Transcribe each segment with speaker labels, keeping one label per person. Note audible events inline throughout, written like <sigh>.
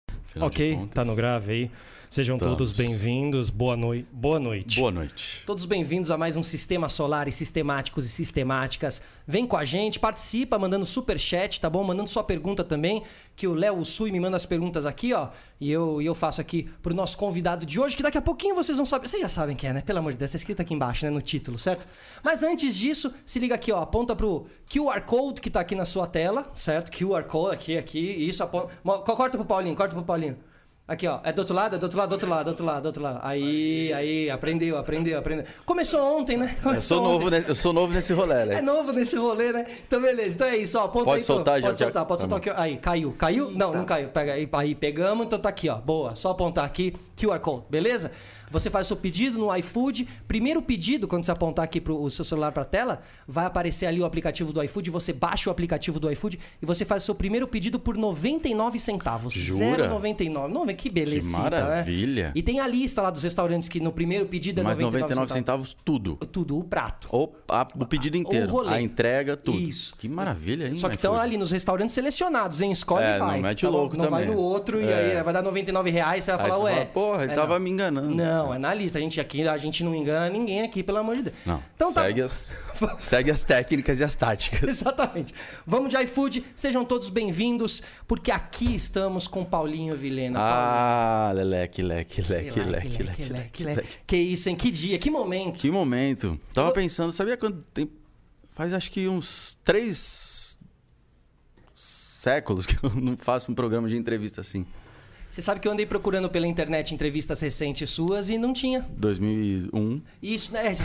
Speaker 1: afinal de
Speaker 2: ok,
Speaker 1: contas.
Speaker 2: tá no grave aí. Sejam
Speaker 1: Estamos.
Speaker 2: todos bem-vindos. Boa, noi boa noite.
Speaker 1: Boa noite.
Speaker 2: Todos bem-vindos a mais um Sistema Solar e Sistemáticos e Sistemáticas. Vem com a gente, participa, mandando super chat, tá bom? Mandando sua pergunta também, que o Léo Sui me manda as perguntas aqui, ó. E eu, e eu faço aqui pro nosso convidado de hoje, que daqui a pouquinho vocês vão saber. Vocês já sabem quem é, né? Pelo amor de Deus, tá escrito aqui embaixo, né? No título, certo? Mas antes disso, se liga aqui, ó. Aponta pro QR Code que tá aqui na sua tela, certo? QR Code aqui, aqui. Isso, aponta. Mo- co- Corta pro Paulinho, corta pro Paulinho. Aqui, ó. É do outro lado, é do outro lado, do outro lado, do outro lado, do outro lado. Aí, aí, aprendeu, aprendeu, aprendeu. Começou ontem, né? Começou
Speaker 3: Eu É, sou, novo
Speaker 2: ontem.
Speaker 3: nesse, eu sou novo nesse rolê,
Speaker 2: É
Speaker 3: né?
Speaker 2: novo nesse rolê, né? Então, beleza. Então é isso, ó. Ponto
Speaker 3: Pode
Speaker 2: aí, pro-
Speaker 3: soltar, já
Speaker 2: Pode
Speaker 3: quero-
Speaker 2: soltar, pode soltar.
Speaker 3: Tá
Speaker 2: Aqui, ó. Aí, caiu. Caiu? não, não caiu. Pega aí, aí, pegamos, então tá aqui, ó. Boa. Só apontar aqui, QR Code, beleza? Você faz o seu pedido no iFood. Primeiro pedido, quando você apontar aqui pro, o seu celular pra tela, vai aparecer ali o aplicativo do iFood. Você baixa o aplicativo do iFood e você faz o seu primeiro pedido por 99 centavos.
Speaker 1: Jura?
Speaker 2: 0,99. Não, que beleza. então, é.
Speaker 1: maravilha.
Speaker 2: E tem a lista lá dos restaurantes que no primeiro pedido é
Speaker 1: Mais
Speaker 2: 99,
Speaker 1: 99 centavos tudo.
Speaker 2: Tudo, o prato.
Speaker 1: O, a- o pedido inteiro,
Speaker 2: então. Ah, rolê.
Speaker 1: a entrega, tudo.
Speaker 2: Isso.
Speaker 1: Que maravilha, hein? né,
Speaker 2: Só que
Speaker 1: iFood?
Speaker 2: estão ali nos restaurantes selecionados, hein? Escolhe
Speaker 1: Hum, É,
Speaker 2: e vai.
Speaker 1: não mete
Speaker 2: tá
Speaker 1: o
Speaker 2: bom?
Speaker 1: louco
Speaker 2: Não vai
Speaker 1: também.
Speaker 2: no outro e
Speaker 1: É.
Speaker 2: aí vai dar 99 reais, você vai
Speaker 1: Aí
Speaker 2: falar,
Speaker 1: você
Speaker 2: ué.
Speaker 1: fala, porra, ele
Speaker 2: é,
Speaker 1: tava
Speaker 2: não.
Speaker 1: me enganando.
Speaker 2: Não, é na lista. A gente aqui, a gente não engana ninguém aqui, pelo amor de Deus.
Speaker 1: Não,
Speaker 2: Então tá
Speaker 1: segue,
Speaker 2: bom.
Speaker 1: as, segue as técnicas e as táticas.
Speaker 2: <laughs> Exatamente. Vamos de iFood, sejam todos bem-vindos, porque aqui estamos com Paulinho Vilena.
Speaker 1: Ah, leque, leque,
Speaker 2: Paulinho
Speaker 1: leque,
Speaker 2: Vilena,
Speaker 1: leque, leque,
Speaker 2: leque, leque. Que isso, hein? Que dia, que momento.
Speaker 1: Que momento. Tava pensando, sabia quando tem. Faz acho que uns três séculos que eu não faço um programa de entrevista assim.
Speaker 2: Você sabe que eu andei procurando pela internet entrevistas recentes suas e não tinha.
Speaker 1: 2001.
Speaker 2: Isso, né?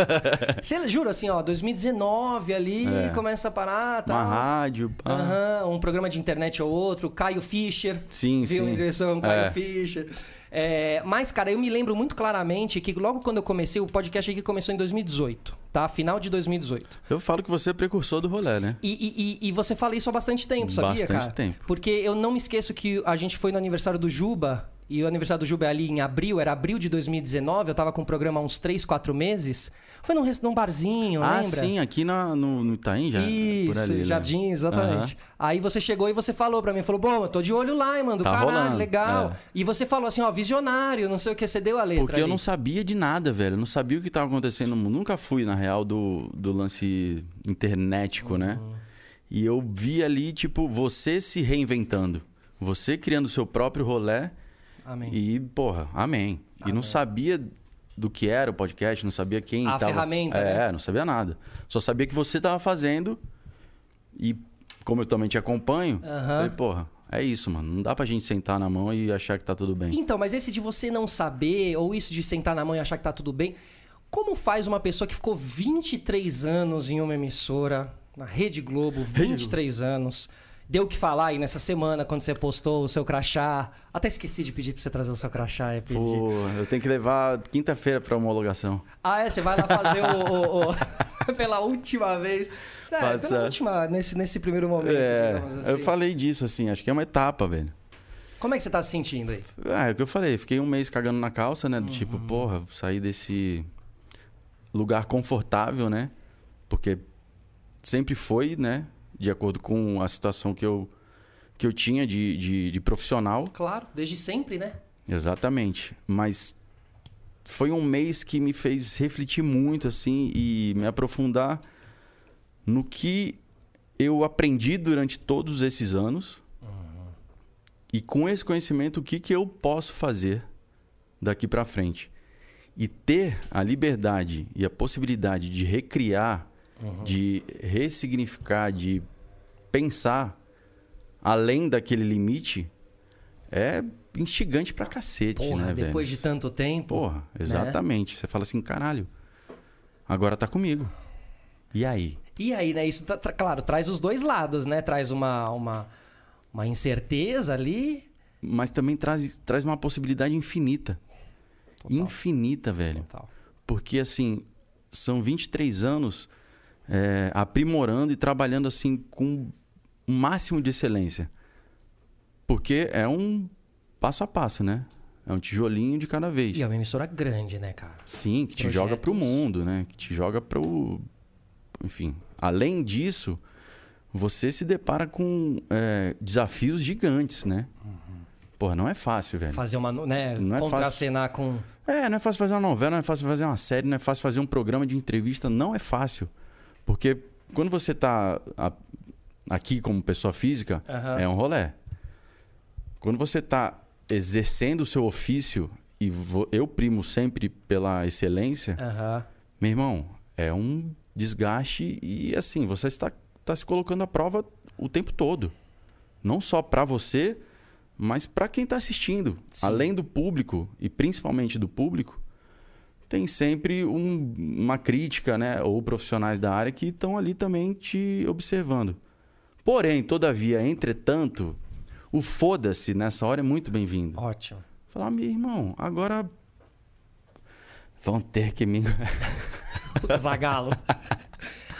Speaker 1: <laughs>
Speaker 2: Você jura assim, ó, 2019 ali,
Speaker 1: É.
Speaker 2: começa a parar,
Speaker 1: Uma
Speaker 2: tá?
Speaker 1: rádio. pá.
Speaker 2: Aham, um programa de internet ou outro, Caio Fischer.
Speaker 1: Sim,
Speaker 2: viu
Speaker 1: sim.
Speaker 2: em direção ao Caio
Speaker 1: É.
Speaker 2: Fischer. É, mas, cara, eu me lembro muito claramente que logo quando eu comecei, o podcast aqui começou em 2018, tá? Final de 2018.
Speaker 1: Eu falo que você é precursor do rolê, né?
Speaker 2: E, e- e- e você fala isso há bastante tempo, sabia,
Speaker 1: Bastante
Speaker 2: cara?
Speaker 1: tempo.
Speaker 2: Porque eu não me esqueço que a gente foi no aniversário do Juba. E o aniversário do Juba é ali em abril, era abril de 2019, eu tava com o programa há uns 3, 4 meses. Foi num, res- num barzinho,
Speaker 1: ah,
Speaker 2: lembra?
Speaker 1: sim, aqui na, no, no Itaim já.
Speaker 2: Isso,
Speaker 1: por ali, né?
Speaker 2: Jardim, exatamente. Aí você chegou e você falou pra mim, falou, bom, eu tô de olho lá, hein, mano, do
Speaker 1: Tá
Speaker 2: caralho,
Speaker 1: rolando,
Speaker 2: legal.
Speaker 1: é.
Speaker 2: E você falou assim, ó, visionário, não sei o que, você deu a letra
Speaker 1: Porque eu
Speaker 2: ali.
Speaker 1: não sabia de nada, velho. Eu não sabia o que tava acontecendo no mundo. Nunca fui, na real, do, do lance internetico, né?
Speaker 2: Uhum.
Speaker 1: E eu vi ali, tipo, você se reinventando. Você criando seu próprio rolé.
Speaker 2: Amém.
Speaker 1: E, porra, amém. E não sabia do que era o podcast, não sabia quem
Speaker 2: A
Speaker 1: tava...
Speaker 2: ferramenta,
Speaker 1: É,
Speaker 2: né?
Speaker 1: não sabia nada. Só sabia que você tava fazendo. E como eu também te acompanho,
Speaker 2: Aham.
Speaker 1: falei, porra, é isso, mano. Não dá pra gente sentar na mão e achar que tá tudo bem.
Speaker 2: Então, mas esse de você não saber, ou isso de sentar na mão e achar que tá tudo bem, como faz uma pessoa que ficou 23 anos em uma emissora, na Rede Globo, 23 anos, deu o que falar aí nessa semana, quando você postou o seu crachá, até esqueci de pedir pra você trazer o seu crachá, é eu pedi.
Speaker 1: Pô, eu tenho que levar quinta-feira pra homologação.
Speaker 2: Ah, é? Você vai lá fazer o. o-
Speaker 1: <laughs>
Speaker 2: o- pela última vez. É, pela
Speaker 1: Passa.
Speaker 2: última, nesse, nesse primeiro momento.
Speaker 1: É,
Speaker 2: digamos
Speaker 1: eu
Speaker 2: assim.
Speaker 1: falei disso, assim, acho que é uma etapa, velho.
Speaker 2: Como é que você tá se sentindo aí?
Speaker 1: Ah, é o que eu falei, fiquei um mês cagando na calça, né? Do tipo, porra, sair desse lugar confortável, né? Porque sempre foi, né? De acordo com a situação que eu, que eu tinha de, de, de profissional.
Speaker 2: Claro, desde sempre, né?
Speaker 1: Exatamente. Mas foi um mês que me fez refletir muito, assim, e me aprofundar no que eu aprendi durante todos esses anos. E com esse conhecimento, o que, que eu posso fazer daqui pra frente? E ter a liberdade e a possibilidade de recriar,
Speaker 2: Uhum.
Speaker 1: de ressignificar, de pensar além daquele limite é instigante pra cacete,
Speaker 2: Porra,
Speaker 1: né,
Speaker 2: depois
Speaker 1: velho?
Speaker 2: de tanto tempo.
Speaker 1: Porra, exatamente. Você fala assim, caralho, agora tá comigo. E aí?
Speaker 2: E aí, né? Isso, tá- tra- claro, traz os dois lados, né? Traz uma, uma, uma incerteza ali.
Speaker 1: Mas também traz, traz uma possibilidade infinita. Infinita, velho.
Speaker 2: Total.
Speaker 1: Porque, assim, são 23 anos é, aprimorando e trabalhando, assim, com o máximo de excelência. Porque é um passo a passo, né? É um tijolinho de cada vez.
Speaker 2: E é uma emissora grande, né, cara?
Speaker 1: Sim, que te
Speaker 2: projetos.
Speaker 1: joga pro mundo, né? Que te joga pro... Enfim, além disso,
Speaker 2: Uhum.
Speaker 1: você se depara com é, desafios gigantes, né? Porra, não é fácil, velho.
Speaker 2: Fazer uma. no- Né,
Speaker 1: Não é
Speaker 2: contracenar com.
Speaker 1: É, não é fácil fazer uma novela, não é fácil fazer uma série, não é fácil fazer um programa de entrevista, não é fácil. Porque quando você tá a- aqui como pessoa física,
Speaker 2: Aham.
Speaker 1: é um rolé. Quando você tá exercendo o seu ofício, e vo- eu primo sempre pela excelência,
Speaker 2: Aham.
Speaker 1: meu irmão, é um desgaste e assim, você está, está se colocando à prova o tempo todo. Não só para você, mas para quem está assistindo.
Speaker 2: Sim.
Speaker 1: Além do público, e principalmente do público, tem sempre um- uma crítica, né? Ou profissionais da área que estão ali também te observando. Porém, todavia, entretanto, o foda-se nessa hora é muito bem-vindo. <laughs>
Speaker 2: Ótimo.
Speaker 1: Falar, "Ah, meu irmão, agora vão ter que me
Speaker 2: Zagalo.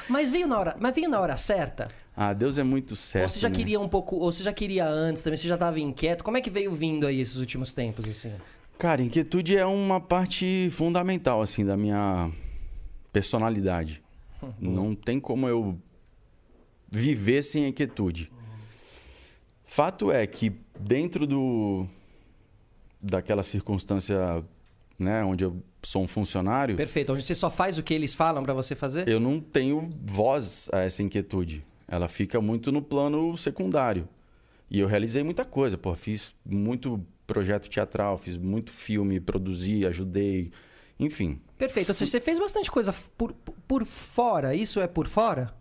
Speaker 2: Mas veio na hora, mas veio na hora certa.
Speaker 1: Ah, Deus é muito certo.
Speaker 2: ou você já
Speaker 1: né?
Speaker 2: queria um pouco, ou você já queria antes também, você já tava inquieto. Como é que veio vindo aí esses últimos tempos assim?
Speaker 1: Cara, inquietude é uma parte fundamental, assim, da minha
Speaker 2: <laughs>
Speaker 1: personalidade. Não tem como eu viver sem inquietude. Fato é que dentro do daquela circunstância, né, onde eu sou um funcionário,
Speaker 2: Perfeito. Onde você só faz o que eles falam pra você fazer?
Speaker 1: eu não tenho voz a essa inquietude. Ela fica muito no plano secundário. E eu realizei muita coisa, pô. Fiz muito projeto teatral, fiz muito filme, produzi, ajudei, enfim.
Speaker 2: Perfeito. Ou seja, você fez bastante coisa por, por fora. Isso é por fora?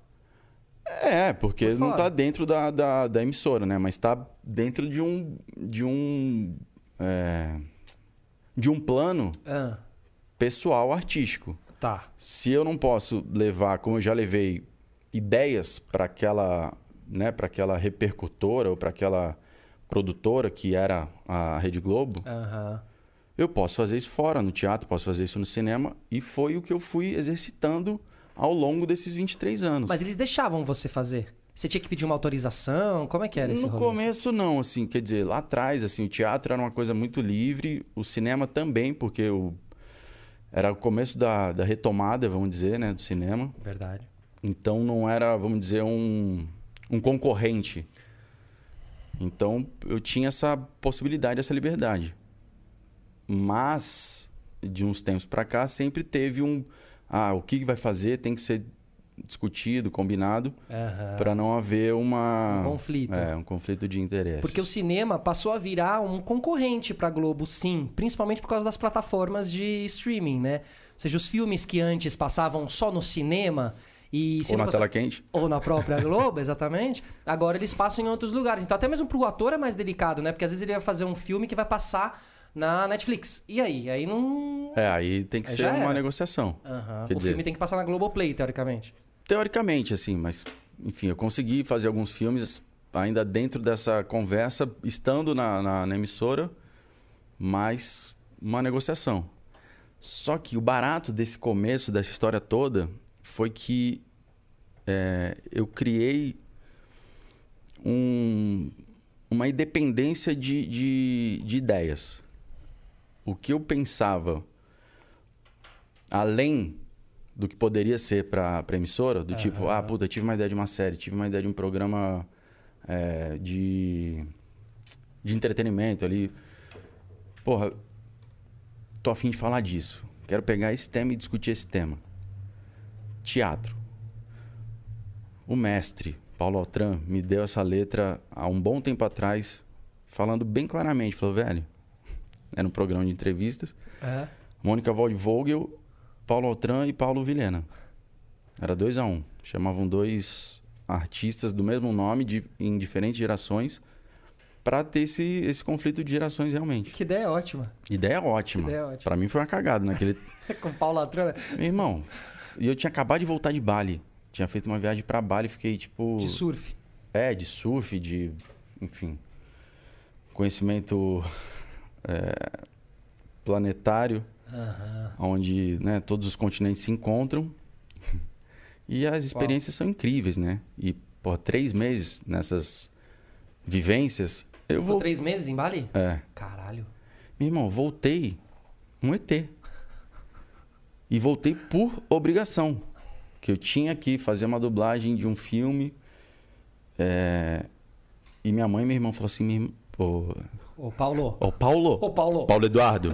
Speaker 1: É, porque
Speaker 2: Por
Speaker 1: não
Speaker 2: fora.
Speaker 1: tá dentro da, da, da emissora, né? Mas tá dentro de um. de um. é, de um plano
Speaker 2: Ah,
Speaker 1: pessoal artístico.
Speaker 2: tá.
Speaker 1: se eu não posso levar, como eu já levei, ideias para aquela, né, para aquela repercutora ou para aquela produtora que era a Rede Globo,
Speaker 2: Aham.
Speaker 1: eu posso fazer isso fora, no teatro, posso fazer isso no cinema, e foi o que eu fui exercitando ao longo desses 23 anos.
Speaker 2: Mas eles deixavam você fazer? Você tinha que pedir uma autorização? Como é que era esse
Speaker 1: no
Speaker 2: rolê?
Speaker 1: começo não, assim, quer dizer, lá atrás assim, o teatro era uma coisa muito livre, o cinema também, porque o era o começo da, da retomada, vamos dizer, né, do cinema.
Speaker 2: Verdade.
Speaker 1: Então não era, vamos dizer, um, um concorrente. Então eu tinha essa possibilidade, essa liberdade. Mas de uns tempos pra cá sempre teve um ah, o que vai fazer tem que ser discutido, combinado,
Speaker 2: Aham.
Speaker 1: pra não haver uma
Speaker 2: É. Um conflito.
Speaker 1: É, um conflito de interesse.
Speaker 2: Porque o cinema passou a virar um concorrente pra Globo, sim. Principalmente por causa das plataformas de streaming, né? Ou seja, os filmes que antes passavam só no cinema e... se
Speaker 1: ou na
Speaker 2: não passa-
Speaker 1: tela quente?
Speaker 2: Ou na própria Globo, <laughs> exatamente. Agora eles passam em outros lugares. Então, até mesmo pro ator é mais delicado, né? Porque às vezes ele vai fazer um filme que vai passar na Netflix. E aí? Aí não.
Speaker 1: É, aí tem que
Speaker 2: Aí
Speaker 1: ser
Speaker 2: já
Speaker 1: uma
Speaker 2: era.
Speaker 1: negociação.
Speaker 2: Aham.
Speaker 1: Quer
Speaker 2: O
Speaker 1: dizer-
Speaker 2: filme tem que passar na Globoplay, teoricamente.
Speaker 1: Teoricamente, assim, mas enfim, eu consegui fazer alguns filmes ainda dentro dessa conversa, estando na, na, na emissora, mas uma negociação. Só que o barato desse começo, dessa história toda, foi que é, eu criei um- uma independência de, de, de ideias. O que eu pensava além do que poderia ser para a emissora, do tipo, ah, puta, tive uma ideia de uma série, tive uma ideia de um programa é, de, de entretenimento ali. Porra, tô afim de falar disso. Quero pegar esse tema e discutir esse tema. Teatro. O mestre, Paulo Altran, me deu essa letra há um bom tempo atrás, falando bem claramente. Falou, velho, <laughs> era um programa de entrevistas.
Speaker 2: É.
Speaker 1: Mônica Waldvogel, Paulo Altran e Paulo Vilhena. Era dois a um. Chamavam dois artistas do mesmo nome, de- em diferentes gerações, para ter esse, esse conflito de gerações realmente.
Speaker 2: Que ideia ótima. <laughs>
Speaker 1: Ideia ótima.
Speaker 2: Ideia ótima.
Speaker 1: Para mim foi uma cagada
Speaker 2: <laughs>
Speaker 1: naquele.
Speaker 2: Com Paulo Atrana.
Speaker 1: Meu irmão, e eu tinha acabado de voltar de Bali. Tinha feito uma viagem para Bali, fiquei tipo.
Speaker 2: De surf.
Speaker 1: É, de surf, de. Enfim. Conhecimento é, planetário, onde né, todos os continentes se encontram. E as experiências são incríveis, né? E por três meses nessas vivências, eu
Speaker 2: Ficou
Speaker 1: vou.
Speaker 2: três meses em Bali?
Speaker 1: É.
Speaker 2: Caralho.
Speaker 1: Meu irmão, voltei um ET. E voltei por obrigação. Que eu tinha que fazer uma dublagem de um filme. É, E minha mãe e meu irmão falaram assim: "Minha irmã- pô,
Speaker 2: Ô, Paulo.
Speaker 1: Ô, Paulo.
Speaker 2: Ô, Paulo.
Speaker 1: Paulo Eduardo.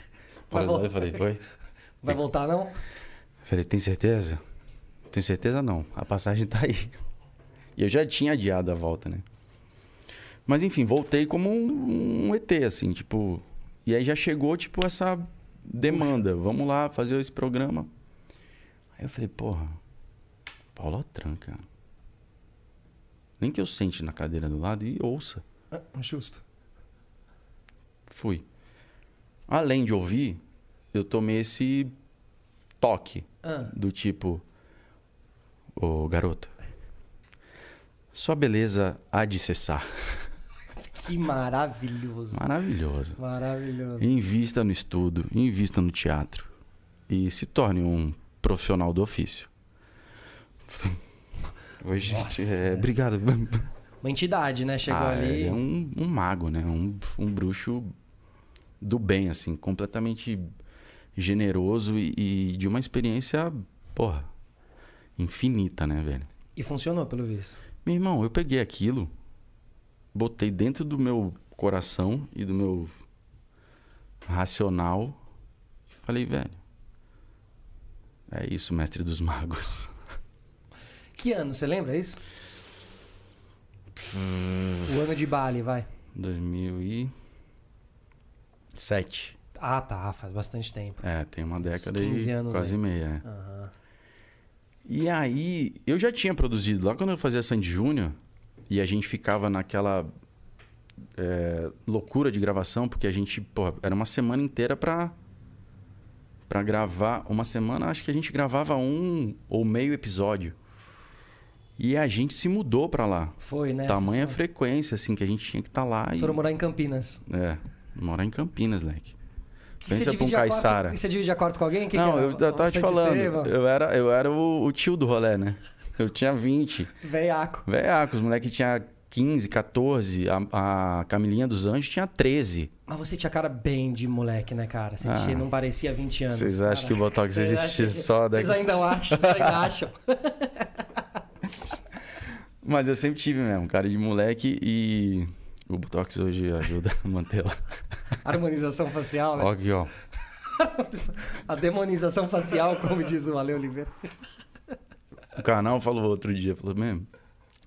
Speaker 2: <laughs>
Speaker 1: Paulo
Speaker 2: Vai
Speaker 1: Eduardo, eu falei, oi.
Speaker 2: Vai voltar, não?
Speaker 1: Falei, tem certeza? Tem certeza não. A passagem tá aí. E eu já tinha adiado a volta, né? Mas enfim, voltei como um, um ET, assim, tipo. E aí já chegou, tipo, essa demanda. Vamos lá fazer esse programa. Aí eu falei, porra, Paulo Otran, cara. Nem que eu sente na cadeira do lado e ouça.
Speaker 2: Ah, Justo.
Speaker 1: Fui. Além de ouvir, eu tomei esse toque
Speaker 2: Ah,
Speaker 1: do tipo: Ô garoto, sua beleza há de cessar.
Speaker 2: que maravilhoso.
Speaker 1: Maravilhoso.
Speaker 2: Maravilhoso.
Speaker 1: Invista no estudo, invista no teatro e se torne um profissional do ofício. <laughs> Hoje,
Speaker 2: Nossa.
Speaker 1: é, obrigado.
Speaker 2: Uma entidade, né? Chegou
Speaker 1: Ah,
Speaker 2: ali.
Speaker 1: ele É um, um mago, né? Um, um bruxo do bem, assim, completamente generoso e, e de uma experiência, porra, infinita, né, velho?
Speaker 2: E funcionou, pelo visto.
Speaker 1: Meu irmão, eu peguei aquilo, botei dentro do meu coração e do meu racional e falei, velho, é isso, mestre dos magos. <laughs>
Speaker 2: Que ano, você lembra isso?
Speaker 1: Hum.
Speaker 2: O ano de Bali, vai.
Speaker 1: 2007.
Speaker 2: Ah, tá, faz bastante tempo.
Speaker 1: É, tem uma década
Speaker 2: 15
Speaker 1: e
Speaker 2: anos
Speaker 1: quase
Speaker 2: aí.
Speaker 1: meia. é.
Speaker 2: Aham.
Speaker 1: E aí, eu já tinha produzido lá quando eu fazia Sandy Júnior e a gente ficava naquela é, loucura de gravação, porque a gente, porra, era uma semana inteira pra, pra gravar. Uma semana, acho que a gente gravava um ou meio episódio. E a gente se mudou pra lá.
Speaker 2: Foi, né?
Speaker 1: Tamanha
Speaker 2: Vocês
Speaker 1: frequência, assim, que a gente tinha que estar lá.
Speaker 2: foram-
Speaker 1: E,
Speaker 2: Foram morar em Campinas.
Speaker 1: é, morar em Campinas, leque.
Speaker 2: Que
Speaker 1: Pensa
Speaker 2: você
Speaker 1: pra um
Speaker 2: divide a quarto-
Speaker 1: Caiçara.
Speaker 2: que Você divide a quarto com alguém? Quem
Speaker 1: Não,
Speaker 2: que é? era?
Speaker 1: eu já tava te
Speaker 2: Santo
Speaker 1: falando.
Speaker 2: Estevão?
Speaker 1: Eu era, eu era o, o tio do rolê, né? Eu tinha 20.
Speaker 2: Veiaco.
Speaker 1: Velhaco, os moleques tinha 15, 14. A, a Camilinha dos Anjos tinha 13.
Speaker 2: Mas você tinha cara bem de moleque, né, cara? Você
Speaker 1: Ah.
Speaker 2: tinha- não parecia 20 anos.
Speaker 1: Vocês
Speaker 2: cara.
Speaker 1: acham que o Botox
Speaker 2: Vocês
Speaker 1: existe
Speaker 2: acham que-
Speaker 1: só daqui-
Speaker 2: Vocês ainda acham, vocês ainda acham. <laughs>
Speaker 1: Mas eu sempre tive mesmo, cara de moleque e. O Botox hoje ajuda a mantê-la.
Speaker 2: Harmonização facial, né?
Speaker 1: Ó aqui, ó.
Speaker 2: A demonização facial, como diz o Ale Oliveira.
Speaker 1: O canal falou outro dia, falou mesmo.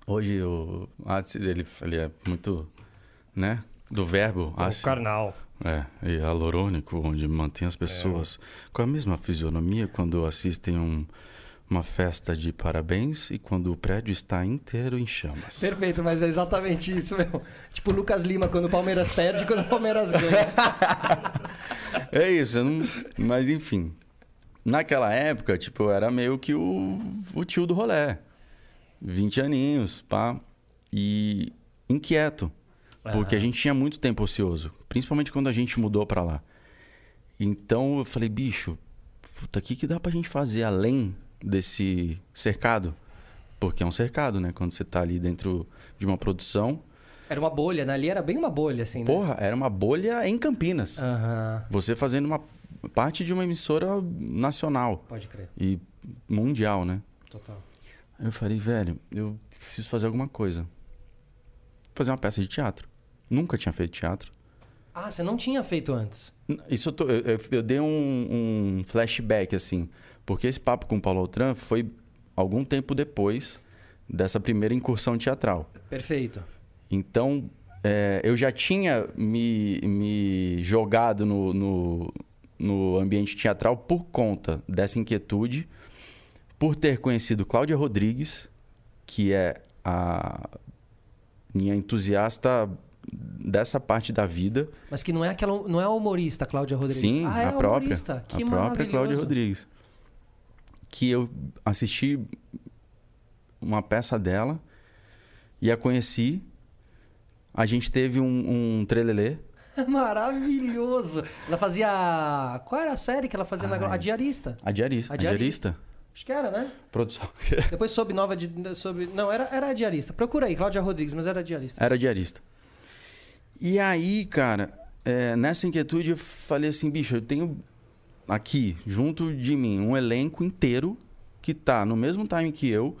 Speaker 1: Hoje o ácido, ele, ele é muito, né? Do verbo ácido.
Speaker 2: carnal.
Speaker 1: É, e hialurônico, onde mantém as pessoas com a mesma fisionomia quando assistem um- uma festa de parabéns e quando o prédio está inteiro em chamas.
Speaker 2: Perfeito, mas é exatamente isso, meu. Tipo o Lucas Lima quando o Palmeiras perde e quando o
Speaker 1: <laughs>
Speaker 2: Palmeiras ganha.
Speaker 1: É isso, eu não... mas enfim. Naquela época, tipo, eu era meio que o, o tio do rolé. 20 aninhos, pá. E inquieto. Porque a gente tinha muito tempo ocioso. Principalmente quando a gente mudou pra lá. Então eu falei, bicho, puta, o que, que dá pra gente fazer além desse cercado? Porque é um cercado, né? Quando você tá ali dentro de uma produção.
Speaker 2: Era uma bolha, né? Ali era bem uma bolha, assim, né?
Speaker 1: Porra, era uma bolha em Campinas.
Speaker 2: Aham,
Speaker 1: Você fazendo uma parte de uma emissora nacional
Speaker 2: pode crer.
Speaker 1: e mundial, né?
Speaker 2: Total.
Speaker 1: Aí Eu falei, velho, eu preciso fazer alguma coisa. Fazer uma peça de teatro. Nunca tinha feito teatro.
Speaker 2: Ah, você não tinha feito antes.
Speaker 1: N- Isso eu, tô- eu- eu- eu dei um, um flashback, assim. Porque esse papo com o Paulo Altran foi algum tempo depois dessa primeira incursão teatral.
Speaker 2: Perfeito.
Speaker 1: Então, é, eu já tinha me, me jogado no, no, no ambiente teatral por conta dessa inquietude, por ter conhecido Cláudia Rodrigues, que é a minha entusiasta dessa parte da vida.
Speaker 2: Mas que não é aquela, não é a humorista, Cláudia Rodrigues.
Speaker 1: Sim,
Speaker 2: ah, é
Speaker 1: a própria.
Speaker 2: humorista. Que
Speaker 1: a própria
Speaker 2: maravilhoso.
Speaker 1: Cláudia Rodrigues. Que eu assisti uma peça dela e a conheci. A gente teve um, um trelelê.
Speaker 2: <laughs> Maravilhoso. Ela fazia. Qual era a série que ela fazia na Globo? A Diarista.
Speaker 1: A diarista.
Speaker 2: A
Speaker 1: A diarista?
Speaker 2: Acho que era, né?
Speaker 1: Produção. <laughs>
Speaker 2: Depois soube nova de. Soube... Não, era, era a diarista. Procura aí, Cláudia Rodrigues, mas era a diarista.
Speaker 1: Era diarista. E aí, cara, é, nessa inquietude eu falei assim, bicho, eu tenho aqui, junto de mim, um elenco inteiro que tá no mesmo time que eu,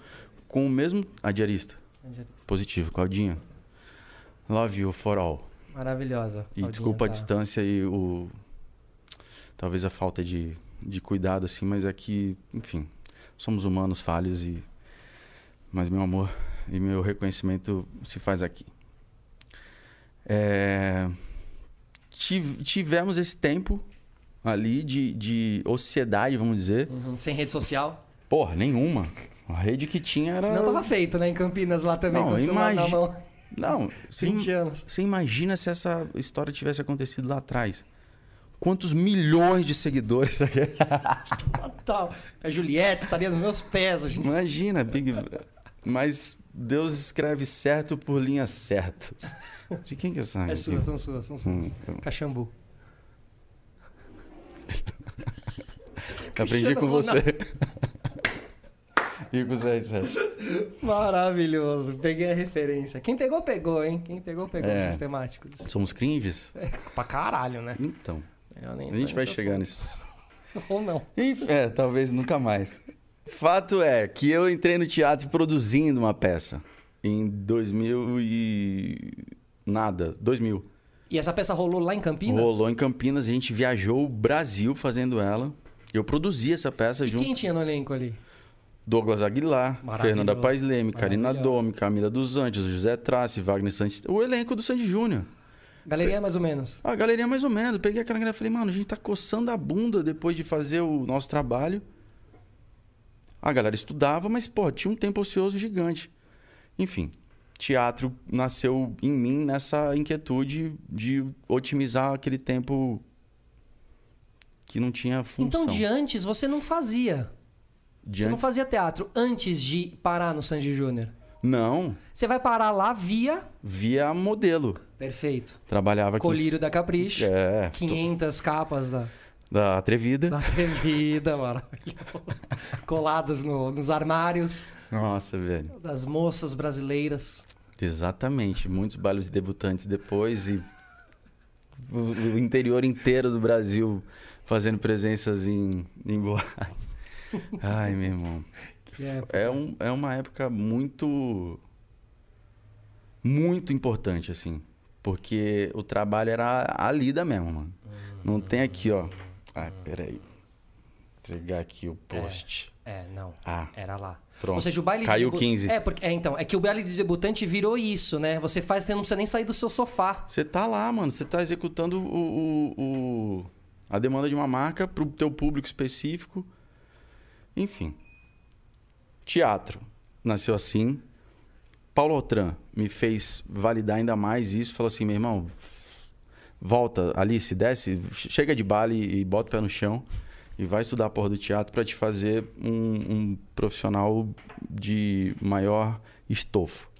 Speaker 1: com o mesmo. A diarista.
Speaker 2: A diarista.
Speaker 1: Positivo, Claudinha. Love you for all.
Speaker 2: Maravilhosa.
Speaker 1: E
Speaker 2: Claudinha,
Speaker 1: desculpa
Speaker 2: tá.
Speaker 1: a distância e o. Talvez a falta de, de cuidado, assim, mas é que, enfim, somos humanos falhos e. Mas meu amor e meu reconhecimento se faz aqui. É, tiv- Tivemos esse tempo ali de, de ociedade, vamos dizer.
Speaker 2: Uhum, Sem rede social.
Speaker 1: Porra, nenhuma. A rede que tinha era.
Speaker 2: Senão tava feito, né? Em Campinas lá também,
Speaker 1: Não,
Speaker 2: com o celular na
Speaker 1: imagi-
Speaker 2: mão.
Speaker 1: Não, você
Speaker 2: 20 anos.
Speaker 1: Você imagina se essa história tivesse acontecido lá atrás? Quantos milhões de seguidores? <laughs>
Speaker 2: Total. A É Juliette estaria nos meus pés hoje. em dia.
Speaker 1: Imagina, Big. Mas Deus escreve certo por linhas certas. De quem que é essa? Hum,
Speaker 2: É sua,
Speaker 1: aqui?
Speaker 2: são suas, são suas. Caxambu.
Speaker 1: Aprendi com
Speaker 2: Cristiano
Speaker 1: você. <laughs> e com o Zé Sérgio.
Speaker 2: Maravilhoso. Peguei a referência. Quem pegou, pegou, hein? Quem pegou, pegou.
Speaker 1: É.
Speaker 2: Sistemáticos.
Speaker 1: Somos cringes?
Speaker 2: é Pra caralho, né?
Speaker 1: Então, é
Speaker 2: Eu nem
Speaker 1: a gente
Speaker 2: entro
Speaker 1: vai
Speaker 2: nesse
Speaker 1: chegar
Speaker 2: assunto.
Speaker 1: nisso.
Speaker 2: <laughs> Ou não.
Speaker 1: Enfim, É, talvez nunca mais. Fato é que eu entrei no teatro produzindo uma peça em 2000 e nada, 2000.
Speaker 2: E essa peça rolou lá em Campinas?
Speaker 1: Rolou em Campinas, a gente viajou o Brasil fazendo ela. Eu produzi essa peça
Speaker 2: E
Speaker 1: junto
Speaker 2: quem tinha no elenco ali?
Speaker 1: Douglas Aguilar,
Speaker 2: Maravilhoso.
Speaker 1: Fernanda Paes Leme, Karina
Speaker 2: Maravilhoso.
Speaker 1: Dome, Camila dos Anjos, José Trace, Wagner Santos, o elenco do Sandy Júnior.
Speaker 2: Galeria mais ou menos.
Speaker 1: A galerinha mais ou menos. Eu Peguei aquela galera e falei, mano, a gente tá coçando a bunda depois de fazer o nosso trabalho. A galera estudava, mas, pô, tinha um tempo ocioso gigante. Enfim, teatro nasceu em mim nessa inquietude de otimizar aquele tempo que não tinha função.
Speaker 2: Então, de antes, você não fazia.
Speaker 1: De
Speaker 2: Você não
Speaker 1: antes-
Speaker 2: fazia teatro antes de parar no Sandy Júnior.
Speaker 1: Não,
Speaker 2: Você vai parar lá via...
Speaker 1: via modelo.
Speaker 2: Perfeito.
Speaker 1: Trabalhava aqui em-
Speaker 2: Colírio da Capricho.
Speaker 1: É, tô-
Speaker 2: 500 capas da,
Speaker 1: da Atrevida.
Speaker 2: da Atrevida, maravilhoso. <laughs> Coladas no- nos armários
Speaker 1: Nossa, velho.
Speaker 2: das moças brasileiras.
Speaker 1: Exatamente. Muitos bailes de debutantes depois e o- o interior inteiro do Brasil fazendo presenças em, em boate. Ai, meu irmão.
Speaker 2: Que é,
Speaker 1: É, um, é uma época muito. Muito importante, assim. Porque o trabalho era a lida mesmo, mano. Não tem aqui, ó. Ai, peraí. Entregar aqui o post.
Speaker 2: é, não.
Speaker 1: Ah,
Speaker 2: Era lá.
Speaker 1: Pronto.
Speaker 2: Ou seja, o baile
Speaker 1: Caiu
Speaker 2: de debu-
Speaker 1: 15.
Speaker 2: É, porque, é, então, é que o baile de debutante virou isso, né? Você faz, você não precisa nem sair do seu sofá.
Speaker 1: Você tá lá, mano. Você tá executando o, o- o- a demanda de uma marca pro teu público específico. Enfim. Teatro. Nasceu assim. Paulo Altran me fez validar ainda mais isso. Falou assim, meu irmão, volta ali, se desce, chega de baile e bota o pé no chão. E vai estudar a porra do teatro pra te fazer um, um profissional de maior estofo.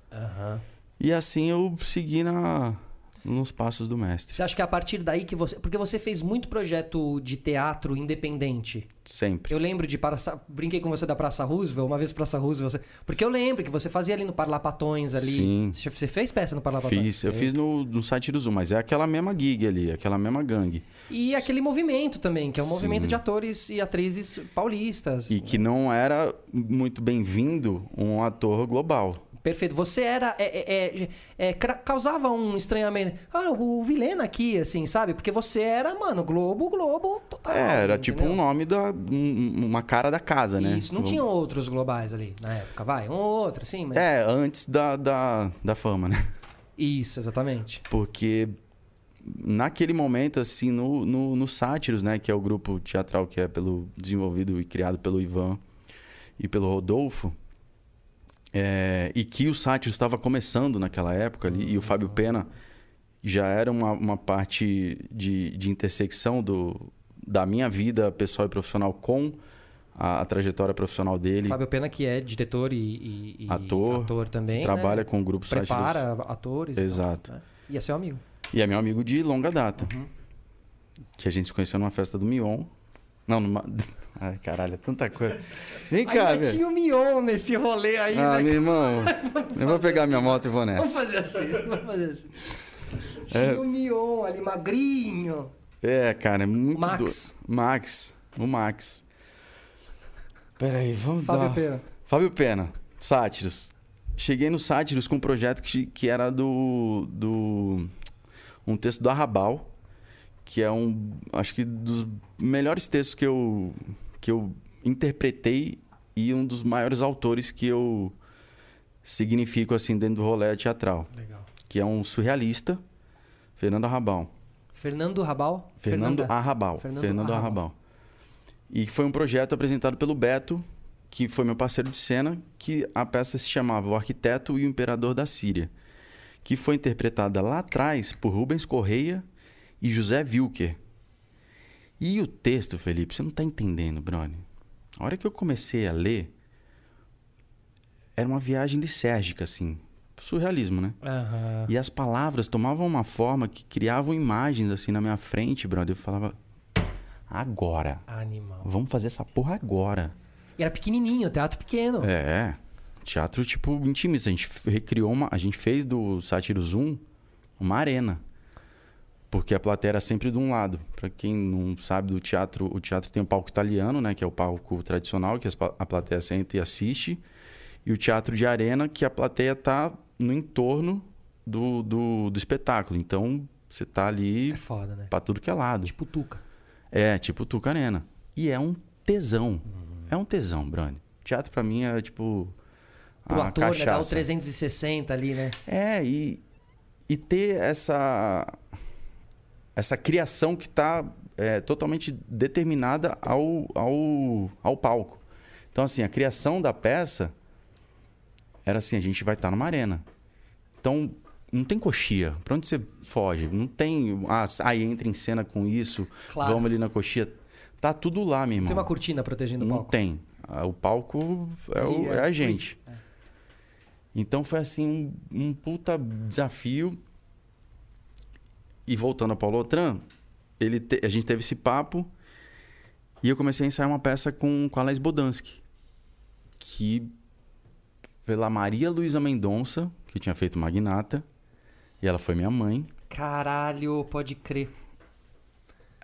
Speaker 1: E assim eu segui na, nos passos do mestre.
Speaker 2: Você acha que é a partir daí que você. Porque você fez muito projeto de teatro independente.
Speaker 1: Sempre.
Speaker 2: Eu lembro de Praça... Brinquei com você da Praça Roosevelt, uma vez Praça Roosevelt. Você... Porque eu lembro que você fazia ali no Parlapatões ali.
Speaker 1: Sim.
Speaker 2: Você você fez peça no Parlapatões?
Speaker 1: Fiz. Eu fiz no, no site do Zoom, mas é aquela mesma gig ali, aquela mesma gangue.
Speaker 2: E aquele movimento também, que é um
Speaker 1: Sim.
Speaker 2: movimento de atores e atrizes paulistas.
Speaker 1: E que não era muito bem-vindo um ator global.
Speaker 2: Perfeito. Você era. é, é, é, é, cra- causava um estranhamento. Ah, o Vilena aqui, assim, sabe? Porque você era, mano, Globo, Globo total.
Speaker 1: É, era tipo um
Speaker 2: Ah, entendeu?
Speaker 1: nome da. um- uma cara da casa, né?
Speaker 2: Isso, não
Speaker 1: O-
Speaker 2: tinham outros globais ali na época, vai. Um ou outro, sim, mas.
Speaker 1: É, antes da, da, da fama, né?
Speaker 2: Isso, exatamente.
Speaker 1: Porque naquele momento, assim, no, no, no Sátiros, né? Que é o grupo teatral que é pelo, desenvolvido e criado pelo Ivan e pelo Rodolfo. é, e que o Sátiros estava começando naquela época ali. E o Fábio
Speaker 2: Uhum.
Speaker 1: Pena já era uma, uma parte de, de intersecção do, da minha vida pessoal e profissional com a, a trajetória profissional dele.
Speaker 2: Fábio Pena, que é diretor e, e- e
Speaker 1: Ator,
Speaker 2: também. né?
Speaker 1: trabalha com o grupo Sátiros.
Speaker 2: Prepara atores. e
Speaker 1: Exato.
Speaker 2: tal, né? E é seu amigo.
Speaker 1: E é meu amigo de longa data.
Speaker 2: Uhum.
Speaker 1: Que a gente se conheceu numa festa do Mion. Não, numa. <laughs> Ai, caralho, é tanta coisa. Vem cá,
Speaker 2: Ainda
Speaker 1: velho.
Speaker 2: tinha o Mion nesse rolê é aí,
Speaker 1: Ah,
Speaker 2: né? <laughs>
Speaker 1: meu irmão. Eu vou
Speaker 2: fazer assim,
Speaker 1: pegar minha moto e vou
Speaker 2: Vamos
Speaker 1: nessa.
Speaker 2: fazer assim, vamos fazer assim. Tinha o Mion ali, magrinho.
Speaker 1: É, cara, é muito
Speaker 2: assim. Max.
Speaker 1: doido. Max. O Max. Peraí, vamos
Speaker 2: Fábio
Speaker 1: dar.
Speaker 2: Pena.
Speaker 1: Fábio Pena, Sátiros. Cheguei no Sátiros com um projeto que, que era do. do. um texto do Arrabal, que é um, acho que dos melhores textos que eu, que eu interpretei e um dos maiores autores que eu significo assim dentro do rolê teatral,
Speaker 2: Legal.
Speaker 1: que é um surrealista, Fernando Arrabal.
Speaker 2: Fernando Rabal?
Speaker 1: Fernando
Speaker 2: Fernanda.
Speaker 1: Arrabal.
Speaker 2: Fernando
Speaker 1: Fernando,
Speaker 2: Arrabal.
Speaker 1: Arrabal. E foi um projeto apresentado pelo Beto, que foi meu parceiro de cena, que a peça se chamava O Arquiteto e o Imperador da Síria, que foi interpretada lá atrás por Rubens Correia e José Wilker. E o texto, Felipe, você não está entendendo, Brony. A hora que eu comecei a ler, era uma viagem lisérgica, assim. Surrealismo, né?
Speaker 2: Aham.
Speaker 1: E as palavras tomavam uma forma que criavam imagens assim na minha frente, brother. Eu falava, agora.
Speaker 2: Animal.
Speaker 1: Vamos fazer essa porra agora.
Speaker 2: E era pequenininho, teatro pequeno.
Speaker 1: É. Teatro, tipo, intimista. A gente f- recriou uma. A gente fez do Sátiro Zoom uma arena. Porque a plateia era sempre de um lado. Pra quem não sabe do teatro, o teatro tem o palco italiano, né? Que é o palco tradicional, que as pa- a plateia senta e assiste. E o teatro de arena, que a plateia tá no entorno do, do, do espetáculo. Então, você tá ali
Speaker 2: É foda, né?
Speaker 1: pra tudo que é lado.
Speaker 2: Tipo Tuca.
Speaker 1: É, tipo Tucanena. E é um tesão. É um tesão, Brani. Teatro pra mim é tipo.
Speaker 2: Pro
Speaker 1: a
Speaker 2: ator, né? Dá o
Speaker 1: cachaça.
Speaker 2: 360 ali, né?
Speaker 1: É, e, e ter essa. Essa criação que tá é, totalmente determinada ao, ao, ao palco. Então, assim, a criação da peça era assim: a gente vai estar numa arena. Então, não tem coxia. Pra onde você foge? Não tem. Ah, aí entra em cena com isso.
Speaker 2: Claro.
Speaker 1: Vamos ali na coxia. Tá tudo lá, meu irmão.
Speaker 2: Tem uma cortina protegendo o
Speaker 1: Não
Speaker 2: palco.
Speaker 1: tem. Ah, O palco é, o-
Speaker 2: E é
Speaker 1: é a
Speaker 2: free.
Speaker 1: gente. Então foi assim um, um puta desafio. E voltando a Paulo Otran, ele te- a gente teve esse papo e eu comecei a ensaiar uma peça com, com a Alex Bodansky, que pela Maria Luísa Mendonça, que tinha feito Magnata, e ela foi minha mãe.
Speaker 2: Caralho, pode crer.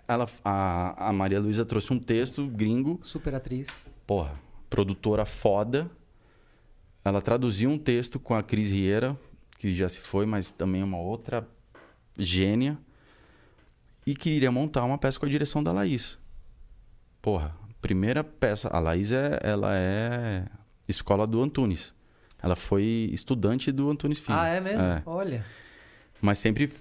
Speaker 1: Ela, a, a Maria Luísa trouxe um texto gringo
Speaker 2: Super atriz.
Speaker 1: porra, produtora foda. Ela traduziu um texto com a Cris Rieira, que já se foi, mas também é uma outra gênia. E queria montar uma peça com a direção da Laís. Porra, primeira peça. A Laís é, ela é escola do Antunes. Ela foi estudante do Antunes Filho.
Speaker 2: Ah, é mesmo? Olha.
Speaker 1: Mas sempre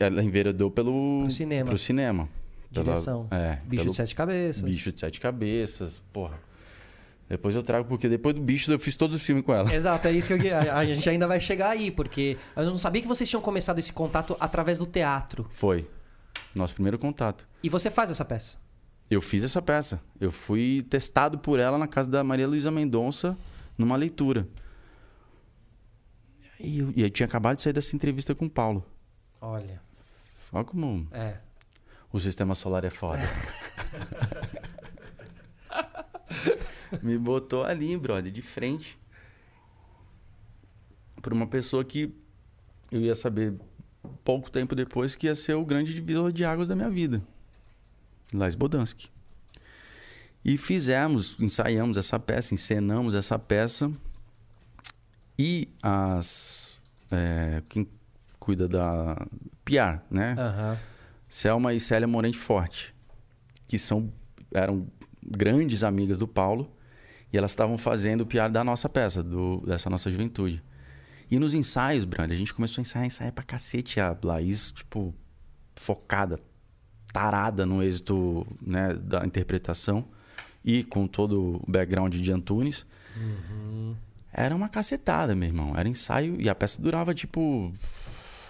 Speaker 1: ela enveredou pelo
Speaker 2: Pro cinema.
Speaker 1: Pro cinema. Pela-
Speaker 2: Direção.
Speaker 1: é,
Speaker 2: Bicho
Speaker 1: pelo-
Speaker 2: de sete cabeças.
Speaker 1: Bicho de Sete Cabeças, porra. Depois eu trago, porque depois do bicho eu fiz todos os filmes com ela.
Speaker 2: Exato, é isso que eu, a, a gente ainda vai chegar aí, porque eu não sabia que vocês tinham começado esse contato através do teatro.
Speaker 1: Foi. Nosso primeiro contato.
Speaker 2: E você faz essa peça.
Speaker 1: Eu fiz essa peça. Eu fui testado por ela na casa da Maria Luísa Mendonça, numa leitura. E eu, e eu tinha acabado de sair dessa entrevista com o Paulo.
Speaker 2: Olha,
Speaker 1: Olha como
Speaker 2: é.
Speaker 1: o sistema solar é foda. Me botou ali, brother, de frente. Por uma pessoa que eu ia saber pouco tempo depois que ia ser o grande divisor de águas da minha vida. Lais Bodansky. E fizemos, ensaiamos essa peça, encenamos essa peça. E as. é, quem cuida da. Piar, né?
Speaker 2: Aham.
Speaker 1: Selma e Célia Morente Forte, que são eram grandes amigas do Paulo, e elas estavam fazendo o piar da nossa peça, do- dessa nossa juventude. E nos ensaios, Brand, a gente começou a ensaiar, ensaiar pra cacete a Laís, tipo, focada, tarada no êxito né, da interpretação e com todo o background de Antunes. Era uma cacetada, meu irmão. Era ensaio e a peça durava, tipo,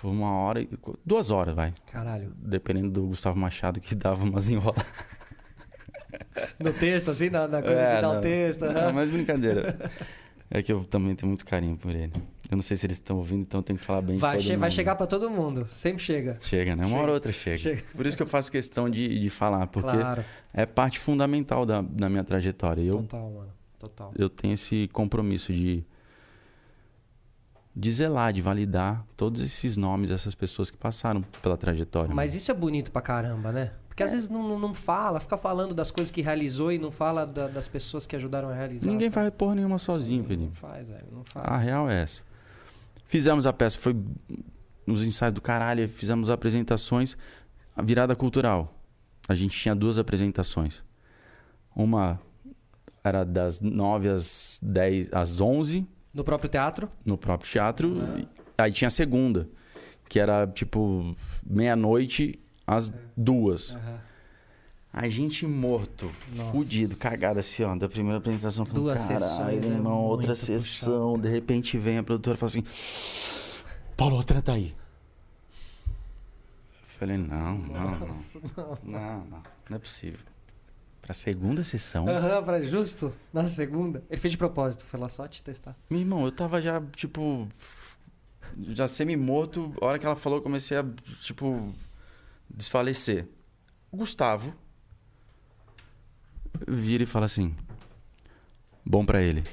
Speaker 1: uma hora, e- duas horas, vai
Speaker 2: Caralho.
Speaker 1: dependendo do Gustavo Machado, que <laughs> dava umas enrolas.
Speaker 2: No texto, assim, na, na coisa de
Speaker 1: É,
Speaker 2: dar o
Speaker 1: não.
Speaker 2: texto.
Speaker 1: Não,
Speaker 2: aham.
Speaker 1: mas brincadeira. É que eu também tenho muito carinho por ele. Eu não sei se eles estão ouvindo, então eu tenho que falar bem de
Speaker 2: Vai,
Speaker 1: todo
Speaker 2: che- vai
Speaker 1: mundo.
Speaker 2: chegar pra todo mundo. Sempre chega.
Speaker 1: Chega, né? Uma
Speaker 2: Chega.
Speaker 1: hora ou outra chega.
Speaker 2: Chega.
Speaker 1: Por isso que eu faço questão de, de falar, porque
Speaker 2: Claro.
Speaker 1: é parte fundamental da, da minha trajetória. E Eu,
Speaker 2: Total, mano. Total.
Speaker 1: eu tenho esse compromisso de, de zelar, de validar todos esses nomes, essas pessoas que passaram pela trajetória.
Speaker 2: Mas isso é bonito pra caramba, né? Porque às vezes não, não- não fala, fica falando das coisas que realizou e não fala da- das pessoas que ajudaram a realizar.
Speaker 1: Ninguém
Speaker 2: sabe?
Speaker 1: faz porra nenhuma sozinho, Felipe. Ah, é?
Speaker 2: Não faz, velho. Não faz.
Speaker 1: A real é essa. Fizemos a peça, foi nos ensaios do caralho, fizemos apresentações. A virada cultural. A gente tinha duas apresentações. Uma era das 9 às 10, às 11
Speaker 2: No próprio teatro?
Speaker 1: no próprio teatro. Aí tinha a segunda, que era tipo meia-noite às duas. A gente morto, fudido, cagado assim, ó, da primeira apresentação. Falando,
Speaker 2: Duas
Speaker 1: Caralho,
Speaker 2: sessões, é
Speaker 1: irmão,
Speaker 2: muito
Speaker 1: outra
Speaker 2: puxado,
Speaker 1: sessão. De repente vem a produtora e fala assim: Paulo, outra tá aí. Eu falei: não, não, não. Não, não. Não é possível. Pra segunda sessão.
Speaker 2: Aham, pra justo. Na segunda. Ele fez de propósito, foi lá só te testar.
Speaker 1: Meu irmão, eu tava já, tipo. Já semi-morto. A hora que ela falou, eu comecei a, tipo. Desfalecer. O Gustavo. Vira e fala assim. Bom pra ele.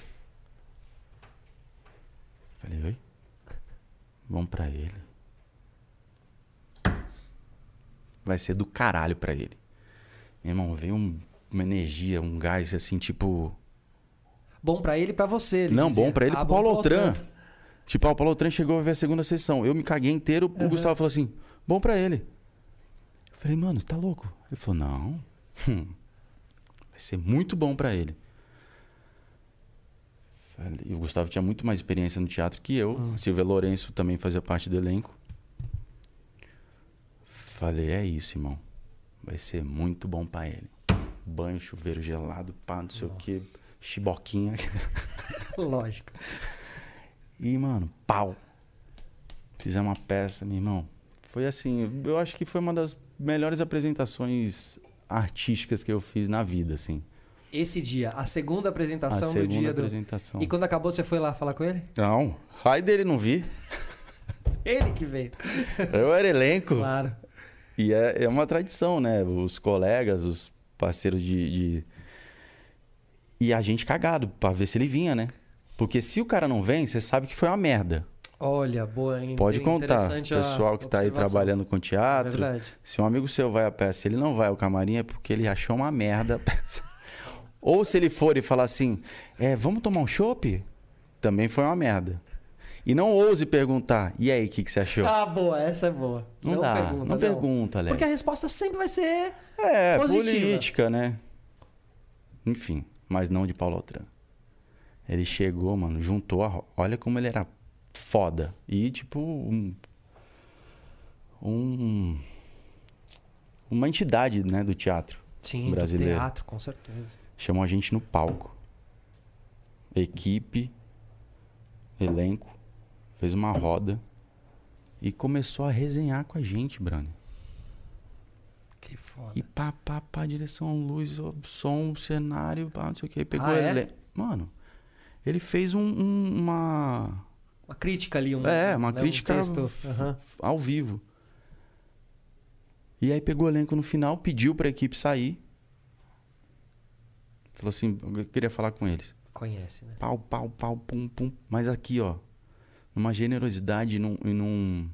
Speaker 1: Falei, oi? Bom pra ele. Vai ser do caralho pra ele. Meu irmão, veio um- uma energia, um gás assim, tipo.
Speaker 2: Bom pra ele e pra você. ele
Speaker 1: Não,
Speaker 2: dizia.
Speaker 1: bom pra ele,
Speaker 2: Ah,
Speaker 1: pro
Speaker 2: bom
Speaker 1: Paulo
Speaker 2: pro
Speaker 1: Altran. Tipo, ah, o Paulo Altran chegou a ver a segunda sessão. Eu me caguei inteiro, o Gustavo falou assim, bom pra ele. Eu falei, mano, tá louco? Ele falou, não. <laughs> Hum. vai ser muito bom pra ele. Falei, e o Gustavo tinha muito mais experiência no teatro que eu.
Speaker 2: Ah.
Speaker 1: A Silvia Lourenço também fazia parte do elenco. Falei, é isso, irmão. Vai ser muito bom pra ele. Banho, chuveiro gelado, pá, não sei o quê. Chiboquinha.
Speaker 2: <laughs> Lógico.
Speaker 1: E, mano, pau. Fizemos uma peça, meu irmão. Foi assim, eu acho que foi uma das melhores apresentações artísticas que eu fiz na vida, assim.
Speaker 2: Esse dia, a segunda
Speaker 1: A
Speaker 2: apresentação do
Speaker 1: segunda
Speaker 2: dia do.
Speaker 1: apresentação.
Speaker 2: E quando acabou, você foi lá falar com ele?
Speaker 1: Não, raio dele não vi.
Speaker 2: Ele que veio.
Speaker 1: Eu era elenco.
Speaker 2: Claro.
Speaker 1: E é, é uma tradição, né? Os colegas, os parceiros de, de- E a gente cagado, pra ver se ele vinha, né? Porque se o cara não vem, você sabe que foi uma merda.
Speaker 2: Olha, boa, hein?
Speaker 1: Pode
Speaker 2: Inter-
Speaker 1: contar.
Speaker 2: interessante a
Speaker 1: Pessoal que tá aí
Speaker 2: observação.
Speaker 1: trabalhando com
Speaker 2: É
Speaker 1: teatro,
Speaker 2: verdade.
Speaker 1: Se um amigo seu vai à peça e ele não vai ao camarim, é porque ele achou uma merda a peça. <laughs> Ou se ele for e falar assim, é, vamos tomar um chopp? Também foi uma merda. E não ouse perguntar, e aí, o que, que você achou?
Speaker 2: Ah, boa, essa é boa.
Speaker 1: não, dá,
Speaker 2: pergunta,
Speaker 1: não, pergunta, né? Léo.
Speaker 2: Porque a resposta sempre vai ser.
Speaker 1: É,
Speaker 2: Positiva.
Speaker 1: política, né? Enfim, mas não de Paulo Altran. Ele chegou, mano, juntou a. ro- Olha como ele era foda. E, tipo, um. um- uma entidade, né, do teatro.
Speaker 2: Sim, do
Speaker 1: Brasileiro.
Speaker 2: teatro, com certeza.
Speaker 1: Chamou a gente no palco. Equipe, elenco, fez uma roda e começou a resenhar com a gente, Brani.
Speaker 2: Que
Speaker 1: E
Speaker 2: foda.
Speaker 1: pá, pá, pá, direção, luz, ó, som, cenário, pá, não sei o que. Pegou
Speaker 2: Ah, é?
Speaker 1: ele. Mano, ele fez um- um- uma.
Speaker 2: Uma crítica ali, um.
Speaker 1: É, uma
Speaker 2: né, um
Speaker 1: crítica-
Speaker 2: texto. Aham.
Speaker 1: ao vivo. E aí pegou o elenco no final, pediu pra equipe sair. Falou assim: eu queria falar com eles.
Speaker 2: Conhece, né?
Speaker 1: pau, pau, pau, pum, pum. Mas aqui, ó, numa generosidade e num. E num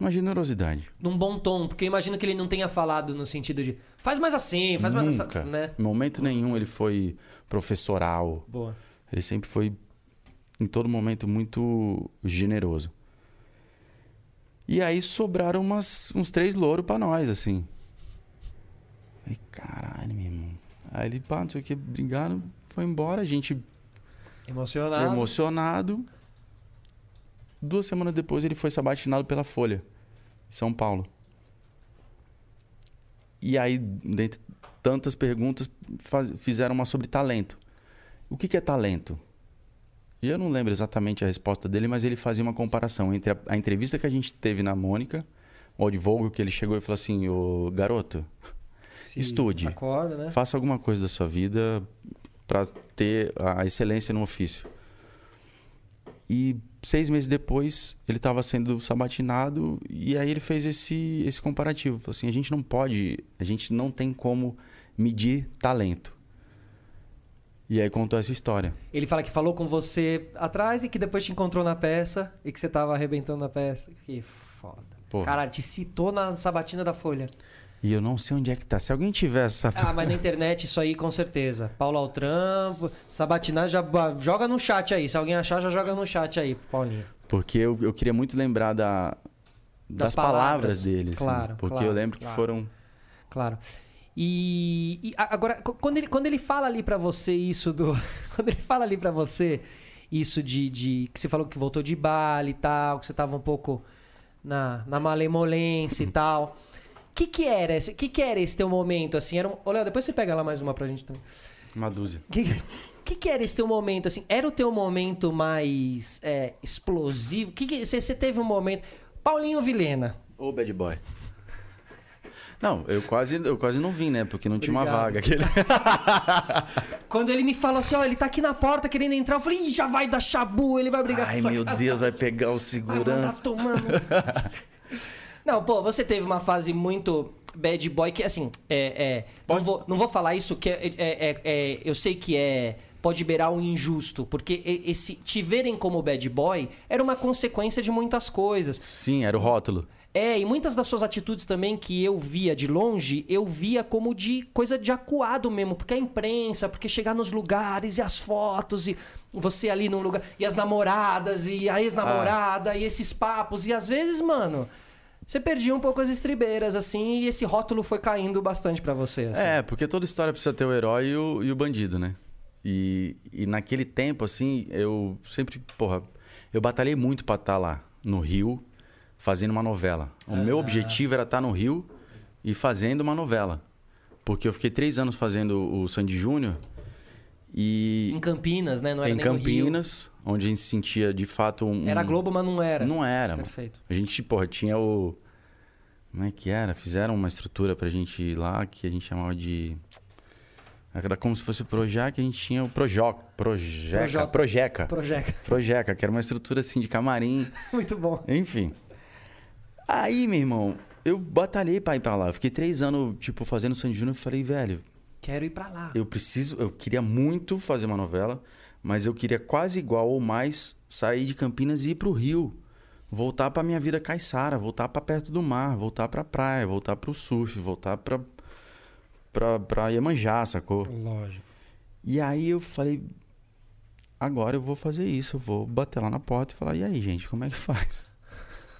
Speaker 1: uma generosidade.
Speaker 2: Num bom tom, porque eu imagino que ele não tenha falado no sentido de faz mais assim, faz mais
Speaker 1: Nunca.
Speaker 2: essa. Né?
Speaker 1: Em momento nenhum ele foi professoral.
Speaker 2: Boa.
Speaker 1: Ele sempre foi, em todo momento, muito generoso. E aí sobraram umas, uns três louros pra nós, assim. Falei, caralho, meu irmão. Aí ele, pá, não sei o que, brigaram, foi embora, a gente
Speaker 2: Emocionado.
Speaker 1: emocionado. Duas semanas depois ele foi sabatinado pela Folha, de São Paulo. E aí, dentre tantas perguntas, faz- fizeram uma sobre talento. O que, que é talento? E eu não lembro exatamente a resposta dele, mas ele fazia uma comparação entre a, a entrevista que a gente teve na Mônica, ou de Vogue, que ele chegou e falou assim: Ô garoto,
Speaker 2: Se
Speaker 1: Estude.
Speaker 2: Acorda, né?
Speaker 1: Faça alguma coisa da sua vida para ter a excelência no ofício. E seis meses depois, ele estava sendo sabatinado e aí ele fez esse, esse comparativo. Falou assim, a gente não pode, a gente não tem como medir talento. E aí contou essa história.
Speaker 2: Ele fala que falou com você atrás e que depois te encontrou na peça e que você tava arrebentando na peça. Que foda.
Speaker 1: Porra.
Speaker 2: Caralho, te citou na sabatina da Folha.
Speaker 1: E eu não sei onde é que tá. Se alguém tiver essa...
Speaker 2: Ah, mas na internet isso aí com certeza. Paulo Altran, sabatina, já ba- joga no chat aí. Se alguém achar, já joga no chat aí, Paulinho.
Speaker 1: Porque eu, eu queria muito lembrar da, das,
Speaker 2: Das
Speaker 1: palavras,
Speaker 2: palavras.
Speaker 1: dele. assim,
Speaker 2: Claro,
Speaker 1: porque
Speaker 2: claro,
Speaker 1: eu lembro que
Speaker 2: claro.
Speaker 1: foram.
Speaker 2: Claro. E, e a- agora, co- quando ele, quando ele fala ali pra você isso do. <laughs> Quando ele fala ali pra você isso de, de- Que você falou que voltou de Bali e tal, que você tava um pouco na, na malemolência e tal. O que, que era esse? Que que era esse teu momento, assim? Era um, ô, Léo, depois você pega lá mais uma pra gente também.
Speaker 1: Uma dúzia.
Speaker 2: O que, que, que era esse teu momento, assim? Era o teu momento mais é, explosivo? Que que- você, você teve um momento. Paulinho Vilena.
Speaker 1: Ô, bad boy. <laughs> Não, eu quase, eu quase não vim, né? Porque não tinha uma <laughs>
Speaker 2: Obrigado.
Speaker 1: vaga. Aquele...
Speaker 2: Quando ele me falou assim, ó, ele tá aqui na porta querendo entrar, eu falei, Ih, já vai dar chabu, ele vai brigar
Speaker 1: Ai,
Speaker 2: com essa
Speaker 1: meu Deus, vai pegar o
Speaker 2: Vai mandar
Speaker 1: segurança.
Speaker 2: tá tomando.
Speaker 1: <laughs>
Speaker 2: não, pô, você teve uma fase muito bad boy que, assim, é. é, não, vou, não vou falar isso, que é, é- é- é- eu sei que é. Pode beirar o injusto, porque e- esse te verem como bad boy era uma consequência de muitas coisas.
Speaker 1: Sim, era o rótulo.
Speaker 2: É, e muitas das suas atitudes também que eu via de longe, eu via como de coisa de acuado mesmo, porque a imprensa, porque chegar nos lugares e as fotos e você ali num lugar, e as namoradas e a ex-namorada
Speaker 1: Ah.
Speaker 2: e esses papos, e às vezes, mano, você perdia um pouco as estribeiras assim, e esse rótulo foi caindo bastante pra você, assim.
Speaker 1: É, porque toda história precisa ter o herói e o, e o bandido, né? E, e naquele tempo, assim, eu sempre, porra, eu batalhei muito pra estar lá, no Rio, fazendo uma novela. O meu objetivo era estar no Rio e fazendo uma novela. Porque eu fiquei três anos fazendo o Sandy Júnior e
Speaker 2: Em Campinas, né? Não era
Speaker 1: em
Speaker 2: nem no Rio.
Speaker 1: Campinas, onde a gente se sentia de fato um.
Speaker 2: Era
Speaker 1: um-
Speaker 2: Globo, mas não era.
Speaker 1: Não era, mano.
Speaker 2: Perfeito.
Speaker 1: A gente, porra, tinha o. Como é que era? Fizeram uma estrutura pra gente ir lá que a gente chamava de. Era como se fosse o Projac, a gente tinha o Projoc. Projeca.
Speaker 2: Projoca.
Speaker 1: Projeca.
Speaker 2: Projeca.
Speaker 1: Projeca, que era uma estrutura assim de camarim.
Speaker 2: <laughs>
Speaker 1: <laughs>
Speaker 2: Muito bom.
Speaker 1: Enfim. Aí, meu irmão, eu batalhei pra ir pra lá. Eu fiquei três anos, tipo, fazendo Sandy Júnior e falei, velho,
Speaker 2: Quero ir pra lá.
Speaker 1: eu preciso, eu queria muito fazer uma novela, mas eu queria quase igual ou mais sair de Campinas e ir pro Rio, voltar pra minha vida caiçara, voltar pra perto do mar, voltar pra praia, voltar pro surf, voltar pra pra, pra Iemanjá, sacou?
Speaker 3: Lógico.
Speaker 1: E aí eu falei, agora eu vou fazer isso, eu vou bater lá na porta e falar, e aí, gente, como é que <laughs> faz?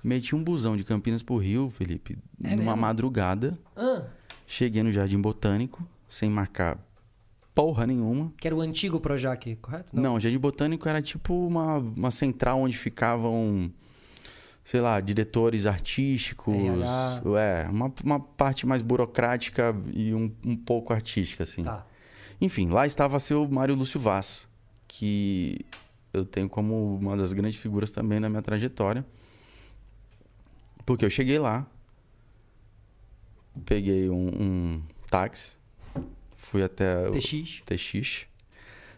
Speaker 1: Meti um busão de Campinas pro Rio, Felipe, numa madrugada,
Speaker 2: Ah,
Speaker 1: cheguei no Jardim Botânico, sem marcar porra nenhuma.
Speaker 2: que era o antigo Projac, correto?
Speaker 1: Não, o Jardim Botânico era tipo uma, uma central onde ficavam, sei lá, diretores artísticos.
Speaker 2: RH.
Speaker 1: É, uma, uma parte mais burocrática e um, um pouco artística, assim.
Speaker 2: Tá.
Speaker 1: Enfim, lá estava seu Mário Lúcio Vaz, que eu tenho como uma das grandes figuras também na minha trajetória. Porque eu cheguei lá, peguei um, um táxi, fui até. o-
Speaker 2: TX.
Speaker 1: TX.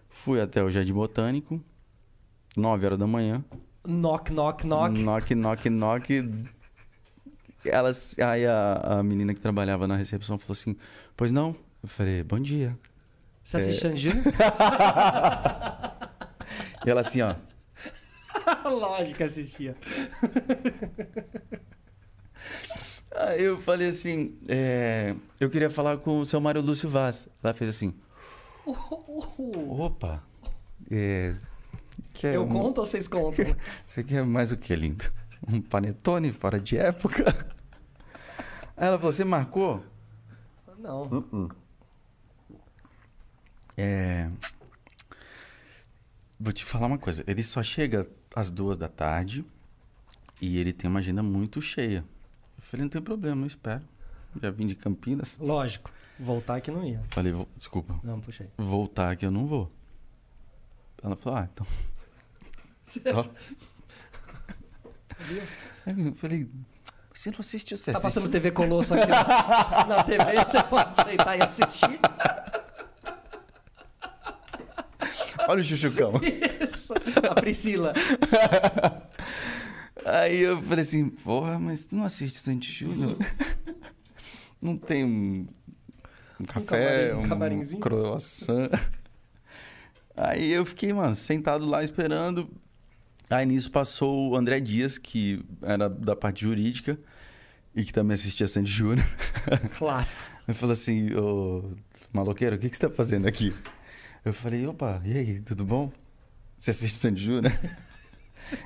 Speaker 1: Fui até o Jardim Botânico, 9 horas da manhã.
Speaker 2: Knock, knock, knock.
Speaker 1: Knock, knock, knock. Ela, aí a, a menina que trabalhava na recepção falou assim: Pois não? Eu falei: Bom dia.
Speaker 2: Você assiste Sandy
Speaker 1: E ela assim, ó.
Speaker 2: <laughs> Lógico, assistia.
Speaker 1: Aí eu falei assim: "É, Eu queria falar com o seu Mário Lúcio Vaz. Ela fez assim: Opa, é, quer
Speaker 2: Eu
Speaker 1: um-
Speaker 2: conto ou vocês <laughs> contam?
Speaker 1: Você quer mais o que, lindo? Um panetone fora de época? Aí ela falou: Você marcou?
Speaker 2: Não.
Speaker 1: É. Vou te falar uma coisa. Ele só chega às duas da tarde e ele tem uma agenda muito cheia. Eu falei, não tem problema, eu espero. Já vim de Campinas.
Speaker 2: Lógico. Voltar que não ia.
Speaker 1: Falei, "Vou- desculpa,
Speaker 2: Não, puxei.
Speaker 1: voltar que eu não vou. Ela falou, ah, então. <laughs>
Speaker 2: <laughs>
Speaker 1: Ó. Aí eu falei, você não assistiu, você
Speaker 2: Tá
Speaker 1: assistiu?"
Speaker 2: passando TV Colosso aqui na, na TV, você pode sentar e assistir.
Speaker 1: Olha o Chuchucão.
Speaker 2: Isso. A Priscila.
Speaker 1: Aí eu falei assim, porra, mas tu não assiste o Sandy Júnior? <laughs> Não tem um, um café,
Speaker 2: camarim- um
Speaker 1: um,
Speaker 2: camarimzinho?
Speaker 1: croissant. <laughs> Aí eu fiquei, mano, sentado lá esperando. Aí nisso passou o André Dias, que era da parte jurídica e que também assistia Sandy Júnior. <laughs>
Speaker 2: Claro.
Speaker 1: Ele falou assim, ô maloqueiro, o que, que você tá fazendo aqui? Eu falei, opa, e aí, tudo bom? Você assiste Sandy Júnior? <laughs>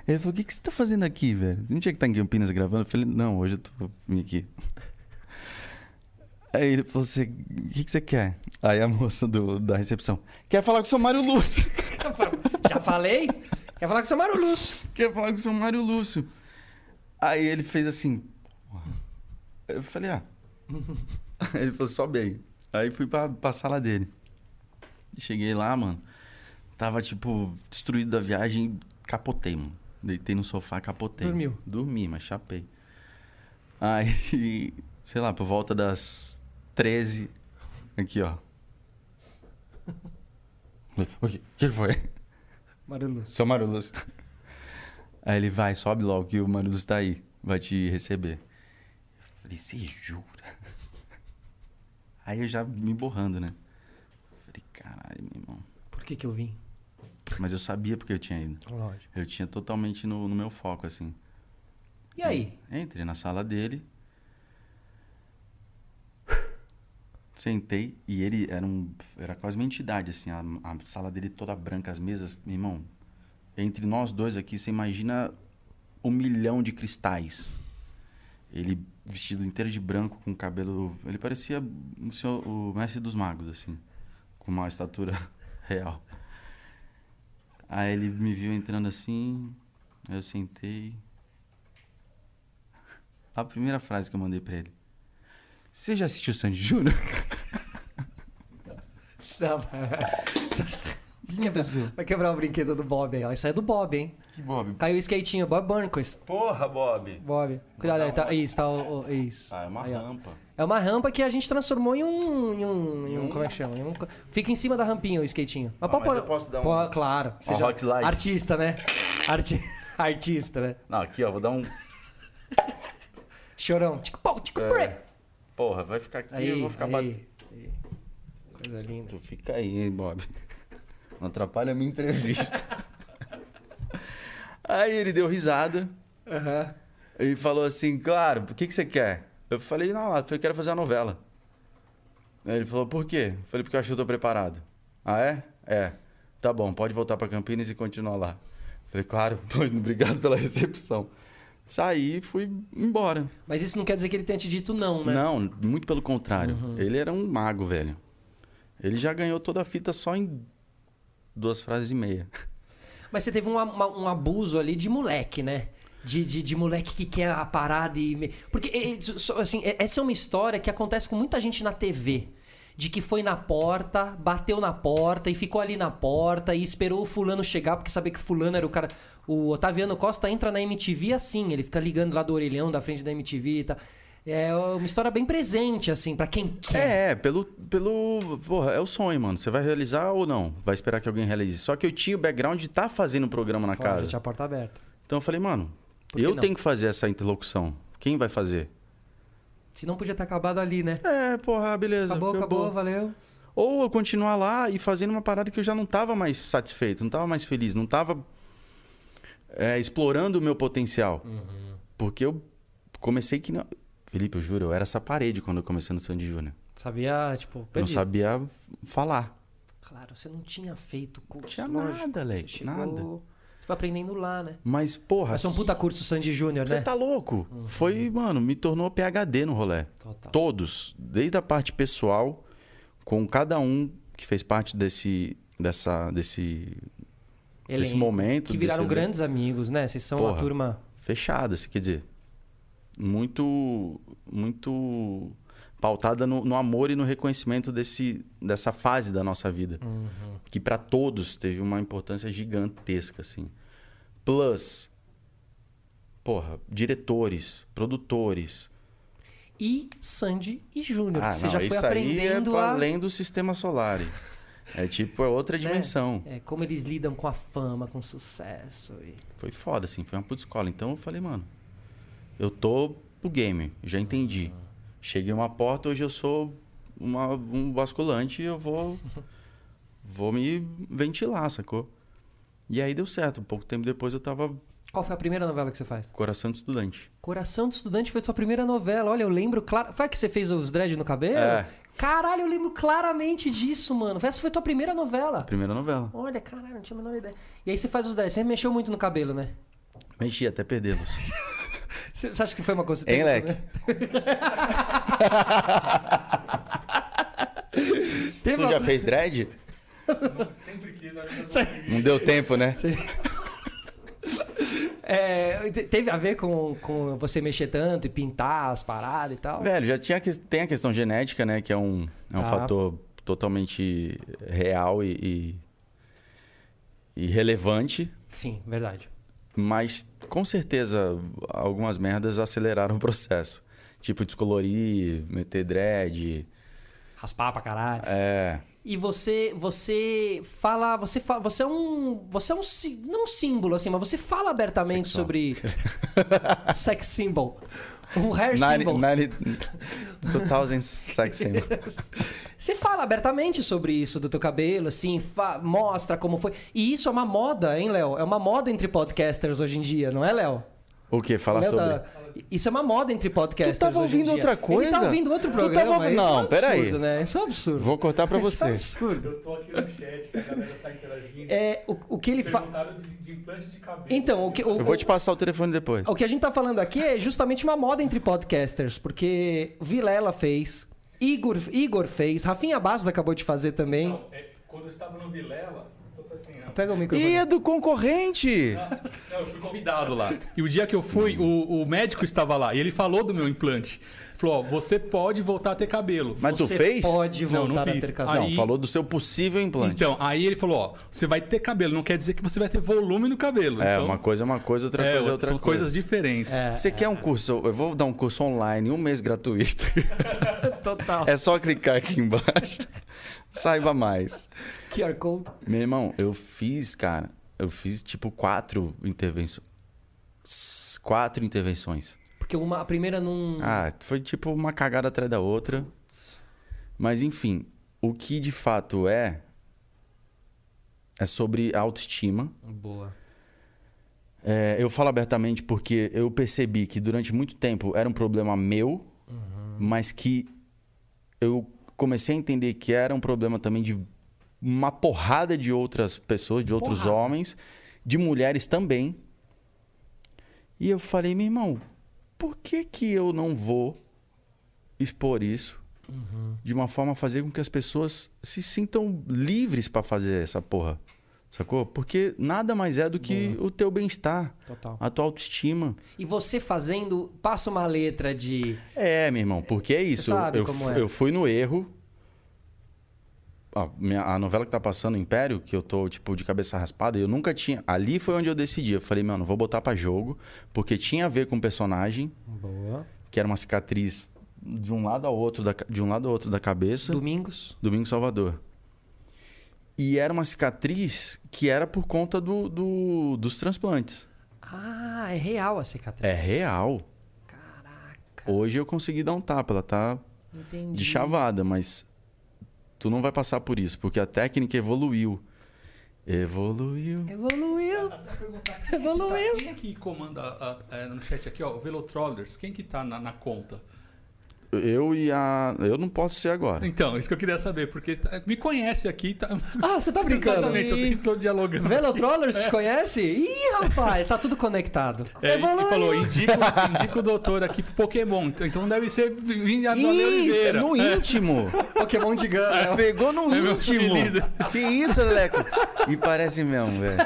Speaker 1: Ele falou: o que, que você tá fazendo aqui, velho? Não tinha que estar em Campinas gravando? Eu falei: não, hoje eu tô vim aqui. Aí ele falou assim: o que, que você quer? Aí a moça do- da recepção: quer falar com o seu Mário Lúcio?
Speaker 2: Eu falo, Já falei? Quer falar que você é Mário Lúcio?
Speaker 1: quer falar com o seu Mário Lúcio. Aí ele fez assim. "Porra." Eu falei, ah. <laughs> ele falou, sobe aí. Aí fui pra, pra sala dele. Cheguei lá, mano. Tava, tipo, destruído da viagem. Capotei, mano. Deitei no sofá, capotei.
Speaker 2: Dormiu?
Speaker 1: Dormi, mas chapei. Aí, <laughs> sei lá, por volta das 13. Aqui, ó. <laughs> O que, o que foi?
Speaker 2: Mário Lúcio.
Speaker 1: Sou Mário Lúcio. Aí ele vai, sobe logo que o Mário Lúcio tá aí. Vai te receber. Eu falei, você jura? Aí eu já me borrando, né? Falei, caralho, meu irmão.
Speaker 2: Por que que eu vim?
Speaker 1: Mas eu sabia porque eu tinha ido.
Speaker 2: Lógico.
Speaker 1: Eu tinha totalmente no, no meu foco, assim.
Speaker 2: E aí?
Speaker 1: Entrei na sala dele. Sentei e ele era um. Era quase uma entidade, assim. A, a sala dele toda branca, as mesas. Meu irmão, entre nós dois aqui, você imagina um milhão de cristais. Ele vestido inteiro de branco, com cabelo. Ele parecia o, senhor, o mestre dos magos, assim. Com uma estatura <laughs> real. Aí ele me viu entrando assim. aí Eu sentei. A primeira frase que eu mandei pra ele. Você já assistiu Sandy Júnior?
Speaker 2: Estava- Vai quebrar o brinquedo do Bob aí, ó. Isso aí é do Bob, hein?
Speaker 1: <laughs> Que Bob.
Speaker 2: Caiu o skatinho, Bob Burnquist.
Speaker 1: Porra, Bob.
Speaker 2: Bob. Cuidado aí, tá, isso, tá o, o- isso.
Speaker 1: Ah, é uma
Speaker 2: Aí, ó.
Speaker 1: rampa.
Speaker 2: É uma rampa que a gente transformou em um. Em um, em um- como é que chama? Em um- fica em cima da rampinha o skatinho.
Speaker 1: Ah, mas eu posso dar um-
Speaker 2: Pô, claro.
Speaker 1: Um rock slide.
Speaker 2: Artista, né? Arti... <laughs> Artista, né?
Speaker 1: Não, aqui, ó, vou dar
Speaker 2: <laughs>
Speaker 1: um.
Speaker 2: Chorão. Tico, pau, tico,
Speaker 1: É. Porra, vai ficar aqui,
Speaker 2: Aí,
Speaker 1: eu vou ficar
Speaker 2: aí,
Speaker 1: batendo.
Speaker 2: aí. Coisa linda.
Speaker 1: Tu fica aí, hein, Bob. Não atrapalha a minha
Speaker 2: <laughs>
Speaker 1: entrevista. aí ele deu risada
Speaker 2: Aham.
Speaker 1: e falou assim: Claro, o que, que você quer? Eu falei: Não, lá, eu quero fazer a novela. Aí ele falou: Por quê? Eu falei: Porque eu acho que eu tô preparado. Ah, é? É. Tá bom, pode voltar pra Campinas e continuar lá. Eu falei: Claro, <laughs> pois, obrigado pela recepção. Saí e fui embora.
Speaker 2: Mas isso não quer dizer que ele tenha te dito não, né? Uhum.
Speaker 1: Não, muito pelo contrário. Ele era um mago, velho. Ele já ganhou toda a fita só em duas frases e meia.
Speaker 2: Mas você teve um, uma- um abuso ali de moleque, né? De, de, de moleque que quer a parada e. me- Porque, eh, eh, so- assim, eh, essa é uma história que acontece com muita gente na TV. De que foi na porta, bateu na porta e ficou ali na porta e esperou o fulano chegar, porque sabia que fulano era o cara. O Otaviano Costa entra na MTV assim, ele fica ligando lá do orelhão da frente da MTV e tal. É uma história bem presente, assim, pra quem quer.
Speaker 1: É, pelo, pelo. Porra, é o sonho, mano. Você vai realizar ou não? Vai esperar que alguém realize. Só que eu tinha o background de estar tá fazendo um programa na
Speaker 2: Claro,
Speaker 1: casa.
Speaker 2: a porta aberta.
Speaker 1: Então eu falei, mano,
Speaker 2: Por que
Speaker 1: eu
Speaker 2: não?
Speaker 1: tenho que fazer essa interlocução. Quem vai fazer?
Speaker 2: Senão podia ter acabado ali, né?
Speaker 1: É, porra, beleza.
Speaker 2: Acabou, acabou, valeu.
Speaker 1: Ou eu continuar lá e fazendo uma parada que eu já não tava mais satisfeito, não tava mais feliz, não tava é, explorando o meu potencial.
Speaker 2: Uhum.
Speaker 1: Porque eu comecei que não. Felipe, eu juro, eu era essa parede quando eu comecei no Sandy Júnior.
Speaker 2: Sabia, tipo,
Speaker 1: Eu não
Speaker 2: perdido.
Speaker 1: sabia falar.
Speaker 2: Claro, você não tinha feito curso.
Speaker 1: Tinha
Speaker 2: lógico.
Speaker 1: nada,
Speaker 2: Você
Speaker 1: Leque,
Speaker 2: chegou,
Speaker 1: nada.
Speaker 2: Você foi aprendendo lá, né?
Speaker 1: Mas, porra,
Speaker 2: Vai ser um puta curso Sandy Júnior,
Speaker 1: você
Speaker 2: né?
Speaker 1: tá louco? Foi, mano, me tornou PHD no rolê.
Speaker 2: Total.
Speaker 1: Todos, desde a parte pessoal, com cada um que fez parte desse, dessa, desse, desse
Speaker 2: Elenco,
Speaker 1: momento.
Speaker 2: é Que viraram
Speaker 1: desse-
Speaker 2: grandes amigos, né? Vocês são uma
Speaker 1: Porra.
Speaker 2: turma.
Speaker 1: fechada, assim, quer dizer, muito muito pautada no, no amor e no reconhecimento desse, dessa fase da nossa vida,
Speaker 2: Uhum.
Speaker 1: que para todos teve uma importância gigantesca, assim. Plus, porra, diretores, produtores.
Speaker 2: E Sandy e Júnior.
Speaker 1: ah,
Speaker 2: que você
Speaker 1: não,
Speaker 2: já foi
Speaker 1: isso aí é
Speaker 2: aprendendo
Speaker 1: pra
Speaker 2: a.
Speaker 1: além do sistema solar. É tipo, é outra
Speaker 2: Né?
Speaker 1: dimensão.
Speaker 2: <laughs> É, como eles lidam com a fama, com o sucesso. E...
Speaker 1: Foi foda, assim, foi uma puta escola. Então eu falei, mano, eu tô pro game, já entendi. Cheguei uma porta, hoje eu sou uma- um basculante e eu vou, vou me ventilar, sacou? E aí deu certo. Pouco tempo depois eu tava
Speaker 2: Qual foi a primeira novela que você faz?
Speaker 1: coração de estudante.
Speaker 2: Coração do Estudante foi sua primeira novela. Olha, eu lembro claro. Foi a que você fez os dread no cabelo?
Speaker 1: É.
Speaker 2: Caralho, eu lembro claramente disso, mano. Essa foi tua primeira novela.
Speaker 1: Primeira novela.
Speaker 2: Olha, caralho, não tinha a menor ideia. E aí você faz os dreads. Você mexeu muito no cabelo, né?
Speaker 1: Mexi até perdê-los.
Speaker 2: Você você acha que foi uma coisa... né?
Speaker 3: Hein, Leque?
Speaker 2: Teve
Speaker 3: Tu
Speaker 2: uma-
Speaker 3: já fez dread?
Speaker 4: Sempre quis, né?
Speaker 3: Não deu tempo, né?
Speaker 2: <laughs> É, te- teve a ver com, com você mexer tanto e pintar as paradas e tal?
Speaker 1: Velho, já tinha, a ques- tem a questão genética, né? Que é um, é um
Speaker 2: Tá.
Speaker 1: fator totalmente real e- e, e relevante.
Speaker 2: Sim, verdade.
Speaker 1: Mas com certeza algumas merdas aceleraram o processo. Tipo descolorir, meter dread.
Speaker 2: Raspar pra caralho.
Speaker 1: É.
Speaker 2: E você, você fala, você fa- você é um, você é um, si- não um símbolo assim, mas você fala abertamente
Speaker 3: <laughs>
Speaker 1: Sexual.
Speaker 2: sobre sex symbol, um hair
Speaker 1: Nine,
Speaker 2: symbol.
Speaker 1: nine, 2000 sex symbol.
Speaker 2: Você fala abertamente sobre isso do teu cabelo, assim, fa- mostra como foi. E isso é uma moda, hein, Léo? É uma moda entre podcasters hoje em dia, não é, Léo?
Speaker 1: O que? Falar
Speaker 2: Léo
Speaker 1: sobre.
Speaker 2: tá- Isso é uma moda entre podcasters.
Speaker 3: Tu tava
Speaker 2: hoje em
Speaker 3: ouvindo
Speaker 2: dia.
Speaker 3: outra
Speaker 2: Ele
Speaker 3: coisa?
Speaker 2: tava ouvindo outro
Speaker 3: Tu tava
Speaker 2: programa.
Speaker 3: ouvindo-
Speaker 2: Isso é um
Speaker 3: Não, peraí.
Speaker 2: absurdo, Né? Isso é um absurdo.
Speaker 3: Vou cortar pra
Speaker 2: Isso é um
Speaker 3: você.
Speaker 2: absurdo.
Speaker 4: Eu tô aqui no chat, que a galera tá interagindo.
Speaker 2: É, o, o que ele fala.
Speaker 4: Perguntaram de, de implante de cabelo.
Speaker 2: Então, o que, o,
Speaker 1: Eu vou te passar o telefone depois.
Speaker 2: o que a gente tá falando aqui é justamente uma moda entre podcasters, porque Vilela fez, Igor, Igor fez, Rafinha Bastos acabou de fazer também.
Speaker 4: Não, é, quando eu estava no Vilela, eu tô assim, não.
Speaker 2: Pega o microfone.
Speaker 3: Ih, é do concorrente!
Speaker 4: Não, eu fui convidado lá. E o dia que eu fui, o, o médico estava lá e ele falou do meu implante. Falou, ó, você pode voltar a ter cabelo.
Speaker 1: Mas tu
Speaker 4: Você-
Speaker 1: fez?
Speaker 2: Pode
Speaker 4: Não,
Speaker 2: voltar
Speaker 4: não
Speaker 2: a
Speaker 4: fiz.
Speaker 2: ter cabelo.
Speaker 1: Não,
Speaker 4: Aí-
Speaker 1: falou do seu possível implante.
Speaker 4: Então, aí ele falou, ó, você vai ter cabelo, não quer dizer que você vai ter volume no cabelo.
Speaker 1: é,
Speaker 4: Então,
Speaker 1: uma coisa é uma coisa, outra
Speaker 4: é,
Speaker 1: coisa é outra
Speaker 4: são
Speaker 1: coisa.
Speaker 4: coisas diferentes.
Speaker 2: É.
Speaker 1: Você quer um curso? Eu vou dar um curso online, um mês
Speaker 4: <laughs>
Speaker 1: gratuito.
Speaker 2: Total.
Speaker 1: É só clicar aqui embaixo. Saiba mais.
Speaker 2: QR Code.
Speaker 1: Meu irmão, eu fiz, cara, eu fiz tipo quatro intervenções. Quatro intervenções.
Speaker 2: Porque uma, a primeira
Speaker 4: Uhum.
Speaker 2: não.
Speaker 1: Ah, foi tipo uma cagada atrás da outra. Mas enfim, o que de fato é. É sobre autoestima.
Speaker 2: Boa.
Speaker 1: É, eu falo abertamente porque eu percebi que durante muito tempo era um problema meu, mas que eu comecei a entender que era um problema também de uma porrada de outras pessoas, de outros
Speaker 2: Porrada.
Speaker 1: homens, de mulheres também. E eu falei, meu irmão, por que que eu não vou expor isso de uma forma a fazer com que as pessoas se sintam livres pra fazer essa porra? Sacou? Porque nada mais é do que o teu bem-estar,
Speaker 2: Total.
Speaker 1: a tua autoestima.
Speaker 2: E você fazendo, passa uma letra de.
Speaker 1: É, meu irmão, porque é isso.
Speaker 2: sabe
Speaker 1: eu,
Speaker 2: como
Speaker 1: fu-
Speaker 2: é.
Speaker 1: eu fui no erro. A, minha- a novela que tá passando, Império, que eu tô, tipo, de cabeça raspada, eu nunca tinha. Ali foi onde eu decidi. Eu falei, mano, vou botar pra jogo, porque tinha a ver com o personagem,
Speaker 2: Boa.
Speaker 1: que era uma cicatriz de um lado ao outro da, ca- de um lado ao outro da cabeça.
Speaker 2: Domingos.
Speaker 1: Domingo Salvador. E era uma cicatriz que era por conta do, do- dos transplantes.
Speaker 2: Ah, é real a cicatriz.
Speaker 1: É real.
Speaker 2: Caraca.
Speaker 1: Hoje eu consegui dar um tapa, ela tá
Speaker 2: Entendi.
Speaker 1: de chavada, mas tu não vai passar por isso, porque a técnica evoluiu. Evoluiu.
Speaker 2: Evoluiu.
Speaker 4: Tá,
Speaker 2: Evoluiu.
Speaker 4: quem é que comanda a- a- é, no chat aqui, ó? O Velotrollers, quem que tá na, na conta?
Speaker 1: Eu e a. Eu não posso ser agora.
Speaker 4: Então, isso que eu queria saber, porque tá- me conhece aqui, <laughs> tá...
Speaker 2: Ah, você tá brincando?
Speaker 4: Exatamente, eu tenho- tô dialogando.
Speaker 2: Velotrollers se conhece? Ih, rapaz, tá tudo conectado.
Speaker 4: É, e
Speaker 2: Evoluiu.
Speaker 4: falou, indica, indica o doutor aqui pro Pokémon. Então- Então deve ser Vinha
Speaker 3: Ih,
Speaker 4: Oliveira.
Speaker 3: no
Speaker 1: <laughs> É
Speaker 3: íntimo!
Speaker 2: Pokémon de Gana.
Speaker 1: Pegou no
Speaker 4: meu
Speaker 1: íntimo.
Speaker 4: apelido.
Speaker 1: Que isso, Leco? É E parece mesmo,
Speaker 2: <laughs>
Speaker 1: velho.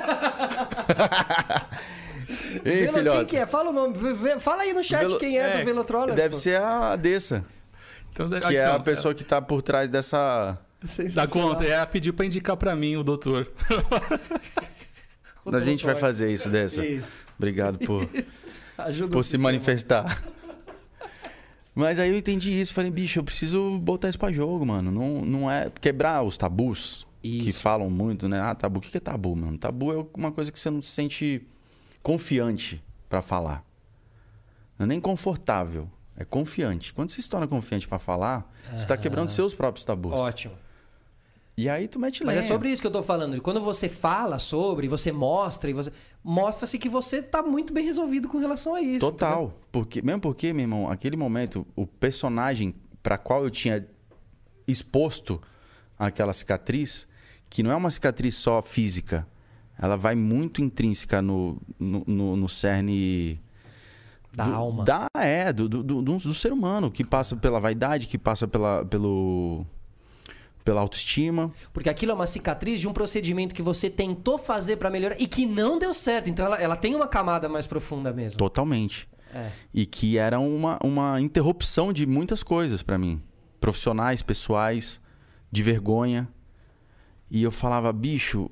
Speaker 1: Ei,
Speaker 2: Velo-
Speaker 1: filhote.
Speaker 2: Quem que é? Fala o nome. Ve- ve- Fala aí no chat
Speaker 1: Velo-
Speaker 2: quem é,
Speaker 4: é,
Speaker 2: do Velotrollers.
Speaker 1: Deve
Speaker 2: pô.
Speaker 1: ser a Dessa,
Speaker 4: Então, deve-
Speaker 1: que é a
Speaker 4: então,
Speaker 1: pessoa que tá por trás dessa.
Speaker 4: Da
Speaker 2: Sensacional.
Speaker 4: conta, é, pediu pra indicar pra mim o doutor.
Speaker 2: O
Speaker 1: A gente vai
Speaker 2: Velotrollers.
Speaker 1: fazer isso, Dessa. Obrigado por,
Speaker 2: Ajuda o
Speaker 1: por se
Speaker 2: sistema.
Speaker 1: manifestar. Mas aí eu entendi isso, falei, bicho, eu preciso botar isso pra jogo, mano. Não, não é quebrar os tabus que
Speaker 2: Isso.
Speaker 1: falam muito, né? Ah, tabu, o que que é tabu, mano? Tabu é uma coisa que você não se sente confiante pra falar. Não é nem confortável, é confiante. Quando você se torna confiante pra falar, você tá quebrando seus próprios tabus.
Speaker 2: Ótimo.
Speaker 1: E aí tu mete
Speaker 2: Mas
Speaker 1: lenha.
Speaker 2: é sobre isso que eu tô falando. Quando você fala sobre, você mostra e você. Mostra-se que você tá muito bem resolvido com relação a isso. entendeu?
Speaker 1: Total. Porque, mesmo porque, meu irmão, aquele momento, o personagem pra qual eu tinha exposto aquela cicatriz, que não é uma cicatriz só física, Ela vai muito intrínseca no, no, no- no cerne.
Speaker 2: Da
Speaker 1: do-
Speaker 2: alma.
Speaker 1: Da, é, do, do, do, do ser humano, que passa pela vaidade, que passa pela, pelo, pela autoestima.
Speaker 2: Porque aquilo é uma cicatriz de um procedimento que você tentou fazer pra melhorar e que não deu certo. Então ela, ela tem uma camada mais profunda mesmo.
Speaker 1: Totalmente.
Speaker 2: É.
Speaker 1: E que era uma, uma interrupção de muitas coisas pra mim. Profissionais, pessoais, de vergonha. E eu falava, bicho,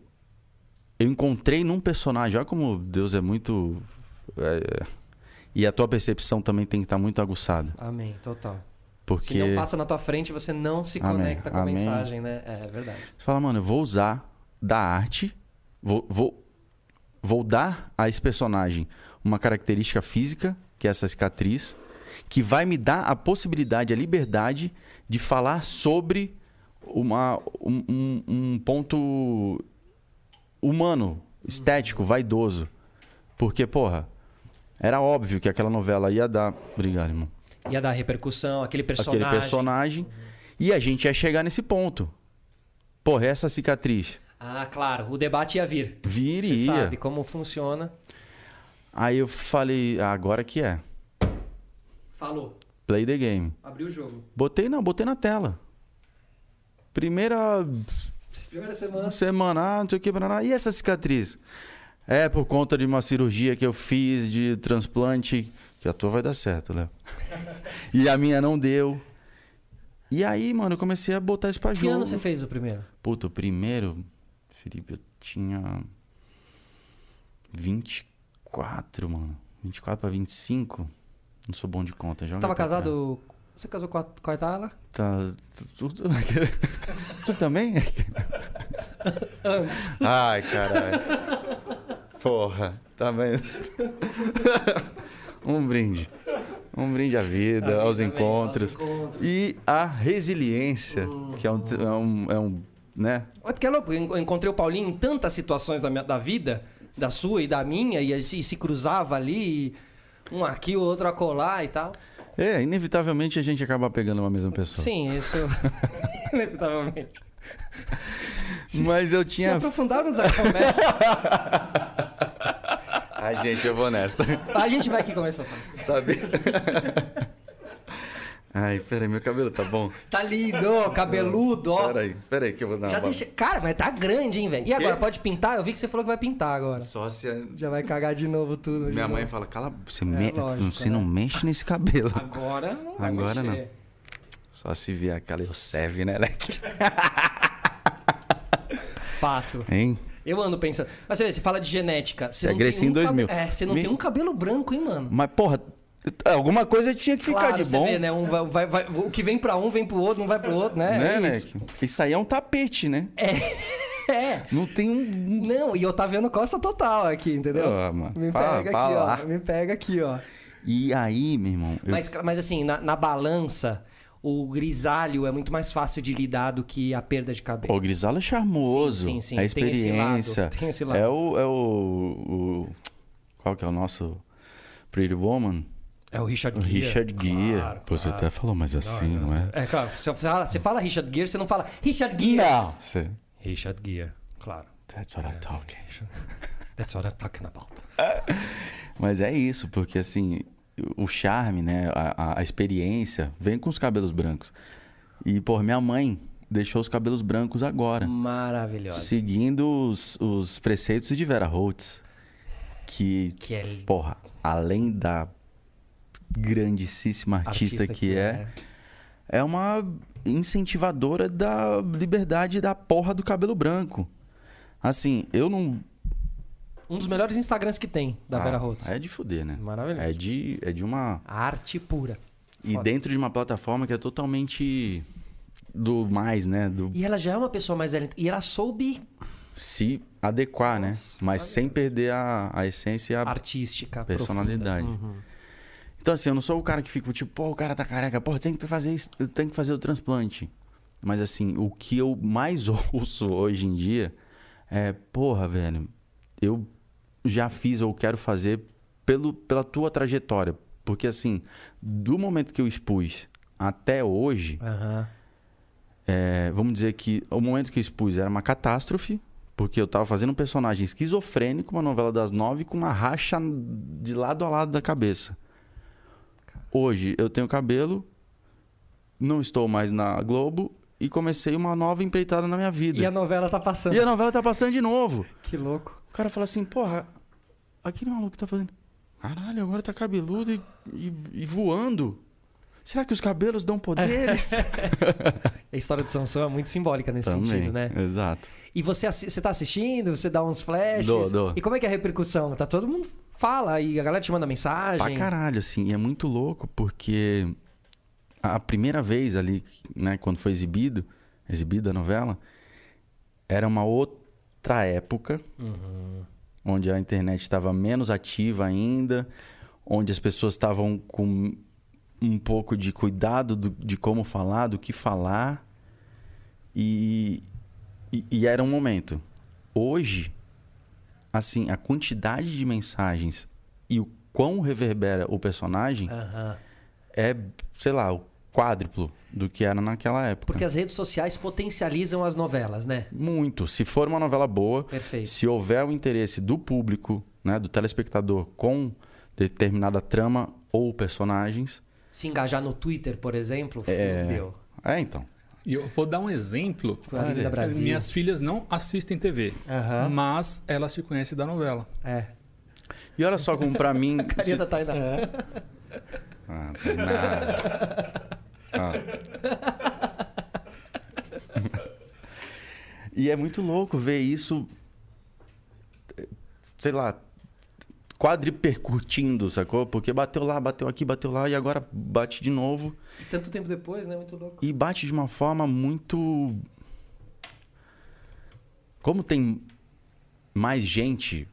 Speaker 1: eu encontrei num personagem. Olha como Deus é muito. é, E a tua percepção também tem que estar muito aguçada.
Speaker 2: Amém, total.
Speaker 1: Porque
Speaker 2: Se não passa na tua frente, você não se
Speaker 1: Amém,
Speaker 2: conecta com a
Speaker 1: amém.
Speaker 2: mensagem, né? É, é verdade.
Speaker 1: você fala, mano, eu vou usar da arte, vou, vou, vou dar a esse personagem uma característica física, que é essa cicatriz, que vai me dar a possibilidade, a liberdade de falar sobre uma, um, um- um ponto humano, estético, vaidoso. Porque, porra, era óbvio que aquela novela ia dar. Obrigado, irmão
Speaker 2: Ia dar repercussão, aquele personagem.
Speaker 1: aquele personagem. E a gente ia chegar nesse ponto. Porra, essa cicatriz.
Speaker 2: Ah, claro, o debate ia vir.
Speaker 1: Vira
Speaker 2: Você
Speaker 1: e ia.
Speaker 2: sabe como funciona.
Speaker 1: Aí eu falei, "Ah, agora que é.
Speaker 2: Falou,
Speaker 1: Play the game.
Speaker 2: abriu o jogo.
Speaker 1: Botei não, botei na tela. Primeira
Speaker 2: Primeira semana.
Speaker 1: semana, ah, não sei o que, barará. e essa cicatriz? É por conta de uma cirurgia que eu fiz de transplante, que a tua vai dar certo, Léo. <laughs> e a minha não deu. E aí, mano, eu comecei a botar isso pra
Speaker 2: Que
Speaker 1: jogo.
Speaker 2: ano você fez o primeiro?
Speaker 1: Puta, o primeiro, Felipe, eu tinha 24, mano. 24 pra 25. Não sou bom de conta. Joga
Speaker 2: Você tava
Speaker 1: pra cá.
Speaker 2: casado. Você casou com a, com a Itala?
Speaker 1: Tá, tu, <laughs> tu- tu também?
Speaker 2: Antes.
Speaker 3: Ai, caralho. Porra, tá vendo?
Speaker 1: <laughs> Um brinde. Um brinde à vida, aos encontros. E à resiliência, que é um, é um, é um, né?
Speaker 2: É porque é louco, eu encontrei o Paulinho em tantas situações da, minha- da vida, da sua e da minha, e se, se cruzava ali, e um aqui, o outro acolá e tal.
Speaker 1: É, inevitavelmente a gente acaba pegando uma mesma pessoa.
Speaker 2: Sim, isso. <laughs> Inevitavelmente.
Speaker 1: Mas eu
Speaker 2: Se
Speaker 1: <laughs> tinha
Speaker 2: aprofundarmos a
Speaker 1: <laughs>
Speaker 2: conversa,
Speaker 3: Ai, gente, eu vou
Speaker 1: <laughs>
Speaker 3: nessa.
Speaker 2: a gente vai aqui começar.
Speaker 3: Sabe? Ai, peraí, meu cabelo tá bom?
Speaker 2: Tá lindo, cabeludo, ó.
Speaker 3: Peraí, peraí que eu vou dar
Speaker 2: Já
Speaker 3: uma...
Speaker 2: deixa... Cara, mas tá grande, hein, velho? E agora, pode pintar? Eu vi que você falou que vai pintar agora.
Speaker 3: Só se... a-
Speaker 2: Já vai cagar de novo tudo. de
Speaker 1: Minha mãe
Speaker 2: novo.
Speaker 1: fala, cala, você, me-
Speaker 2: lógico,
Speaker 1: você
Speaker 2: né?
Speaker 1: não mexe nesse cabelo. <laughs>
Speaker 2: Agora não vai
Speaker 1: Agora
Speaker 2: mexer.
Speaker 1: não. Só se vier aquela Yosev, né,
Speaker 2: <laughs>
Speaker 1: Leque?
Speaker 2: Fato.
Speaker 1: Hein?
Speaker 2: Eu ando pensando. Mas você vê, você fala de genética. Você
Speaker 1: É
Speaker 2: não tem
Speaker 1: Grecinho
Speaker 2: um cabe-
Speaker 1: 2000.
Speaker 2: É, você não
Speaker 1: Me-
Speaker 2: tem um cabelo branco, hein, mano?
Speaker 1: Mas, porra, alguma coisa tinha que ficar
Speaker 2: claro,
Speaker 1: de
Speaker 2: você
Speaker 1: bom.
Speaker 2: vê, né? Um vai, vai- vai- o que vem pra um vem pro outro, não vai pro outro, né?
Speaker 1: né,
Speaker 2: É isso.
Speaker 1: Leque? Isso. aí é um tapete, né?
Speaker 2: É. <laughs>
Speaker 1: Não tem um. um-
Speaker 2: Não, e Otaviano Costa total aqui, entendeu?
Speaker 1: Ah, mano,
Speaker 2: Me
Speaker 1: pá-
Speaker 2: pega
Speaker 1: pá
Speaker 2: aqui,
Speaker 1: lá.
Speaker 2: ó. Me pega aqui, ó.
Speaker 1: E aí, meu irmão? eu-
Speaker 2: Mas, mas assim, na, na balança, o grisalho é muito mais fácil de lidar do que a perda de cabelo.
Speaker 1: O Grisalo é charmoso.
Speaker 2: Sim, sim, sim,
Speaker 1: É
Speaker 2: tem esse lado,
Speaker 1: experiência.
Speaker 2: <laughs> tem esse lado.
Speaker 1: É o. É o, o- Qual que é o nosso Pretty Woman?
Speaker 2: É o Richard
Speaker 1: O
Speaker 2: Gere.
Speaker 1: Richard Gere.
Speaker 2: Claro,
Speaker 1: Pô, você
Speaker 2: claro.
Speaker 1: até falou, mas assim, não, é?
Speaker 2: É, claro. Você fala, você fala Richard Gere, você não fala Richard Gere.
Speaker 1: Não. Você...
Speaker 2: Richard Gere, claro.
Speaker 1: That's what I talk.
Speaker 2: É, That's what I'm talking about.
Speaker 1: Mas é isso, porque assim, o charme, né? A, a- a experiência vem com os cabelos brancos. E, pô, minha mãe deixou os cabelos brancos
Speaker 2: Hum,
Speaker 1: agora,
Speaker 2: Maravilhosa.
Speaker 1: seguindo os, os preceitos de Vera Holtz. Que,
Speaker 2: Que é l-
Speaker 1: porra, além da grandíssima artista, que,
Speaker 2: né?
Speaker 1: é, é, uma incentivadora da liberdade da porra do cabelo branco. Assim, eu não.
Speaker 2: Um dos melhores Instagrams que tem, da Vera
Speaker 1: Ah,
Speaker 2: Holtz.
Speaker 1: É de fuder, né?
Speaker 2: Maravilhoso.
Speaker 1: É de, é de uma.
Speaker 2: Arte pura.
Speaker 1: E
Speaker 2: Foda.
Speaker 1: dentro de uma plataforma que é totalmente do mais, né? Do
Speaker 2: E ela já é uma pessoa mais velha. E ela soube
Speaker 1: se adequar, né? Mas sem perder a, a essência e a
Speaker 2: artística.
Speaker 1: personalidade. Então, assim, eu não sou o cara que fica tipo, pô, o cara tá careca, pô, tem que fazer isso, tem que fazer o transplante. Mas, assim, o que eu mais <laughs> ouço hoje em dia é, porra, velho, eu já fiz ou quero fazer pelo, pela tua trajetória. Porque, assim, do momento que eu expus até hoje,
Speaker 2: Aham.
Speaker 1: é, vamos dizer que o momento que eu expus era uma catástrofe, Porque eu tava fazendo um personagem esquizofrênico, uma novela das nove, com uma racha de lado a lado da cabeça. Hoje eu tenho cabelo, não estou mais na Globo e comecei uma nova empreitada na minha vida.
Speaker 2: E a novela tá passando.
Speaker 1: E a novela tá passando de novo.
Speaker 2: Que louco.
Speaker 1: O cara fala assim, porra, aquele maluco tá fazendo. Caralho, agora tá cabeludo e, e- e voando. Será que os cabelos
Speaker 2: É.
Speaker 1: dão
Speaker 2: <laughs>
Speaker 1: poderes?
Speaker 2: A história de Sansão é muito simbólica nesse sentido, né?
Speaker 1: Exato.
Speaker 2: E você, assi- você tá assistindo, você dá uns flashes.
Speaker 1: Dou, dou.
Speaker 2: E como é que é a repercussão? Tá todo mundo fala e a galera te manda mensagem.
Speaker 1: Pra caralho, assim. E é muito louco, porque a primeira vez ali, né, quando foi exibido, exibida a novela, era uma outra época, onde a internet estava menos ativa ainda, onde as pessoas estavam com um pouco de cuidado do- de como falar, do que falar. E, e- e era um momento. Hoje, assim, a quantidade de mensagens e o quão reverbera o personagem
Speaker 2: Aham.
Speaker 1: é, sei lá, o quádruplo do que era naquela época.
Speaker 2: Porque as redes sociais potencializam as novelas, né?
Speaker 1: Muito. Se for uma novela boa,
Speaker 2: Perfeito.
Speaker 1: se houver o interesse do público, né, do telespectador, com determinada trama ou personagens.
Speaker 2: Se engajar no Twitter, por exemplo, fudeu.
Speaker 1: É, então.
Speaker 4: E eu vou dar um exemplo.
Speaker 2: Com a Avenida
Speaker 4: As
Speaker 2: Brasil.
Speaker 4: minhas filhas não assistem TV,
Speaker 2: Aham.
Speaker 4: mas elas se conhecem da novela.
Speaker 2: É.
Speaker 1: E olha só como pra mim.
Speaker 2: <laughs> Carinha
Speaker 1: se-
Speaker 2: da Tainá.
Speaker 1: Ah, nada.
Speaker 2: <laughs>
Speaker 1: Ah. e é muito louco ver isso, sei lá, quadripercutindo, sacou? Porque bateu lá, bateu aqui, bateu lá e agora bate de novo.
Speaker 2: Tanto tempo depois, né? Muito louco.
Speaker 1: E bate de uma forma muito. Como tem mais gente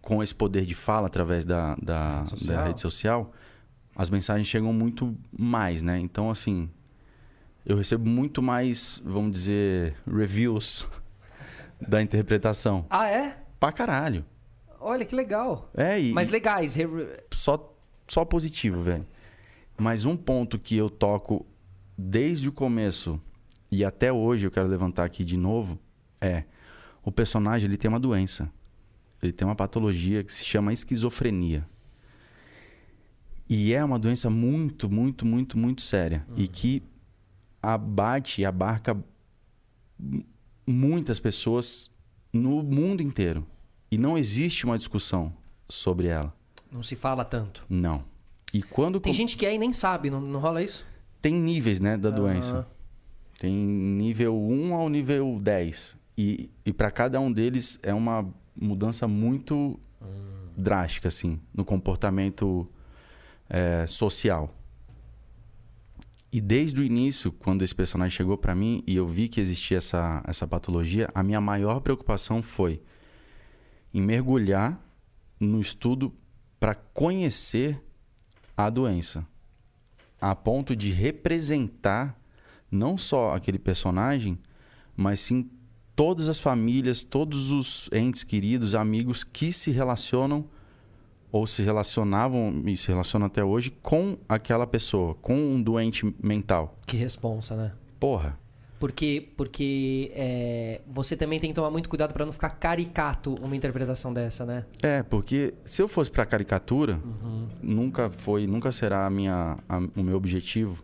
Speaker 1: com esse poder de fala através da, da,
Speaker 2: Rede social.
Speaker 1: da rede social, as mensagens chegam muito mais, né? Então, assim, eu recebo muito mais, vamos dizer, reviews <laughs> da interpretação.
Speaker 2: Ah, é?
Speaker 1: Pra caralho.
Speaker 2: Olha que legal.
Speaker 1: É, e,
Speaker 2: Mas legais. re-
Speaker 1: só, só positivo, velho. Mas um ponto que eu toco desde o começo e até hoje eu quero levantar aqui de novo é o personagem ele tem uma doença. Ele tem uma patologia que se chama esquizofrenia. E é uma doença muito, muito, muito, muito séria e que abate e abarca m- muitas pessoas no mundo inteiro. E não existe uma discussão sobre ela.
Speaker 2: Não se fala tanto.
Speaker 1: Não. E quando.
Speaker 2: Tem
Speaker 1: com-
Speaker 2: gente que é e nem sabe, não, não rola isso?
Speaker 1: Tem níveis, né, da doença.
Speaker 2: Aham.
Speaker 1: Tem nível 1 ao nível 10. E, e para cada um deles é uma mudança muito drástica, assim, no comportamento eh, social. E desde o início, quando esse personagem chegou para mim e eu vi que existia essa, essa patologia, a minha maior preocupação foi em mergulhar no estudo para conhecer a doença, a ponto de representar não só aquele personagem, mas sim todas as famílias, todos os entes queridos, amigos que se relacionam ou se relacionavam e se relacionam até hoje com aquela pessoa, com um doente mental.
Speaker 2: Que responsa, né?
Speaker 1: Porra.
Speaker 2: Porque, porque é, você também tem que tomar muito cuidado pra não ficar caricato uma interpretação dessa, né?
Speaker 1: É, porque se eu fosse pra caricatura, nunca foi, nunca será a minha, a- o meu objetivo,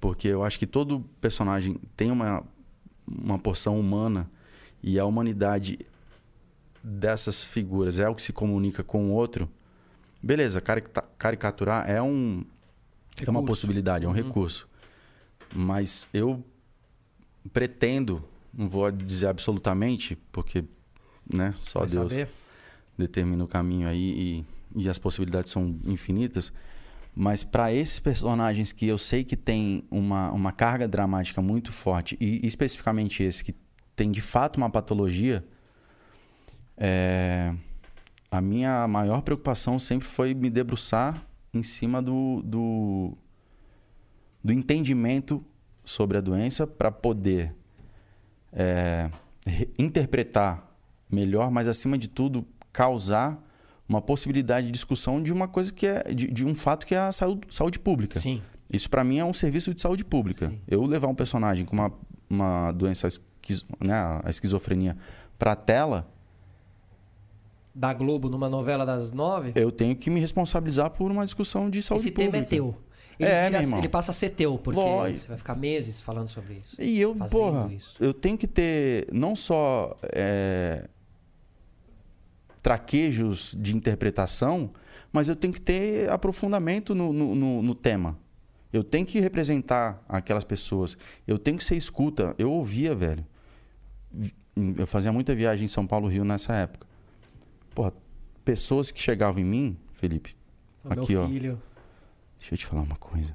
Speaker 1: porque eu acho que todo personagem tem uma, uma porção humana e a humanidade dessas figuras é o que se comunica com o outro. Beleza, caricta- caricaturar é um é uma
Speaker 4: Recurso.
Speaker 1: possibilidade,
Speaker 2: Uhum.
Speaker 1: é um recurso. Mas eu pretendo, não vou dizer absolutamente, porque né, só
Speaker 2: Vai
Speaker 1: Deus
Speaker 2: saber.
Speaker 1: determina o caminho aí e, e as possibilidades são infinitas. Mas para esses personagens que eu sei que tem uma, uma carga dramática muito forte, e especificamente esse que tem de fato uma patologia, é, a minha maior preocupação sempre foi me debruçar em cima do, do, do entendimento sobre a doença para poder é, re- interpretar melhor, mas acima de tudo causar uma possibilidade de discussão de uma coisa que é de, de um fato que é a saúde, saúde pública.
Speaker 2: Sim.
Speaker 1: Isso para mim é um serviço de saúde pública. Eu levar um personagem com uma, uma doença, esquiz- né, a esquizofrenia, para a tela,
Speaker 2: da Globo numa novela das nove,
Speaker 1: eu tenho que me responsabilizar por uma discussão de saúde
Speaker 2: esse
Speaker 1: pública.
Speaker 2: tema é teu. Ele,
Speaker 1: um É,
Speaker 2: vira-
Speaker 1: meu irmão.
Speaker 2: ele passa a ser teu, porque
Speaker 1: Lógico.
Speaker 2: você vai ficar meses falando sobre isso.
Speaker 1: E eu,
Speaker 2: fazendo
Speaker 1: porra,
Speaker 2: isso.
Speaker 1: eu tenho que ter não só é, traquejos de interpretação, mas eu tenho que ter aprofundamento no, no- no- no tema. Eu tenho que representar aquelas pessoas. Eu tenho que ser escuta. Eu ouvia, velho. Vi- Eu fazia muita viagem em São Paulo, Rio nessa época. Porra, pessoas que chegavam em mim, Felipe,
Speaker 2: O meu
Speaker 1: Aqui, ó.
Speaker 2: filho.
Speaker 1: Deixa eu te falar uma coisa.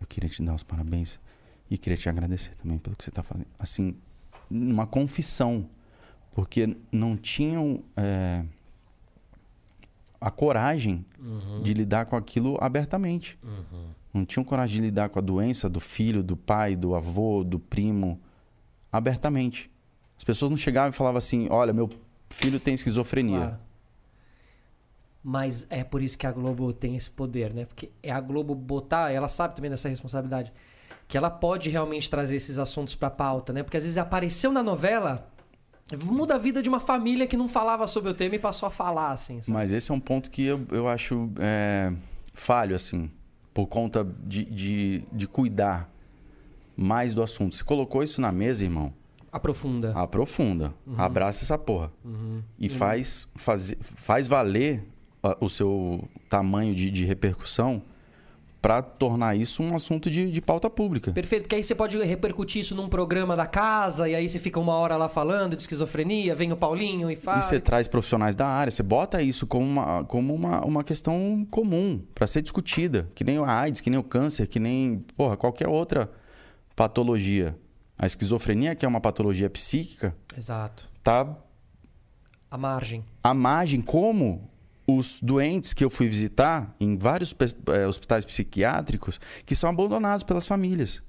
Speaker 1: Eu queria te dar os parabéns e queria te agradecer também pelo que você está fazendo. Assim, uma confissão. Porque não tinham é, a coragem de lidar com aquilo abertamente. Não tinham coragem de lidar com a doença do filho, do pai, do avô, do primo, abertamente. As pessoas não chegavam e falavam assim: olha, meu filho tem esquizofrenia.
Speaker 2: Claro. Mas é por isso que a Globo tem esse poder, né? Porque é a Globo botar, ela sabe também dessa responsabilidade, que ela pode realmente trazer esses assuntos pra pauta, né? Porque às vezes apareceu na novela, muda a vida de uma família que não falava sobre o tema e passou a falar, assim. sabe?
Speaker 1: Mas esse é um ponto que eu, eu acho é, falho, assim, por conta de, de, de cuidar mais do assunto. Se colocou isso na mesa, irmão,
Speaker 2: Aprofunda.
Speaker 1: Ah. aprofunda, abraça essa porra. E faz, faz, faz valer ah, o seu tamanho de, de repercussão para tornar isso um assunto de, de pauta pública.
Speaker 2: Perfeito, porque aí você pode repercutir isso num programa da casa, e aí você fica uma hora lá falando de esquizofrenia, vem o Paulinho e fala.
Speaker 1: E você traz profissionais da área, você bota isso como uma, como uma, uma questão comum para ser discutida, que nem a AIDS, que nem o câncer, que nem porra, qualquer outra patologia. A esquizofrenia, que é uma patologia psíquica,
Speaker 2: Exato.
Speaker 1: tá
Speaker 2: A margem.
Speaker 1: à margem como os doentes que eu fui visitar em vários pe- eh, hospitais psiquiátricos que são abandonados pelas famílias.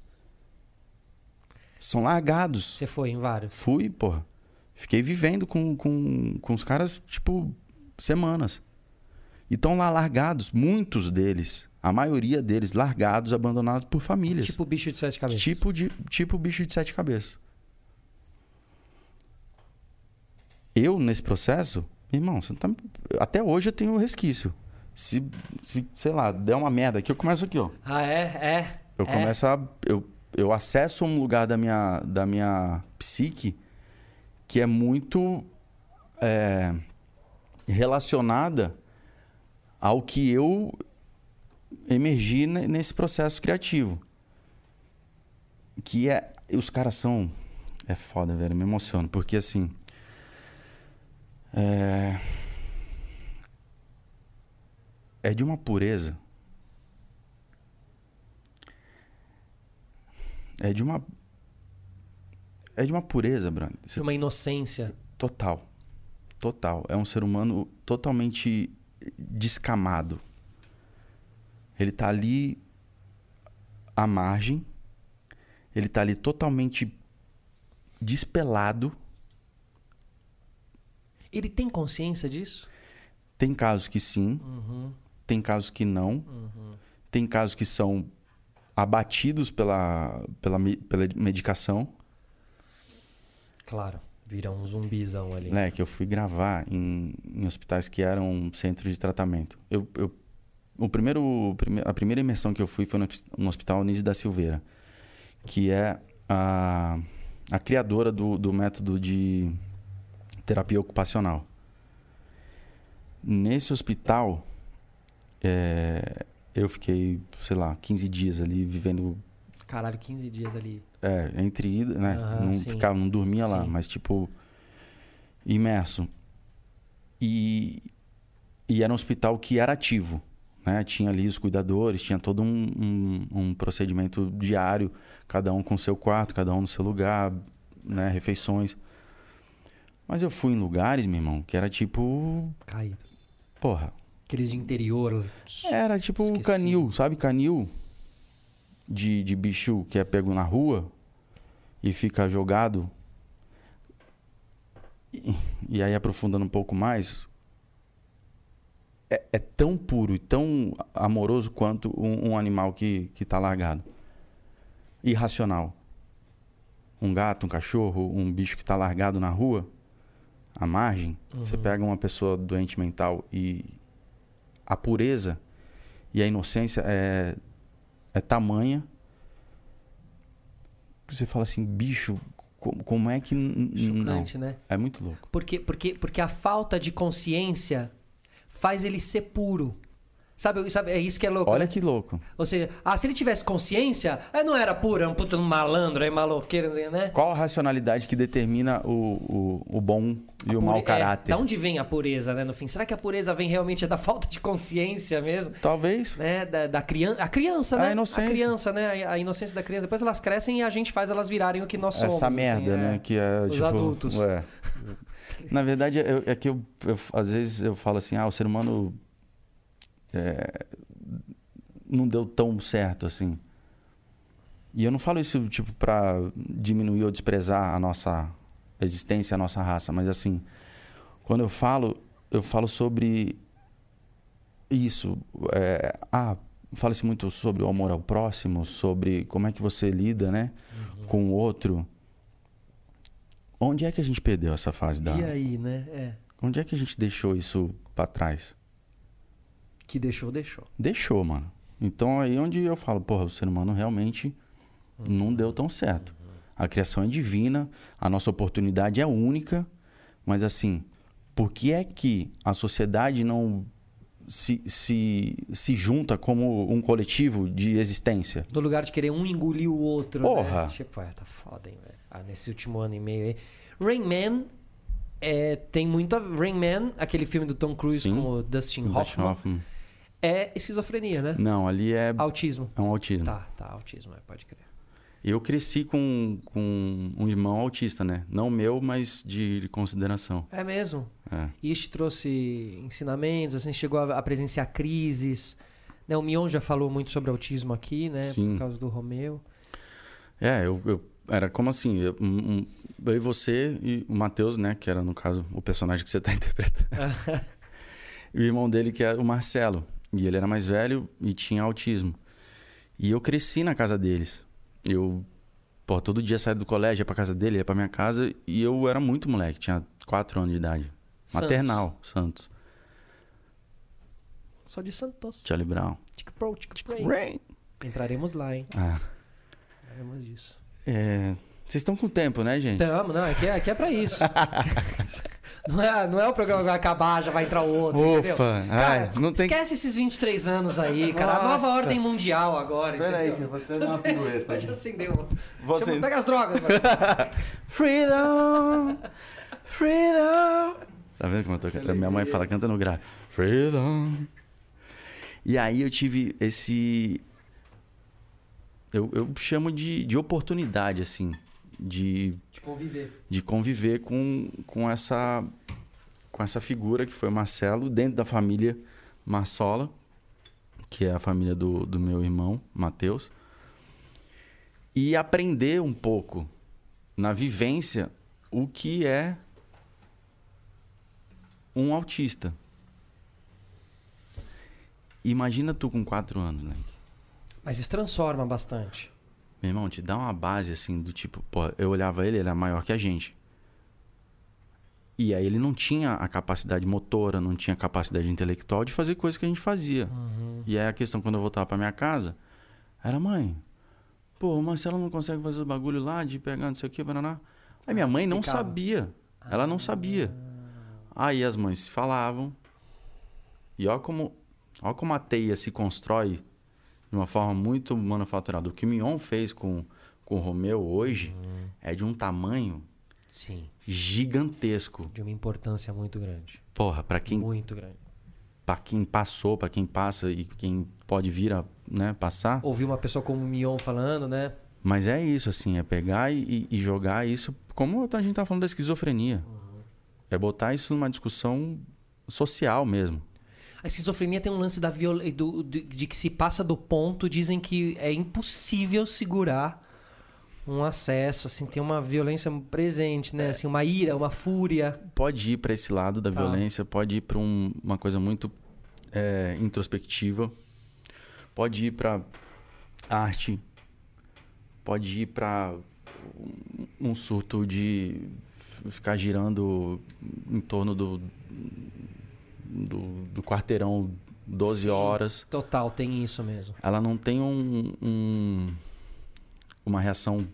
Speaker 1: São largados.
Speaker 2: Você foi em vários.
Speaker 1: Fui, porra. Fiquei vivendo com, com, com os caras, tipo, semanas. E estão lá largados, muitos deles, a maioria deles, largados, abandonados por famílias.
Speaker 2: Tipo bicho de sete cabeças.
Speaker 1: Tipo, de, tipo bicho de sete cabeças. Eu, nesse processo, irmão, você não tá, até hoje eu tenho resquício. Se, se, sei lá, der uma merda aqui, eu começo aqui, ó.
Speaker 2: Ah, é? É.
Speaker 1: Eu
Speaker 2: é.
Speaker 1: começo a. Eu, eu acesso um lugar da minha, da minha psique que é muito é, relacionada ao que eu emergi ne- nesse processo criativo. Que é. Os caras são. É foda, velho. Me emociono. Porque assim. É. É de uma pureza. É de uma. É de uma pureza, Brando. Você
Speaker 2: De uma inocência.
Speaker 1: Total. Total. É um ser humano totalmente descamado. Ele tá ali à margem. Ele tá ali totalmente despelado.
Speaker 2: Ele tem consciência disso?
Speaker 1: Tem casos que sim, tem casos que não, tem casos que são abatidos pela, pela, me- pela medicação.
Speaker 2: Claro. Vira um zumbizão ali.
Speaker 1: né, que eu fui gravar em, em hospitais que eram centro de tratamento. Eu, eu- o primeiro, prime- a primeira imersão que eu fui foi no, hospi- no Hospital Nise da Silveira, que é a, a criadora do, do método de terapia ocupacional. Nesse hospital, é, eu fiquei, sei lá, 15 dias ali vivendo
Speaker 2: Caralho, 15 dias ali.
Speaker 1: é, entre ida, né?
Speaker 2: Aham,
Speaker 1: não
Speaker 2: Ah, sim.
Speaker 1: ficava, não dormia lá,
Speaker 2: Sim.
Speaker 1: mas tipo imerso. E e era um hospital que era ativo, né? Tinha ali os cuidadores, tinha todo um, um, um procedimento diário, cada um com seu quarto, cada um no seu lugar, né? Refeições. Mas eu fui em lugares, meu irmão, que era tipo,
Speaker 2: Caído.
Speaker 1: porra,
Speaker 2: Aqueles de interior.
Speaker 1: era tipo
Speaker 2: Esqueci.
Speaker 1: canil, sabe? Canil de, de bicho que é pego na rua e fica jogado. E, e aí, aprofundando um pouco mais, é, é tão puro e tão amoroso quanto um, um animal que, que tá largado. Irracional. Um gato, um cachorro, um bicho que tá largado na rua a margem,
Speaker 2: Uhum.
Speaker 1: você pega uma pessoa doente mental e a pureza e a inocência é, é tamanha. que Você fala assim, bicho, como, como é que. n- n- não?
Speaker 2: Chocante, né?
Speaker 1: É muito louco.
Speaker 2: Porque, porque, porque a falta de consciência faz ele ser puro. Sabe, sabe é isso que é louco.
Speaker 1: Olha
Speaker 2: né?
Speaker 1: que louco.
Speaker 2: Ou seja, ah, se ele tivesse consciência, aí não era puro, é um puta malandro, é maloqueiro, né?
Speaker 1: Qual a racionalidade que determina o, o, o bom e o mau
Speaker 2: Pure- é,
Speaker 1: caráter?
Speaker 2: da onde vem a pureza, né, no fim? Será que a pureza vem realmente é da falta de consciência mesmo?
Speaker 1: Talvez.
Speaker 2: Né? Da, da criança. A criança,
Speaker 1: A
Speaker 2: né?
Speaker 1: inocência.
Speaker 2: criança, né? A a inocência da criança. Depois elas crescem e a gente faz elas virarem o que nós somos.
Speaker 1: Essa
Speaker 2: assim,
Speaker 1: merda,
Speaker 2: é.
Speaker 1: né? Que é,
Speaker 2: Os
Speaker 1: tipo,
Speaker 2: adultos.
Speaker 1: é. <laughs> Na verdade, eu- é que eu, eu- às vezes eu falo assim, ah, o ser humano é, não deu tão certo assim. E eu não falo isso tipo para diminuir ou desprezar a nossa existência, a nossa raça, mas assim, quando eu falo, eu falo sobre isso. é, ah, fala-se muito sobre o amor ao próximo, sobre como é que você lida, né,
Speaker 2: Uhum.
Speaker 1: com o outro. Onde é que a gente perdeu essa fase da?
Speaker 2: E aí, né? É.
Speaker 1: Onde é que a gente deixou isso pra trás?
Speaker 2: Que deixou, deixou.
Speaker 1: Deixou, mano. Então aí onde eu falo, porra, o ser humano realmente não deu tão certo. A criação é divina, a nossa oportunidade é única, mas assim, por que é que a sociedade não se, se, se junta como um coletivo de existência?
Speaker 2: No lugar de querer um engolir o outro.
Speaker 1: Porra.
Speaker 2: Né? Tipo, é, tá foda, hein, velho. Ah, nesse último ano e meio aí. Rain Man é, tem muito. a- Rain Man, aquele filme do Tom Cruise
Speaker 1: Sim.
Speaker 2: com o
Speaker 1: Dustin
Speaker 2: Dustin Hum. Hoffman,
Speaker 1: Hoffman.
Speaker 2: é esquizofrenia, né?
Speaker 1: hum. Não, ali é,
Speaker 2: Autismo.
Speaker 1: é um autismo.
Speaker 2: Tá, tá, autismo, é, pode crer.
Speaker 1: Eu cresci com, com um irmão autista, né? Não meu, mas de consideração.
Speaker 2: É mesmo.
Speaker 1: É.
Speaker 2: E isso te trouxe ensinamentos, assim, chegou a, a presenciar crises. Né? O Mion já falou muito sobre autismo aqui, né?
Speaker 1: Sim.
Speaker 2: Por causa do Romeu.
Speaker 1: É, eu, eu- era como assim, eu, um- um- eu e você e o Matheus, né, que era no caso o personagem que você tá <laughs> interpretando. e o irmão dele que era o Marcelo, e ele era mais velho e tinha autismo. E eu cresci na casa deles. Eu pô, todo dia saía do colégio, ia pra casa dele, ia pra minha casa, e eu era muito moleque, tinha 4 anos de idade.
Speaker 2: Santos.
Speaker 1: Maternal, Santos,
Speaker 2: Só de Santos.
Speaker 1: Charlie Brown.
Speaker 2: Tic pro, tic pro.
Speaker 1: Rain.
Speaker 2: Entraremos lá, hein?
Speaker 1: Ah,
Speaker 2: Entraremos disso.
Speaker 1: é, vocês estão com tempo, né, gente?
Speaker 2: Tamo, não, aqui é, aqui é
Speaker 1: <laughs>
Speaker 2: pra isso. não, é, não é o programa que vai acabar, já vai entrar o outro. entendeu?
Speaker 1: Ufa, ai,
Speaker 2: Cara,
Speaker 1: não tem
Speaker 2: Esquece esses 23 anos aí, cara. A nova
Speaker 1: Nossa.
Speaker 2: ordem mundial agora,
Speaker 3: Peraí, que
Speaker 2: entendeu?
Speaker 3: eu vou fazer uma pirueta.
Speaker 2: <laughs> Pode acender um.
Speaker 1: Vou
Speaker 2: Chama-
Speaker 1: acender.
Speaker 2: Pega as drogas, mano.
Speaker 1: Freedom! Freedom! Tá vendo como eu tô cantando? Minha mãe fala, canta no grave. Freedom! E aí eu tive esse. Eu, eu chamo de, de oportunidade, assim. De,
Speaker 2: De conviver.
Speaker 1: de conviver com, com, essa, com essa figura que foi o Marcelo, dentro da família Marsola, que é a família do, do meu irmão, Matheus. E aprender um pouco na vivência o que é um autista. Imagina tu com quatro anos, né?
Speaker 2: Mas isso transforma bastante.
Speaker 1: Meu irmão, te dá uma base assim do tipo, pô, eu olhava ele, ele era maior que a gente. E aí ele não tinha a capacidade motora, não tinha capacidade intelectual de fazer coisas que a gente fazia. E aí a questão quando eu voltava pra minha casa era, mãe, pô, o Marcelo não consegue fazer o bagulho lá de pegar não sei o que, bananá. Aí minha mãe não
Speaker 2: Explicava.
Speaker 1: sabia. Ela não sabia. Aí as mães se falavam. E olha como, olha como a teia se constrói de uma forma muito manufaturada. O que o Mion fez com, com o Romeu hoje é de um tamanho
Speaker 2: Sim.
Speaker 1: gigantesco.
Speaker 2: De uma importância muito grande.
Speaker 1: Porra, pra quem,
Speaker 2: Muito grande.
Speaker 1: pra quem passou, pra quem passa e quem pode vir a né, passar.
Speaker 2: Ouvir uma pessoa como o Mion falando, né?
Speaker 1: Mas é isso, assim, é pegar e, e jogar isso, como a gente tá falando da esquizofrenia. É botar isso numa discussão social mesmo.
Speaker 2: A esquizofrenia tem um lance da viol... do- de, de que se passa do ponto, dizem que é impossível segurar um acesso, assim, tem uma violência presente, né? Assim, uma ira, uma fúria.
Speaker 1: Pode ir pra esse lado da
Speaker 2: Tá.
Speaker 1: violência, pode ir pra um- uma coisa muito é, introspectiva, pode ir pra arte, pode ir pra um, um surto de f- ficar girando em torno do, do, do quarteirão 12
Speaker 2: Sim.
Speaker 1: horas.
Speaker 2: Total, tem isso mesmo.
Speaker 1: Ela não tem um, um- uma reação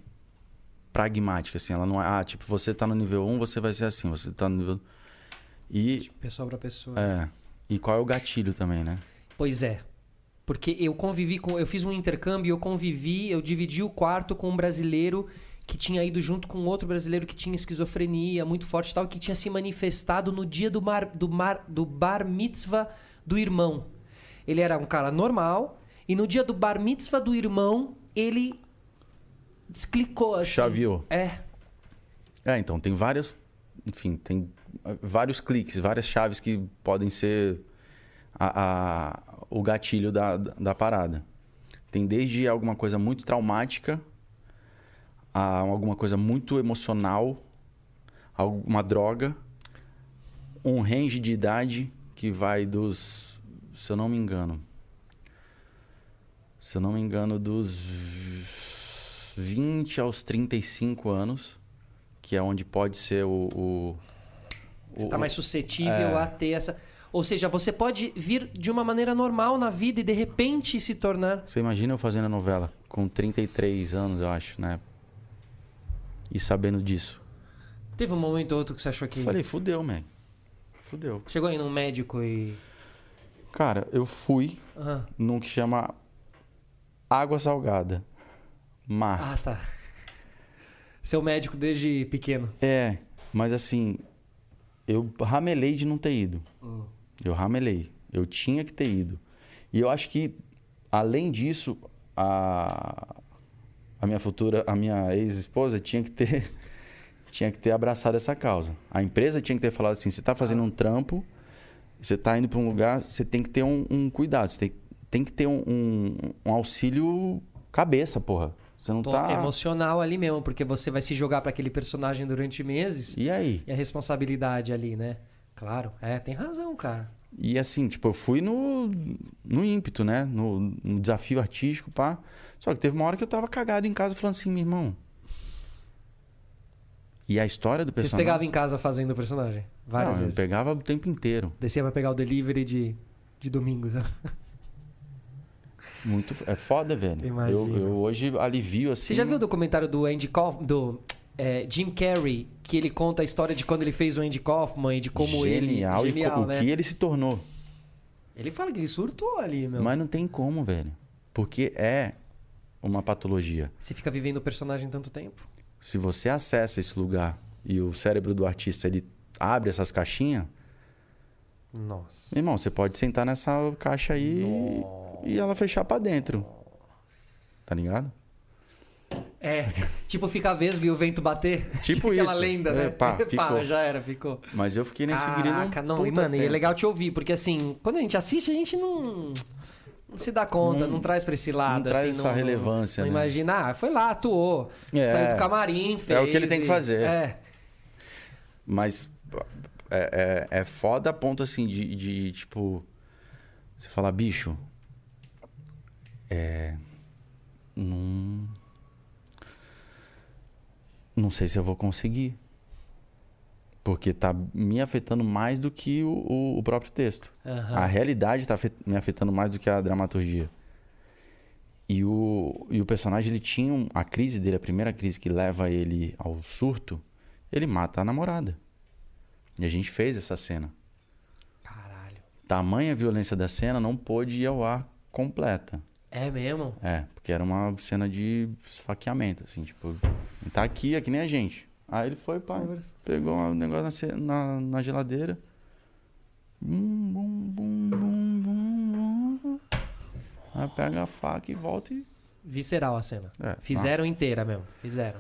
Speaker 1: pragmática, assim. Ela não é, ah, tipo, você tá no nível 1, você vai ser assim, você tá no nível... E,
Speaker 2: Tipo, pessoa pra pessoa.
Speaker 1: é, e qual é o gatilho também, né?
Speaker 2: Pois é. Porque eu convivi com. Eu fiz um intercâmbio, eu convivi, eu dividi o quarto com um brasileiro que tinha ido junto com outro brasileiro que tinha esquizofrenia muito forte e tal, que tinha se manifestado no dia do, mar, do, mar, do bar mitzvah do irmão. Ele era um cara normal, e no dia do bar mitzvah do irmão, ele desclicou assim.
Speaker 1: Chaveou.
Speaker 2: É.
Speaker 1: É, então, tem várias. Enfim, tem ah, vários cliques, várias chaves que podem ser a- a- o gatilho da, da- da parada. Tem desde alguma coisa muito traumática, a alguma coisa muito emocional, alguma droga, um range de idade que vai dos. Se eu não me engano. Se eu não me engano, dos 20 aos 35 anos que é onde pode ser o. o- o-
Speaker 2: Você
Speaker 1: É.
Speaker 2: está tá mais suscetível a ter essa. Ou seja, você pode vir de uma maneira normal na vida e de repente se tornar.
Speaker 1: Você imagina eu fazendo a novela com 33 anos, eu acho, né? E sabendo disso.
Speaker 2: Teve um momento ou outro que você achou que.
Speaker 1: Falei, fudeu, man. Fudeu.
Speaker 2: Chegou aí num médico e.
Speaker 1: Cara, eu fui
Speaker 2: Ah,
Speaker 1: num que chama Água Salgada. Mar.
Speaker 2: ah, tá. Seu médico desde pequeno.
Speaker 1: É, mas assim, eu ramelei de não ter ido. Eu ramelei. Eu tinha que ter ido. E eu acho que, além disso, a, a minha futura, a minha ex-esposa tinha que ter <laughs> tinha que ter abraçado essa causa. A empresa tinha que ter falado assim: você está fazendo um trampo, você está indo para um lugar, você tem que ter um, um cuidado, você tem, tem que ter um, um- um auxílio cabeça, porra. Você não tá.
Speaker 2: Tom
Speaker 1: está.
Speaker 2: emocional ali mesmo, porque você vai se jogar para aquele personagem durante meses
Speaker 1: E aí?
Speaker 2: e a responsabilidade ali, né? Claro, é, tem razão, cara.
Speaker 1: E assim, tipo, eu fui no, no ímpeto, né? No, no desafio artístico, pá. Só que teve uma hora que eu tava cagado em casa falando assim, meu irmão. E a história do
Speaker 2: Vocês
Speaker 1: personagem.
Speaker 2: pegavam em casa fazendo o personagem? Várias
Speaker 1: Não, eu
Speaker 2: vezes.
Speaker 1: pegava o tempo inteiro.
Speaker 2: Descia pra pegar o delivery de, de domingos. <laughs>
Speaker 1: Muito. É foda, velho.
Speaker 2: Imagino.
Speaker 1: Eu, eu hoje alivio assim.
Speaker 2: Você já viu o documentário do Andy Kaufman, do é, Jim Carrey, que ele conta a história de quando ele fez o Andy Kaufman e de como
Speaker 1: genial,
Speaker 2: ele.
Speaker 1: e co-
Speaker 2: Genial,
Speaker 1: o
Speaker 2: né?
Speaker 1: que ele se tornou.
Speaker 2: Ele fala que ele surtou ali, meu.
Speaker 1: Mas não tem como, velho. Porque é uma patologia.
Speaker 2: Você fica vivendo o personagem tanto tempo.
Speaker 1: se você acessa esse lugar e o cérebro do artista ele abre essas caixinhas,
Speaker 2: Nossa.
Speaker 1: meu irmão, você pode sentar nessa caixa aí e ela fechar pra dentro. Tá ligado?
Speaker 2: É, tipo ficar vesgo e o vento bater. <laughs>
Speaker 1: Tipo
Speaker 2: Aquela
Speaker 1: isso.
Speaker 2: lenda,
Speaker 1: É,
Speaker 2: né? <laughs>
Speaker 1: pá,
Speaker 2: Fala,
Speaker 1: ficou.
Speaker 2: já era, ficou.
Speaker 1: Mas eu fiquei nesse grilo.
Speaker 2: Caraca, não, e mano, e é legal te ouvir, porque assim, quando a gente assiste, a gente não, não se dá conta, não, traz pra esse lado.
Speaker 1: não traz
Speaker 2: assim,
Speaker 1: essa relevância,
Speaker 2: Não
Speaker 1: né?
Speaker 2: imagina, ah, foi lá, atuou,
Speaker 1: É.
Speaker 2: saiu do camarim,
Speaker 1: É
Speaker 2: fez.
Speaker 1: o que ele tem que
Speaker 2: e-
Speaker 1: fazer.
Speaker 2: É,
Speaker 1: Mas é, é, é foda a ponto assim de, de, tipo. Você falar, bicho. É. Não. Não sei se eu vou conseguir. Porque tá me afetando mais do que o, o- o próprio texto.
Speaker 2: Aham.
Speaker 1: A realidade tá afet- me afetando mais do que a dramaturgia. E o, e o personagem, ele tinha um- a crise dele, a primeira crise que leva ele ao surto, ele mata a namorada. E a gente fez essa cena.
Speaker 2: Caralho.
Speaker 1: Tamanha violência da cena não pôde ir ao ar completa.
Speaker 2: É mesmo?
Speaker 1: É, porque era uma cena de esfaqueamento, assim, tipo, tá aqui, é que nem a gente. Aí ele foi, pai, pegou um negócio na ce- na, na geladeira. Bum, bum, bum, bum, bum, bum. Aí pega a faca e volta e.
Speaker 2: Visceral a cena.
Speaker 1: É,
Speaker 2: Fizeram inteira mesmo, fizeram.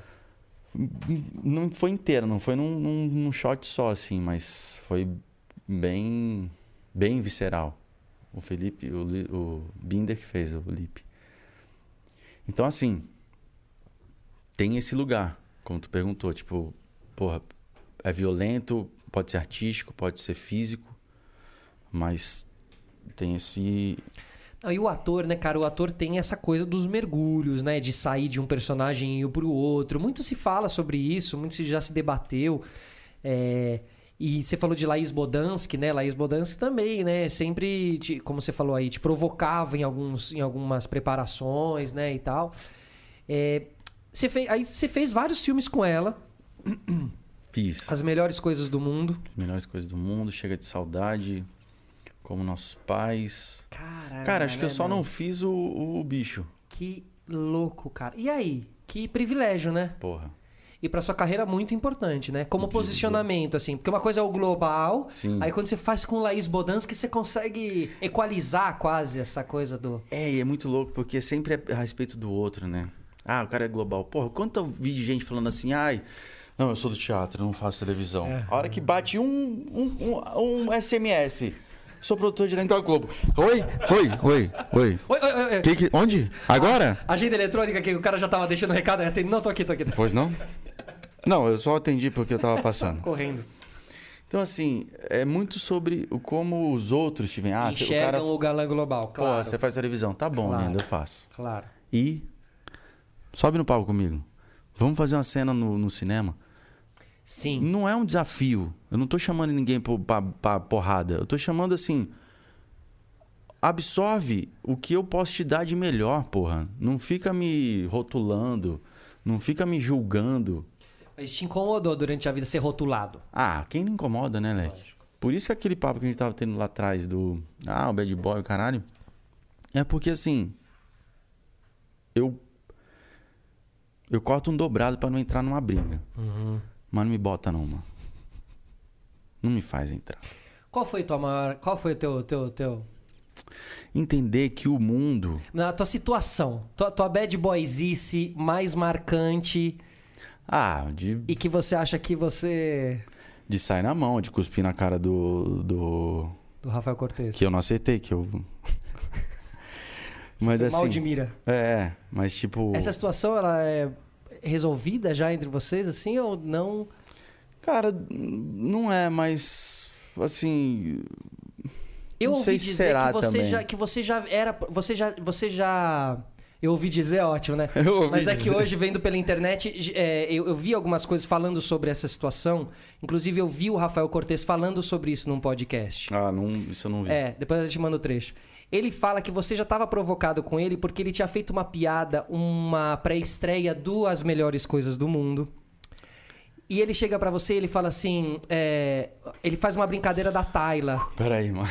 Speaker 1: Não foi inteira, não foi num, num, num shot só, assim, mas foi bem, bem visceral. O Felipe, o, Li- o Binder que fez, o Lipe. Então, assim, tem esse lugar, como tu perguntou, tipo, porra, é violento, pode ser artístico, pode ser físico, mas tem esse,
Speaker 2: Aí o ator, né, cara? O ator tem essa coisa dos mergulhos, né? De sair de um personagem e ir pro outro. Muito se fala sobre isso, muito se já se debateu. É, E você falou de Laís Bodansky, né? Laís Bodansky também, né? Sempre, te- como você falou aí, te provocava em, alguns, em algumas preparações, né? E tal. É, Você fez, aí você fez vários filmes com ela,
Speaker 1: Fiz.
Speaker 2: As Melhores Coisas do Mundo.
Speaker 1: Melhores coisas do mundo, chega de saudade, como nossos pais.
Speaker 2: Caralho.
Speaker 1: Cara, né, acho que eu só não fiz o, o bicho.
Speaker 2: Que louco, cara. E aí? Que privilégio, né?
Speaker 1: Porra.
Speaker 2: E pra sua carreira muito importante, né? Como posicionamento, assim. Porque uma coisa é o global,
Speaker 1: Sim.
Speaker 2: aí quando você faz com Laís Bodansky, você consegue equalizar quase essa coisa do.
Speaker 1: É, e é muito louco, porque sempre é a respeito do outro, né? Ah, o cara é global. Porra, quanto eu vi de gente falando assim, ai. Não, eu sou do teatro, eu não faço televisão.
Speaker 2: É.
Speaker 1: A hora que bate um, um, um, um SMS. Sou produtor de da Globo. Oi, oi, oi, oi.
Speaker 2: Oi, oi, oi, oi.
Speaker 1: Que que- onde? Agora?
Speaker 2: Agenda eletrônica que o cara já tava deixando recado, né? Tem- Não, tô aqui, tô <laughs> aqui.
Speaker 1: Pois não? Não, eu só atendi porque eu tava passando.
Speaker 2: Correndo.
Speaker 1: <laughs> Então, assim, é muito sobre o como os outros te veem. Ah, cê- o cara.
Speaker 2: Enxergam o galã global,
Speaker 1: Pô,
Speaker 2: claro.
Speaker 1: você faz televisão. Tá bom,
Speaker 2: Claro.
Speaker 1: lindo, eu faço.
Speaker 2: Claro.
Speaker 1: E. Sobe no palco comigo. Vamos fazer uma cena no, no cinema.
Speaker 2: Sim.
Speaker 1: Não é um desafio. Eu não tô chamando ninguém pro- pra, pra porrada. Eu tô chamando assim. Absorve o que eu posso te dar de melhor, porra. Não fica me rotulando. Não fica me julgando.
Speaker 2: Mas te incomodou durante a vida ser rotulado.
Speaker 1: Ah, quem não incomoda, né, Leque? Por isso que aquele papo que a gente tava tendo lá atrás do. Ah, o bad boy, o caralho. É porque assim. Eu. Eu corto um dobrado pra não entrar numa briga.
Speaker 2: Uhum.
Speaker 1: Mas não me bota, não, mano. Não me faz entrar.
Speaker 2: Qual foi tua maior. Qual foi o teu. teu, teu...
Speaker 1: Entender que o mundo.
Speaker 2: Na tua situação, tua, tua bad boyzice mais marcante
Speaker 1: Ah, de,
Speaker 2: e que você acha que você.
Speaker 1: de sair na mão, de cuspir na cara do. do
Speaker 2: Do Rafael Cortez.
Speaker 1: que é eu não aceitei, que eu. <laughs> Mas
Speaker 2: Foi
Speaker 1: assim.
Speaker 2: Mal de mira.
Speaker 1: É, mas tipo.
Speaker 2: Essa situação, ela é resolvida já entre vocês, assim, ou não?
Speaker 1: Cara, não é, mas assim,
Speaker 2: Eu
Speaker 1: Não
Speaker 2: ouvi
Speaker 1: sei se
Speaker 2: dizer
Speaker 1: será
Speaker 2: que você
Speaker 1: também.
Speaker 2: já que você já era, você já, você já eu ouvi dizer, é ótimo, né?
Speaker 1: <laughs> Eu ouvi
Speaker 2: Mas é que
Speaker 1: dizer.
Speaker 2: hoje vendo pela internet, j- é, eu, eu vi algumas coisas falando sobre essa situação. Inclusive eu vi o Rafael Cortez falando sobre isso num podcast.
Speaker 1: ah, não, isso eu não vi.
Speaker 2: É, depois eu te mando o trecho. Ele fala que você já estava provocado com ele porque ele tinha feito uma piada, uma pré-estreia do As Melhores Coisas do Mundo. E ele chega pra você e ele fala assim: é, ele faz uma brincadeira da Tayla.
Speaker 1: Peraí, mano.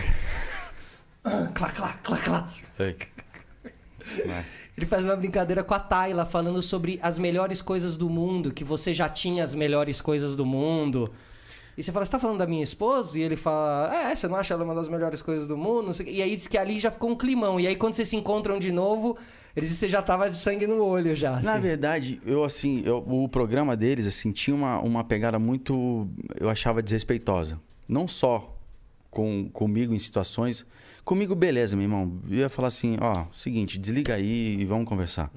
Speaker 2: Clá, clá, clá, clá.
Speaker 1: É.
Speaker 2: Ele faz uma brincadeira com a Tayla falando sobre as melhores coisas do mundo, que você já tinha as melhores coisas do mundo. E você fala, você tá falando da minha esposa? E ele fala, é, você não acha ela uma das melhores coisas do mundo? Não sei o quê. E aí diz que ali já ficou um climão. E aí quando vocês se encontram de novo, eles você já tava de sangue no olho já.
Speaker 1: Na
Speaker 2: assim.
Speaker 1: verdade, eu assim, eu- o programa deles assim tinha uma, uma pegada muito, eu achava desrespeitosa. Não só com comigo em situações, comigo beleza, meu irmão. Eu ia falar assim, ó, seguinte, desliga aí e vamos conversar.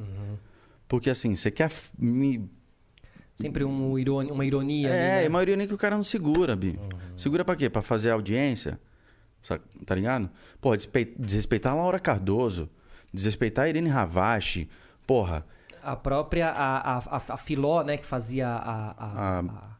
Speaker 1: Porque assim, você quer f- me
Speaker 2: Sempre um ironi- uma ironia. ali,
Speaker 1: É,
Speaker 2: né?
Speaker 1: a maioria nem que o cara não segura, Bi. Segura pra quê? Pra fazer audiência? Sa- Tá ligado? Porra, despe- desrespeitar a Laura Cardoso, desrespeitar a Irene Ravache, porra,
Speaker 2: A própria, a, a, a, a Filó, né, que fazia a... a-
Speaker 1: Ah.
Speaker 2: a-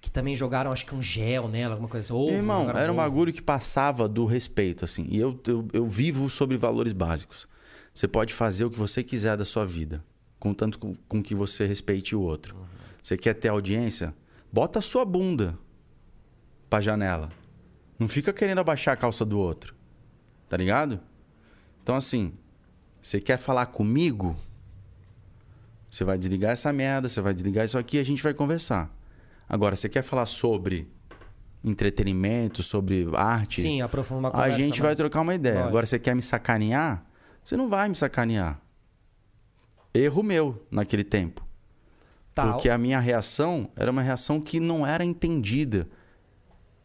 Speaker 2: que também jogaram, acho que um gel nela, alguma coisa assim. Ovo,
Speaker 1: Meu irmão,
Speaker 2: jogaram
Speaker 1: era um
Speaker 2: ovo.
Speaker 1: bagulho que passava do respeito, assim. E eu, eu, eu vivo sobre valores básicos. Você pode fazer o que você quiser da sua vida, contanto com, com que você respeite o outro. Você quer ter audiência? Bota a sua bunda pra janela. Não fica querendo abaixar a calça do outro. Tá ligado? Então, assim, você quer falar comigo? Você vai desligar essa merda, você vai desligar isso aqui e a gente vai conversar. Agora, você quer falar sobre entretenimento, sobre arte?
Speaker 2: Sim, aprofunda uma
Speaker 1: a
Speaker 2: conversa.
Speaker 1: gente vai
Speaker 2: mais.
Speaker 1: trocar uma ideia.
Speaker 2: Lógico.
Speaker 1: Agora, você quer me sacanear? Você não vai me sacanear. Erro meu naquele tempo.
Speaker 2: Tá,
Speaker 1: Porque a minha reação era uma reação que não era entendida.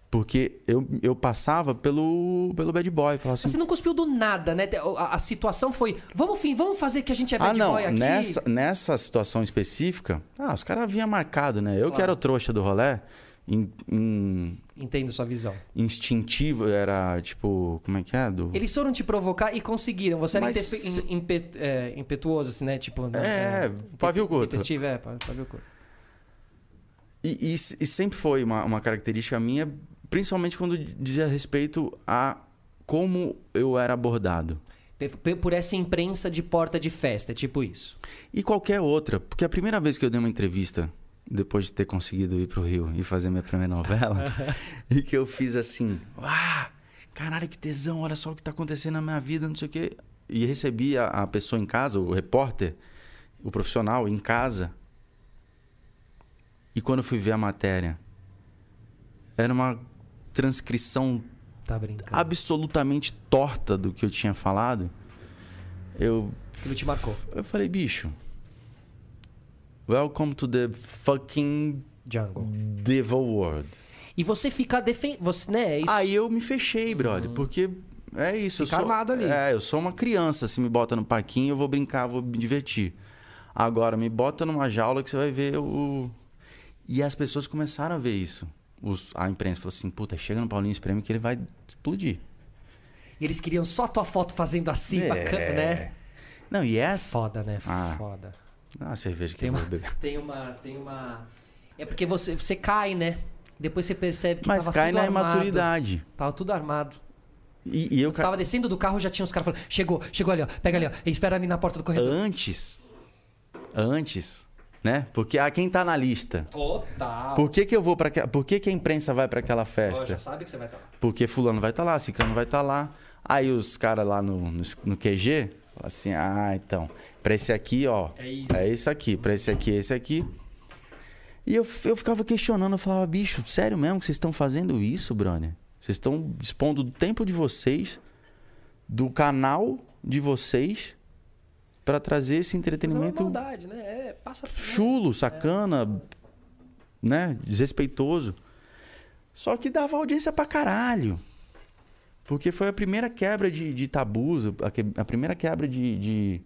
Speaker 1: Porque eu, eu passava pelo, pelo bad boy. Falava assim,
Speaker 2: Mas você não cuspiu do nada, né? A, a situação foi, vamos fim, vamos fazer que a gente é
Speaker 1: ah,
Speaker 2: bad
Speaker 1: não,
Speaker 2: boy aqui.
Speaker 1: nessa, nessa situação específica, ah, os caras haviam marcado, né? Eu que era o trouxa do rolé, em, em-
Speaker 2: Em Entendo sua visão.
Speaker 1: instintivo, era tipo, como é que é? Do...
Speaker 2: Eles foram te provocar e conseguiram. Você era
Speaker 1: Mas
Speaker 2: impetu-
Speaker 1: se-
Speaker 2: im- impet- é, impetuoso, assim, né? Tipo.
Speaker 1: É, pavio curto.
Speaker 2: Impetitivo, é, pa- pavio curto.
Speaker 1: E, e se- e sempre foi uma, uma característica minha, principalmente quando dizia respeito a como eu era abordado.
Speaker 2: Pe- pe- Por essa imprensa de porta de festa, é tipo isso.
Speaker 1: E qualquer outra, porque a primeira vez que eu dei uma entrevista, depois de ter conseguido ir pro Rio e fazer minha primeira novela, e que eu fiz assim, ah, caralho, que tesão, olha só o que tá acontecendo na minha vida, não sei o quê. E recebi a, a pessoa em casa, o repórter, o profissional em casa. E quando eu fui ver a matéria, era uma transcrição
Speaker 2: Tá brincando.
Speaker 1: Ah. absolutamente torta do que eu tinha falado. Eu
Speaker 2: Aquilo te marcou.
Speaker 1: eu falei, bicho. Welcome to the fucking
Speaker 2: Jungle.
Speaker 1: devil world.
Speaker 2: E você ficar defendendo. Você, né? é Isso. Hum.
Speaker 1: Aí eu me fechei, brother, porque é isso. eu
Speaker 2: Fica
Speaker 1: sou,
Speaker 2: armado ali.
Speaker 1: É, eu sou uma criança. Se me bota no parquinho, eu vou brincar, vou me divertir. Agora, me bota numa jaula que você vai ver o. E as pessoas começaram a ver isso. Os- a imprensa falou assim: puta, chega no Paulinho Espreme que ele vai explodir.
Speaker 2: E eles queriam só a tua foto fazendo assim,
Speaker 1: É.
Speaker 2: bacana, né?
Speaker 1: Não, e essa.
Speaker 2: Foda, né?
Speaker 1: Ah.
Speaker 2: Foda.
Speaker 1: Ah, a cerveja que
Speaker 2: Tem
Speaker 1: eu
Speaker 2: uma-
Speaker 1: vou beber.
Speaker 2: Tem uma. Tem uma. É porque você, você cai, né? Depois você percebe que
Speaker 1: Mas
Speaker 2: tava
Speaker 1: cai
Speaker 2: tudo
Speaker 1: na
Speaker 2: armado.
Speaker 1: imaturidade.
Speaker 2: Tava tudo armado.
Speaker 1: E, e eu
Speaker 2: Quando você
Speaker 1: ca...
Speaker 2: tava descendo do carro, já tinha os caras falando: chegou, chegou ali, ó, pega ali, ó, e espera ali na porta do corredor.
Speaker 1: antes. Antes, né? Porque ah, quem tá na lista?
Speaker 2: Total.
Speaker 1: Por que, que eu vou para Por que, que a imprensa vai para aquela
Speaker 2: Ó,
Speaker 1: festa?
Speaker 2: já sabe que você vai é estar lá.
Speaker 1: Porque fulano vai estar tá lá, ciclano vai estar tá lá. Aí os caras lá no, no, no QG falam assim: "Ah, então, para esse aqui, ó,
Speaker 2: É isso.
Speaker 1: é esse aqui, para esse aqui, é esse aqui". E eu, eu ficava questionando, eu falava: "Bicho, sério mesmo que vocês estão fazendo isso, brother? Vocês estão dispondo do tempo de vocês, do canal de vocês para trazer esse
Speaker 2: Mas é uma
Speaker 1: entretenimento
Speaker 2: maldade, né? É, passa
Speaker 1: chulo, sacana, né? Desrespeitoso. Só que dava audiência pra caralho. Porque foi a primeira quebra de, de tabus, a, que- a primeira quebra de. de-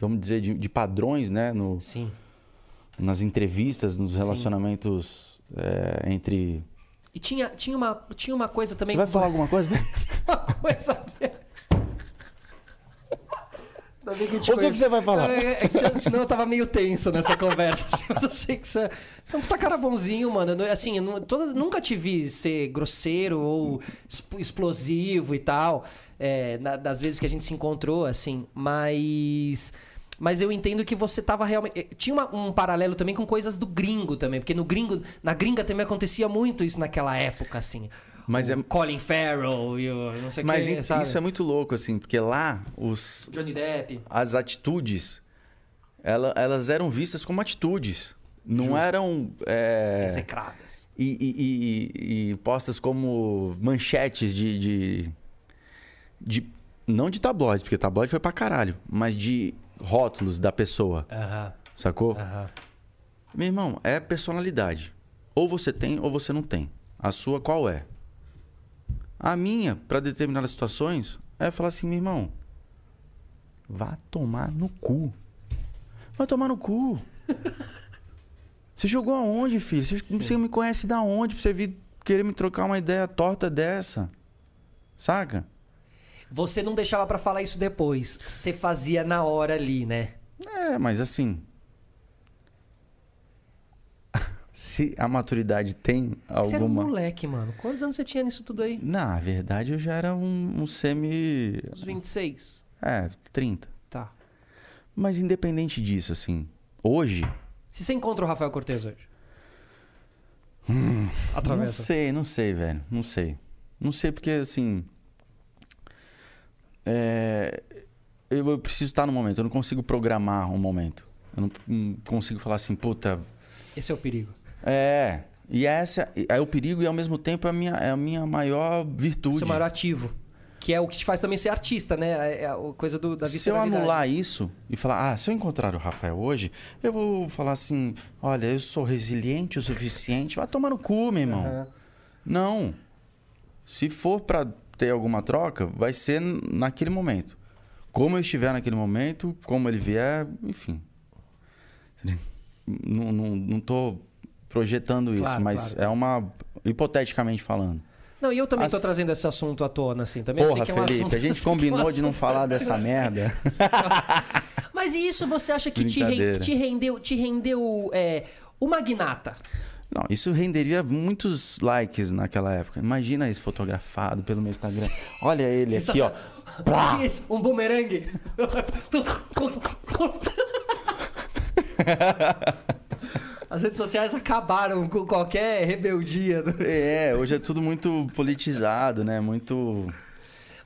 Speaker 1: vamos dizer, de, de padrões, né? No,
Speaker 2: Sim.
Speaker 1: nas entrevistas, nos
Speaker 2: Sim.
Speaker 1: relacionamentos é, entre.
Speaker 2: E tinha, tinha, uma, tinha uma coisa também.
Speaker 1: Você vai falar alguma coisa?
Speaker 2: <laughs> uma
Speaker 1: <laughs>
Speaker 2: coisa. Ainda bem
Speaker 1: O que
Speaker 2: eu te
Speaker 1: que
Speaker 2: conheço.
Speaker 1: você vai falar?
Speaker 2: É, é que se- Senão eu tava meio tenso nessa conversa. <laughs> assim, Eu não sei que você, você é um puta cara bonzinho, mano. Eu não- Assim, eu não- todas- nunca te vi ser grosseiro ou exp- explosivo e tal. é, na- das vezes que a gente se encontrou, assim. Mas. Mas eu entendo que você tava realmente. eh, Tinha uma- um paralelo também com coisas do gringo também. Porque no gringo. Na gringa também acontecia muito isso naquela época, assim.
Speaker 1: Mas
Speaker 2: O
Speaker 1: é-
Speaker 2: Colin Farrell e o não sei o
Speaker 1: Mas
Speaker 2: quem,
Speaker 1: in-
Speaker 2: sabe?
Speaker 1: isso é muito louco, assim, porque lá os,
Speaker 2: Johnny Depp.
Speaker 1: as atitudes, ela- elas eram vistas como atitudes. Não eram. é,
Speaker 2: Execradas.
Speaker 1: e, e- e- e postas como manchetes de, de, de- Não de tabloide, porque tabloide foi pra caralho, mas de rótulos da pessoa,
Speaker 2: Aham,
Speaker 1: sacou?
Speaker 2: aham.
Speaker 1: Meu irmão, é personalidade. Ou você tem ou você não tem. A sua qual é? A minha, pra determinadas situações, é falar assim, meu irmão, vá tomar no cu. Vai tomar no cu. você jogou aonde, filho? Você, você me conhece da onde pra você vir querer me trocar uma ideia torta dessa? Saca?
Speaker 2: Você não deixava pra falar isso depois. Você fazia na hora ali, né?
Speaker 1: É, mas assim. <laughs> Se a maturidade tem alguma.
Speaker 2: Você era um moleque, mano. Quantos anos você tinha nisso tudo aí?
Speaker 1: Na verdade, eu já era um, um semi.
Speaker 2: Uns 26.
Speaker 1: É, 30.
Speaker 2: Tá.
Speaker 1: Mas independente disso, assim, hoje.
Speaker 2: Se você encontra o Rafael Cortez hoje?
Speaker 1: Hum, Não
Speaker 2: Atravessa.
Speaker 1: sei, não sei, velho. Não sei. Não sei porque, assim. É, eu, eu preciso estar no momento. Eu não consigo programar um momento. Eu não não consigo falar assim, puta,
Speaker 2: Esse é o perigo.
Speaker 1: É. E essa é o perigo e ao mesmo tempo é a minha, é a minha maior virtude.
Speaker 2: Seu é maior ativo. Que é o que te faz também ser artista, né? É a coisa do, da
Speaker 1: se eu
Speaker 2: visceralidade.
Speaker 1: anular isso e falar, ah, se eu encontrar o Rafael hoje, eu vou falar assim: olha, eu sou resiliente o suficiente, vai tomar no cu, meu irmão.
Speaker 2: Aham.
Speaker 1: Não. Se for pra ter alguma troca, vai ser n- naquele momento. Como eu estiver naquele momento, como ele vier, enfim. Não, não, não tô projetando isso,
Speaker 2: Claro,
Speaker 1: mas
Speaker 2: claro.
Speaker 1: é uma. hipoteticamente falando.
Speaker 2: Não, e eu também tô
Speaker 1: As-
Speaker 2: trazendo esse assunto à tona, assim. Também eu
Speaker 1: Porra,
Speaker 2: sei que é um
Speaker 1: Felipe,
Speaker 2: assunto,
Speaker 1: a
Speaker 2: eu
Speaker 1: gente
Speaker 2: <laughs> sei que é um
Speaker 1: combinou de não
Speaker 2: assunto-
Speaker 1: falar dessa merda.
Speaker 2: Mas e isso você acha que te, ren-
Speaker 1: Brincadeira.
Speaker 2: te rendeu, te rendeu é, o magnata?
Speaker 1: Não, isso renderia muitos likes naquela época. Imagina isso fotografado pelo meu Instagram. Olha ele aqui, ó. Plá!
Speaker 2: <laughs> Isso, um bumerangue. As redes sociais acabaram com qualquer rebeldia.
Speaker 1: É, hoje é tudo muito politizado, né? Muito.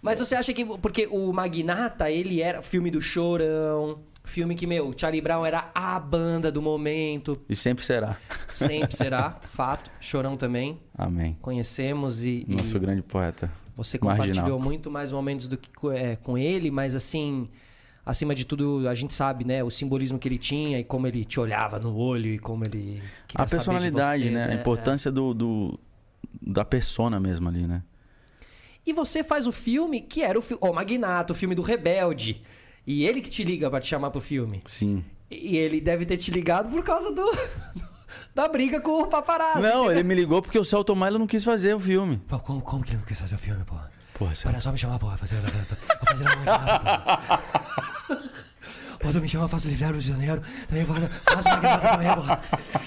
Speaker 2: Mas você acha que. Porque o Magnata, ele era filme do Chorão. Filme que, meu, Charlie Brown era a banda do momento.
Speaker 1: E sempre será.
Speaker 2: Sempre será, <laughs> fato. Chorão também.
Speaker 1: Amém.
Speaker 2: Conhecemos e. e-
Speaker 1: Nosso grande poeta.
Speaker 2: Você
Speaker 1: Marginal.
Speaker 2: compartilhou muito mais momentos do que co- é, com ele, mas assim, acima de tudo, a gente sabe, né, o simbolismo que ele tinha e como ele te olhava no olho e como ele queria
Speaker 1: A
Speaker 2: saber de
Speaker 1: personalidade,
Speaker 2: você,
Speaker 1: né? A importância do, do- da persona mesmo ali, né?
Speaker 2: E você faz o filme que era o filme, o Magnato, o filme do Rebelde. E ele que te liga pra te chamar pro filme.
Speaker 1: Sim.
Speaker 2: E ele deve ter te ligado por causa do <laughs> da briga com o paparazzo.
Speaker 1: Não, ele me ligou porque o Celton Mello não quis fazer o filme.
Speaker 2: Pô, como, como que ele não quis fazer o filme, pô?
Speaker 1: Porra, Celton.
Speaker 2: Para só me chamar, porra, fazer, fazer uma
Speaker 5: Pô, tu me chama, faço livrar do Rio de Janeiro, também faço, faço uma gravata também, pô.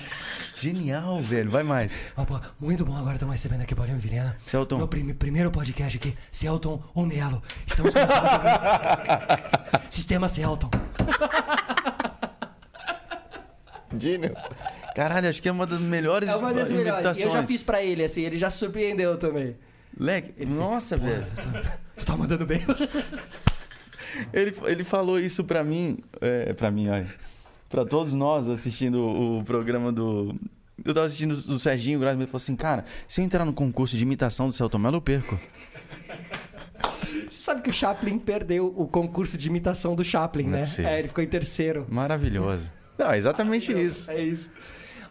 Speaker 1: Genial, velho. Vai mais.
Speaker 5: Ó, pô, muito bom, agora estamos recebendo aqui Paulinho Vilhena.
Speaker 1: Celton.
Speaker 5: Meu prim- primeiro podcast aqui, Celton ou Melo. Estamos começando aqui. Sistema Celton.
Speaker 1: Genial. Caralho, acho que é uma das melhores
Speaker 2: É uma das melhores. E Eu
Speaker 1: imitações.
Speaker 2: já fiz pra ele, assim, ele já surpreendeu também.
Speaker 1: Leque, nossa, velho.
Speaker 5: Tu tá mandando bem?
Speaker 1: Ele, ele falou isso pra mim, é, pra mim, olha. Pra todos nós assistindo o programa do. Eu tava assistindo o Serginho Grado, ele falou assim: Cara, se eu entrar no concurso de imitação do Celton Mello, eu perco.
Speaker 2: Você sabe que o Chaplin perdeu o concurso de imitação do Chaplin,
Speaker 1: é
Speaker 2: né?
Speaker 1: possível.
Speaker 2: É, ele ficou em terceiro.
Speaker 1: Maravilhoso. Não, é exatamente isso.
Speaker 2: É isso.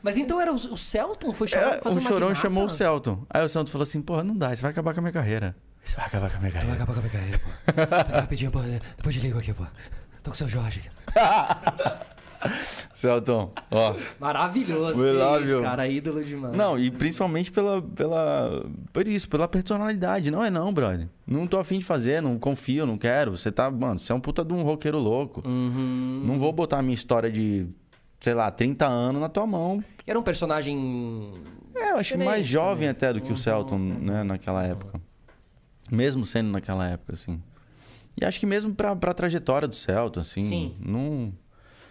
Speaker 2: Mas então era o, o Celton? Foi chamado
Speaker 1: É,
Speaker 2: pra fazer
Speaker 1: o
Speaker 2: uma
Speaker 1: Chorão
Speaker 2: guinada?
Speaker 1: chamou o Celton. Aí o Celton falou assim: Porra, não dá, isso vai acabar com a minha carreira. Isso vai acabar com a minha
Speaker 5: Vai
Speaker 1: carreira.
Speaker 5: acabar com a minha carreira, pô. Tô rapidinho, pô, depois te ligo aqui, pô. Tô com o seu Jorge aqui.
Speaker 1: Celton, ó.
Speaker 2: Maravilhoso.
Speaker 1: We
Speaker 2: que
Speaker 1: love
Speaker 2: isso,
Speaker 1: you.
Speaker 2: cara, ídolo demais.
Speaker 1: Não, e principalmente pela, pela. Por isso, pela personalidade. Não é não, brother. Não tô afim de fazer, não confio, não quero. Você tá, mano, você é um puta de um roqueiro louco.
Speaker 2: Uhum.
Speaker 1: Não vou botar a minha história de, sei lá, 30 anos na tua mão.
Speaker 2: Era um personagem.
Speaker 1: É, eu acho que mais jovem até do que o Celton, né, naquela época. Mesmo sendo naquela época, assim. E acho que mesmo pra, pra trajetória do Celton, assim.
Speaker 2: Sim.
Speaker 1: Não.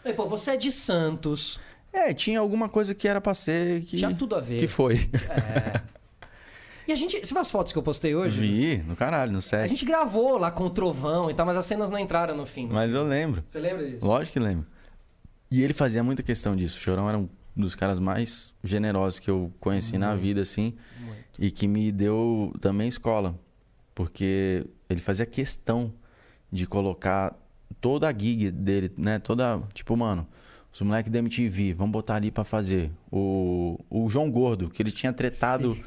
Speaker 2: Ei, Pô, você é de Santos.
Speaker 1: É, tinha alguma coisa que era pra ser que.
Speaker 2: Tinha tudo a ver.
Speaker 1: Que foi.
Speaker 2: E a gente. Você viu as fotos que eu postei hoje?
Speaker 1: <laughs> Vi, no caralho, no
Speaker 2: A
Speaker 1: set.
Speaker 2: gente gravou lá com o Trovão e tal, mas as cenas não entraram no fim.
Speaker 1: Mas eu lembro.
Speaker 2: Você lembra disso?
Speaker 1: Lógico que lembro. E ele fazia muita questão disso. O Chorão era um dos caras mais generosos que eu conheci na vida, assim. E que me deu também escola. Porque ele fazia questão de colocar toda a gig dele, né? Toda. Tipo, mano, os moleques da MTV, vamos botar ali pra fazer. O, o João Gordo, que ele tinha tretado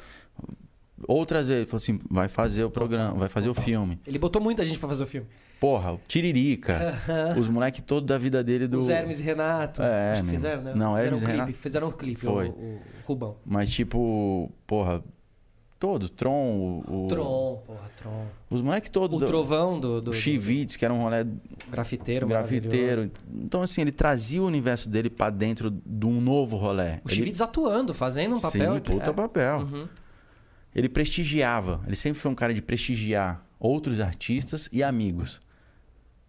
Speaker 1: outras vezes. Ele falou assim: vai fazer o programa, vai fazer o filme.
Speaker 2: Ele botou muita gente pra fazer o filme.
Speaker 1: Porra, o Tiririca. os moleques todos da vida dele do.
Speaker 2: Os Hermes e Renato.
Speaker 1: É,
Speaker 2: acho que
Speaker 1: meu.
Speaker 2: fizeram, né?
Speaker 1: Não,
Speaker 2: fizeram
Speaker 1: Hermes
Speaker 2: um
Speaker 1: e
Speaker 2: clipe,
Speaker 1: Renato-
Speaker 2: Fizeram um clipe,
Speaker 1: Foi.
Speaker 2: O, o Rubão.
Speaker 1: Mas tipo, porra, todo, Tron, o. o-
Speaker 2: Tron, porra, Tron.
Speaker 1: Os moleques todos.
Speaker 2: O
Speaker 1: do-
Speaker 2: Trovão Tipo, do, do,
Speaker 1: O
Speaker 2: do
Speaker 1: Chivitz, que era um rolê
Speaker 2: grafiteiro. maravilhoso.
Speaker 1: grafiteiro. Então, assim, ele trazia o universo dele pra dentro de um novo rolê.
Speaker 2: O
Speaker 1: Ele-
Speaker 2: Chivides atuando, fazendo um papel.
Speaker 1: Sim, puta
Speaker 2: é.
Speaker 1: papel. Ele prestigiava. Ele sempre foi um cara de prestigiar outros artistas e amigos.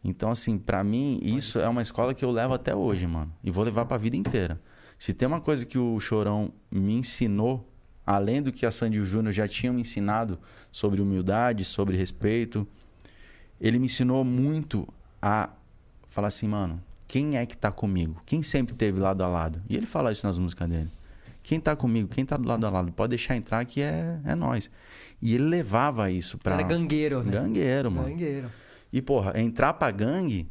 Speaker 1: Então, assim, pra mim, isso é uma escola que eu levo até hoje, mano. E vou levar pra vida inteira. Se tem uma coisa que o Chorão me ensinou, além do que a Sandy e o Júnior já tinham me ensinado sobre humildade, sobre respeito, ele me ensinou muito a falar assim, mano, quem é que tá comigo? Quem sempre teve lado a lado? E ele fala isso nas músicas dele. Quem tá comigo, quem tá do lado a lado, pode deixar entrar que é, é nós. E ele levava isso pra.
Speaker 2: Era gangueiro, né?
Speaker 1: Gangueiro, mano.
Speaker 2: Gangueiro.
Speaker 1: E, porra, entrar pra gangue,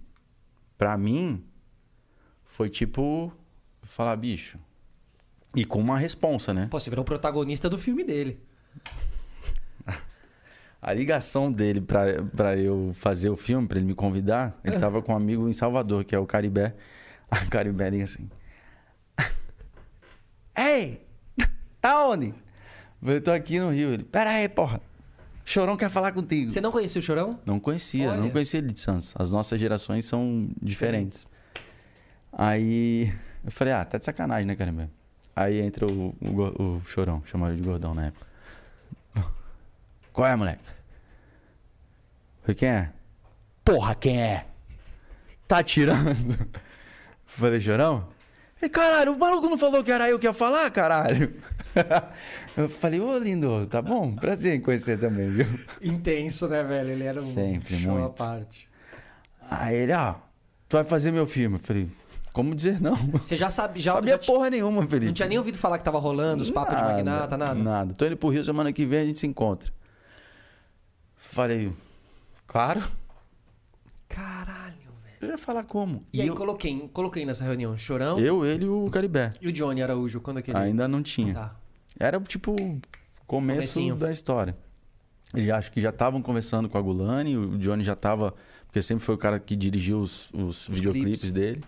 Speaker 1: pra mim, foi tipo falar, bicho. E com uma responsa, né?
Speaker 2: Pô, você virou o protagonista do filme dele.
Speaker 1: A ligação dele pra, pra eu fazer o filme, pra ele me convidar, ele tava com um amigo em Salvador, <laughs> que é o Caribé. A Caribé liga assim. <laughs> Ei, Aonde? Eu falei, tô aqui no Rio. Ele, pera aí, porra. Chorão quer falar contigo.
Speaker 2: Você não conhecia o Chorão?
Speaker 1: Não conhecia,
Speaker 2: Olha.
Speaker 1: não conhecia ele de Santos. As nossas gerações são diferentes. Aí eu falei, ah, tá de sacanagem, né, caramba? Aí entra o, o go- o chorão, chamaram ele de gordão na época. <laughs> Qual é, moleque? Falei, quem é? Porra, quem é? Tá tirando. <laughs> Falei, chorão? Ele, caralho, o maluco não falou que era eu que ia falar, caralho. <laughs> Eu falei, ô lindo, tá bom? Prazer em conhecer também, viu?
Speaker 2: <laughs> Intenso, né, velho? Ele era um
Speaker 1: Sempre,
Speaker 2: show à
Speaker 1: muito.
Speaker 2: parte.
Speaker 1: Aí ele, ah, tu vai fazer meu filme. Eu falei, como dizer não?
Speaker 2: Você já sabe, <laughs> já,
Speaker 1: Sabia
Speaker 2: já ti-
Speaker 1: porra nenhuma, Felipe.
Speaker 2: não tinha nem ouvido falar que tava rolando os papos de magnata, nada.
Speaker 1: Nada. Tô indo pro Rio semana que vem, a gente se encontra. Falei, claro.
Speaker 2: Caralho, velho.
Speaker 1: Eu ia falar como?
Speaker 2: E, aí
Speaker 1: eu,
Speaker 2: coloquei, coloquei nessa reunião Chorão
Speaker 1: eu, ele e o Caribé.
Speaker 2: e o Johnny Araújo, quando aquele.
Speaker 1: Ainda não tinha.
Speaker 2: Tá.
Speaker 1: Era tipo começo
Speaker 2: Comecinho.
Speaker 1: da história. Eles acho que já estavam conversando com a Gulani, o Johnny já tava. Porque sempre foi o cara que dirigiu os, os videoclipes
Speaker 2: clipes.
Speaker 1: dele.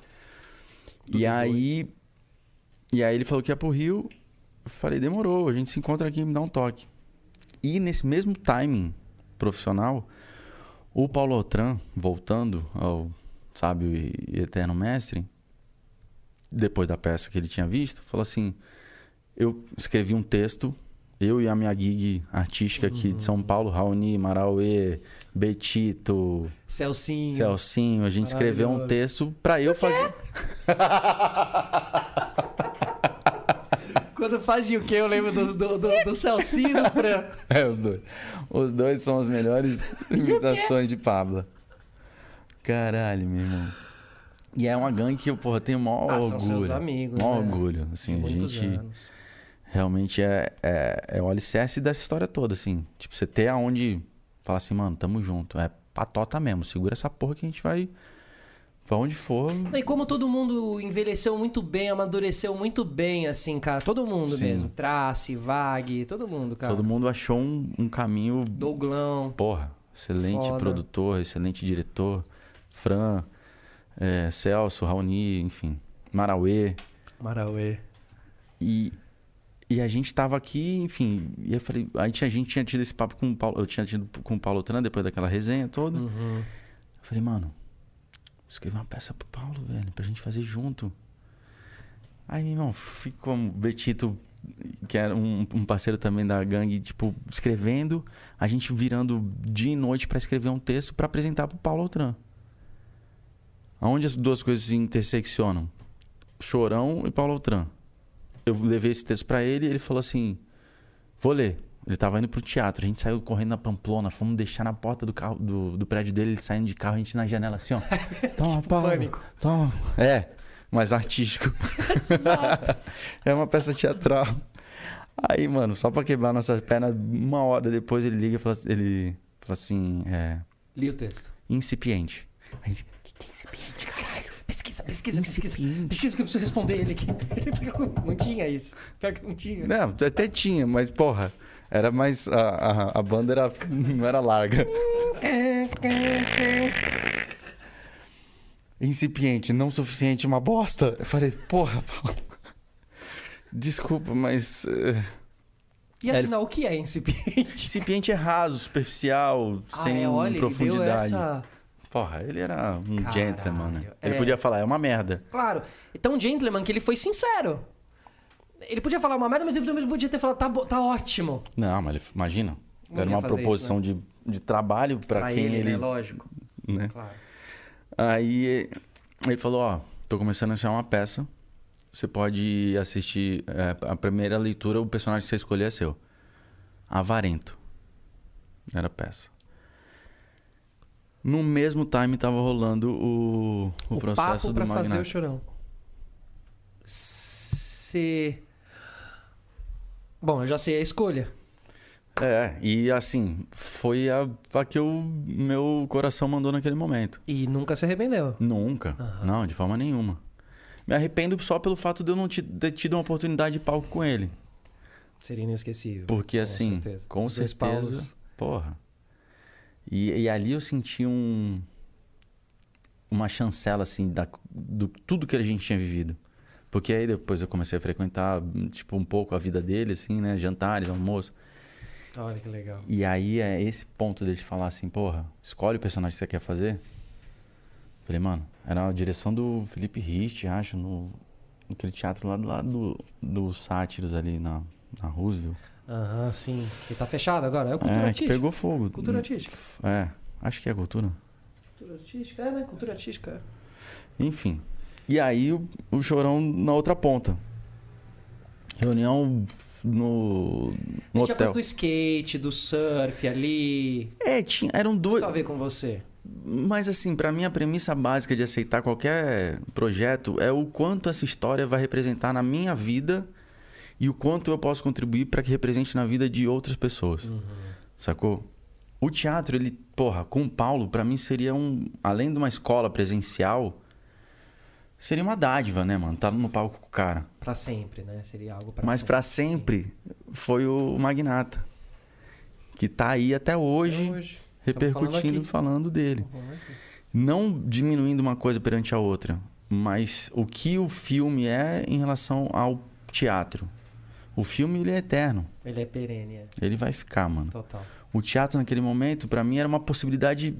Speaker 1: e aí. E aí ele falou que ia pro Rio. Eu falei, demorou, a gente se encontra aqui, me dá um toque. E nesse mesmo timing profissional, o Paulo Otran, voltando ao sábio e e eterno mestre, depois da peça que ele tinha visto, falou assim: eu escrevi um texto, eu e a minha gig artística aqui de São Paulo, Raoni, Marauê, Betito,
Speaker 2: Celcinho.
Speaker 1: Celcinho, a gente escreveu um
Speaker 2: Maravilhoso.
Speaker 1: texto pra eu fazer.
Speaker 2: Quando fazia o quê? Eu lembro do, do, do, do Celcinho e do Fran.
Speaker 1: É, os dois. Os dois são as
Speaker 2: <laughs>
Speaker 1: melhores imitações de Pabla. Caralho, meu irmão. E é uma gangue que eu, porra, tenho o maior
Speaker 2: Ah,
Speaker 1: orgulho.
Speaker 2: são seus amigos,
Speaker 1: Maior
Speaker 2: né?
Speaker 1: orgulho. Assim, a
Speaker 2: Muitos
Speaker 1: gente
Speaker 2: anos.
Speaker 1: realmente é, é, é o alicerce dessa história toda, assim. Tipo, você ter aonde falar assim, mano, tamo junto. É patota mesmo. Segura essa porra que a gente vai. Pra onde for.
Speaker 2: E como todo mundo envelheceu muito bem, amadureceu muito bem, assim, cara. Todo mundo
Speaker 1: Sim.
Speaker 2: mesmo. Trace, Vag, todo mundo, cara.
Speaker 1: Todo mundo achou um, um caminho.
Speaker 2: Douglão.
Speaker 1: Porra, excelente
Speaker 2: Foda.
Speaker 1: produtor, excelente diretor. Fran, é, Celso, Raoni, enfim. Marauê.
Speaker 2: Marauê.
Speaker 1: E, e a gente tava aqui, enfim, e eu falei, aí tinha- a gente tinha tido esse papo com o Paulo, eu tinha tido com o Paulo Tran depois daquela resenha toda.
Speaker 2: Uhum.
Speaker 1: Eu falei, mano, escrevi uma peça pro Paulo, velho, pra gente fazer junto. Aí, meu irmão, ficou um Betito, que era um, um parceiro também da gangue, tipo, escrevendo, a gente virando dia e noite pra escrever um texto pra apresentar pro Paulo Tran. Aonde as duas coisas se interseccionam? Chorão e Paulo Tran eu levei esse texto pra ele e ele falou assim: vou ler. Ele tava indo pro teatro, a gente saiu correndo na Pamplona, fomos deixar na porta do carro do, do prédio dele, ele saindo de carro, a gente na janela assim, ó. Toma, Paulo.
Speaker 2: pânico.
Speaker 1: Toma. É, mas artístico. <laughs> é uma peça teatral. Aí, mano, só pra quebrar nossas pernas, uma hora depois ele liga e fala, ele fala assim: é,
Speaker 2: Li o texto.
Speaker 1: incipiente. A gente,
Speaker 2: Pesquisa, pesquisa, pesquisa. Pesquisa que eu preciso responder ele aqui. <laughs> Não tinha isso. Pior que não tinha.
Speaker 1: Não, até tinha, mas porra, era mais. A, a, a banda era, <laughs> não era larga.
Speaker 2: É,
Speaker 1: Incipiente, não suficiente, uma bosta. Eu falei, porra, Paulo. Desculpa, mas. eh,
Speaker 2: E afinal, o que é incipiente?
Speaker 1: Incipiente é raso, superficial, sem
Speaker 2: ah, é, olha, ele deu
Speaker 1: profundidade.
Speaker 2: essa...
Speaker 1: Porra, ele era um
Speaker 2: Caralho,
Speaker 1: gentleman, né? Ele
Speaker 2: é.
Speaker 1: podia falar, é uma merda.
Speaker 2: Claro. Então, gentleman, que ele foi sincero. Ele podia falar uma merda, mas ele também podia ter falado, tá, bo- tá ótimo.
Speaker 1: Não, mas ele, imagina.
Speaker 2: Não
Speaker 1: era
Speaker 2: ia
Speaker 1: uma
Speaker 2: fazer isso, né?
Speaker 1: proposição de, de trabalho pra,
Speaker 2: Pra
Speaker 1: quem
Speaker 2: ele,
Speaker 1: ele.
Speaker 2: né? Lógico.
Speaker 1: né?
Speaker 2: Claro.
Speaker 1: Aí ele falou, ó, tô começando a ensaiar uma peça. Você pode assistir é, a primeira leitura, o personagem que você escolher é seu. Avarento. Era a peça. No mesmo time tava rolando o, o,
Speaker 2: o
Speaker 1: processo
Speaker 2: papo
Speaker 1: do
Speaker 2: pra fazer o
Speaker 1: Magnata.
Speaker 2: chorão. Se... Bom, eu já sei a escolha.
Speaker 1: É, e assim, foi a, a que o meu coração mandou naquele momento.
Speaker 2: E nunca se arrependeu.
Speaker 1: Nunca. Não, de forma nenhuma. Me arrependo só pelo fato de eu não ti- ter tido uma oportunidade de palco com ele.
Speaker 2: Seria inesquecível.
Speaker 1: Porque
Speaker 2: Com
Speaker 1: assim,
Speaker 2: certeza.
Speaker 1: com
Speaker 2: Os dois
Speaker 1: certeza.
Speaker 2: Paulos.
Speaker 1: Porra. E, e ali eu senti um uma chancela assim da do tudo que a gente tinha vivido. Porque aí depois eu comecei a frequentar, tipo, um pouco a vida dele, assim, né? Jantares, almoço.
Speaker 2: Olha que legal.
Speaker 1: E aí é esse ponto dele falar assim, porra, escolhe o personagem que você quer fazer. Falei, mano, era a direção do Felipe Rich, acho, no, naquele teatro lá do lado do, do Sátiros ali na, na Roosevelt.
Speaker 2: Aham, sim. E tá fechado agora. É o cultura
Speaker 1: É, que
Speaker 2: artística.
Speaker 1: pegou fogo.
Speaker 2: Cultura artística.
Speaker 1: É, acho que é cultura.
Speaker 2: Cultura artística, é, né? Cultura artística.
Speaker 1: Enfim. E aí o, o chorão na outra ponta. Reunião no, no
Speaker 2: Tinha a
Speaker 1: hotel.
Speaker 2: coisa do skate, do surf ali.
Speaker 1: É, tinha, eram
Speaker 2: Muito
Speaker 1: dois.
Speaker 2: a ver com você.
Speaker 1: Mas assim, pra mim a premissa básica de aceitar qualquer projeto é o quanto essa história vai representar na minha vida e o quanto eu posso contribuir pra que represente na vida de outras pessoas.
Speaker 2: Uhum.
Speaker 1: Sacou? O teatro, ele, porra, com o Paulo, pra mim seria um, além de uma escola presencial, seria uma dádiva, né, mano? Tá no palco com o cara.
Speaker 2: Pra sempre, né? Seria algo pra
Speaker 1: Mas
Speaker 2: sempre.
Speaker 1: pra sempre foi o Magnata, que tá aí até hoje,
Speaker 2: hoje. Uhum.
Speaker 1: repercutindo e falando dele não diminuindo uma coisa perante a outra, mas o que o filme é em relação ao teatro. O filme ele é eterno,
Speaker 2: Ele é perene, é.
Speaker 1: ele vai ficar, mano.
Speaker 2: Total.
Speaker 1: O teatro naquele momento pra mim era uma possibilidade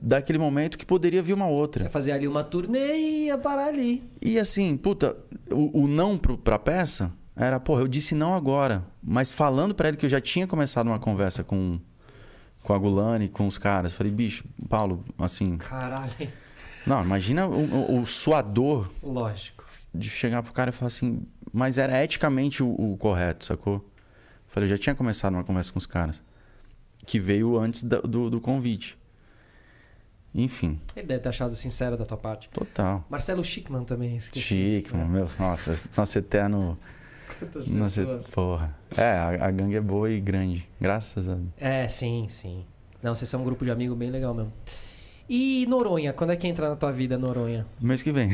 Speaker 1: daquele momento que poderia vir uma
Speaker 2: Vai
Speaker 1: outra.
Speaker 2: fazer ali uma turnê e ia parar ali.
Speaker 1: E assim, puta, o, o não pro, pra peça era, porra, eu disse não agora, mas falando pra ele que eu já tinha começado uma conversa com com a Gulani, com os caras, falei, bicho, Paulo, assim,
Speaker 2: Caralho. <laughs>
Speaker 1: não, imagina o, o, o suador
Speaker 2: Lógico.
Speaker 1: de chegar pro cara e falar assim, mas era eticamente o, o correto, sacou? Falei, eu já tinha começado uma conversa com os caras. Que veio antes da- do, do convite. Enfim,
Speaker 2: Ele deve ter achado sincero da tua parte.
Speaker 1: total.
Speaker 2: Marcelo Schickman também, esqueci. né?
Speaker 1: Chique,
Speaker 2: <laughs>
Speaker 1: mano, meu, nossa, nosso eterno.
Speaker 2: Quantas
Speaker 1: Nosso,
Speaker 2: pessoas.
Speaker 1: porra. É, a, a gangue é boa e grande. Graças a.
Speaker 2: É, sim, sim. Não, vocês são um grupo de amigo bem legal mesmo. E Noronha, quando é que entra na tua vida, Noronha?
Speaker 1: Mês que vem.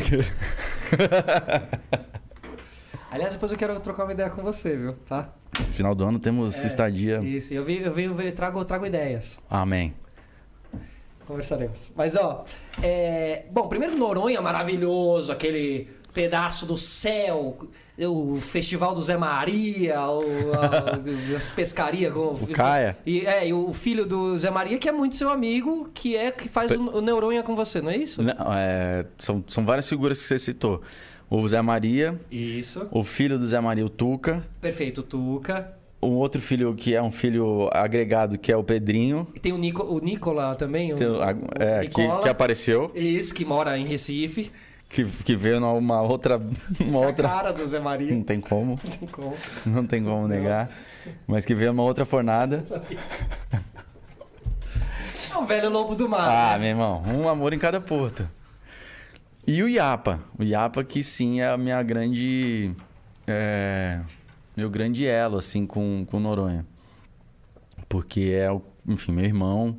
Speaker 2: Aliás, depois eu quero trocar uma ideia com você, viu? Tá?
Speaker 1: <laughs> Final do ano temos
Speaker 2: É,
Speaker 1: estadia.
Speaker 2: Isso, eu, vi, eu, vi, eu vi- trago, trago ideias.
Speaker 1: Amém.
Speaker 2: Conversaremos. Mas, ó, é... bom, primeiro Noronha maravilhoso, aquele pedaço do céu, o festival do Zé Maria, o, a- as pescarias. Com,
Speaker 1: O Caia.
Speaker 2: E, é, e o filho do Zé Maria, que é muito seu amigo, que é que faz o, o Neuronha com você, não é isso?
Speaker 1: Não, é, são, são várias figuras que você citou. O Zé Maria,
Speaker 2: Isso.
Speaker 1: o filho do Zé Maria, o Tuca.
Speaker 2: Perfeito, Tuca.
Speaker 1: Um outro filho que é um filho agregado, que é o Pedrinho.
Speaker 2: E tem o, Nico, o Nicola também. O,
Speaker 1: Tem o- a- é, que,
Speaker 2: Nicola.
Speaker 1: que apareceu,
Speaker 2: Isso, que mora em Recife.
Speaker 1: que, que veio numa outra. <laughs> Uma
Speaker 2: Que é A
Speaker 1: outra. Hum.
Speaker 2: cara do Zé Maria.
Speaker 1: Não tem como, <laughs>
Speaker 2: Não tem como.
Speaker 1: não tem como negar. Mas que veio numa outra fornada.
Speaker 2: É o velho lobo do mar.
Speaker 1: Ah,
Speaker 2: né?
Speaker 1: meu irmão, um amor em cada porto. E o Iapa. O Iapa, que sim é a minha grande. é, meu grande elo, assim, com, com o Noronha. Porque é, o- enfim, meu irmão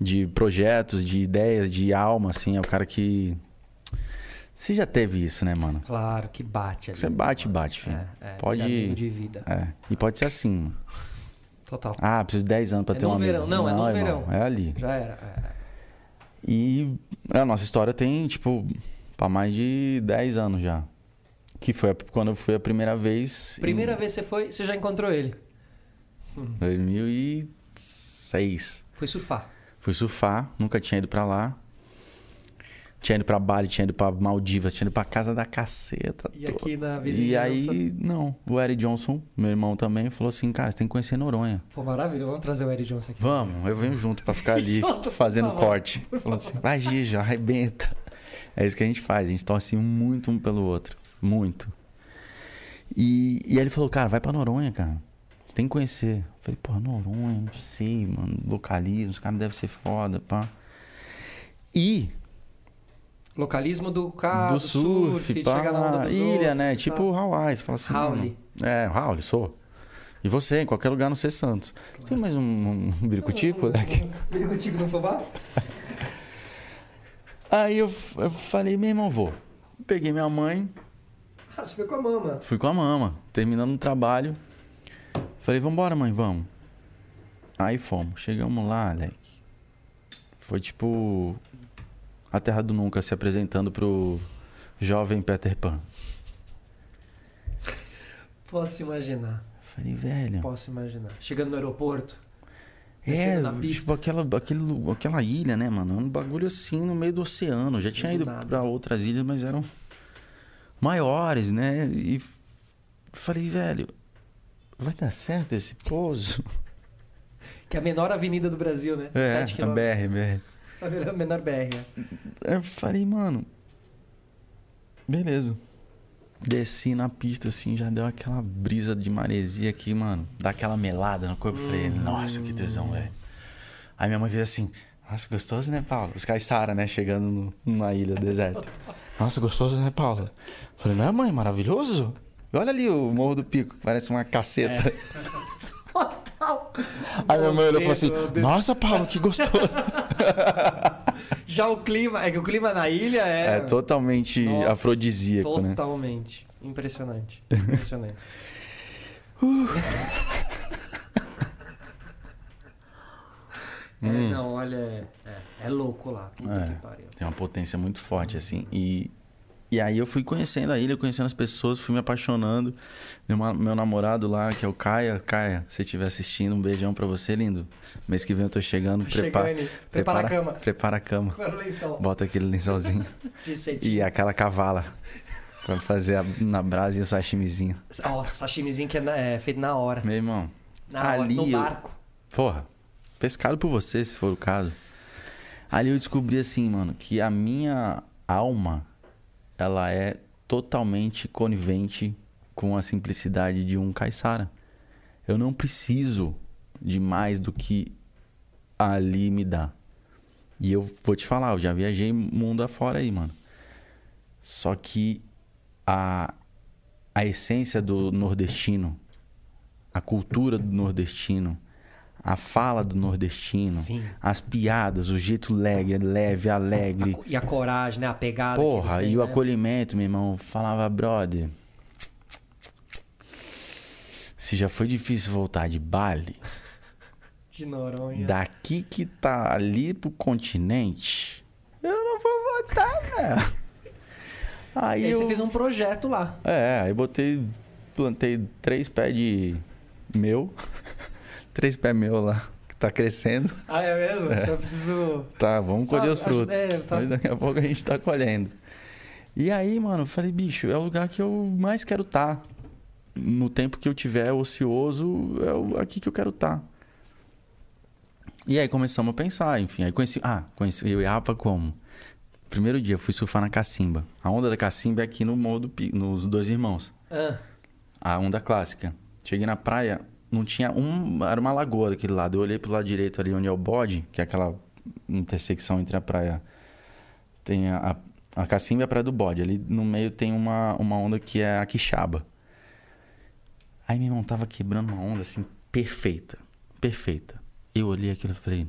Speaker 1: de projetos, de ideias, de alma, assim, é o cara que. Você já teve isso, né, mano?
Speaker 2: Claro, que bate ali.
Speaker 1: Você bate, bate, filho.
Speaker 2: É, é,
Speaker 1: pode.
Speaker 2: de amigo de vida.
Speaker 1: É. E pode ser assim. mano.
Speaker 2: Total.
Speaker 1: Ah, preciso de 10 anos pra
Speaker 2: É
Speaker 1: ter
Speaker 2: no
Speaker 1: um amigo.
Speaker 2: verão. Não, é no
Speaker 1: irmão, É
Speaker 2: verão.
Speaker 1: ali.
Speaker 2: Já era. é.
Speaker 1: E a nossa história tem, tipo, pra mais de 10 anos já. Que foi a- quando eu fui a primeira vez.
Speaker 2: Primeira vez que você foi, você já encontrou ele.
Speaker 1: em 2006.
Speaker 2: Foi surfar.
Speaker 1: Fui surfar, nunca tinha ido pra lá. Tinha ido pra Bali, tinha ido pra Maldivas, tinha ido pra casa da caceta.
Speaker 2: E
Speaker 1: toda.
Speaker 2: aqui na
Speaker 1: E
Speaker 2: vizinhança.
Speaker 1: aí, não. O Eric Johnson, meu irmão também, falou assim: cara, você tem que conhecer Noronha.
Speaker 2: Pô, maravilha. Vamos trazer o Eric Johnson aqui.
Speaker 1: Vamos, eu venho junto pra ficar ali
Speaker 2: <laughs> Junto, por
Speaker 1: fazendo
Speaker 2: favor,
Speaker 1: corte. Falando assim, vai Gijo, arrebenta. É isso que a gente faz, a gente torce muito um pelo outro. Muito. E, e aí ele falou, cara, vai pra Noronha, cara. Você tem que conhecer. Eu falei, porra, Noronha, não sei, mano. Localismo, os caras devem ser foda, pá. E
Speaker 2: Localismo Ah, do carro,
Speaker 1: do surf, pá,
Speaker 2: chega na onda dos
Speaker 1: ilha,
Speaker 2: outros,
Speaker 1: né?
Speaker 2: tá?
Speaker 1: Tipo o Hawaii. Você fala assim,
Speaker 2: Howley.
Speaker 1: mano, É, Howley, sou. E você, em qualquer lugar, não ser Santos. Tem mais um, um biricutico
Speaker 2: <laughs>
Speaker 1: daqui?
Speaker 2: Veio contigo no fubá?
Speaker 1: Aí eu, f- eu falei, meu irmão, vou. Peguei minha mãe,
Speaker 2: Ah, você foi com a mama.
Speaker 1: fui com a mama, terminando o trabalho. Falei, vambora, mãe, vamos. Aí fomos, chegamos lá, Alec. Foi tipo. A Terra do Nunca se apresentando pro jovem Peter Pan.
Speaker 2: Posso imaginar.
Speaker 1: Falei, velho.
Speaker 2: Posso imaginar. Chegando no aeroporto,
Speaker 1: É,
Speaker 2: descendo na pista.
Speaker 1: tipo aquela, aquele, lu- aquela ilha, né, mano? É um bagulho assim no meio do oceano. Já tinha
Speaker 2: Do
Speaker 1: ido
Speaker 2: nada.
Speaker 1: pra outras ilhas, mas eram maiores, né? E f- falei, velho, vai dar certo esse pouso?
Speaker 2: que é a menor avenida do Brasil, né?
Speaker 1: É,
Speaker 2: Sete
Speaker 1: a
Speaker 2: quilômetros.
Speaker 1: BR, BR.
Speaker 2: A melhor- menor BR. é.
Speaker 1: Aí Eu falei, mano, beleza. Desci na pista, assim, já deu aquela brisa de maresia aqui, mano. Dá aquela melada no corpo.
Speaker 2: Hum.
Speaker 1: Falei, nossa, que tesão, velho. Aí minha mãe fez assim, nossa, gostoso, né, Paulo? Os caiçara, né, chegando no- numa ilha deserta. Nossa, gostoso, né, Paulo? Falei, não é, mãe? Maravilhoso? Olha ali o Morro do Pico, que parece uma <laughs>
Speaker 2: É.
Speaker 1: caceta.
Speaker 2: Total.
Speaker 1: Aí minha mãe olhou e falou
Speaker 2: Meu
Speaker 1: assim,
Speaker 2: Deus.
Speaker 1: nossa, Paulo, que gostoso.
Speaker 2: Já o clima, é que o clima na ilha é.
Speaker 1: É totalmente
Speaker 2: Nossa,
Speaker 1: afrodisíaco, né?
Speaker 2: Totalmente.
Speaker 1: <laughs>
Speaker 2: Impressionante. Impressionante.
Speaker 1: Uh.
Speaker 2: É, Não, olha, é, é louco lá. Puta
Speaker 1: Hum. É.
Speaker 2: que pariu.
Speaker 1: Tem uma potência muito forte, assim. E, e aí eu fui conhecendo a ilha, conhecendo as pessoas, fui me apaixonando. Meu, ma- meu namorado lá, que é o Caia. Caia, se estiver assistindo, um beijão pra você, lindo. Mês que vem eu tô chegando.
Speaker 2: Tô
Speaker 1: prepara,
Speaker 2: chegando, hein? Prepara a cama.
Speaker 1: Prepara a cama.
Speaker 2: Agora o lençol
Speaker 1: Bota aquele
Speaker 2: <laughs>
Speaker 1: lençolzinho.
Speaker 2: de cetim.
Speaker 1: e aquela cavala. Pra fazer a- na brasa e o sashimizinho.
Speaker 2: Ó, sashimizinho que é, na- é feito na hora.
Speaker 1: Meu irmão,
Speaker 2: Na hora,
Speaker 1: Ali
Speaker 2: no
Speaker 1: eu-
Speaker 2: barco.
Speaker 1: Porra, pescado por você, se for o caso. Ali eu descobri assim, mano, que a minha alma, ela é totalmente conivente com a simplicidade de um caiçara. Eu não preciso de mais do que ali me dá. E eu vou te falar, eu já viajei mundo afora aí, mano. Só que a, a essência do nordestino, a cultura do nordestino, a fala do nordestino,
Speaker 2: Sim.
Speaker 1: as piadas, o jeito leve, leve alegre.
Speaker 2: E a coragem, né? A pegada. que eles
Speaker 1: Porra,
Speaker 2: têm,
Speaker 1: e o
Speaker 2: né?
Speaker 1: acolhimento, meu irmão. Falava, brother. Se já foi difícil voltar de Bali,
Speaker 2: De Noronha.
Speaker 1: daqui que tá ali pro continente, eu não vou voltar, velho.
Speaker 2: E
Speaker 1: Aí,
Speaker 2: aí
Speaker 1: eu...
Speaker 2: você fez um projeto lá.
Speaker 1: É, aí botei. Plantei três pés de meu. <laughs> três pés meu lá, que tá crescendo.
Speaker 2: Ah, é mesmo? Então eu preciso.
Speaker 1: Tá, vamos
Speaker 2: Só
Speaker 1: colher os
Speaker 2: acho-
Speaker 1: frutos.
Speaker 2: é, tá.
Speaker 1: Aí daqui a pouco a gente tá colhendo. E aí, mano, eu falei, bicho, é o lugar que eu mais quero estar. No tempo que eu tiver ocioso, é o- aqui que eu quero estar. E aí começamos a pensar, enfim. Aí conheci. Ah, conheci o Iapa como? Primeiro dia, eu fui surfar na Cacimba. A onda da Cacimba é aqui no Morro do Pi- nos Dois Irmãos.
Speaker 2: Ah,
Speaker 1: A onda clássica. Cheguei na praia, não tinha um. Era uma lagoa daquele lado. Eu olhei pro lado direito ali onde é o bode, que é aquela intersecção entre a praia. Tem a, a, a Cacimba e a praia do bode. Ali no meio tem uma, uma onda que é a Quixaba. Aí meu irmão tava quebrando uma onda assim, perfeita. Perfeita. Eu olhei aquilo e falei: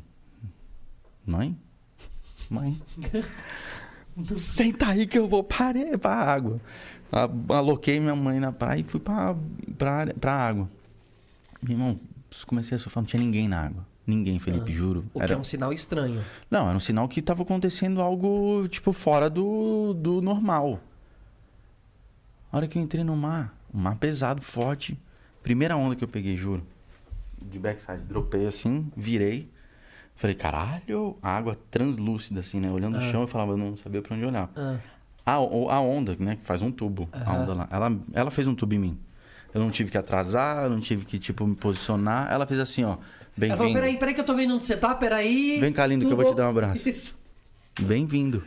Speaker 1: Mãe?
Speaker 2: <laughs>
Speaker 1: Mãe? Senta aí que eu vou pare- pra água. A- Aloquei minha mãe na praia e fui pra, pra, área- pra água. Meu irmão, comecei a surfar, não tinha ninguém na água. Ninguém, Felipe, juro.
Speaker 2: o que é um sinal estranho.
Speaker 1: Não, era um sinal que estava acontecendo algo, tipo, fora do, do normal. A hora que eu entrei no mar, um mar pesado, forte. Primeira onda que eu peguei, juro. De backside, dropei assim, virei. Falei, caralho, a água translúcida, assim, né? Olhando o chão, eu falava, não sabia pra onde olhar.
Speaker 2: Ah.
Speaker 1: A, o- a onda, né? Que faz um tubo. A onda lá. Ela, ela fez um tubo em mim. Eu não tive que atrasar, eu não tive que, tipo, me posicionar. Ela fez assim, ó.
Speaker 2: Ela falou:
Speaker 1: Bem-vindo.
Speaker 2: peraí, peraí que eu tô vendo onde você tá, peraí.
Speaker 1: Vem cá, lindo, que eu vou
Speaker 2: Tudo-
Speaker 1: te dar um abraço.
Speaker 2: <laughs> Isso.
Speaker 1: Bem-vindo.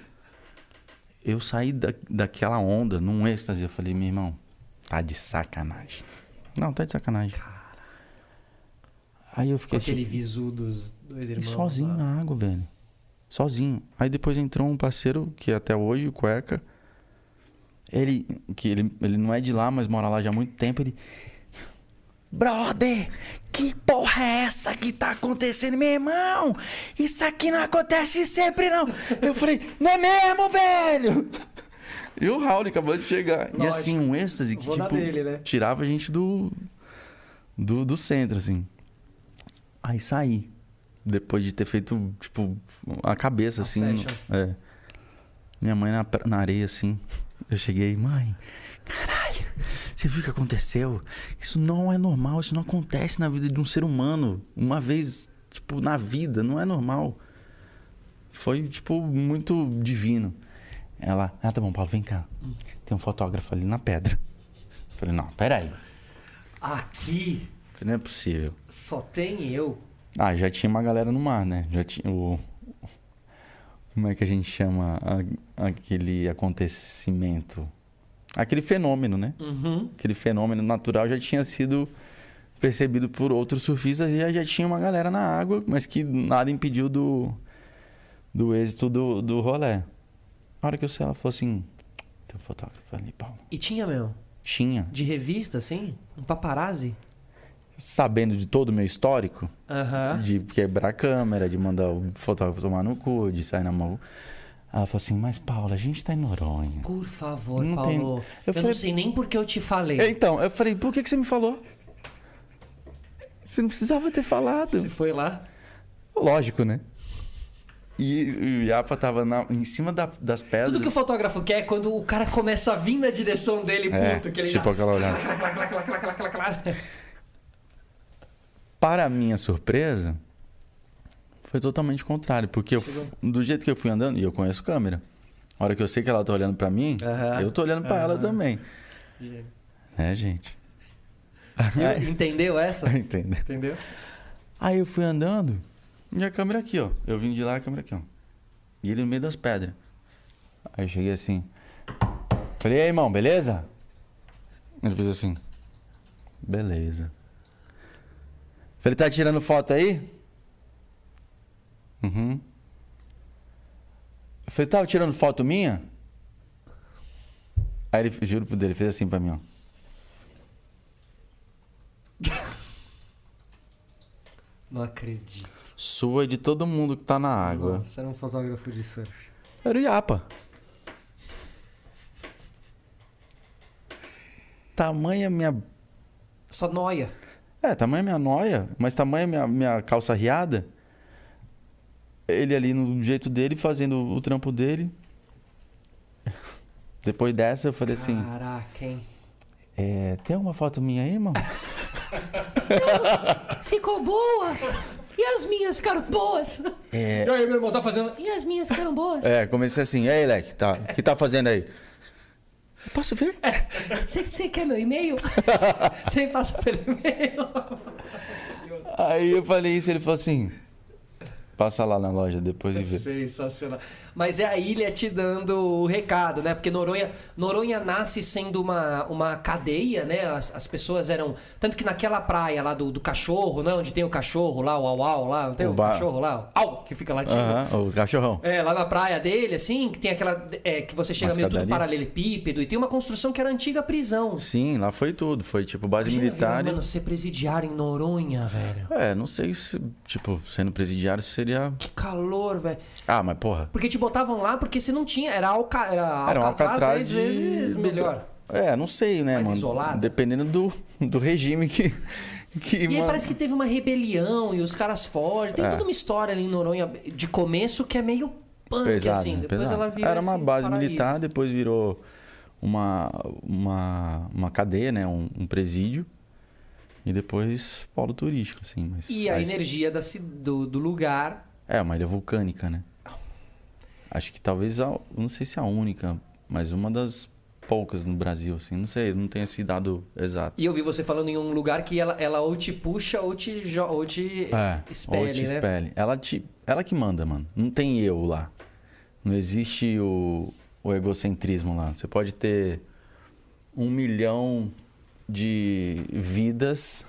Speaker 1: Eu saí da, daquela onda num êxtase. Eu falei, meu irmão, tá de sacanagem. Não, tá de sacanagem. Aí eu
Speaker 2: Com
Speaker 1: fiquei
Speaker 2: aquele
Speaker 1: tipo,
Speaker 2: visu dos dois
Speaker 1: e
Speaker 2: irmãos.
Speaker 1: sozinho
Speaker 2: lá.
Speaker 1: na água, velho. Sozinho. Aí depois entrou um parceiro que até hoje, o cueca. Ele, que ele, ele não é de lá, mas mora lá já há muito tempo. Ele. Brother, que porra é essa que tá acontecendo, meu irmão? Isso aqui não acontece sempre, não. Eu falei, não é mesmo, velho? E o Raul acabou de chegar. E
Speaker 2: Lógico.
Speaker 1: assim, um êxtase que
Speaker 2: Vou na
Speaker 1: tipo,
Speaker 2: dele, né?
Speaker 1: tirava a gente do, do, do centro, assim. Aí saí. Depois de ter feito, tipo, a cabeça,
Speaker 2: A
Speaker 1: assim.
Speaker 2: session.
Speaker 1: É. Minha mãe na, pra- na areia, assim. Eu cheguei, mãe, caralho, Você viu o que aconteceu? Isso não é normal, isso não acontece na vida de um ser humano. Uma vez, tipo, na vida, não é normal. Foi, tipo, muito divino. Ela, ah, tá bom, Paulo, vem cá. Tem um fotógrafo ali na pedra. Eu Falei, não, peraí.
Speaker 2: Aqui
Speaker 1: Não é possível.
Speaker 2: só tem eu.
Speaker 1: Ah, já tinha uma galera no mar, né? Já tinha o. Como é que a gente chama a- aquele acontecimento? Aquele fenômeno, né?
Speaker 2: Uhum.
Speaker 1: Aquele fenômeno natural já tinha sido percebido por outros surfistas e já- já tinha uma galera na água, mas que nada impediu do, do êxito do, do rolê. A hora que eu sei, ela falou assim: tem um fotógrafo ali, Paulo.
Speaker 2: E tinha, meu,
Speaker 1: Tinha.
Speaker 2: de revista, assim, um paparazzi.
Speaker 1: Sabendo de todo o meu histórico,
Speaker 2: Aham.
Speaker 1: De quebrar a câmera, de mandar o fotógrafo tomar no cu, de sair na mão. Ela falou assim, mas Paula, a gente tá em Noronha.
Speaker 2: Por favor,
Speaker 1: Não tem-
Speaker 2: Paulo.
Speaker 1: Eu
Speaker 2: Eu, não
Speaker 1: falei-
Speaker 2: sei nem por que eu te falei.
Speaker 1: Então, eu falei, por que, que você me falou? Você não precisava ter falado.
Speaker 2: Você foi lá?
Speaker 1: Lógico, né? E o Iapa tava na- em cima da- das pedras.
Speaker 2: Tudo que o fotógrafo quer é quando o cara começa a vir na direção dele,
Speaker 1: É,
Speaker 2: puto, que ele
Speaker 1: tipo aquela olhada. Para minha surpresa, foi totalmente o contrário. Porque eu f- do jeito que eu fui andando, e eu conheço câmera. A hora que eu sei que ela tá olhando pra mim,
Speaker 2: Aham.
Speaker 1: eu tô olhando pra ela também. Né, gente? <laughs> É. Tá
Speaker 2: Eu- Entendeu essa?
Speaker 1: Entendeu?
Speaker 2: Entendeu?
Speaker 1: Aí eu fui andando e a câmera aqui, ó. Eu vim de lá, a câmera aqui, ó. E ele no meio das pedras. Aí eu cheguei assim. Falei, e aí, irmão, beleza? Ele fez assim. Beleza. Falei, tá tirando foto aí? Uhum. Eu falei, tava tirando foto minha? Aí ele, juro por Deus, ele fez assim pra mim, ó.
Speaker 2: Não acredito.
Speaker 1: Sua e de todo mundo que tá na água.
Speaker 2: Você era um fotógrafo de surf.
Speaker 1: Era o Iapa. Tamanha minha.
Speaker 2: Só noia.
Speaker 1: É, tamanha minha noia, mas tamanha minha, minha calça riada. Ele ali no jeito dele, fazendo o trampo dele. Depois dessa, eu falei assim:
Speaker 2: Caraca, hein?
Speaker 1: é, tem alguma foto minha aí, irmão?
Speaker 2: Ficou boa! E as minhas ficaram boas!
Speaker 1: <laughs> É.
Speaker 2: E aí, meu irmão, tá fazendo. E as minhas ficaram boas?
Speaker 1: É, comecei assim: ei, Leque, tá, o que tá fazendo aí? Posso ver?
Speaker 2: Você, você quer meu
Speaker 1: <laughs>
Speaker 2: e-mail? Você me passa pelo e-mail.
Speaker 1: Aí eu falei isso, ele falou assim: passa lá na loja depois e vê.
Speaker 2: Sensacional. Mas é a ilha te dando o recado, né? Porque Noronha, Noronha nasce sendo uma, uma cadeia, né? As, as pessoas eram. Tanto que naquela praia lá do, do cachorro, né? Onde tem o cachorro lá, o au au lá, não tem o,
Speaker 1: O bar-
Speaker 2: cachorro lá? O au, que fica latindo.
Speaker 1: Aham, o cachorrão.
Speaker 2: É, lá na praia dele, assim, que tem aquela. é, que você chega
Speaker 1: Umas
Speaker 2: meio tudo
Speaker 1: escadaria.
Speaker 2: paralelepípedo e tem uma construção que era a antiga prisão.
Speaker 1: Sim, lá foi tudo. Foi tipo base
Speaker 2: Imagina,
Speaker 1: militar.
Speaker 2: virar, mano, ser presidiário em Noronha, velho.
Speaker 1: É, não sei se, tipo, sendo presidiário seria.
Speaker 2: Que calor, velho.
Speaker 1: Ah, mas porra.
Speaker 2: Porque te botavam lá porque você não tinha. Era, alca, era,
Speaker 1: Era um
Speaker 2: Alcatraz
Speaker 1: Alcatraz
Speaker 2: dez
Speaker 1: de...
Speaker 2: vezes
Speaker 1: do-
Speaker 2: melhor.
Speaker 1: É, não sei, né,
Speaker 2: Mais
Speaker 1: mano?
Speaker 2: isolado.
Speaker 1: Dependendo do, do regime que. que
Speaker 2: E aí
Speaker 1: mano-
Speaker 2: parece que teve uma rebelião e os caras fogem. Tem
Speaker 1: É.
Speaker 2: toda uma história ali em Noronha de começo que é meio punk,
Speaker 1: Pesado,
Speaker 2: assim.
Speaker 1: né?
Speaker 2: Depois
Speaker 1: Pesado.
Speaker 2: ela vira.
Speaker 1: Era uma
Speaker 2: esse
Speaker 1: base
Speaker 2: paraíso. assim.
Speaker 1: militar, depois virou uma, uma, uma cadeia, né? Um, um presídio. E depois polo turístico, assim. Mas
Speaker 2: E a
Speaker 1: aí-
Speaker 2: energia da ci- do, do lugar.
Speaker 1: É, uma ilha vulcânica, né? Acho que talvez, a, não sei se é a única, mas uma das poucas no Brasil, assim. Não sei, não tenha se dado exato.
Speaker 2: E eu vi você falando em um lugar que ela, ela ou te puxa ou te, jo- ou te
Speaker 1: É, ou
Speaker 2: expele,
Speaker 1: te
Speaker 2: né?
Speaker 1: expele. Ela, te, ela que manda, mano. Não tem eu lá. Não existe o, o egocentrismo lá. Você pode ter um milhão de vidas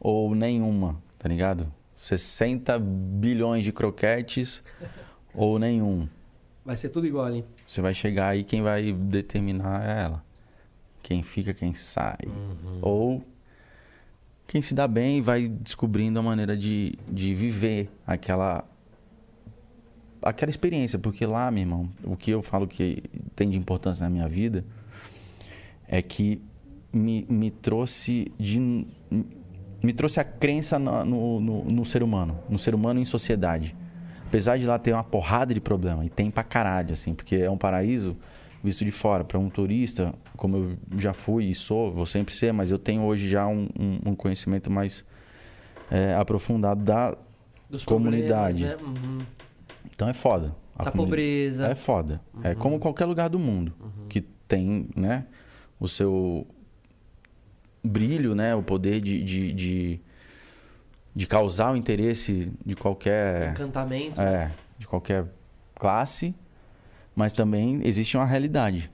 Speaker 1: ou nenhuma, tá ligado? 60 bilhões de croquetes ou nenhum.
Speaker 2: Vai ser tudo igual ali.
Speaker 1: Você vai chegar aí, quem vai determinar é ela. Quem fica, quem sai. Ou quem se dá bem e vai descobrindo a maneira de, de viver aquela aquela experiência. Porque lá, meu irmão, o que eu falo que tem de importância na minha vida é que me, me trouxe de me trouxe a crença na- no, no, no ser humano, no ser humano em sociedade. Apesar de lá ter uma porrada de problema, e tem pra caralho, assim, porque é um paraíso visto de fora, para um turista, como eu já fui e sou, vou sempre ser, mas eu tenho hoje já um, um- um conhecimento mais é, aprofundado da.
Speaker 2: Dos
Speaker 1: Comunidade.
Speaker 2: problemas, Né? Uhum.
Speaker 1: Então é foda. A
Speaker 2: Da
Speaker 1: comuni-
Speaker 2: pobreza.
Speaker 1: É foda. É como qualquer lugar do mundo que tem, né, o seu brilho, né, o poder de, de, de, de causar o interesse de qualquer,
Speaker 2: Encantamento.
Speaker 1: é, de qualquer classe, mas também existe uma realidade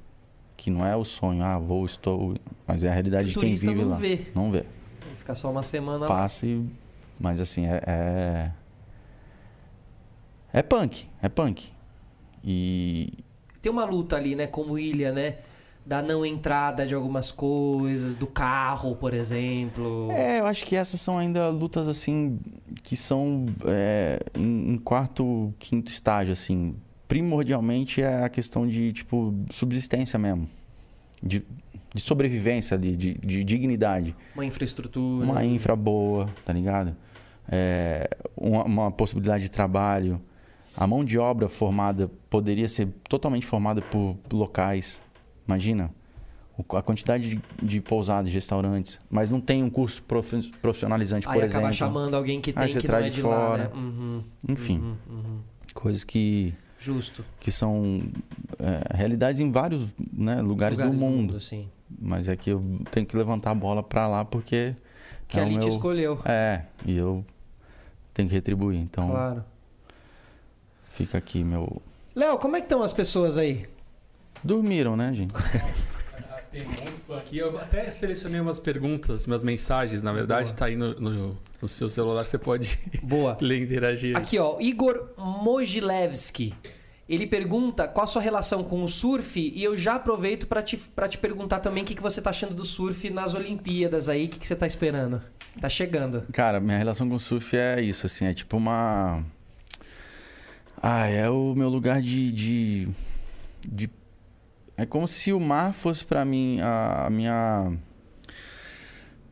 Speaker 1: que não é o sonho, ah, vou, estou, mas é a realidade
Speaker 2: Que
Speaker 1: de
Speaker 2: o
Speaker 1: quem
Speaker 2: turista
Speaker 1: vive
Speaker 2: não
Speaker 1: lá.
Speaker 2: vê.
Speaker 1: Não vê.
Speaker 2: Ficar só uma semana lá.
Speaker 1: Passa e, mas assim é, é é punk, é punk. E,
Speaker 2: Tem uma luta ali, né? Como ilha, né? Da não entrada de algumas coisas, do carro, por exemplo.
Speaker 1: É, eu acho que essas são ainda lutas assim que são é, em em quarto, quinto estágio, assim. Primordialmente é a questão de tipo subsistência mesmo, de, de sobrevivência ali, de, de dignidade,
Speaker 2: Uma infraestrutura.
Speaker 1: uma infra boa, tá ligado? É, uma, uma possibilidade de trabalho, a mão de obra formada poderia ser totalmente formada por locais, imagina. o- A quantidade de, de pousadas, de restaurantes, mas não tem um curso profi- profissionalizante,
Speaker 2: Aí
Speaker 1: por
Speaker 2: acaba
Speaker 1: exemplo.
Speaker 2: chamando alguém que tem
Speaker 1: Aí você
Speaker 2: que não
Speaker 1: traz
Speaker 2: é
Speaker 1: de
Speaker 2: de lá, né?
Speaker 1: fora.
Speaker 2: Uhum,
Speaker 1: Enfim,
Speaker 2: uhum, uhum.
Speaker 1: coisas que,
Speaker 2: Justo.
Speaker 1: que são é, realidades em vários né, lugares, do mundo.
Speaker 2: sim.
Speaker 1: Mas é que eu tenho que levantar a bola pra lá porque.
Speaker 2: Que
Speaker 1: é o
Speaker 2: ali te
Speaker 1: meu-
Speaker 2: escolheu.
Speaker 1: É, e eu tenho que retribuir. Então
Speaker 2: Claro.
Speaker 1: fica aqui meu.
Speaker 2: Léo, como é que estão as pessoas aí?
Speaker 1: Dormiram, né, gente?
Speaker 4: É, Tem muito fã aqui. Eu até selecionei umas perguntas, umas mensagens, na verdade, tá aí no, no- no seu celular, você pode
Speaker 2: Boa.
Speaker 4: ler e interagir.
Speaker 2: Aqui, ó, Igor Mojilevski. Ele pergunta qual a sua relação com o surf e eu já aproveito pra te, pra te perguntar também o que, que você tá achando do surf nas Olimpíadas aí, o que, que você tá esperando? Tá chegando.
Speaker 1: Cara, minha relação com o surf é isso, assim, é tipo uma. Ah, é o meu lugar de. de, de- É como se o mar fosse pra mim a, a minha.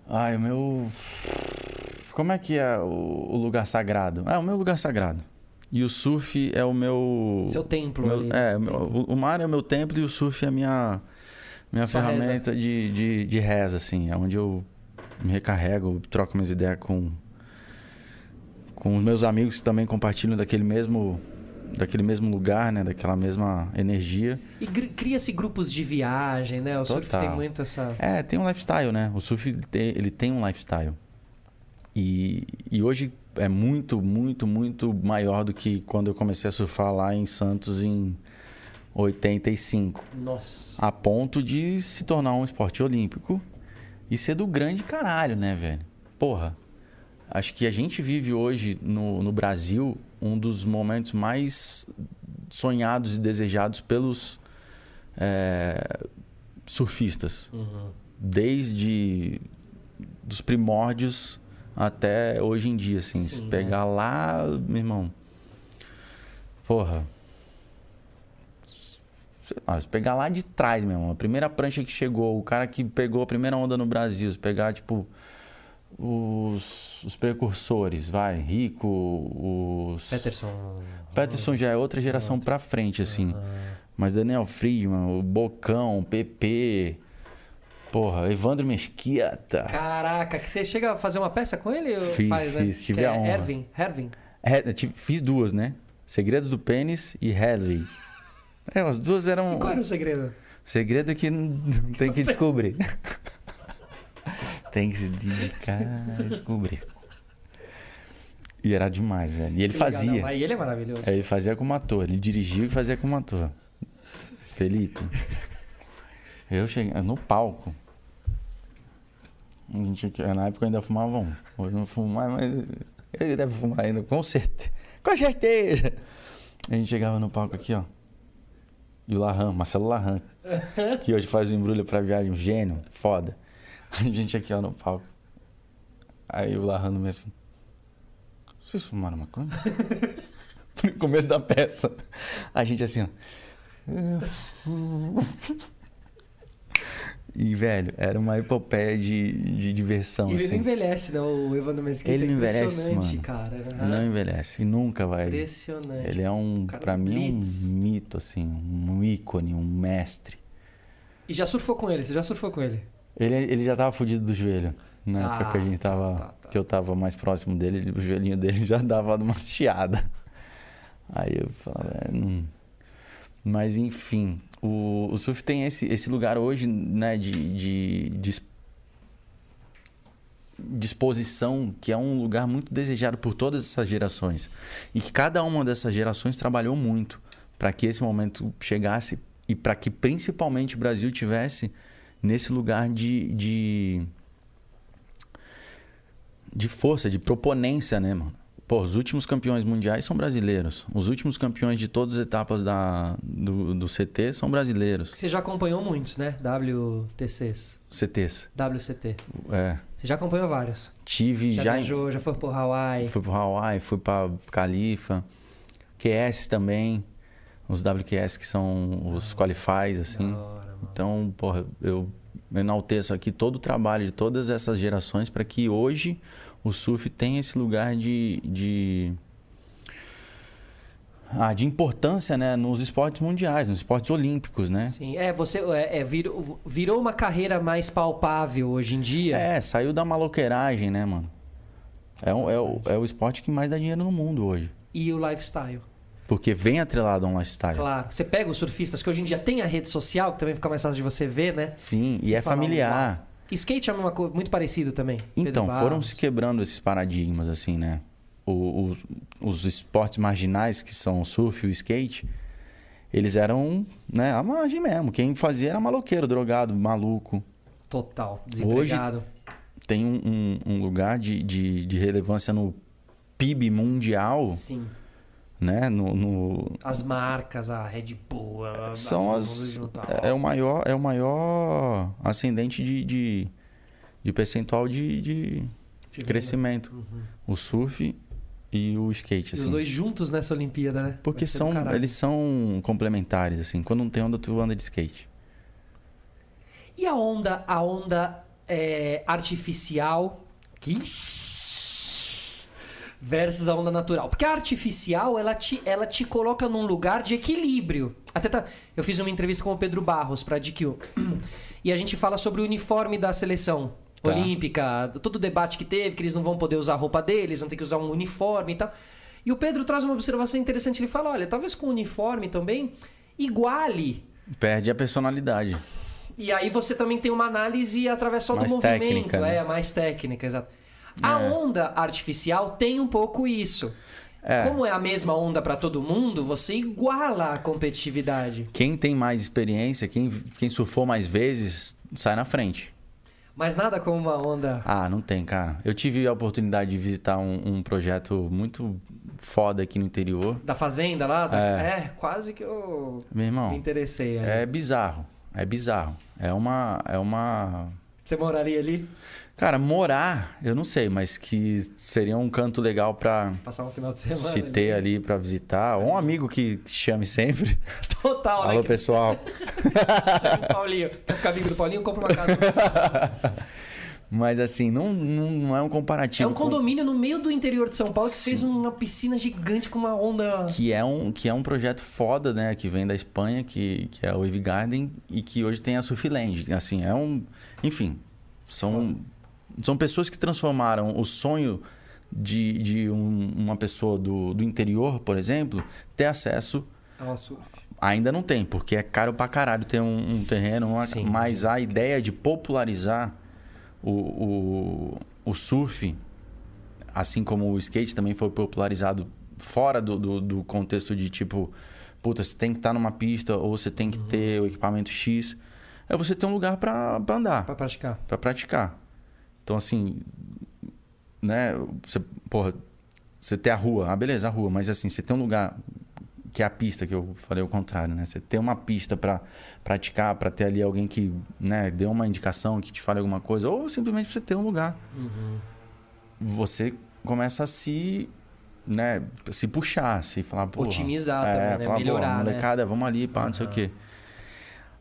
Speaker 1: Ai, o meu. Como é que é o, o lugar sagrado? É o meu lugar sagrado. E o surf é o meu.
Speaker 2: Seu templo
Speaker 1: meu-
Speaker 2: ali.
Speaker 1: é, o, o mar é o meu templo e o surf é a minha, minha
Speaker 2: Sua
Speaker 1: ferramenta de, de, de reza, assim. É onde eu me recarrego, troco minhas ideias com, com os meus amigos que também compartilham daquele mesmo, daquele mesmo lugar, né? Daquela mesma energia.
Speaker 2: E gr- cria-se grupos de viagem, né? O surf
Speaker 1: Total.
Speaker 2: tem muito essa.
Speaker 1: É, tem um lifestyle, né? O surf, ele tem, ele tem um lifestyle. E, e hoje é muito, muito, muito maior do que quando eu comecei a surfar lá em Santos em 85.
Speaker 2: Nossa.
Speaker 1: A ponto de se tornar um esporte olímpico e ser do grande caralho, né, velho? Porra. Acho que a gente vive hoje no, no Brasil um dos momentos mais sonhados e desejados pelos é, surfistas. Desde dos primórdios até hoje em dia, assim. se
Speaker 2: Sim,
Speaker 1: pegar lá, meu irmão. Porra. Sei lá, se pegar lá de trás, meu irmão. A primeira prancha que chegou, o cara que pegou a primeira onda no Brasil, se pegar, tipo, os, os precursores, vai, Rico, os.
Speaker 2: Peterson.
Speaker 1: Peterson já é outra geração pra frente, assim. Mas Daniel Friedman, o Bocão, PP, porra, Evandro Mesquita.
Speaker 2: Caraca, que você chega a fazer uma peça com ele? ou
Speaker 1: Fiz,
Speaker 2: faz, né?
Speaker 1: fiz, tive
Speaker 2: Que
Speaker 1: a honra.
Speaker 2: É Ervin, Ervin.
Speaker 1: É, tive- fiz duas, né? Segredos do Pênis e Hedwig. É, as duas eram.
Speaker 2: Qual era o segredo?
Speaker 1: Segredo que n- tem que descobrir. tem que se dedicar a descobrir. E era demais, velho. E ele
Speaker 2: Que legal,
Speaker 1: fazia.
Speaker 2: não, Aí ele é maravilhoso.
Speaker 1: É, ele fazia como ator, ele dirigiu e fazia como ator. Felipe. Eu cheguei no palco. A gente aqui- Na época eu ainda fumava um. Hoje eu não fumo mais, mas ele deve fumar ainda, com certeza. Com certeza! A gente chegava no palco aqui, ó. E o Larran, Marcelo Larran, que hoje faz o embrulho pra viagem, um gênio, foda. <laughs> A gente aqui, ó, no palco. Aí o Larran no meio assim. Vocês fumaram maconha? <laughs> no começo da peça. A gente assim, ó. <laughs> E, velho, era uma epopeia de, de diversão,
Speaker 2: Ele não
Speaker 1: assim.
Speaker 2: envelhece, né? O Evandro Mesquita
Speaker 1: Ele
Speaker 2: é
Speaker 1: não envelhece,
Speaker 2: impressionante,
Speaker 1: mano.
Speaker 2: cara.
Speaker 1: Não envelhece. E nunca vai.
Speaker 2: né? Impressionante.
Speaker 1: Ele é um,
Speaker 2: Cara,
Speaker 1: pra mim, é
Speaker 2: blitz.
Speaker 1: um mito, assim, um ícone, um mestre. é
Speaker 2: E já surfou com ele, você já surfou com ele?
Speaker 1: Ele, ele já tava fudido do joelho. Na
Speaker 2: Ah,
Speaker 1: época que a gente tava.
Speaker 2: tá, tá.
Speaker 1: Que eu tava mais próximo dele, ele- o joelhinho dele <laughs> já dava uma chiada. Aí eu falava, é, não. Mas enfim, o, o surf tem esse, esse lugar hoje, né, de, de, de es- de exposição, que é um lugar muito desejado por todas essas gerações. E que cada uma dessas gerações trabalhou muito para que esse momento chegasse e para que principalmente o Brasil tivesse nesse lugar de, de, de força, de proponência, né, mano? Pô, os últimos campeões mundiais são brasileiros. Os últimos campeões de todas as etapas da, do, do CT são brasileiros.
Speaker 2: Você já acompanhou muitos, né? WTCs,
Speaker 1: CTs.
Speaker 2: WCT.
Speaker 1: É.
Speaker 2: Você já acompanhou vários.
Speaker 1: Tive
Speaker 2: Já,
Speaker 1: já. em-
Speaker 2: viajou, já foi pro Hawaii.
Speaker 1: Fui pro Hawaii, fui pra Califa. QS também. Os WQS que são os qualifies, assim.
Speaker 2: Da hora, mano.
Speaker 1: Então, porra, eu enalteço aqui todo o trabalho de todas essas gerações para que hoje o surf tenha esse lugar de. de... Ah, de importância né, nos esportes mundiais, nos esportes olímpicos, né?
Speaker 2: Sim, é, você é, é, virou, virou uma carreira mais palpável hoje em dia.
Speaker 1: É, saiu da maloqueiragem, né, mano? É, o- é, o, é o esporte que mais dá dinheiro no mundo hoje.
Speaker 2: E o lifestyle.
Speaker 1: Porque vem atrelado a um lifestyle.
Speaker 2: Claro. Você pega os surfistas, que hoje em dia tem a rede social, que também fica mais fácil de você ver, né?
Speaker 1: Sim, e
Speaker 2: Se
Speaker 1: é
Speaker 2: falar um
Speaker 1: familiar.
Speaker 2: Skate é uma coisa muito parecido também. Pedro
Speaker 1: Então,
Speaker 2: Barros.
Speaker 1: foram se quebrando esses paradigmas, assim, né? O- o- os esportes marginais, que são o surf e o skate, eles eram né, a margem mesmo. Quem fazia era maloqueiro, drogado, maluco.
Speaker 2: Total, desempregado.
Speaker 1: Tem um, um- um lugar de, de- de relevância no PIB mundial,
Speaker 2: Sim.
Speaker 1: né? No, no-
Speaker 2: As marcas, a Red Bull. a- a-
Speaker 1: são
Speaker 2: todo mundo
Speaker 1: as,
Speaker 2: junto.
Speaker 1: é, o maior, é o maior ascendente de, de, de percentual de- de, crescimento. O surf e o skate,
Speaker 2: Uhum. E
Speaker 1: assim.
Speaker 2: os dois juntos nessa Olimpíada, né?
Speaker 1: Porque
Speaker 2: Vai ser do
Speaker 1: são,
Speaker 2: caralho.
Speaker 1: eles são complementares, assim. Quando não tem onda, tu anda de skate.
Speaker 2: E a onda, a onda é, artificial. Que... Ixi! Versus a onda natural. Porque a artificial, ela te, ela te coloca num lugar de equilíbrio. Até tá- eu fiz uma entrevista com o Pedro Barros pra DQ. E a gente fala sobre o uniforme da seleção
Speaker 1: Tá.
Speaker 2: olímpica, todo o debate que teve, que eles não vão poder usar a roupa deles, vão ter que usar um uniforme e tal. E o Pedro traz uma observação interessante. Ele fala: olha, talvez com o uniforme também iguale
Speaker 1: Perde a personalidade.
Speaker 2: e aí você também tem uma análise através só
Speaker 1: Mais
Speaker 2: do movimento.
Speaker 1: técnica, né?
Speaker 2: É, mais técnica, exato. A
Speaker 1: É.
Speaker 2: onda artificial tem um pouco isso.
Speaker 1: É.
Speaker 2: Como é a mesma onda pra todo mundo, você iguala a competitividade.
Speaker 1: Quem tem mais experiência, quem, quem surfou mais vezes, sai na frente.
Speaker 2: Mas nada como uma onda.
Speaker 1: Ah, não tem, cara. Eu tive a oportunidade de visitar um, um projeto muito foda aqui no interior.
Speaker 2: Da fazenda lá? da-
Speaker 1: É.
Speaker 2: é, quase que eu
Speaker 1: Meu
Speaker 2: me
Speaker 1: irmão,
Speaker 2: interessei. ali.
Speaker 1: é bizarro. É bizarro. É uma... É uma...
Speaker 2: Você moraria ali?
Speaker 1: Cara, morar, eu não sei, mas que seria um canto legal pra...
Speaker 2: Passar um final de semana? ali.
Speaker 1: citei ali pra visitar. Ou um amigo que que chame sempre.
Speaker 2: Total,
Speaker 1: Alô,
Speaker 2: né? Que- tá
Speaker 1: pessoal.
Speaker 2: Paulinho. Quer ficar amigo do Paulinho? Compra uma casa.
Speaker 1: Mas assim, não, não, não é um comparativo.
Speaker 2: é um
Speaker 1: com-
Speaker 2: condomínio no meio do interior de São Paulo que fez uma piscina gigante com uma onda.
Speaker 1: Que é, um, que é um projeto foda, né? Que vem da Espanha, que, que é o Wave Garden, e que hoje tem a Surfland. Assim, é um. Enfim, são, são pessoas que transformaram o sonho de, de um- uma pessoa do, do interior, por exemplo, ter acesso.
Speaker 2: Nossa,
Speaker 1: Ainda não tem, porque é caro pra caralho ter um, um terreno, uma-
Speaker 2: Sim.
Speaker 1: mas a ideia de popularizar o, o, o surf, assim como o skate também foi popularizado fora do, do, do contexto de tipo, puta, você tem que estar numa pista ou você tem que ter o equipamento X, é você ter um lugar pra pra andar
Speaker 2: Pra praticar.
Speaker 1: para praticar. Então, assim, né? Você, porra, você tem a rua, ah, beleza, a rua, mas assim, você tem um lugar que é a pista, que eu falei o contrário, né? Você tem uma pista para praticar, para ter ali alguém que, né, dê uma indicação, que te fale alguma coisa, ou simplesmente pra você ter um lugar.
Speaker 2: Uhum.
Speaker 1: Você começa a se, né, se puxar, se falar, porra,
Speaker 2: Otimizar
Speaker 1: é,
Speaker 2: também, né?
Speaker 1: falar, "Pô,
Speaker 2: Melhorar, né?"
Speaker 1: molecada, vamos ali, pá, não sei o quê.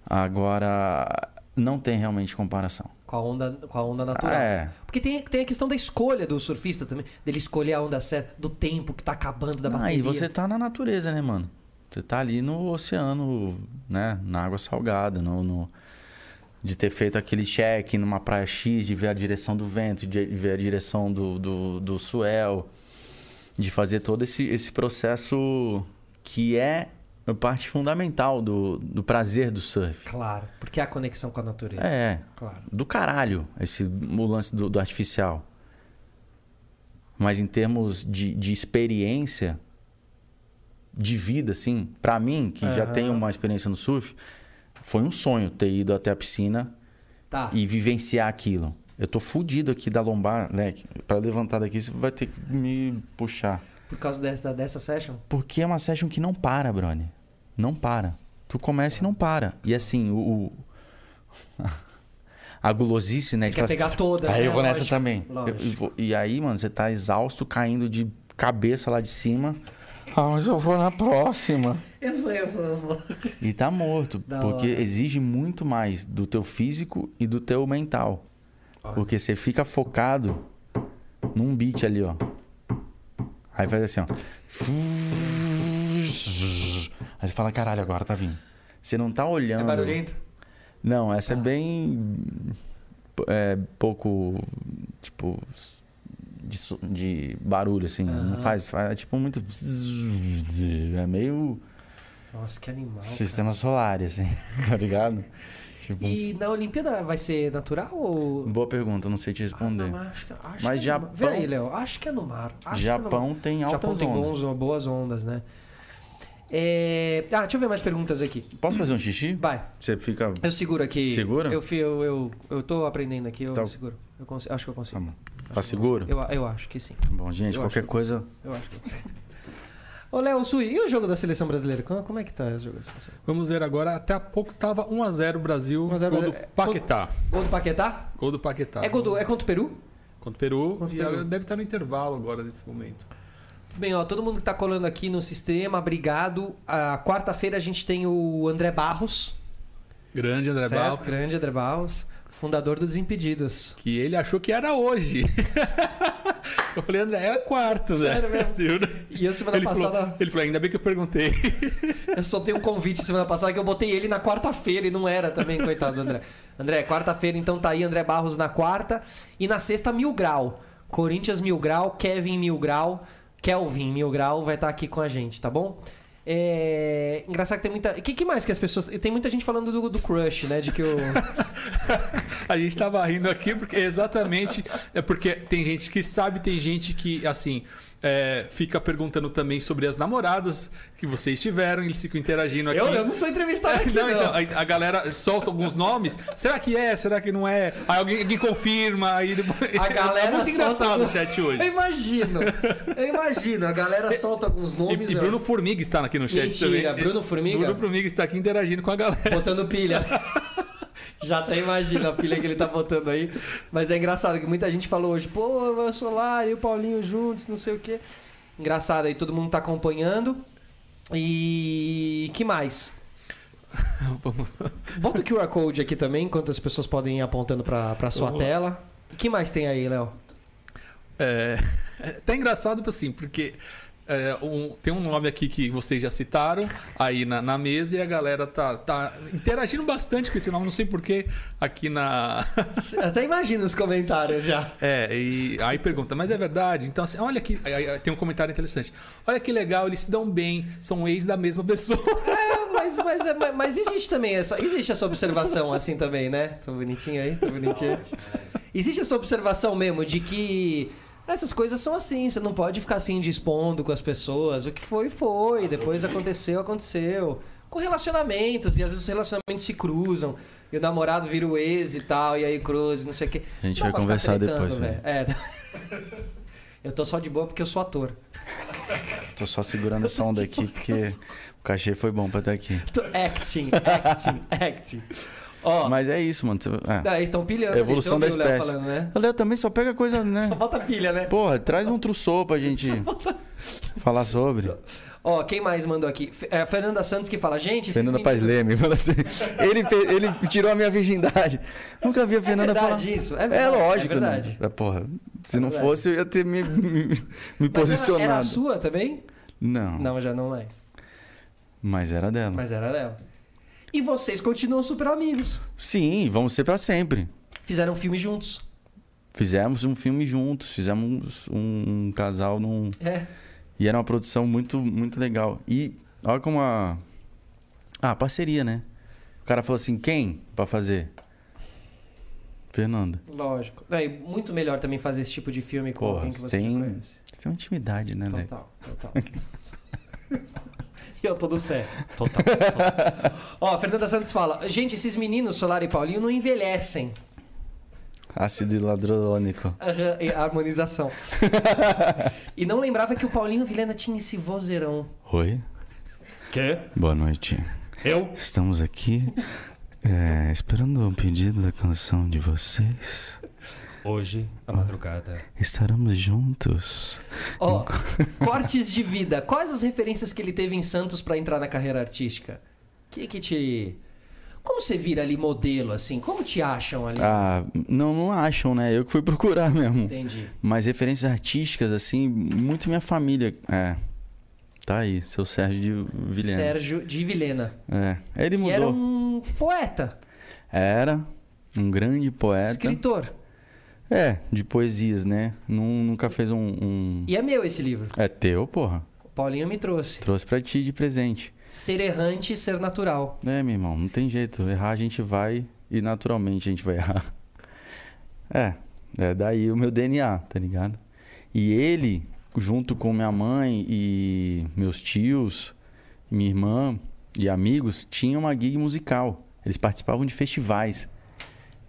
Speaker 1: Agora, Não tem realmente comparação.
Speaker 2: Com a onda, com a onda natural.
Speaker 1: É.
Speaker 2: Porque tem, tem a questão da escolha do surfista também, dele escolher a onda certa, do tempo que tá acabando da
Speaker 1: Ah,
Speaker 2: bateria.
Speaker 1: e você tá na natureza, né, mano? Você tá ali no oceano, né? Na água salgada, no, no- de ter feito aquele check numa praia X, de ver a direção do vento, de ver a direção do, do, do suel, de fazer todo esse, esse processo que é a parte fundamental do, do prazer do surf.
Speaker 2: Claro, porque é a conexão com a natureza.
Speaker 1: É,
Speaker 2: Claro.
Speaker 1: do caralho esse o lance do, do artificial. Mas em termos de, de experiência de vida, assim, pra mim, que já
Speaker 2: Aham.
Speaker 1: tenho uma experiência no surf, foi um sonho ter ido até a piscina
Speaker 2: Tá.
Speaker 1: e vivenciar aquilo. Eu tô fudido aqui da lombar, né? Pra levantar daqui, você vai ter que me puxar.
Speaker 2: Por causa dessa, dessa session?
Speaker 1: Porque é uma session que não para, brother. Não para. Tu começa e não para. E assim, o. o- <laughs> a gulosice, né?
Speaker 2: Você
Speaker 1: de
Speaker 2: quer
Speaker 1: falar assim,
Speaker 2: pegar todas,
Speaker 1: Aí
Speaker 2: né?
Speaker 1: eu vou nessa
Speaker 2: Lógico,
Speaker 1: também. Eu- eu
Speaker 2: lógico.
Speaker 1: vou- e aí, mano, você tá exausto, caindo de cabeça lá de cima. Ah, mas eu vou na próxima.
Speaker 2: Eu vou, eu vou, eu vou.
Speaker 1: E tá morto.
Speaker 2: Da
Speaker 1: porque
Speaker 2: hora.
Speaker 1: exige muito mais do teu físico e do teu mental. Porque você fica focado num beat ali, ó. Aí faz assim, ó. Aí você fala, caralho, agora tá vindo. Você não tá olhando.
Speaker 2: É Ah. barulhento?
Speaker 1: Não, essa é bem. É, pouco. Tipo. De, su- de barulho, assim.
Speaker 2: Ah.
Speaker 1: Não faz, faz. É tipo muito. É meio
Speaker 2: Nossa, que animal. cara.
Speaker 1: sistema solar, assim. <laughs> Tá ligado? Tipo, um,
Speaker 2: E na Olimpíada vai ser natural ou.
Speaker 1: Boa pergunta, não sei te responder.
Speaker 2: Ah, mas acho que, acho
Speaker 1: Mas
Speaker 2: que é no mar. Vê
Speaker 1: Japão-
Speaker 2: aí, Léo. Acho que é no mar. Acho que é no mar.
Speaker 1: Japão tem altas
Speaker 2: Japão tem
Speaker 1: ondas.
Speaker 2: bons, boas ondas, né? É... Ah, deixa eu ver mais perguntas aqui.
Speaker 1: Posso fazer um xixi?
Speaker 2: Vai.
Speaker 1: Você fica.
Speaker 2: Eu seguro aqui.
Speaker 1: Segura?
Speaker 2: Eu, fi- eu, eu, eu tô aprendendo aqui, eu
Speaker 4: Então.
Speaker 1: Tá.
Speaker 2: seguro. Eu consi- acho que eu
Speaker 1: Tá,
Speaker 2: consigo.
Speaker 1: bom. Tá seguro?
Speaker 2: Eu, eu acho que sim.
Speaker 1: Tá Bom, gente,
Speaker 2: eu
Speaker 1: qualquer
Speaker 2: acho que-
Speaker 1: coisa.
Speaker 2: Eu acho que eu consigo. <laughs> Ô, Léo Sui, e o jogo da seleção brasileira? Como, como é que tá o jogo da seleção?
Speaker 4: Vamos ver agora. Até há pouco tava 1x0 Brasil.
Speaker 2: 1 a 0
Speaker 4: gol do
Speaker 2: Brasil.
Speaker 4: Paquetá.
Speaker 2: Gol do Paquetá?
Speaker 4: Gol do Paquetá.
Speaker 2: é, gol do- é contra o Peru?
Speaker 4: Contra o Peru.
Speaker 2: Contra o
Speaker 4: e
Speaker 2: Peru.
Speaker 4: agora deve estar no intervalo agora nesse momento.
Speaker 2: Bem, ó, todo mundo que tá colando aqui no sistema, obrigado. Ah, Quarta-feira a gente tem o André Barros.
Speaker 4: Grande André
Speaker 2: certo?
Speaker 4: Balcos.
Speaker 2: Grande André Barros, fundador do Desimpedidos.
Speaker 4: Que ele achou que era
Speaker 2: <laughs>
Speaker 4: hoje. eu falei, André, é quarto, né?
Speaker 2: Sério mesmo?
Speaker 4: <laughs> Juro.
Speaker 2: E eu semana
Speaker 4: ele
Speaker 2: passada.
Speaker 4: Falou, ele falou, ainda bem que eu perguntei.
Speaker 2: Eu soltei um convite semana passada que eu botei ele na quarta-feira e não era também, coitado do André. André, quarta-feira, então tá aí André Barros na quarta. E na sexta, Mil Grau. Corinthians Mil Grau, Kevin Mil Grau, Kelvin Mil Grau vai estar aqui com a gente, tá bom? É... Engraçado que tem muita. O que, que mais que as pessoas. Tem muita gente falando do, do crush, né? De que
Speaker 4: <laughs>
Speaker 2: o.
Speaker 4: A gente tava rindo aqui porque exatamente é porque tem gente que sabe, tem gente que assim é, fica perguntando também sobre as namoradas que vocês tiveram, eles ficam interagindo aqui.
Speaker 2: Eu, eu não sou entrevistado tá aqui,
Speaker 4: Não,
Speaker 2: não.
Speaker 4: então, aí a galera solta alguns nomes. Será que é? Será que não é? Aí alguém, alguém confirma. Aí depois...
Speaker 2: A galera
Speaker 4: <laughs> é muito engraçado
Speaker 2: solta-
Speaker 4: o chat
Speaker 2: Eu
Speaker 4: hoje.
Speaker 2: imagino. Eu imagino. A galera solta alguns nomes.
Speaker 4: E, e
Speaker 2: ó.
Speaker 4: Bruno Formiga está aqui no chat
Speaker 2: Mentira,
Speaker 4: também.
Speaker 2: Bruno Formiga?
Speaker 4: Bruno Formiga está aqui interagindo com a galera. <laughs>
Speaker 2: botando pilha. <laughs> Já até imagino a pilha que ele tá botando aí. Mas é engraçado que muita gente falou hoje, pô, o Solar e o Paulinho juntos, não sei o quê. Engraçado aí, todo mundo tá acompanhando. E que mais?
Speaker 4: Vamos-
Speaker 2: Bota o QR Code aqui também, enquanto as pessoas podem ir apontando pra, pra sua
Speaker 4: Vamos lá.
Speaker 2: tela. E que mais tem aí, Léo?
Speaker 4: É, é até engraçado, assim, porque é, um- tem um nome aqui que vocês já citaram aí na, na mesa e a galera tá, tá interagindo bastante com esse nome, não sei porquê, aqui na. <laughs>
Speaker 2: Até imagino os comentários já.
Speaker 4: É, e aí pergunta, mas é verdade? Então, assim, olha que. aí- aí Tem um comentário interessante. Olha que legal, eles se dão bem, são ex da mesma pessoa. <laughs>
Speaker 2: É, mas, mas, é- mas- mas existe também essa, existe essa observação assim também, né? Tô bonitinho aí, tô bonitinho. Existe essa observação mesmo de que essas coisas são assim, você não pode ficar assim dispondo com as pessoas. O que foi, foi. Depois aconteceu, aconteceu. Com relacionamentos, e às vezes os relacionamentos se cruzam. E o namorado vira o ex e tal, e aí cruza, não sei o quê.
Speaker 1: A gente vai
Speaker 2: Não pra ficar
Speaker 1: conversar
Speaker 2: tretando,
Speaker 1: depois, velho.
Speaker 2: É. <laughs> Eu tô só de boa porque eu sou ator.
Speaker 1: Tô só segurando essa onda
Speaker 2: <laughs>
Speaker 1: aqui porque o cachê foi bom pra estar aqui.
Speaker 2: Tô acting, acting, acting. Ó,
Speaker 1: Mas é isso, mano. Você- é.
Speaker 2: Não, eles estão pilhando.
Speaker 1: É a evolução
Speaker 2: bicho. Eu
Speaker 1: da
Speaker 2: vi o Léo
Speaker 1: espécie.
Speaker 2: Falando, né?
Speaker 1: O Léo também só pega coisa, né?
Speaker 2: Só bota pilha, né? <laughs>
Speaker 1: Porra, traz um trussô pra gente falar sobre.
Speaker 2: Ó, quem mais mandou aqui? F- é, Fernanda Santos que fala, gente... esses
Speaker 1: Fernanda Paz
Speaker 2: meninos-
Speaker 1: Leme fala
Speaker 2: <laughs>
Speaker 1: assim. Ele, pe- ele tirou a minha virgindade. Nunca vi a Fernanda
Speaker 2: É verdade
Speaker 1: falar.
Speaker 2: isso, é verdade,
Speaker 1: lógico,
Speaker 2: é verdade.
Speaker 1: né? É, porra, se não
Speaker 2: verdade.
Speaker 1: fosse, eu ia ter me, <laughs> me, me
Speaker 2: Mas era-
Speaker 1: posicionado.
Speaker 2: Era a sua também?
Speaker 1: Não,
Speaker 2: Não, já não mais.
Speaker 1: mas era dela.
Speaker 2: Mas era dela. E vocês continuam super amigos.
Speaker 1: Sim, vamos ser pra sempre.
Speaker 2: Fizeram um filme juntos.
Speaker 1: Fizemos um filme juntos, fizemos um, um casal num.
Speaker 2: É.
Speaker 1: E era uma produção muito, muito legal. E olha como a. Ah, parceria, né? O cara falou assim: quem pra fazer? Fernanda.
Speaker 2: Lógico. É, e muito melhor também fazer esse tipo de filme com
Speaker 1: Porra,
Speaker 2: alguém que você
Speaker 1: tem-
Speaker 2: não conhece.
Speaker 1: Você tem uma intimidade, né, Leco?
Speaker 2: Total, total. <laughs> E eu tô do certo. Total, total. Ó, Fernanda Santos fala: Gente, esses meninos, Solar e Paulinho, não envelhecem.
Speaker 1: Ácido hiladrônico.
Speaker 2: Aham, e a harmonização. e não lembrava que o Paulinho Vilhena tinha esse vozeirão.
Speaker 1: Oi?
Speaker 2: Quê?
Speaker 1: Boa noite.
Speaker 2: Eu?
Speaker 1: Estamos aqui é, esperando um pedido da canção de vocês.
Speaker 6: Hoje, a madrugada.
Speaker 1: Estaremos juntos.
Speaker 2: Ó, cortes de vida. Quais as referências que ele teve em Santos pra entrar na carreira artística? Que que te. Como você vira ali modelo, assim? Como te acham ali?
Speaker 1: Ah, não, não acham, né? Eu que fui procurar mesmo.
Speaker 2: Entendi.
Speaker 1: Mas referências artísticas, assim, muito minha família. É. Tá aí, seu Sérgio de Vilhena.
Speaker 2: Sérgio de Vilhena.
Speaker 1: É. Ele
Speaker 2: que
Speaker 1: mudou.
Speaker 2: era um poeta,
Speaker 1: Era um grande poeta.
Speaker 2: escritor.
Speaker 1: É, de poesias, né? Nun- nunca fez um. um-
Speaker 2: E é meu esse livro.
Speaker 1: É teu, porra.
Speaker 2: O Paulinho me trouxe.
Speaker 1: Trouxe pra ti de presente.
Speaker 2: Ser errante e ser natural.
Speaker 1: É, meu irmão, não tem jeito. Errar a gente vai e naturalmente a gente vai <laughs> errar. É, é daí o meu DNA, tá ligado? E ele, junto com minha mãe e meus tios, minha irmã e amigos, tinha uma gig musical. Eles participavam de festivais.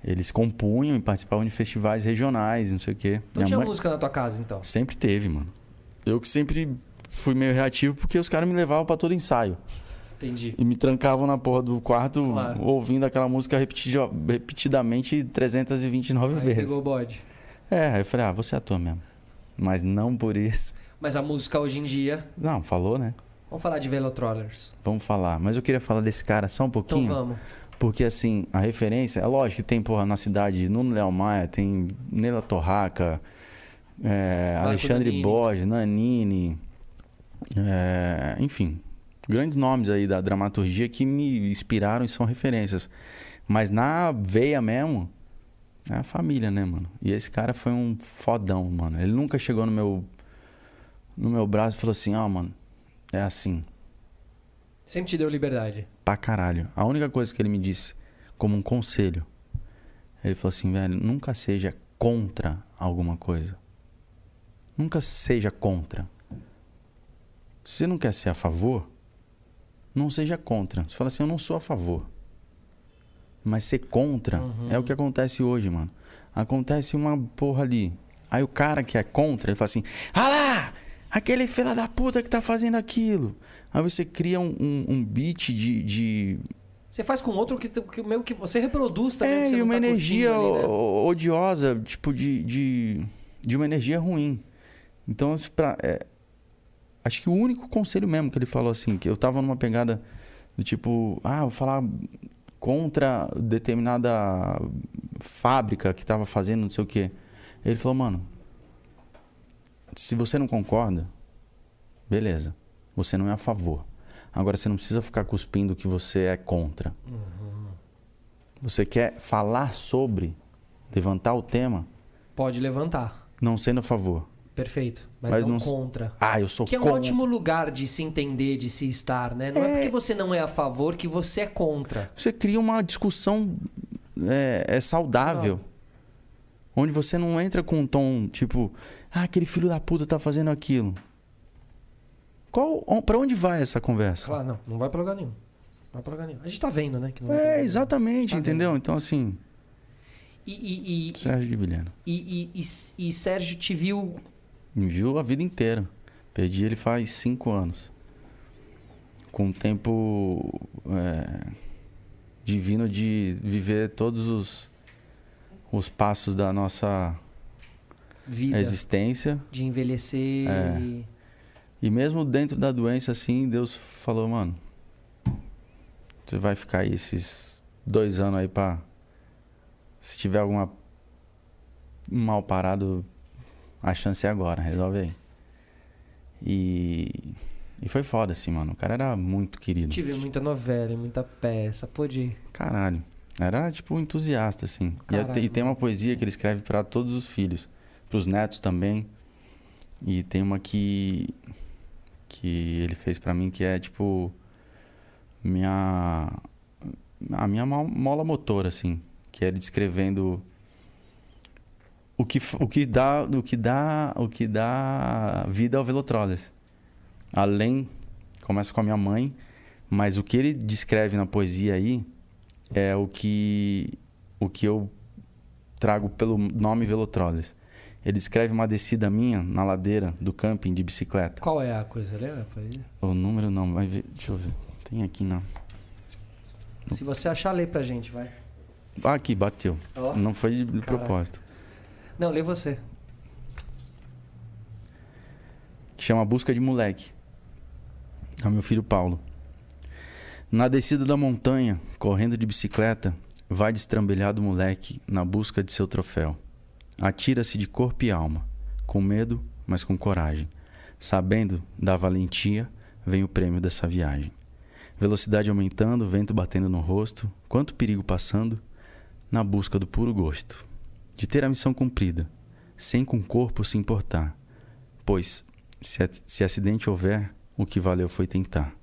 Speaker 1: Eles compunham e participavam de festivais regionais, não sei o quê.
Speaker 2: Não
Speaker 1: Minha
Speaker 2: tinha
Speaker 1: mãe-
Speaker 2: música na tua casa, então.
Speaker 1: Sempre teve, mano. Eu que sempre fui meio reativo porque os caras me levavam pra todo ensaio.
Speaker 2: Entendi.
Speaker 1: E me trancavam na porra do quarto
Speaker 2: Claro.
Speaker 1: ouvindo aquela música repetidi- repetidamente 329
Speaker 2: Aí
Speaker 1: vezes.
Speaker 2: pegou o bode.
Speaker 1: É, aí eu falei, ah, você é ator mesmo. Mas não por isso.
Speaker 2: Mas a música hoje em dia.
Speaker 1: Não, falou, né?
Speaker 2: Vamos falar de Velotrollers.
Speaker 1: Vamos falar. Mas eu queria falar desse cara só um
Speaker 2: Então
Speaker 1: pouquinho.
Speaker 2: vamos.
Speaker 1: porque, assim, a referência... É lógico que tem, porra, na cidade, Nuno Léo Maia, tem Nela Torraca, é,
Speaker 2: Marco
Speaker 1: Alexandre
Speaker 2: Nanini.
Speaker 1: Borges, Nanini... é, enfim, grandes nomes aí da dramaturgia que me inspiraram e são referências. Mas na veia mesmo, é a família, né, mano? E esse cara foi um fodão, mano. Ele nunca chegou no meu, no meu braço e falou assim, ó, mano, é assim,
Speaker 2: Sempre te deu liberdade.
Speaker 1: pra caralho. A única coisa que ele me disse como um conselho, ele falou assim, velho, nunca seja contra alguma coisa. Nunca seja contra. Se você não quer ser a favor, não seja contra. Você fala assim, eu não sou a favor. Mas ser contra é o que acontece hoje, mano. Acontece uma porra ali. Aí o cara que é contra, ele fala assim, ah lá, aquele filho da puta que tá fazendo aquilo. Aí você cria um, um, um beat de- de
Speaker 2: Você faz com outro que, que meio que você reproduz também. que
Speaker 1: é,
Speaker 2: você
Speaker 1: e
Speaker 2: não
Speaker 1: uma
Speaker 2: tá curtindo
Speaker 1: energia
Speaker 2: ali, né?
Speaker 1: o- odiosa, tipo, de, de, de uma energia ruim. Então, se pra- é, acho que o único conselho mesmo que ele falou assim, que eu tava numa pegada do tipo, ah, vou falar contra determinada fábrica que tava fazendo não sei o quê. Ele falou, mano, se você não concorda, beleza, você não é a favor. Agora você não precisa ficar cuspindo que você é contra. Você quer falar sobre, levantar o tema,
Speaker 2: Pode levantar.
Speaker 1: não sendo a favor.
Speaker 2: Perfeito. Mas,
Speaker 1: Mas
Speaker 2: não,
Speaker 1: não-
Speaker 2: contra.
Speaker 1: Ah, eu sou
Speaker 2: Que é um
Speaker 1: contra.
Speaker 2: ótimo lugar de se entender, de se estar, né? Não é... porque você não é a favor que você é contra.
Speaker 1: Você cria uma discussão é, é saudável. Onde você não entra com um tom tipo, ah, aquele filho da puta tá fazendo aquilo. Qual, on- pra onde vai essa conversa?
Speaker 2: Claro, "Ah, não. Não vai pra lugar nenhum. Não vai pra lugar nenhum. A gente tá vendo, né? que não vai pra lugar
Speaker 1: É,
Speaker 2: nenhum. Tá
Speaker 1: exatamente, entendeu? Então, assim,
Speaker 2: E, e, e,
Speaker 1: Sérgio de Vilhena.
Speaker 2: e, e, e- e Sérgio te viu.
Speaker 1: Me viu a vida inteira. Perdi ele faz cinco anos. Com um tempo é, divino de viver todos os, os passos da nossa
Speaker 2: Vida
Speaker 1: existência
Speaker 2: de envelhecer.
Speaker 1: É.
Speaker 2: e-
Speaker 1: E mesmo dentro da doença, assim, Deus falou, mano, você vai ficar aí esses dois anos aí pra. Se tiver alguma um mal parado, a chance é agora, resolve aí. E. E foi foda, assim, mano. O cara era muito querido.
Speaker 2: Tive muita novela, muita peça. Pôde.
Speaker 1: Caralho. Era, tipo, um entusiasta, assim. E
Speaker 2: Caralho.
Speaker 1: até- E, tem uma poesia que ele escreve pra todos os filhos. pros netos também. E tem uma que... Que ele fez pra mim que é, tipo... Minha... A minha mo- mola motora, assim. Que é ele descrevendo... O que, f- o que dá o que dá o que dá vida ao Velotrollers. Além começa com a minha mãe, mas o que ele descreve na poesia aí é o que o que eu trago pelo nome Velotrollers. Ele descreve uma descida minha na ladeira do camping de bicicleta.
Speaker 2: Qual é a coisa, lembra? pra ele?
Speaker 1: O número não, vai ver, deixa eu ver. Tem aqui não.
Speaker 2: Se você achar, lê pra gente, vai.
Speaker 1: Ah, aqui bateu.
Speaker 2: Ó.
Speaker 1: Não foi de propósito.
Speaker 2: Não, lê você.
Speaker 1: que chama Busca de Moleque. É o meu filho Paulo. Na descida da montanha, correndo de bicicleta, vai destrambelhado o moleque na busca de seu troféu. Atira-se de corpo e alma, com medo, mas com coragem. Sabendo da valentia, vem o prêmio dessa viagem. Velocidade aumentando, vento batendo no rosto, quanto perigo passando, na busca do puro gosto. De ter a missão cumprida, sem com o corpo se importar, pois se, a- se acidente houver, o que valeu foi tentar.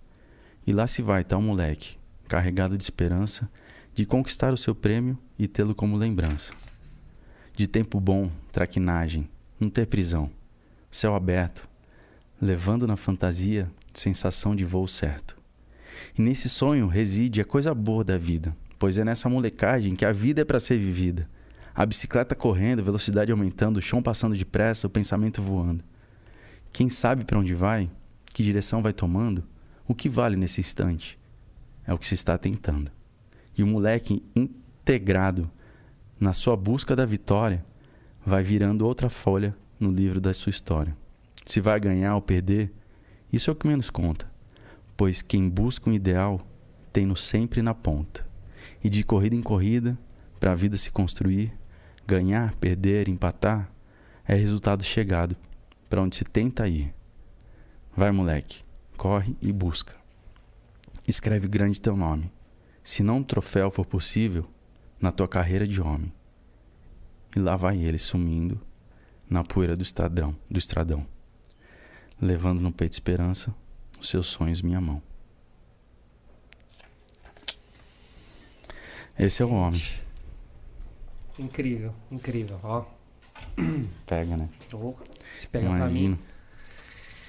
Speaker 1: E lá se vai tal moleque, carregado de esperança, de conquistar o seu prêmio e tê-lo como lembrança. De tempo bom, traquinagem, não ter prisão, céu aberto, levando na fantasia sensação de voo certo. E nesse sonho reside a coisa boa da vida, pois é nessa molecagem que a vida é para ser vivida. A bicicleta correndo, velocidade aumentando, o chão passando depressa, o pensamento voando. Quem sabe para onde vai, que direção vai tomando, o que vale nesse instante é o que se está tentando. E o moleque integrado na sua busca da vitória vai virando outra folha no livro da sua história. Se vai ganhar ou perder, isso é o que menos conta, pois quem busca um ideal tem-no sempre na ponta. E de corrida em corrida, para a vida se construir, ganhar, perder, empatar, é resultado chegado para onde se tenta ir. Vai, moleque, corre e busca. Escreve grande teu nome, se não um troféu for possível, na tua carreira de homem. E lá vai ele sumindo na poeira do estadão, do estradão, levando no peito esperança, os seus sonhos minha mão. Esse é o homem.
Speaker 2: Incrível, incrível. Ó.
Speaker 1: Pega, né?
Speaker 2: Ô, se pegar pra mim.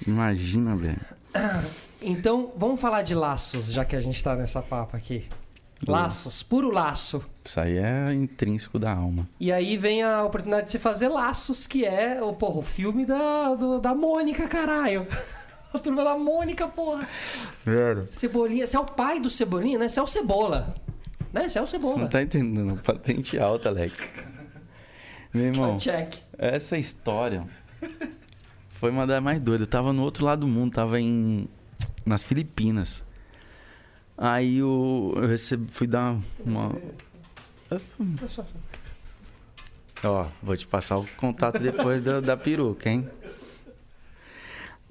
Speaker 1: Imagina, velho.
Speaker 2: Então, vamos falar de laços, já que a gente tá nessa papa aqui. Laços, puro laço.
Speaker 1: Isso aí é intrínseco da alma.
Speaker 2: E aí vem a oportunidade de você fazer laços, que é o, porra, o filme da, do- da Mônica, caralho. <laughs> A turma da Mônica, porra.
Speaker 1: Velho.
Speaker 2: Cebolinha, você é o pai do Cebolinha, né? Você é o Cebola. Né? Você é o
Speaker 1: Você
Speaker 2: Cebola.
Speaker 1: não tá entendendo. Patente alta, Alec. Meu irmão,
Speaker 2: Check.
Speaker 1: essa história foi uma das mais doidas. Eu tava no outro lado do mundo, tava em. nas Filipinas. Aí eu, eu recebi, fui dar uma. Ó, vou te passar o contato depois da, da peruca, hein?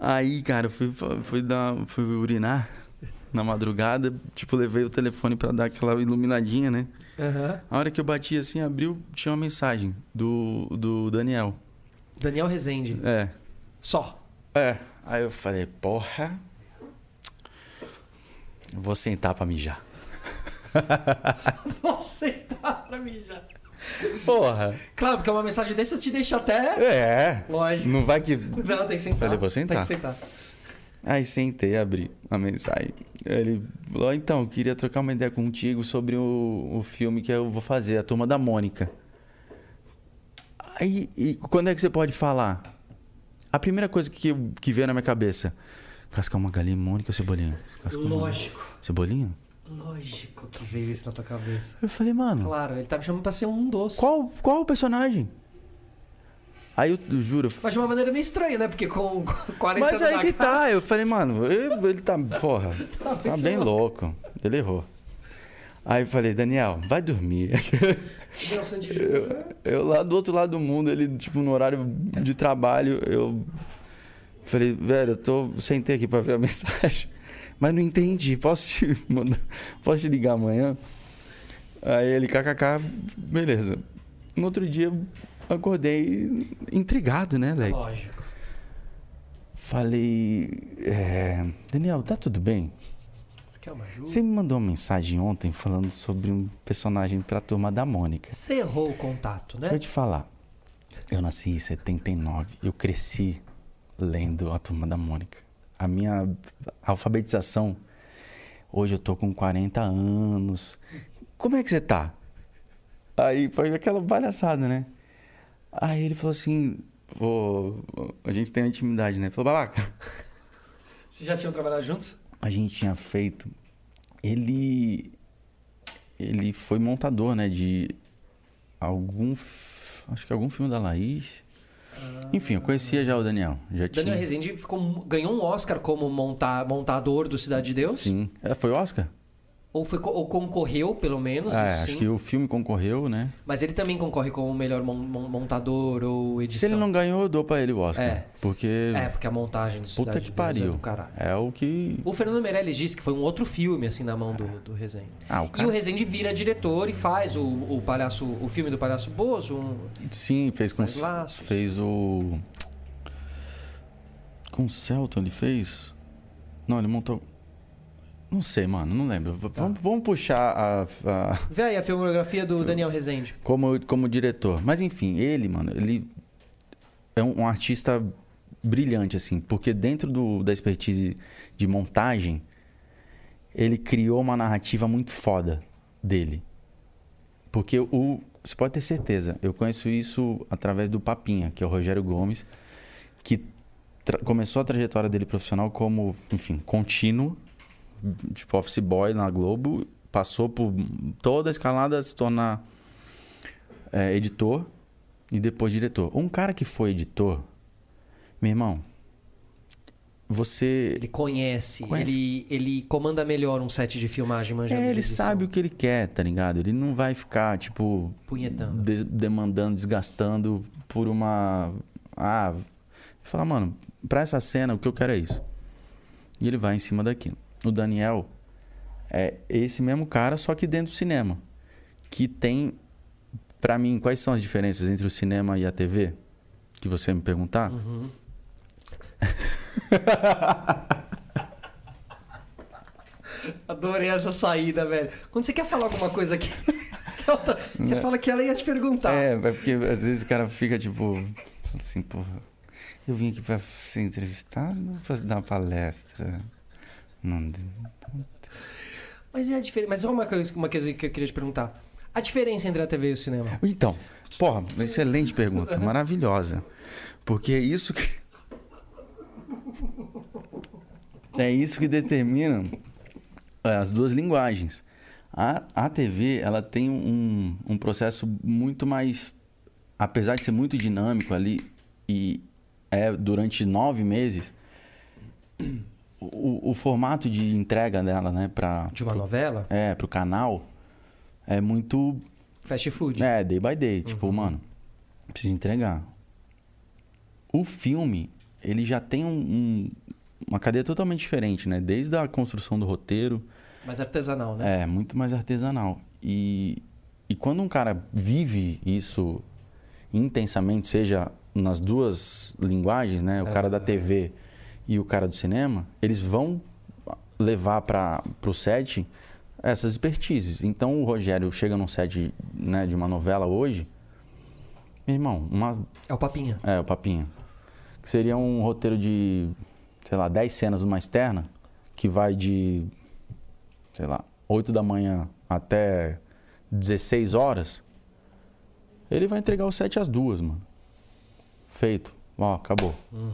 Speaker 1: Aí, cara, eu fui, fui, dar, fui urinar na madrugada, tipo, levei o telefone pra dar aquela iluminadinha, né?
Speaker 2: Aham.
Speaker 1: A hora que eu bati assim, abriu, tinha uma mensagem do, do Daniel.
Speaker 2: Daniel Rezende.
Speaker 1: É.
Speaker 2: Só. <laughs>
Speaker 1: É. Aí eu falei, porra. Vou sentar pra mijar.
Speaker 2: Vou sentar pra mim já.
Speaker 1: Porra.
Speaker 2: Claro, porque é uma mensagem dessa te deixa até.
Speaker 1: É.
Speaker 2: Lógico.
Speaker 1: Não vai que.
Speaker 2: Não, tem que sentar.
Speaker 1: Falei, vou sentar.
Speaker 2: Tem que sentar.
Speaker 1: Aí sentei, abri a mensagem. Ele falou, "Ó, então, eu queria trocar uma ideia contigo sobre o, o filme que eu vou fazer, A Turma da Mônica. Aí, e quando é que você pode falar? A primeira coisa que, que veio na minha cabeça. Cascar uma galinha, Mônica ou Cebolinha? Cascar uma-
Speaker 2: Lógico.
Speaker 1: Cebolinha?
Speaker 2: Lógico que veio isso na tua cabeça.
Speaker 1: Eu falei, mano,
Speaker 2: Claro, ele tá me chamando pra ser um doce.
Speaker 1: qual, qual o personagem? Aí eu, eu juro, eu
Speaker 2: Mas de uma maneira meio estranha, né? Porque com <laughs> 40
Speaker 1: mas
Speaker 2: anos
Speaker 1: aí
Speaker 2: na
Speaker 1: que
Speaker 2: cara-
Speaker 1: tá, eu falei, mano, eu- ele tá,
Speaker 2: <laughs>
Speaker 1: porra, tá,
Speaker 2: muito
Speaker 1: bem louco. Ele errou. Aí eu falei, Daniel, vai dormir. <laughs>
Speaker 2: Nelson de Ju-
Speaker 1: Eu, eu lá do outro lado do mundo, ele, tipo, no horário de trabalho, eu falei, velho, eu tô, sentei aqui pra ver a <laughs> mensagem, mas não entendi, posso te, <laughs> mandar, posso te ligar amanhã? Aí ele, kkk, beleza. No outro dia, eu acordei intrigado, né, Leque?
Speaker 2: Lógico.
Speaker 1: Falei, é, Daniel, tá tudo bem?
Speaker 2: Você quer uma ajuda?
Speaker 1: Você me mandou uma mensagem ontem falando sobre um personagem pra turma da Mônica.
Speaker 2: Você errou o contato, né?
Speaker 1: Deixa eu te falar. Eu nasci em 79. Eu cresci lendo a turma da Mônica. A minha alfabetização. Hoje eu tô com 40 anos. Como é que você tá? Aí foi aquela palhaçada, né? Aí ele falou assim: "Ô, a gente tem uma intimidade, né? Falou, babaca.
Speaker 2: Vocês já tinham trabalhado juntos?
Speaker 1: a gente tinha feito, ele ele foi montador, né, de algum f- acho que algum filme da Laís. Enfim, eu conhecia já o Daniel, já
Speaker 2: Ah. Daniel
Speaker 1: tinha.
Speaker 2: Rezende ficou- ganhou um Oscar como monta- montador do Cidade de Deus?
Speaker 1: Sim, É, foi Oscar?
Speaker 2: Ou, foi co- ou concorreu, pelo menos,
Speaker 1: Ah, é,
Speaker 2: isso sim.
Speaker 1: acho que o filme concorreu, né?
Speaker 2: Mas ele também concorre como o melhor mon- mon- montador ou
Speaker 1: Se
Speaker 2: edição.
Speaker 1: ele não ganhou, eu dou pra ele o Oscar,
Speaker 2: É.
Speaker 1: porque
Speaker 2: É, porque a montagem do Cidade
Speaker 1: puta que
Speaker 2: de Deus
Speaker 1: pariu.
Speaker 2: é do caralho.
Speaker 1: É o que
Speaker 2: O Fernando Meirelles disse que foi um outro filme, assim, na mão do, do Rezende.
Speaker 1: Ah, o
Speaker 2: E
Speaker 1: cara-
Speaker 2: o Rezende vira diretor e faz o, o palhaço, o filme do Palhaço Bozo. um-
Speaker 1: Sim, fez com
Speaker 2: Mais laços.
Speaker 1: fez o com o Celton ele fez? Não, ele montou Não sei, mano, não lembro. V- Vamos, vamos puxar a, a-
Speaker 2: Vê aí a filmografia do Daniel Rezende.
Speaker 1: como como diretor. Mas enfim, ele, mano, ele é um, um artista brilhante assim, porque dentro do, da expertise de montagem, ele criou uma narrativa muito foda dele. Porque o. Você pode ter certeza, eu conheço isso através do Papinha, que é o Rogério Gomes, que tra- começou a trajetória dele profissional como, enfim, contínuo, tipo office boy na Globo, passou por toda a escalada a se tornar é, editor e depois diretor. Um cara que foi editor, meu irmão, você.
Speaker 2: Ele conhece,
Speaker 1: Conhece.
Speaker 2: Ele, ele comanda melhor um set de filmagem, manjando
Speaker 1: É,
Speaker 2: de
Speaker 1: ele
Speaker 2: edição,
Speaker 1: sabe o que ele quer, tá ligado? Ele não vai ficar, tipo,
Speaker 2: Punhetando.
Speaker 1: de- demandando, desgastando por uma. Ah, falar, mano, pra essa cena o que eu quero é isso. E ele vai em cima daquilo. O Daniel é esse mesmo cara, só que dentro do cinema. Que tem. Pra mim, quais são as diferenças entre o cinema e a TV? Que você me perguntar.
Speaker 2: Hum. <laughs> Adorei essa saída, velho. Quando você quer falar alguma coisa <laughs> aqui, tá, você fala que ela ia te perguntar.
Speaker 1: É, é porque às vezes o cara fica tipo. Assim, porra. Eu vim aqui pra ser entrevistado, pra dar uma palestra. Não,
Speaker 2: Mas é a diferença. Mas é uma coisa, uma coisa que eu queria te perguntar. A diferença entre a TV e o cinema.
Speaker 1: Então, porra, excelente pergunta,
Speaker 2: Uhum.
Speaker 1: maravilhosa. Porque é isso que. É isso que determina é, as duas linguagens. A, a TV, ela tem um, um processo muito mais. Apesar de ser muito dinâmico ali, e é durante nove meses, o, o formato de entrega dela, né, pra,
Speaker 2: De uma novela?
Speaker 1: é, pro canal, é muito
Speaker 2: Fast food.
Speaker 1: é, day by day. Tipo, mano, precisa entregar. O filme, ele já tem um- um- uma cadeia totalmente diferente, né? Desde a construção do roteiro,
Speaker 2: Mas artesanal, né?
Speaker 1: é, muito mais artesanal. E, e quando um cara vive isso intensamente, seja nas duas linguagens, né? O
Speaker 2: É.
Speaker 1: cara da TV e o cara do cinema, eles vão levar para o set essas expertises. Então o Rogério chega num set né, de uma novela hoje, meu irmão, uma
Speaker 2: É o papinha.
Speaker 1: é, o papinho. Que seria um roteiro de, sei lá, 10 cenas numa externa, que vai de, sei lá, 8 da manhã até 16 horas. Ele vai entregar o 7 às 2, mano. Feito. Ó, acabou. Uhum,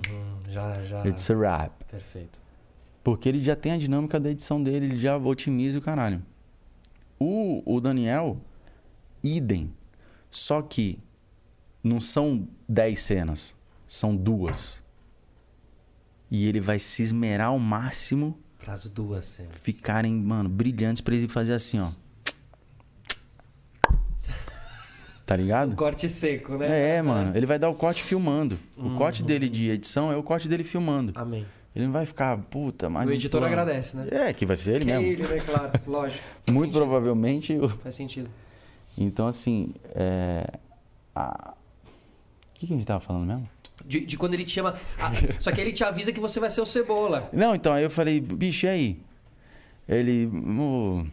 Speaker 6: Já, já.
Speaker 1: It's a wrap.
Speaker 6: Perfeito.
Speaker 1: Porque ele já tem a dinâmica da edição dele, ele já otimiza o caralho. O, o Daniel, idem. Só que não são 10 cenas, são duas. E ele vai se esmerar ao máximo,
Speaker 2: Pras duas cenas.
Speaker 1: ficarem, mano, brilhantes pra ele fazer assim, ó. Tá ligado?
Speaker 2: Um Corte seco, né?
Speaker 1: É, mano. Ele vai dar o corte filmando.
Speaker 2: Uhum.
Speaker 1: O corte dele de edição é o corte dele filmando.
Speaker 2: Amém.
Speaker 1: Ele não vai ficar, puta, um mas.
Speaker 2: O
Speaker 1: não
Speaker 2: editor
Speaker 1: tô-
Speaker 2: agradece, né?
Speaker 1: É, que vai ser ele mesmo.
Speaker 2: Ele, né? Claro, <laughs> lógico.
Speaker 1: Muito provavelmente. o-
Speaker 2: Faz sentido.
Speaker 1: Então, assim. É... a- O que, que a gente tava falando mesmo?
Speaker 2: De, de quando ele te chama. Ah, só que ele te avisa que você vai ser o cebola.
Speaker 1: Não, então, aí eu falei, bicho, e aí? Ele. "Ô,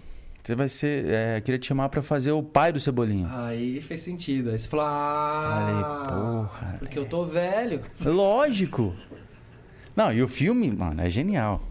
Speaker 1: Você vai ser. É, queria te chamar pra fazer o pai do Cebolinha.
Speaker 2: Aí fez sentido. Aí você falou, ah.
Speaker 1: Falei, porra,
Speaker 2: Porque eu tô velho.
Speaker 1: Lógico! Não, e o filme, mano, é genial.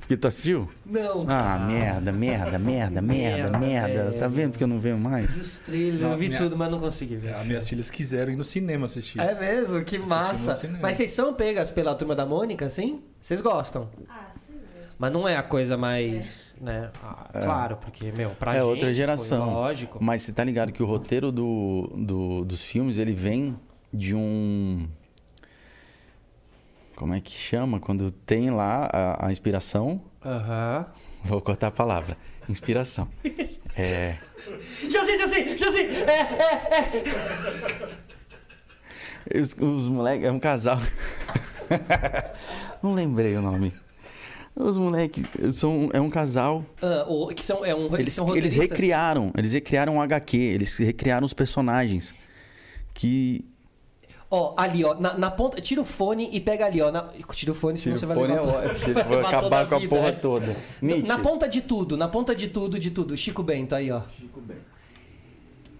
Speaker 1: Porque tu assistiu?
Speaker 2: Não.
Speaker 1: Ah, merda, merda, merda, merda,
Speaker 2: Merda,
Speaker 1: merda. Tá
Speaker 2: é,
Speaker 1: vendo porque eu não vejo mais?
Speaker 2: Vi os trailers, eu vi
Speaker 4: minha-
Speaker 2: tudo, mas não consegui ver.
Speaker 4: É, As minhas filhas quiseram ir no cinema assistir.
Speaker 2: É mesmo? Que massa.
Speaker 4: cinema.
Speaker 2: Mas vocês são pegas pela turma da Mônica, sim? Vocês gostam?
Speaker 7: Ah, sim. mesmo.
Speaker 2: Mas não é a coisa mais. Né? Ah, Claro, porque, meu, pra
Speaker 1: É
Speaker 2: gente.
Speaker 1: outra
Speaker 2: foi
Speaker 1: geração.
Speaker 2: lógico.
Speaker 1: Mas você tá ligado que o roteiro do, do- dos filmes, ele vem de um... Como é que chama? Quando tem lá a, a inspiração... <laughs>
Speaker 2: Aham.
Speaker 1: Vou cortar a palavra.
Speaker 2: <laughs>
Speaker 1: Inspiração. é...
Speaker 2: Já sei, já sei, já sei. É, é, é.
Speaker 1: Os, os moleques, é um casal. <laughs> Não lembrei o nome. Os moleques são é um casal.
Speaker 2: Ah, o- que são, é um,
Speaker 1: Eles,
Speaker 2: são
Speaker 1: eles
Speaker 2: roteiristas?
Speaker 1: recriaram, eles recriaram o HQ, eles recriaram os personagens que
Speaker 2: Ó, ali, ó, na, na ponta. Tira o fone e pega ali, ó. na- tira o fone, senão <laughs> você vai levar toda-
Speaker 1: você
Speaker 2: vai levar toda a vida, é.
Speaker 1: é toda.
Speaker 2: Na ponta de tudo, na ponta de tudo, de tudo. Chico Bento aí, ó. Chico Bento.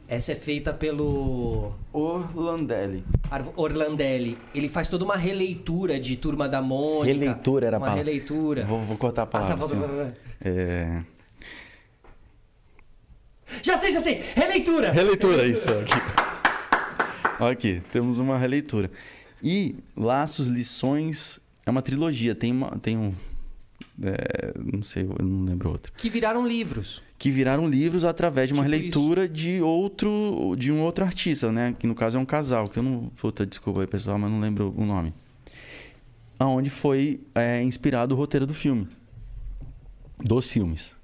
Speaker 2: Essa é feita pelo
Speaker 1: Orlandelli.
Speaker 2: Arvo- Orlandelli. Ele faz toda uma releitura de Turma da Mônica.
Speaker 1: Releitura era a
Speaker 2: Uma
Speaker 1: palavra.
Speaker 2: releitura.
Speaker 1: Vou, vou cortar a
Speaker 2: Ah,
Speaker 1: palavra.
Speaker 2: tá
Speaker 1: assim.
Speaker 2: falando.
Speaker 1: É...
Speaker 2: Já sei, já sei. Releitura.
Speaker 1: Releitura, isso aqui. Ó aqui, temos uma releitura. E Laços, Lições é uma trilogia. Tem, uma, tem um. é, não sei, eu não lembro outro.
Speaker 2: Que viraram livros.
Speaker 1: Que viraram livros através de uma
Speaker 2: Tipo
Speaker 1: releitura de outro. de um outro artista, né? Que no caso é um casal, que eu não. Puta, desculpa aí, pessoal, mas não lembro o nome. Aonde foi é, inspirado o roteiro do filme. Dos filmes.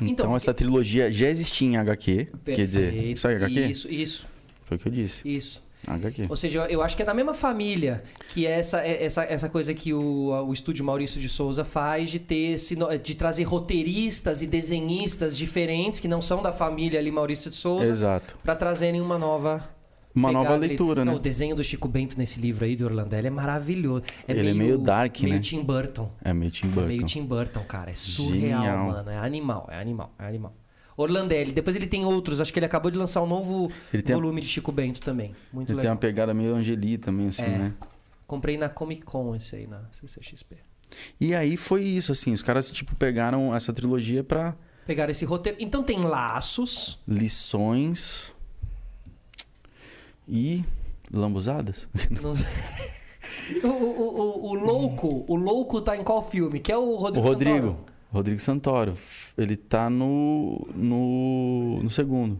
Speaker 1: Então,
Speaker 2: Então,
Speaker 1: essa trilogia já existia em HQ. Quer dizer, isso aí é HQ?
Speaker 2: Isso, isso,
Speaker 1: Foi o que eu disse.
Speaker 2: isso.
Speaker 1: HQ.
Speaker 2: Ou seja, eu acho que é da mesma família que é essa é- essa, essa coisa que o, o estúdio Maurício de Souza faz de ter esse no- de trazer roteiristas e desenhistas diferentes que não são da família ali Maurício de Souza
Speaker 1: Exato.
Speaker 2: pra trazerem uma nova
Speaker 1: Uma nova
Speaker 2: pegada.
Speaker 1: leitura,
Speaker 2: Não,
Speaker 1: né?
Speaker 2: O desenho do Chico Bento nesse livro aí do Orlandelli é maravilhoso.
Speaker 1: Ele é meio dark,
Speaker 2: meio
Speaker 1: né?
Speaker 2: Tim Burton.
Speaker 1: É meio Tim Burton.
Speaker 2: Meio Tim Burton, cara. É surreal,
Speaker 1: Genial.
Speaker 2: mano. É animal, é animal, é animal. Orlandelli. Depois ele tem outros. Acho que ele acabou de lançar um novo
Speaker 1: Ele tem-
Speaker 2: volume de Chico Bento também. Muito
Speaker 1: Ele tem
Speaker 2: legal.
Speaker 1: uma pegada meio Angeli também, assim,
Speaker 2: É.
Speaker 1: né?
Speaker 2: Comprei na Comic Con esse aí, na CCXP.
Speaker 1: E aí foi isso, assim. Os caras, tipo, pegaram essa trilogia pra
Speaker 2: Pegaram esse roteiro. Então tem
Speaker 1: <laughs>
Speaker 2: laços.
Speaker 1: lições e lambuzadas.
Speaker 2: Não sei. <laughs> o, o- o- o louco, o louco tá em qual filme? Que é o
Speaker 1: O
Speaker 2: Rodrigo
Speaker 1: Rodrigo.
Speaker 2: Santoro.
Speaker 1: Rodrigo Santoro. Ele tá no. no. no segundo.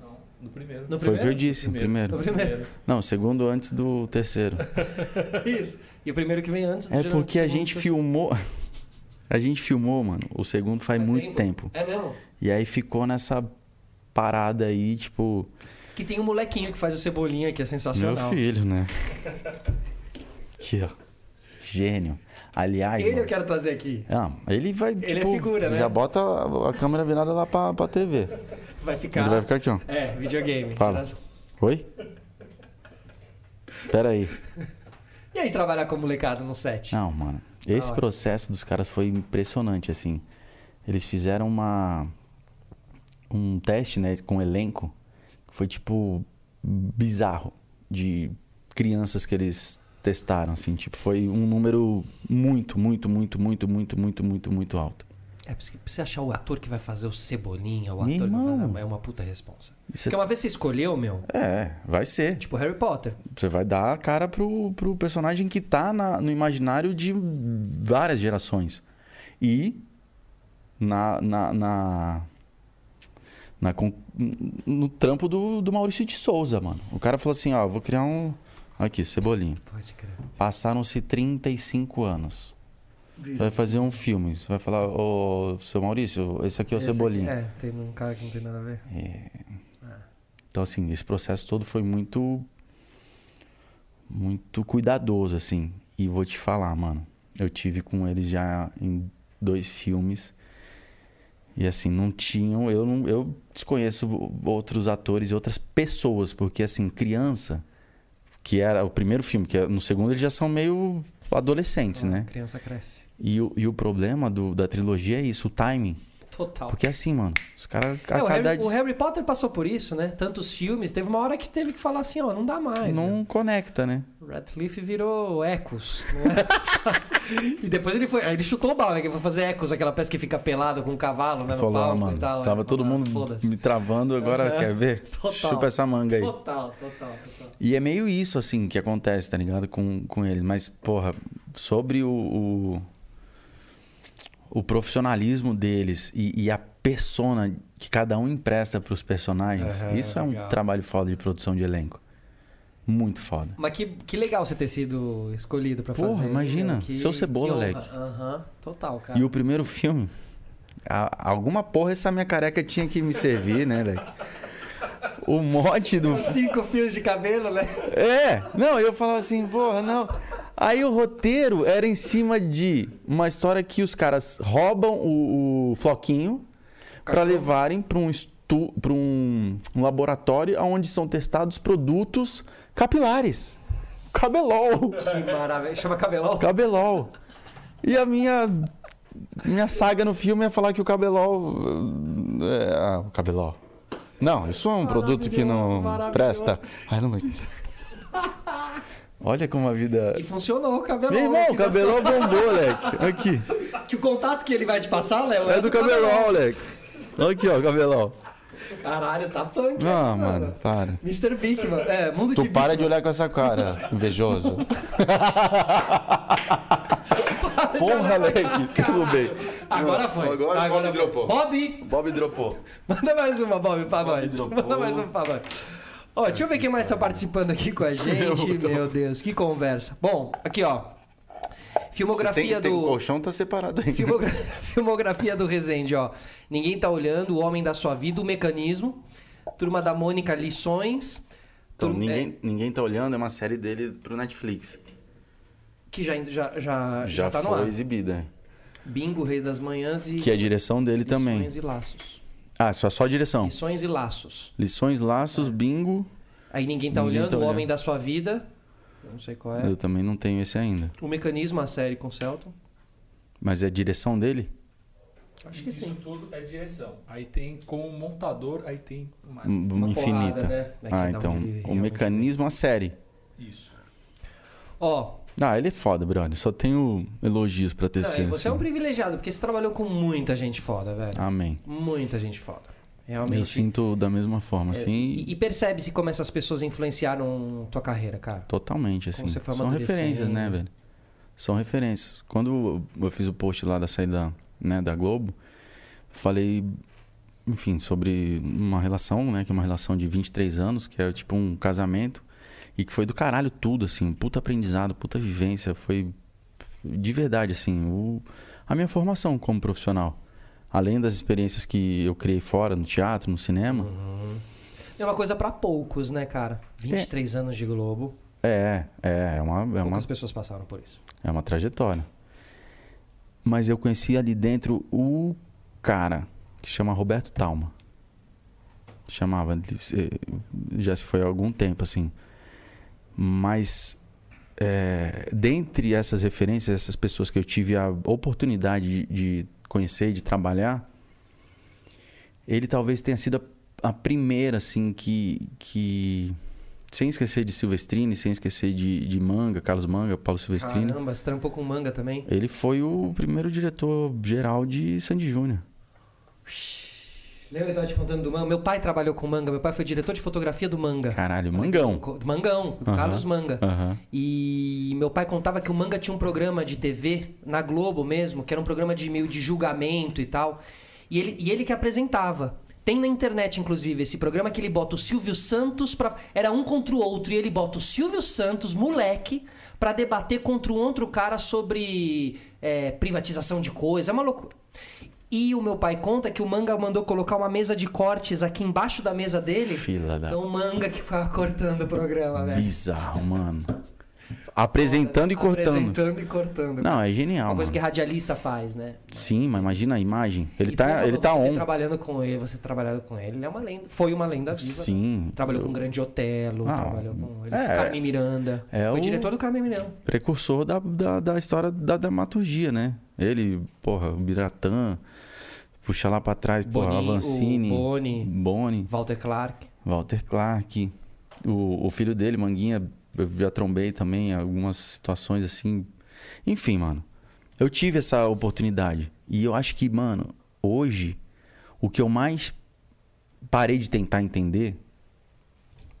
Speaker 4: Não, no primeiro.
Speaker 2: No
Speaker 1: Foi o que eu
Speaker 2: primeiro?
Speaker 1: disse, o
Speaker 2: No
Speaker 1: primeiro.
Speaker 2: É primeiro.
Speaker 1: Não, o segundo antes do terceiro.
Speaker 2: <laughs> Isso. E o primeiro que vem antes.
Speaker 1: É
Speaker 2: geralmente,
Speaker 1: porque a
Speaker 2: segundo,
Speaker 1: gente
Speaker 2: terceiro.
Speaker 1: filmou. <laughs> A gente filmou, mano, o segundo faz
Speaker 2: Faz
Speaker 1: muito
Speaker 2: tempo.
Speaker 1: tempo.
Speaker 2: É mesmo?
Speaker 1: E aí ficou nessa parada aí, tipo,
Speaker 2: Que tem um molequinho que faz o Cebolinha, que é sensacional.
Speaker 1: meu filho,
Speaker 2: <laughs>
Speaker 1: né? Aqui, ó. Gênio. Aliás,
Speaker 2: Ele
Speaker 1: mano,
Speaker 2: eu quero trazer aqui.
Speaker 1: ah, ele vai, tipo,
Speaker 2: é figura, né?
Speaker 1: já bota a, a câmera virada lá pra, pra TV.
Speaker 2: Vai ficar.
Speaker 1: Ele vai ficar aqui, ó.
Speaker 2: É, videogame.
Speaker 1: Fala. Oi? Pera aí.
Speaker 2: E aí trabalhar com molecada no set?
Speaker 1: Não, mano. Esse
Speaker 2: hora.
Speaker 1: processo dos caras foi impressionante, assim. Eles fizeram uma um teste, né, com elenco, que foi tipo bizarro de crianças que eles testaram, assim, tipo, foi um número muito, muito, muito, muito, muito, muito, muito, muito alto.
Speaker 2: É, porque pra você achar o ator que vai fazer o Cebolinha, o ator
Speaker 1: Meu
Speaker 2: que vai
Speaker 1: irmão.
Speaker 2: fazer, é uma puta responsa.
Speaker 1: Isso é-
Speaker 2: Porque uma vez você escolheu, meu,
Speaker 1: É, vai ser.
Speaker 2: tipo Harry Potter.
Speaker 1: Você vai dar a cara pro, pro personagem que tá na- no imaginário de várias gerações. E na, na, na, na con- no trampo do, do Maurício de Souza, mano. O cara falou assim, ó, vou criar um... Aqui, Cebolinha.
Speaker 2: Pode crer.
Speaker 1: Passaram-se 35 anos. Vai fazer um filme. Você vai falar, ô, seu Maurício, esse aqui é o
Speaker 2: Esse aqui-
Speaker 1: Cebolinha.
Speaker 2: É, tem um cara que não tem nada a ver.
Speaker 1: Então, assim, esse processo todo foi muito. Muito cuidadoso, assim. E vou te falar, mano. Eu tive com eles já em dois filmes. E, assim, não tinham. Eu, não, eu desconheço outros atores e outras pessoas, porque, assim, criança, que era o primeiro filme, que é- no segundo eles já são meio adolescentes,
Speaker 2: Ah,
Speaker 1: né?
Speaker 2: Criança cresce.
Speaker 1: E o, e o problema do- da trilogia é isso, o timing.
Speaker 2: Total.
Speaker 1: Porque, assim, mano, os caras. Tá a
Speaker 2: É, o,
Speaker 1: cada
Speaker 2: Harry, o Harry Potter passou por isso, né? Tantos filmes. Teve uma hora que teve que falar assim, ó, não dá mais.
Speaker 1: Não conecta, né?
Speaker 2: meu. Radcliffe virou Ecos. né? <laughs> e depois ele foi. Aí ele chutou o balde, né? Que foi fazer Ecos, aquela peça que fica pelado com um cavalo, né?
Speaker 1: Falou,
Speaker 2: no
Speaker 1: ah,
Speaker 2: palco
Speaker 1: mano,
Speaker 2: e tal.
Speaker 1: tava
Speaker 2: né?
Speaker 1: todo
Speaker 2: Falou,
Speaker 1: mundo
Speaker 2: "Foda-se."
Speaker 1: me travando, agora
Speaker 2: Aham.
Speaker 1: quer ver?
Speaker 2: <laughs>
Speaker 1: <laughs>
Speaker 2: Total.
Speaker 1: Chupa essa manga aí.
Speaker 2: Total, total, total.
Speaker 1: E é meio isso, assim, que acontece, tá ligado? Com, com eles. Mas, porra, sobre o, o, o profissionalismo deles e, e a persona que cada um empresta pros personagens,
Speaker 6: Aham,
Speaker 1: isso é um
Speaker 6: legal.
Speaker 1: trabalho foda de produção de elenco. Muito foda.
Speaker 2: Mas que, que legal você ter sido escolhido pra
Speaker 1: Porra,
Speaker 2: fazer. né?
Speaker 1: imagina,
Speaker 2: Que,
Speaker 1: seu Cebola,
Speaker 2: que honra.
Speaker 1: Leque.
Speaker 2: Aham, total, cara.
Speaker 1: E o primeiro filme, a- alguma porra essa minha careca tinha que me servir, né, velho? O mote do
Speaker 2: Cinco fios de cabelo, né?
Speaker 1: É, não, eu falava assim, porra, não. Aí o roteiro era em cima de uma história que os caras roubam o, o floquinho pra levarem pra um, estu, pra um, um laboratório onde são testados produtos capilares. Cabelol,
Speaker 2: Que maravilha. Chama cabelão?
Speaker 1: cabelol. E a minha minha saga no filme é falar que o cabelol eh, é, ah, o cabelol. Não, isso é um produto que não
Speaker 2: Ah, maravilhoso.
Speaker 1: presta. Ai, não. Olha como a vida
Speaker 2: E funcionou o cabelão.
Speaker 1: meu
Speaker 2: né?
Speaker 1: irmão, o
Speaker 2: Que das-
Speaker 1: cabelol bombou, leque. Aqui.
Speaker 2: Que o contato que ele vai te passar, Léo,
Speaker 1: É do cabelol, leque. Olha aqui, ó, cabelol.
Speaker 2: Caralho, tá punk.
Speaker 1: Não,
Speaker 2: né,
Speaker 1: mano, para.
Speaker 2: Mr. Big, mano. É, mundo de
Speaker 1: Tu
Speaker 2: Big,
Speaker 1: para
Speaker 2: mano.
Speaker 1: de olhar com essa cara,
Speaker 2: <laughs>
Speaker 1: invejoso. Porra, leque. Tudo bem.
Speaker 2: Agora foi.
Speaker 3: Agora o Bob
Speaker 2: foi.
Speaker 3: dropou.
Speaker 2: Bob,
Speaker 3: Bob dropou.
Speaker 2: manda mais uma, Bob, pra nós. Manda mais uma pra nós. Ó, deixa eu ver quem mais tá participando aqui
Speaker 1: <laughs>
Speaker 2: com a gente. Meu Deus, que conversa. Bom, aqui, ó.
Speaker 3: Tem,
Speaker 2: Filmografia
Speaker 3: tem, o
Speaker 2: do.
Speaker 3: colchão tá separado ainda.
Speaker 2: <laughs> Filmogra- <laughs> Filmografia do Rezende, ó. Ninguém tá olhando, o homem da sua vida, o mecanismo. Turma da Mônica, lições.
Speaker 1: Então,
Speaker 2: Turma- é,
Speaker 1: ninguém, ninguém tá olhando, é uma série dele pro Netflix.
Speaker 2: que já, já, já, já
Speaker 1: Já
Speaker 2: tá no
Speaker 1: foi
Speaker 2: ar.
Speaker 1: exibida.
Speaker 2: Bingo, Rei das Manhãs e
Speaker 1: Que é a direção dele também.
Speaker 2: lições e laços.
Speaker 1: Ah, só só a direção.
Speaker 2: Lições e laços.
Speaker 1: Lições,
Speaker 2: É.
Speaker 1: laços, bingo.
Speaker 2: Aí ninguém tá
Speaker 1: Ninguém
Speaker 2: olhando,
Speaker 1: tá
Speaker 2: o homem
Speaker 1: olhando.
Speaker 2: da sua vida. Eu Não sei qual é.
Speaker 1: Eu também não tenho esse ainda.
Speaker 2: O mecanismo, a série com o Celton.
Speaker 1: Mas é a direção dele?
Speaker 2: Acho que
Speaker 4: Isso
Speaker 2: sim.
Speaker 4: tudo é direção. Aí tem com o montador, aí tem mais.
Speaker 2: uma
Speaker 1: Infinita.
Speaker 2: porrada, né? É que
Speaker 1: Ah,
Speaker 2: dá um
Speaker 1: então.
Speaker 2: delírio,
Speaker 1: O
Speaker 2: realmente.
Speaker 1: mecanismo, a série.
Speaker 4: Isso.
Speaker 2: Ó,
Speaker 1: Ah, ele é foda, brother. Só tenho elogios pra
Speaker 2: não,
Speaker 1: tecer.
Speaker 2: e você é um
Speaker 1: assim.
Speaker 2: privilegiado, porque você trabalhou com muita gente foda, velho.
Speaker 1: Amém.
Speaker 2: Muita gente foda.
Speaker 1: Eu
Speaker 2: Realmente.
Speaker 1: sinto da mesma forma, assim.
Speaker 2: É, E, e percebe-se como essas pessoas influenciaram tua carreira, cara.
Speaker 1: Totalmente, assim.
Speaker 2: você foi
Speaker 1: São referências,
Speaker 2: amadurecendo.
Speaker 1: né, velho? São referências. Quando eu- eu fiz o post lá da saída né, da Globo, falei, enfim, sobre uma relação, né? Que é uma relação de 23 anos, que é tipo um casamento. E que foi do caralho tudo, assim. Um puta aprendizado, puta vivência. Foi de verdade, assim, o, a minha formação como profissional. Além das experiências que eu criei fora, no teatro, no cinema.
Speaker 2: É uma coisa pra poucos, né, cara? 23 anos de Globo.
Speaker 1: É, é, é uma, é uma
Speaker 2: Poucas pessoas passaram por isso.
Speaker 1: É uma trajetória. Mas eu conheci ali dentro o cara que chama Roberto Talma. Chamava, ele se- já se foi há algum tempo, assim. Mas, é, dentre essas referências, essas pessoas que eu tive a oportunidade de, de conhecer, de trabalhar, ele talvez tenha sido a, a primeira, assim, que, que. Sem esquecer de Silvestrini, sem esquecer de, de Manga, Carlos Manga, Paulo Silvestrini.
Speaker 2: Caramba, você trampou com manga também.
Speaker 1: Ele foi o primeiro diretor geral de Sandy Júnior.
Speaker 2: Lembra que eu tava te contando do manga? Meu pai trabalhou com manga. Meu pai foi diretor de fotografia do manga.
Speaker 1: Caralho, mangão.
Speaker 2: Co- Do Mangão, do
Speaker 1: Aham.
Speaker 2: Carlos Manga.
Speaker 1: Aham.
Speaker 2: E meu pai contava que o Manga tinha um programa de TV, na Globo mesmo, que era um programa de meio de julgamento e tal. E ele, e ele que apresentava. Tem na internet, inclusive, esse programa que ele bota o Silvio Santos pra. Era um contra o outro, e ele bota o Silvio Santos, moleque, pra debater contra um outro cara sobre é, privatização de coisa. É uma loucura. E o meu pai conta que o manga mandou colocar uma mesa de cortes aqui embaixo da mesa dele.
Speaker 1: Fila da-
Speaker 2: Então o manga que ficava cortando o programa, velho.
Speaker 1: Bizarro, mano. Apresentando e cortando.
Speaker 2: Apresentando e cortando.
Speaker 1: Não, é genial.
Speaker 2: Uma coisa
Speaker 1: mano.
Speaker 2: que radialista faz, né?
Speaker 1: Sim, mas imagina a imagem. Ele
Speaker 2: E, por
Speaker 1: tá,
Speaker 2: favor,
Speaker 1: ele tá
Speaker 2: você ter
Speaker 1: on.
Speaker 2: trabalhando com ele, você ter trabalhado com ele, ele é uma lenda. Foi uma lenda viva. né?
Speaker 1: Sim.
Speaker 2: Trabalhou com o Grande Otelo,
Speaker 1: Ah,
Speaker 2: trabalhou com ele,
Speaker 1: é.
Speaker 2: Carmen Miranda.
Speaker 1: É
Speaker 2: foi
Speaker 1: o-
Speaker 2: diretor do Carmen Miranda.
Speaker 1: Precursor da, da, da história da dramaturgia, né? Ele, porra, o Biratã, puxa lá pra trás, porra,
Speaker 2: Boninho,
Speaker 1: Avancini,
Speaker 2: o Boni,
Speaker 1: Boni,
Speaker 2: Walter Clark.
Speaker 1: Walter Clark, o, o filho dele, Manguinha, eu já trombei também em algumas situações assim. Enfim, mano, eu tive essa oportunidade. E eu acho que, mano, hoje, o que eu mais parei de tentar entender,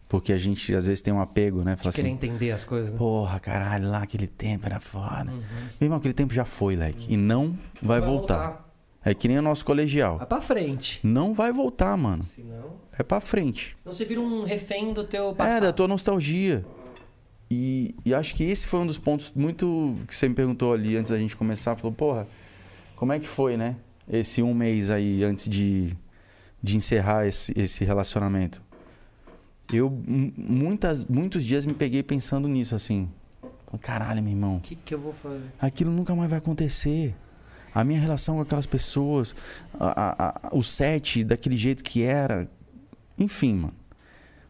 Speaker 1: porque a gente às vezes tem um apego, né? Fala
Speaker 2: Querer
Speaker 1: assim,
Speaker 2: entender as coisas. né?
Speaker 1: Porra, caralho, lá aquele tempo era foda. Meu irmão, aquele tempo já foi, leque. E não Uhum. vai, voltar. É que nem o nosso colegial.
Speaker 2: Vai pra frente.
Speaker 1: Não vai voltar, mano.
Speaker 2: Senão.
Speaker 1: É pra frente.
Speaker 2: Não se vira um refém do teu
Speaker 1: É,
Speaker 2: passado.
Speaker 1: da tua nostalgia. E, e acho que esse foi um dos pontos muito que você me perguntou ali antes da gente começar. Falou, porra, como é que foi, né? Esse um mês aí antes de, de encerrar esse, esse relacionamento. Eu, mu- muitas, muitos dias, me peguei pensando nisso, assim. Falei, Caralho, meu irmão.
Speaker 2: O que, que eu vou fazer?
Speaker 1: aquilo nunca mais vai acontecer. A minha relação com aquelas pessoas, a- a- a- o set daquele jeito que era. Enfim, mano.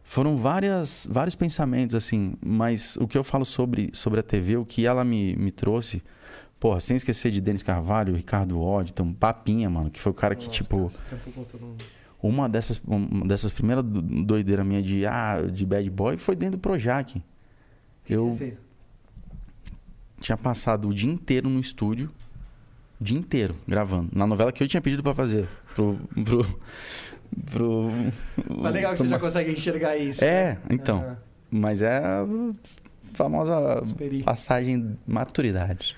Speaker 1: Foram várias, vários pensamentos, assim. Mas o que eu falo sobre, sobre a TV, o que ela me, me trouxe. Porra, sem esquecer de Denis Carvalho, Ricardo Oddton, Papinha, mano, que foi o cara que, tipo.
Speaker 2: Trampou com todo mundo.
Speaker 1: Uma dessas, uma dessas primeiras do- doideiras minha de, ah, de bad boy foi dentro do Projac.
Speaker 2: O que
Speaker 1: Eu
Speaker 2: você fez?
Speaker 1: tinha passado o dia inteiro no estúdio. O dia inteiro gravando. Na novela que eu tinha pedido pra fazer. Pro. pro, pro
Speaker 2: Mas legal que
Speaker 1: pro-
Speaker 2: você já consegue enxergar isso.
Speaker 1: É, então.
Speaker 2: Ah,
Speaker 1: Mas é a famosa
Speaker 2: experi-
Speaker 1: passagem maturidade.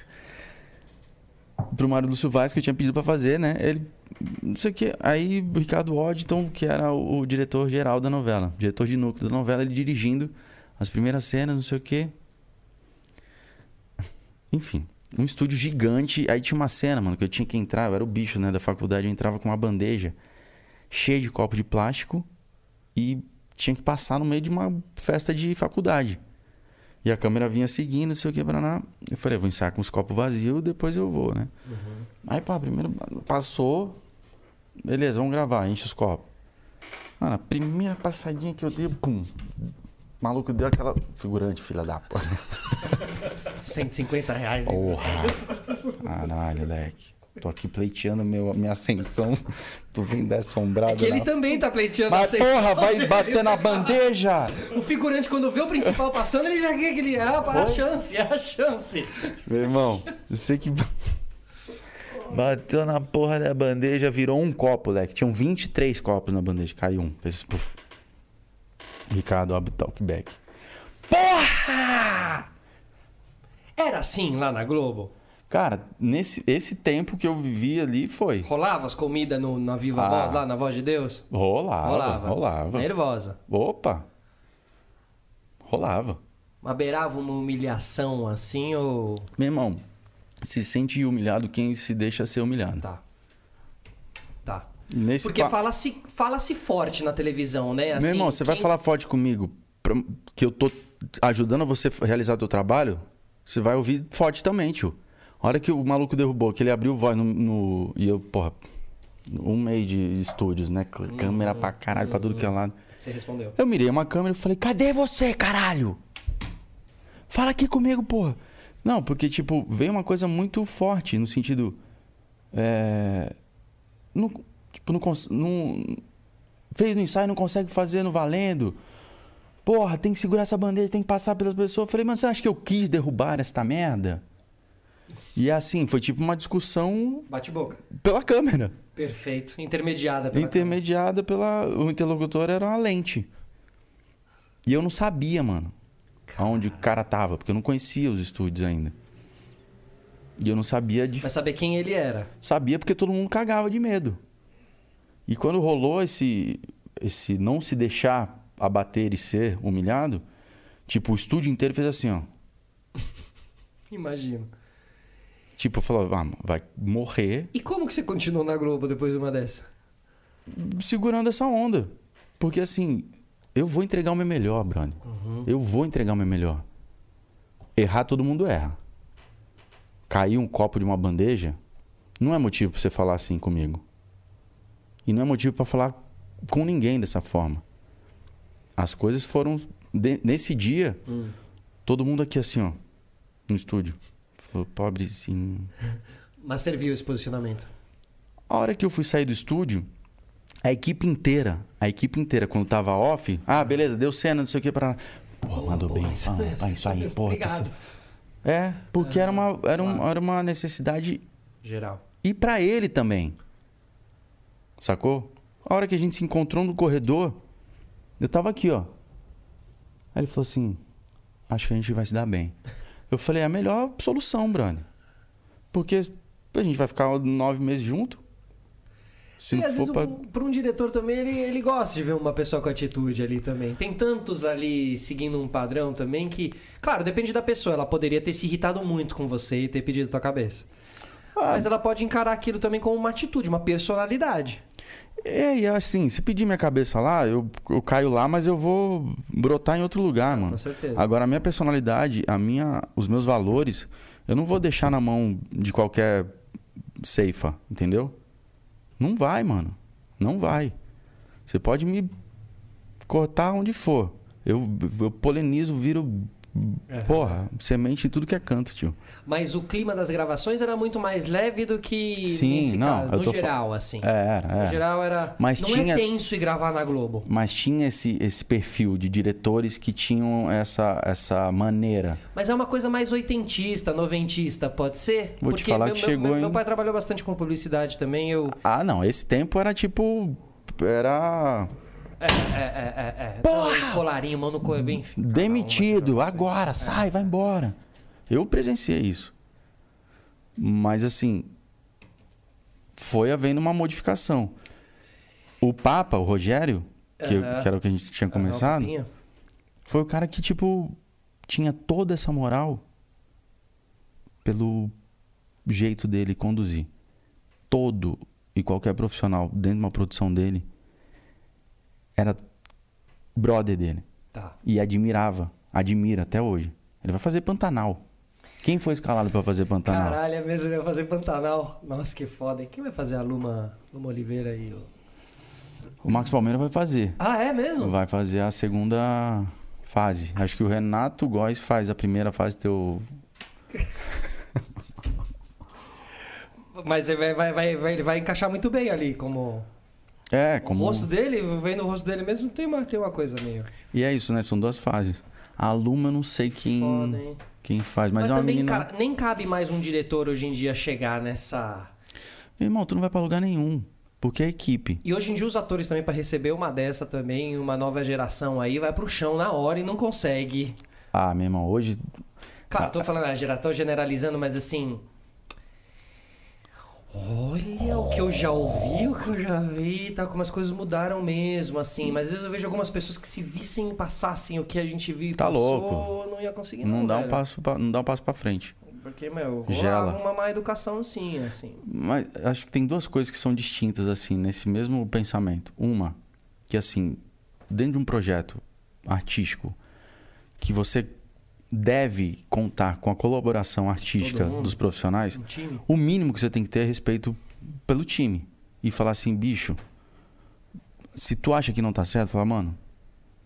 Speaker 1: Pro Mário Lúcio Vaz, que eu tinha pedido pra fazer, né? Ele. Não sei o que. Aí o Ricardo Oddton, que era o, o diretor geral da novela, diretor de núcleo da novela, ele dirigindo as primeiras cenas, não sei o quê. <laughs> Enfim, um estúdio gigante. Aí tinha uma cena, mano, que eu tinha que entrar, eu era o bicho, né, da faculdade, eu entrava com uma bandeja cheia de copo de plástico e tinha que passar no meio de uma festa de faculdade. E a câmera vinha seguindo, não sei o que, Paraná. Eu falei, eu vou ensaiar com os copos vazios, depois eu vou, né?
Speaker 2: Uhum.
Speaker 1: Aí, pá, primeiro passou. Beleza, vamos gravar, enche os copos. Mano, a primeira passadinha que eu dei, pum. O maluco deu aquela figurante, filha da
Speaker 2: <laughs>
Speaker 1: porra.
Speaker 2: 150 reais. hein?
Speaker 1: Porra! Caralho, leque. Tô aqui pleiteando meu, minha ascensão. Tu vem desombrado.
Speaker 2: É que ele também tá pleiteando
Speaker 1: Mas
Speaker 2: a
Speaker 1: porra,
Speaker 2: ascensão
Speaker 1: vai
Speaker 2: dele.
Speaker 1: bater na bandeja!
Speaker 2: O figurante, quando vê o principal passando, ele já quer que ele. Ah, para a chance, é a chance.
Speaker 1: Meu irmão, eu sei que. <laughs> Bateu na porra da bandeja, virou um copo, leque. Tinham 23 copos na bandeja, caiu um. Fez puf. Ricardo abre o talkback.
Speaker 2: Era assim lá na Globo?
Speaker 1: Cara, nesse esse tempo que eu vivi ali foi.
Speaker 2: Rolava as comidas no, na Viva
Speaker 1: Ah.
Speaker 2: Voz, lá na Voz de Deus?
Speaker 1: Rolava.
Speaker 2: Rolava.
Speaker 1: Rolava.
Speaker 2: Nervosa.
Speaker 1: Opa! Rolava.
Speaker 2: Mas beirava uma humilhação assim ou.
Speaker 1: Meu irmão, se sente humilhado quem se deixa ser humilhado.
Speaker 2: Tá. Tá.
Speaker 1: Nesse
Speaker 2: Porque
Speaker 1: pa-
Speaker 2: fala-se fala -se forte na televisão, né? Assim,
Speaker 1: Meu irmão, você vai
Speaker 2: quem-
Speaker 1: falar forte comigo pra- que eu tô ajudando você a realizar teu trabalho? Você vai ouvir forte também, tio. A hora que o maluco derrubou, que ele abriu voz no, no- E eu, porra, um meio de estúdios, né? Cl- Câmera pra caralho, pra tudo que é lado.
Speaker 2: Você respondeu.
Speaker 1: Eu mirei uma câmera e falei, cadê você, caralho? Fala aqui comigo, porra. Não, porque, tipo, veio uma coisa muito forte no sentido. É. Não, tipo, não, cons- não. Fez no ensaio, não consegue fazer no valendo. Porra, tem que segurar essa bandeira, tem que passar pelas pessoas. Eu falei, mas você acha que eu quis derrubar esta merda? E assim, foi tipo uma discussão
Speaker 2: Bate-boca.
Speaker 1: pela câmera.
Speaker 2: Perfeito. Intermediada. pela
Speaker 1: Intermediada pela. O interlocutor era uma lente. E eu não sabia, mano, aonde o cara tava, porque eu não conhecia os estúdios ainda. E eu não sabia de.
Speaker 2: Vai saber quem ele era.
Speaker 1: Sabia porque todo mundo cagava de medo. E quando rolou esse, esse não se deixar abater e ser humilhado, tipo, o estúdio inteiro fez assim, ó.
Speaker 2: Imagino.
Speaker 1: Tipo, falou, "Ah, vai morrer
Speaker 2: E como que você continuou na Globo depois de uma dessa?
Speaker 1: segurando essa onda. Porque assim, eu vou entregar o meu melhor, brother. Eu vou entregar o meu melhor. Errar, todo mundo erra. Cair um copo de uma bandeja não é motivo pra você falar assim comigo. E não é motivo pra falar com ninguém dessa forma. As coisas foram. de- nesse dia, todo mundo aqui assim, ó, no estúdio. Falou, pobrezinho.
Speaker 2: Mas serviu esse posicionamento.
Speaker 1: A hora que eu fui sair do estúdio, a equipe inteira, a equipe inteira, quando tava off, ah, beleza, deu cena, não sei o que, pra. Porra, mandou bem, pá, pá, isso aí, porra. tá
Speaker 2: Obrigado.
Speaker 1: certo. É, porque era uma, era, um- era uma necessidade.
Speaker 6: Geral.
Speaker 1: E pra ele também. Sacou? A hora que a gente se encontrou no corredor, eu tava aqui, ó. Aí ele falou assim: Acho que a gente vai se dar bem. Eu falei: É a melhor solução, brother. Porque a gente vai ficar nove meses junto. Se
Speaker 2: e
Speaker 1: não
Speaker 2: às
Speaker 1: for
Speaker 2: vezes,
Speaker 1: pra...
Speaker 2: um, pra um diretor também, ele, ele gosta de ver uma pessoa com atitude ali também. Tem tantos ali seguindo um padrão também que, claro, depende da pessoa. Ela poderia ter se irritado muito com você e ter pedido tua cabeça.
Speaker 1: Ah.
Speaker 2: Mas ela pode encarar aquilo também como uma atitude, uma personalidade.
Speaker 1: É, e assim, se pedir minha cabeça lá, eu, eu caio lá, mas eu vou brotar em outro lugar, mano.
Speaker 2: certeza.
Speaker 1: Agora, a minha personalidade, a minha, os meus valores, eu não vou deixar na mão de qualquer ceifa, entendeu? Não vai, mano. Não vai. Você pode me cortar onde for. Eu, eu polenizo, viro. Porra, semente em tudo que é canto, tio.
Speaker 2: Mas o clima das gravações era muito mais leve do que
Speaker 1: Sim,
Speaker 2: nesse
Speaker 1: não,
Speaker 2: caso.
Speaker 1: eu
Speaker 2: No
Speaker 1: tô fa-
Speaker 2: geral, assim.
Speaker 1: É, era,
Speaker 2: No
Speaker 1: era.
Speaker 2: geral era.
Speaker 1: Mas
Speaker 2: não
Speaker 1: tinha-
Speaker 2: é tenso ir gravar na Globo.
Speaker 1: Mas tinha esse, esse perfil de diretores que tinham essa, essa maneira.
Speaker 2: Mas é uma coisa mais oitentista, noventista, pode ser?
Speaker 1: Vou te
Speaker 2: Porque
Speaker 1: falar
Speaker 2: meu,
Speaker 1: que
Speaker 2: meu-
Speaker 1: chegou
Speaker 2: meu,
Speaker 1: em-
Speaker 2: meu pai trabalhou bastante com publicidade também. Eu.
Speaker 1: Ah, não. Esse tempo era tipo. Era.
Speaker 2: É, é, é, é. Porra! Colarinho, mão no coelho, bem.
Speaker 1: Demitido,
Speaker 2: né? É.
Speaker 1: agora, sai, vai embora. Eu presenciei isso. Mas assim. Foi havendo uma modificação. O Papa, o Rogério, que,
Speaker 2: Aham.
Speaker 1: que era o que a gente tinha começado, foi o cara que, tipo, tinha toda essa moral pelo jeito dele conduzir. Todo e qualquer profissional dentro de uma produção dele era brother dele.
Speaker 2: Tá.
Speaker 1: E admirava, admira até hoje. Ele vai fazer Pantanal. Quem foi escalado pra fazer Pantanal?
Speaker 2: Caralho, é mesmo, ele vai fazer Pantanal. Nossa, que foda. hein? Quem vai fazer a Luma, Luma Oliveira aí? ó?
Speaker 1: O Max Palmeira vai fazer.
Speaker 2: Ah, é mesmo?
Speaker 1: Vai fazer a segunda fase. Acho que o Renato Góes faz a primeira fase teu.
Speaker 2: Mas ele vai, vai, vai, vai- ele vai encaixar muito bem ali, como.
Speaker 1: É,
Speaker 2: O
Speaker 1: como.
Speaker 2: rosto dele, vem no rosto dele mesmo, tem uma, tem uma coisa meio.
Speaker 1: E é isso, né? São duas fases. A Luma, eu não sei quem,
Speaker 2: Foda, hein?
Speaker 1: quem faz, Hum, mas,
Speaker 2: Mas
Speaker 1: é uma
Speaker 2: também,
Speaker 1: menina.
Speaker 2: cara, nem cabe mais um diretor hoje em dia chegar nessa.
Speaker 1: Meu irmão, tu não vai pra lugar nenhum. Porque é equipe.
Speaker 2: E hoje em dia os atores também pra receber uma dessa também, uma nova geração aí, vai pro chão na hora e não consegue.
Speaker 1: Ah, meu irmão, hoje.
Speaker 2: Claro, tô falando, ah, gera- tô generalizando, mas assim. Olha o que eu já ouvi, o que eu já vi, tá? Como as coisas mudaram mesmo, assim. Mas às vezes eu vejo algumas pessoas que se vissem e passassem o que a gente viu e
Speaker 1: Tá
Speaker 2: passou,
Speaker 1: louco.
Speaker 2: não ia conseguir
Speaker 1: Não, dá um
Speaker 2: velho.
Speaker 1: passo pra, não dá um passo pra frente.
Speaker 2: Porque, meu,
Speaker 1: Gela.
Speaker 2: rola uma má educação sim, assim.
Speaker 1: Mas acho que tem duas coisas que são distintas, assim, nesse mesmo pensamento. Uma, que assim, dentro de um projeto artístico, que você deve contar com a colaboração artística
Speaker 2: mundo.
Speaker 1: dos profissionais,
Speaker 2: Um time.
Speaker 1: o mínimo que você tem que ter é respeito pelo time. E falar assim, bicho, se tu acha que não tá certo, fala, mano,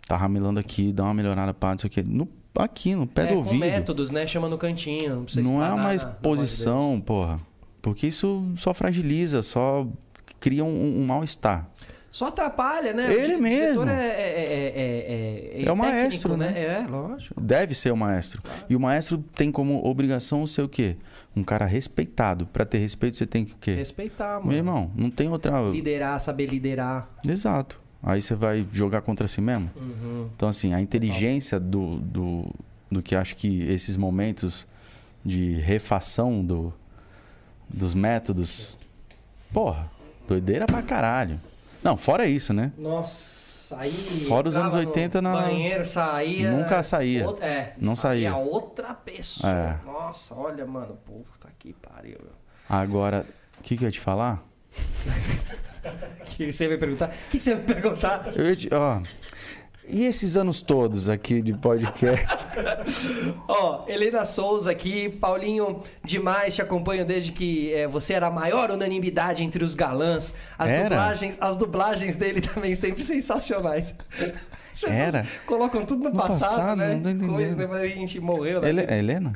Speaker 1: tá ramelando aqui, dá uma melhorada, pá, não sei o quê. No, aqui, no pé
Speaker 2: é,
Speaker 1: do
Speaker 2: com
Speaker 1: ouvido.
Speaker 2: métodos, né? Chama no cantinho, não precisa
Speaker 1: Não é
Speaker 2: explanar
Speaker 1: uma
Speaker 2: na- na voz
Speaker 1: exposição, porra. Porque isso só fragiliza, só cria um, um mal-estar.
Speaker 2: dele. Só atrapalha, né? O
Speaker 1: Ele
Speaker 2: di- diretor
Speaker 1: mesmo.
Speaker 2: É, é, é, é,
Speaker 1: É o maestro,
Speaker 2: técnico,
Speaker 1: né?
Speaker 2: É, lógico.
Speaker 1: Deve ser o maestro. E o maestro tem como obrigação ser o quê? Um cara respeitado. Pra ter respeito, você tem que o quê?
Speaker 2: Respeitar, é mano.
Speaker 1: Meu irmão, não tem outra.
Speaker 2: Liderar, saber liderar.
Speaker 1: Exato. Aí você vai jogar contra si mesmo.
Speaker 2: Uhum.
Speaker 1: Então, assim, a inteligência do, do, do que acho que esses momentos de refação do, dos métodos. Porra, doideira pra caralho. Não, fora isso, né?
Speaker 2: Nossa, aí.
Speaker 1: Fora os anos
Speaker 2: entrava no
Speaker 1: 80 na-
Speaker 2: Banheiro saía.
Speaker 1: Nunca saía.
Speaker 2: Outra- é,
Speaker 1: Não saía.
Speaker 2: outra pessoa.
Speaker 1: É.
Speaker 2: Nossa, olha, mano. Puta que pariu. meu. <laughs>
Speaker 1: Agora, o que, que eu ia te falar?
Speaker 2: Que você vai perguntar? O que você vai perguntar?
Speaker 1: Eu ia te, ó, e esses anos todos aqui de podcast?
Speaker 2: <laughs> Ó, Helena Souza aqui, Paulinho, demais, te acompanho desde que eh, você era a maior unanimidade entre os galãs. As
Speaker 1: Era?
Speaker 2: dublagens, as dublagens dele <laughs> também sempre sensacionais. As pessoas
Speaker 1: Era?
Speaker 2: colocam tudo no,
Speaker 1: No
Speaker 2: passado,
Speaker 1: passado,
Speaker 2: né?
Speaker 1: não tô entendendo.
Speaker 2: Coisa, né? Mas a gente morreu, né?
Speaker 1: Ele, é Helena?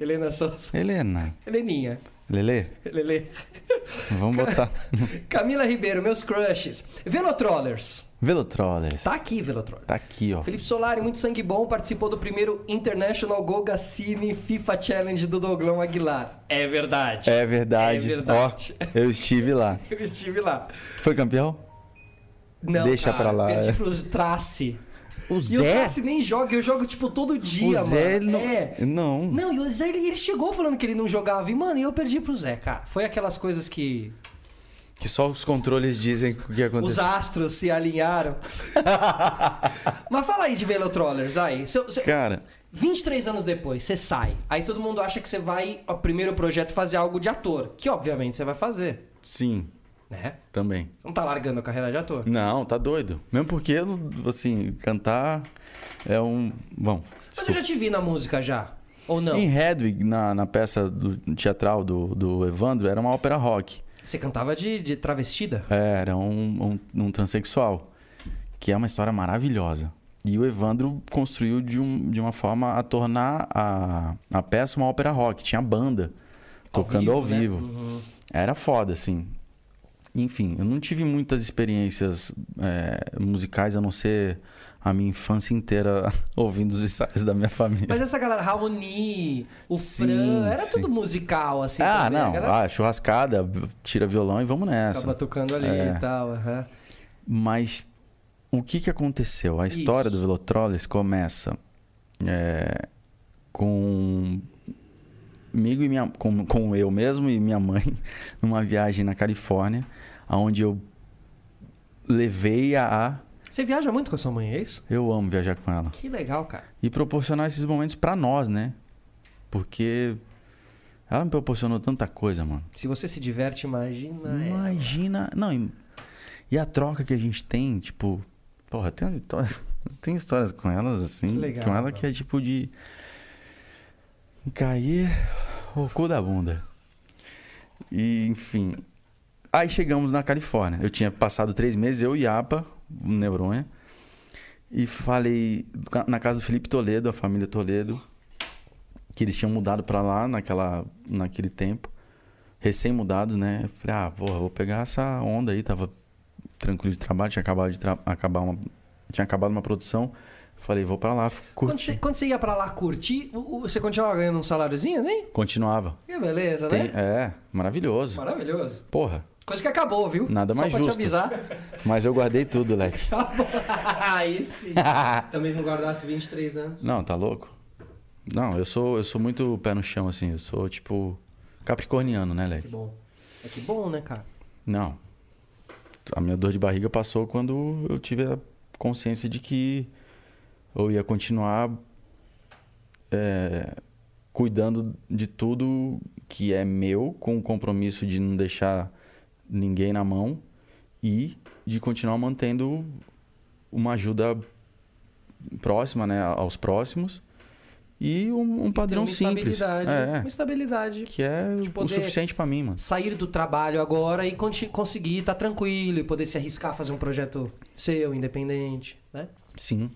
Speaker 2: Helena Souza.
Speaker 1: Helena.
Speaker 2: Heleninha.
Speaker 1: Lele? <laughs>
Speaker 2: Lele.
Speaker 1: Vamos botar.
Speaker 2: Camila Ribeiro, meus crushes. Velotrollers.
Speaker 1: Velotrollers.
Speaker 2: Tá aqui, Velotrollers.
Speaker 1: Tá aqui, ó.
Speaker 2: Felipe Solari, muito sangue bom, participou do primeiro International Goga Cine FIFA Challenge do Doglão Aguilar. É verdade.
Speaker 1: É verdade.
Speaker 2: É verdade.
Speaker 1: Ó, eu estive lá.
Speaker 2: <laughs> Eu estive lá.
Speaker 1: Foi campeão?
Speaker 2: Não,
Speaker 1: Deixa
Speaker 2: cara,
Speaker 1: pra lá,
Speaker 2: Perdi
Speaker 1: é.
Speaker 2: pro Trace.
Speaker 1: O
Speaker 2: E o
Speaker 1: Zé?
Speaker 2: Trace nem joga, eu jogo tipo todo
Speaker 1: O
Speaker 2: dia,
Speaker 1: Zé, ele
Speaker 2: mano.
Speaker 1: não...
Speaker 2: É.
Speaker 1: Não.
Speaker 2: Não, e o Zé, ele, ele chegou falando que ele não jogava. E, mano, eu perdi pro Zé, cara. Foi aquelas coisas que
Speaker 1: Que só os controles dizem o que aconteceu.
Speaker 2: os astros
Speaker 1: <laughs>
Speaker 2: se alinharam. Mas fala aí de Velotrollers, aí. Seu- seu-
Speaker 1: Cara,
Speaker 2: 23 anos depois, você sai. Aí todo mundo acha que você vai, ao primeiro projeto, fazer algo de ator. Que, obviamente, você vai fazer,
Speaker 1: sim,
Speaker 2: né?
Speaker 1: também.
Speaker 2: Não tá largando a carreira de ator.
Speaker 1: Não, tá doido. Mesmo porque, assim, cantar é um. Bom.
Speaker 2: Mas eu já te vi na música já. Ou não?
Speaker 1: Em Hedwig, na, na peça do- teatral do, do Evandro, era uma ópera rock.
Speaker 2: Você cantava de,
Speaker 1: <laughs>
Speaker 2: de travestida?
Speaker 1: É, Era um, um, um transexual. Que é uma história maravilhosa. E o Evandro construiu de, um, de uma forma a tornar a, a peça uma ópera rock. Tinha banda tocando ao vivo.
Speaker 2: né? Uhum.
Speaker 1: Era foda, assim. Enfim, eu não tive muitas experiências é, musicais, a não ser a minha infância inteira <laughs> ouvindo os ensaios da minha família.
Speaker 2: Mas essa galera, Raoni, o
Speaker 1: Sim,
Speaker 2: Fran, era
Speaker 1: sim.
Speaker 2: tudo musical, assim.
Speaker 1: ah,
Speaker 2: também. A
Speaker 1: não.
Speaker 2: galera
Speaker 1: Ah, churrascada, b- tira violão e vamos nessa.
Speaker 2: Acaba tocando ali
Speaker 1: É.
Speaker 2: e tal. aham.
Speaker 1: Mas o que, que aconteceu? A história do Velotrollers começa é, com comigo e minha, com, com eu mesmo e minha mãe <laughs> numa viagem na Califórnia, aonde eu levei a
Speaker 2: Você viaja muito com a sua mãe, é isso?
Speaker 1: eu amo viajar com ela
Speaker 2: Que legal, cara.
Speaker 1: e proporcionar esses momentos pra nós, né? Porque ela me proporcionou tanta coisa, mano.
Speaker 2: Se você se diverte, imagina. é.
Speaker 1: Imagina. Não, e, e a troca que a gente tem, tipo. Porra, tem umas histórias. <laughs> Tem histórias com elas, assim.
Speaker 2: Que legal,
Speaker 1: com ela
Speaker 2: mano.
Speaker 1: que é tipo de. Cair o cu da bunda. E, enfim. Aí chegamos na Califórnia. Eu tinha passado três meses, eu e Apa, um Neuronha. E falei ca- na casa do Felipe Toledo, a família Toledo, que eles tinham mudado pra lá naquela, naquele tempo. Recém-mudado, né? Eu falei, ah, porra, vou pegar essa onda aí. Tava tranquilo de trabalho, tinha acabado de tra- acabar uma, tinha acabado uma produção. Falei, vou pra lá,
Speaker 2: Quando você,
Speaker 1: curtir.
Speaker 2: quando você ia pra lá curtir, o- o- você continuava ganhando um saláriozinho, né?
Speaker 1: Continuava.
Speaker 2: Que beleza,
Speaker 1: Tem-
Speaker 2: né?
Speaker 1: é, maravilhoso.
Speaker 2: Maravilhoso.
Speaker 1: Porra.
Speaker 2: Coisa que acabou, viu?
Speaker 1: Nada
Speaker 2: Só
Speaker 1: mais
Speaker 2: pra
Speaker 1: justo.
Speaker 2: te avisar.
Speaker 1: Mas eu guardei tudo, leque.
Speaker 2: <laughs> Aí <laughs> sim. Talvez não guardasse 23 anos.
Speaker 1: Não, tá louco? Não, eu sou, eu sou muito pé no chão, assim. Eu sou, tipo, capricorniano, né,
Speaker 2: Que
Speaker 1: leque?
Speaker 2: bom. É que bom, né, cara?
Speaker 1: Não. A minha dor de barriga passou quando eu tive a consciência de que eu ia continuar é, cuidando de tudo que é meu, com o compromisso de não deixar ninguém na mão e de continuar mantendo uma ajuda próxima né, aos próximos e um, um
Speaker 2: Tem
Speaker 1: padrão
Speaker 2: uma
Speaker 1: simples.
Speaker 2: estabilidade.
Speaker 1: É,
Speaker 2: Uma estabilidade.
Speaker 1: que é
Speaker 2: De
Speaker 1: o
Speaker 2: poder-
Speaker 1: suficiente pra mim, mano.
Speaker 2: Sair do trabalho agora e conti- conseguir estar tranquilo e poder se arriscar a fazer um projeto seu, independente, né?
Speaker 1: Sim.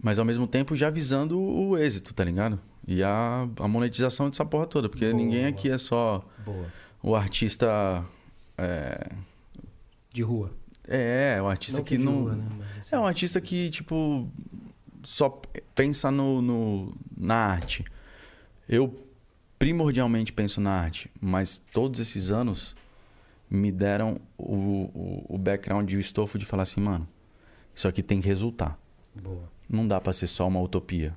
Speaker 1: Mas ao mesmo tempo já visando o êxito, tá ligado? E a, a monetização dessa porra toda. Porque ninguém aqui é só
Speaker 8: Boa.
Speaker 1: o artista. É,
Speaker 2: De rua.
Speaker 1: é o artista que
Speaker 2: de
Speaker 1: não.
Speaker 2: rua, né? Mas,
Speaker 1: É um artista que, tipo, só p- pensa no, no- na arte. Eu primordialmente penso na arte, mas todos esses anos me deram o, o, o background e o estofo de falar assim, mano, isso aqui tem que resultar.
Speaker 8: Boa.
Speaker 1: Não dá pra ser só uma utopia.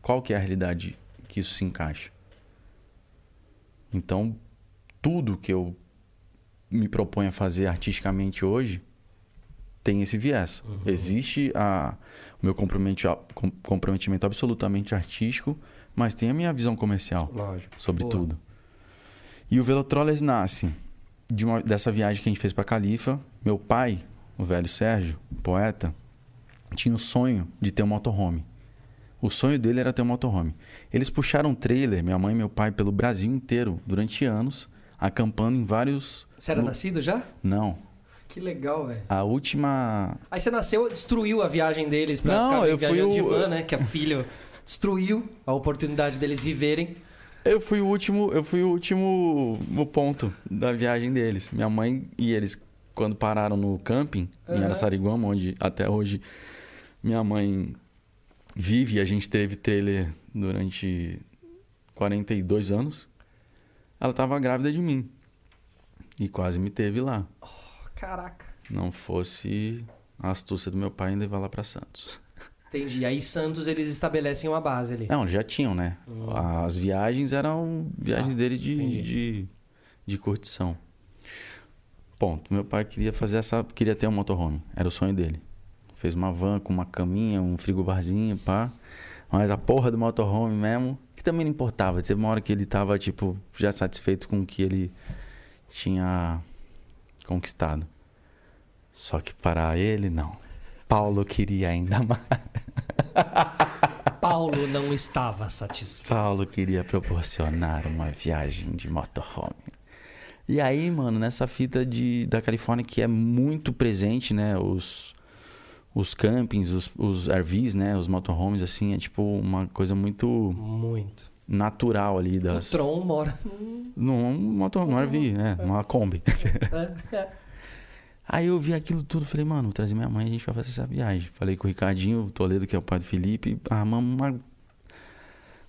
Speaker 1: Qual que é a realidade que isso se encaixa? Então, tudo que eu me proponho a fazer artisticamente hoje tem esse viés. Existe a, o meu comprometimento, a- com- comprometimento absolutamente artístico, mas tem a minha visão comercial
Speaker 6: Lógico.
Speaker 1: sobre
Speaker 6: Boa.
Speaker 1: tudo. E o Velotroles nasce de uma- dessa viagem que a gente fez para Califa. Meu pai, o velho Sérgio, poeta, tinha o sonho de ter um motorhome. O sonho dele era ter um motorhome. Eles puxaram um trailer, minha mãe e meu pai, pelo Brasil inteiro durante anos, acampando em vários.
Speaker 2: Você era
Speaker 1: lu-
Speaker 2: nascido já?
Speaker 1: Não.
Speaker 2: Que legal, velho.
Speaker 1: A última.
Speaker 2: Aí você nasceu, destruiu a viagem deles pra
Speaker 1: Não,
Speaker 2: ficar
Speaker 1: eu fui
Speaker 2: viajando de
Speaker 1: o-
Speaker 2: van, né? Que a filha destruiu a oportunidade deles viverem.
Speaker 1: Eu fui o último, eu fui o último o ponto da viagem deles. Minha mãe e eles, quando pararam no camping em
Speaker 2: Aham.
Speaker 1: Araçariguama, onde até hoje minha mãe vive, e a gente teve trailer durante 42 anos. Ela estava grávida de mim. E quase me teve lá.
Speaker 2: Caraca.
Speaker 1: Não fosse a astúcia do meu pai em levar lá para Santos.
Speaker 2: Entendi. Aí Santos eles estabelecem uma
Speaker 1: <laughs>
Speaker 2: base ali.
Speaker 1: Não, já tinham, né? As viagens eram viagens dele de, de, de curtição. Ponto. Meu pai queria fazer essa. Queria ter um motorhome. Era o sonho dele. Fez uma van com uma caminha, um frigobarzinho, pá. Mas a porra do motorhome mesmo, que também não importava. Teve uma hora que ele tava, tipo, já satisfeito com o que ele tinha conquistado. Só que para ele, não. Paulo queria ainda <laughs> mais.
Speaker 2: Paulo não estava satisfeito.
Speaker 1: Paulo queria proporcionar uma viagem de motorhome. E aí, mano, nessa fita de, da Califórnia que é muito presente, né? Os, os campings, os, os RVs, né? Os motorhomes, assim, é tipo uma coisa muito
Speaker 2: Muito.
Speaker 1: natural ali das...
Speaker 2: O Tron mora.
Speaker 1: Num motorhome, um RV, né? Uma Kombi. Aí eu vi aquilo tudo, falei, mano, vou trazer minha mãe, a gente vai fazer essa viagem. Falei com o Ricardinho o Toledo, que é o pai do Felipe, armamos uma,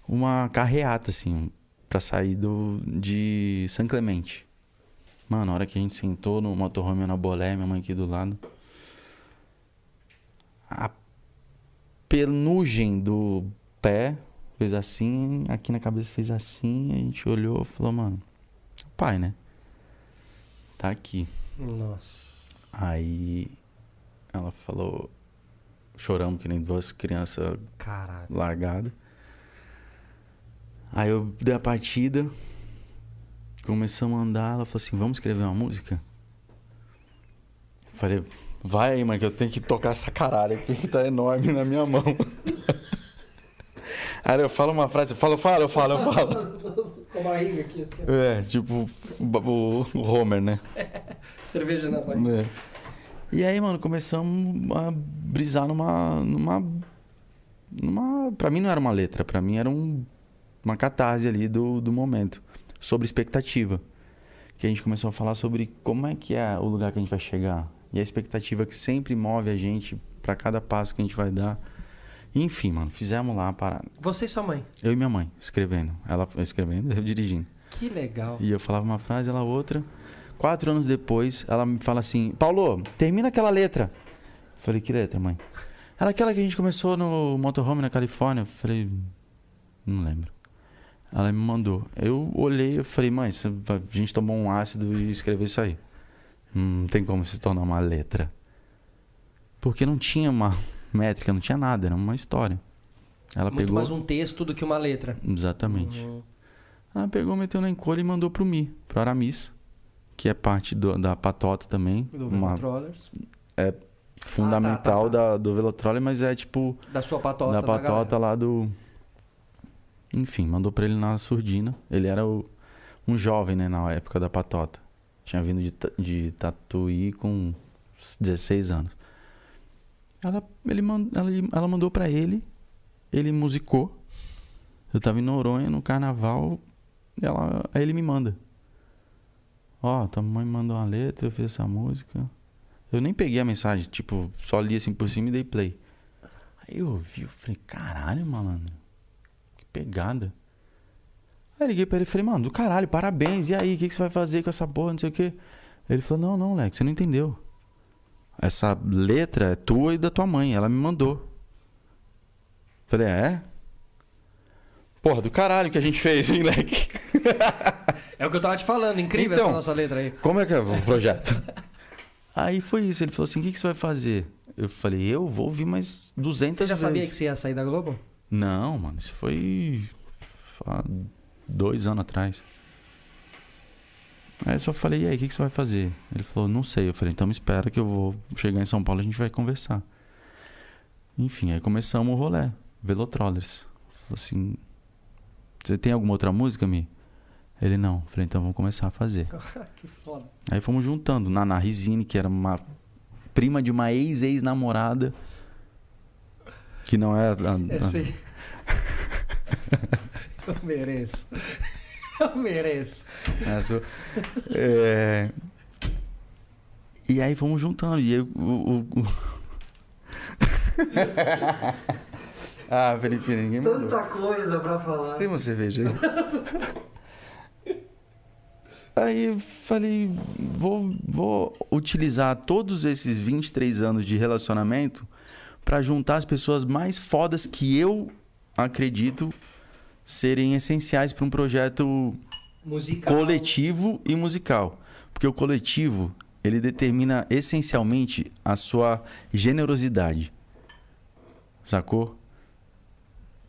Speaker 1: uma carreata, assim, pra sair do, de São Clemente. Mano, a hora que a gente sentou no motorhome na Bolé, minha mãe aqui do lado. A penugem do pé fez assim, aqui na cabeça fez assim, a gente olhou e falou, mano, pai, né? Tá aqui.
Speaker 2: Nossa.
Speaker 1: Aí ela falou. Choramos que nem duas crianças
Speaker 2: Caralho.
Speaker 1: largadas. Aí eu dei a partida. Começamos a andar. Ela falou assim: Vamos escrever uma música? Eu falei: Vai aí, mãe, que eu tenho que tocar essa caralho aqui que tá enorme na minha mão. <laughs> Aí eu falo uma frase: Eu falo, eu falo, eu falo, eu falo.
Speaker 2: Com a barriga aqui assim.
Speaker 1: <laughs> É, tipo o o Homer, né?
Speaker 2: Cerveja na barriga.
Speaker 1: É. E aí, mano, começamos a brisar numa. numa. numa. Pra mim não era uma letra, pra mim era um, uma catarse ali do, do momento. Sobre expectativa. Que a gente começou a falar sobre como é que é o lugar que a gente vai chegar. E a expectativa que sempre move a gente pra cada passo que a gente vai dar. Enfim, mano, fizemos lá a parada.
Speaker 2: Você e sua mãe.
Speaker 1: Eu e minha mãe escrevendo. Ela escrevendo, <laughs> eu dirigindo.
Speaker 2: Que legal.
Speaker 1: E eu falava uma frase, ela outra. Quatro anos depois, ela me fala assim: Paulo, termina aquela letra. Eu falei: Que letra, mãe? Ela, aquela que a gente começou no motorhome na Califórnia. Eu falei: Não lembro. Ela me mandou. Eu olhei eu falei: Mãe, isso- a gente tomou um ácido e escreveu isso aí. Hum, Não tem como se tornar uma letra. Porque não tinha uma <laughs> métrica, não tinha nada, era uma história. Ela
Speaker 2: Muito
Speaker 1: pegou.
Speaker 2: mais um texto do que uma letra. Hum.
Speaker 1: Exatamente. Ela Ah, pegou, meteu na encolha e mandou pro Mi, pro Aramis, que é parte do- da patota também.
Speaker 2: Do Ah,
Speaker 1: uma
Speaker 2: Controllers.
Speaker 1: é fundamental Da, do Velotrole, mas é tipo
Speaker 2: Da sua patota.
Speaker 1: da patota
Speaker 2: galera.
Speaker 1: lá do. Enfim, mandou pra ele na surdina. Ele era o- um jovem, né, na época da patota. Tinha vindo de, Ta- de Tatuí com 16 anos. Ela, ele, man- ela, ela mandou pra ele, ele musicou. Eu tava em Noronha no carnaval, ela, aí ele me manda. Ó, tua mãe me mandou uma letra, eu fiz essa música. Eu nem peguei a mensagem, tipo, só li assim por cima e dei play. Aí eu ouvi, eu falei, caralho, malandro, que pegada. Aí liguei pra ele e falei, mano, do caralho, parabéns, e aí, o que, que você vai fazer com essa porra, não sei o quê? Ele falou, não, não, Lex, você não entendeu. Essa letra é tua e da tua mãe, ela me mandou. Falei, é? Porra, do caralho que a gente fez, hein, Leque?
Speaker 2: É o que eu tava te falando, incrível
Speaker 1: Então,
Speaker 2: essa nossa letra aí.
Speaker 1: <laughs> Como é que é o projeto? aí foi isso. Ele falou assim: o que, que você vai fazer? Eu falei: eu vou ouvir mais 200
Speaker 2: Você já sabia
Speaker 1: vezes."
Speaker 2: que você ia sair da Globo?
Speaker 1: Não, mano, isso foi. há dois anos atrás. Aí eu só falei, e aí, o que, que você vai fazer? Ele falou, não sei. Eu falei, então me espera que eu vou chegar em São Paulo e a gente vai conversar. Enfim, aí começamos o rolê, Velotrollers. Falei assim, você tem alguma outra música, Mi? Ele, não. Falei, então vamos começar a fazer.
Speaker 2: que foda.
Speaker 1: Aí fomos juntando. Naná Rizini, que era uma prima de uma ex-ex-namorada. Que não é. a- a-
Speaker 2: Eu
Speaker 1: a-
Speaker 2: sei. <laughs> eu mereço. Eu mereço.
Speaker 1: né, so- É, E aí fomos juntando. E aí, o. o- o- <laughs> ah, Felipe, ninguém mandou.
Speaker 2: Tanta coisa pra falar.
Speaker 1: Tem uma cerveja aí? Aí eu falei, vou, vou utilizar todos esses 23 anos de relacionamento pra juntar as pessoas mais fodas que eu acredito serem essenciais pra um projeto
Speaker 2: Musical.
Speaker 1: coletivo e musical. Porque o coletivo, ele determina essencialmente a sua generosidade. Sacou?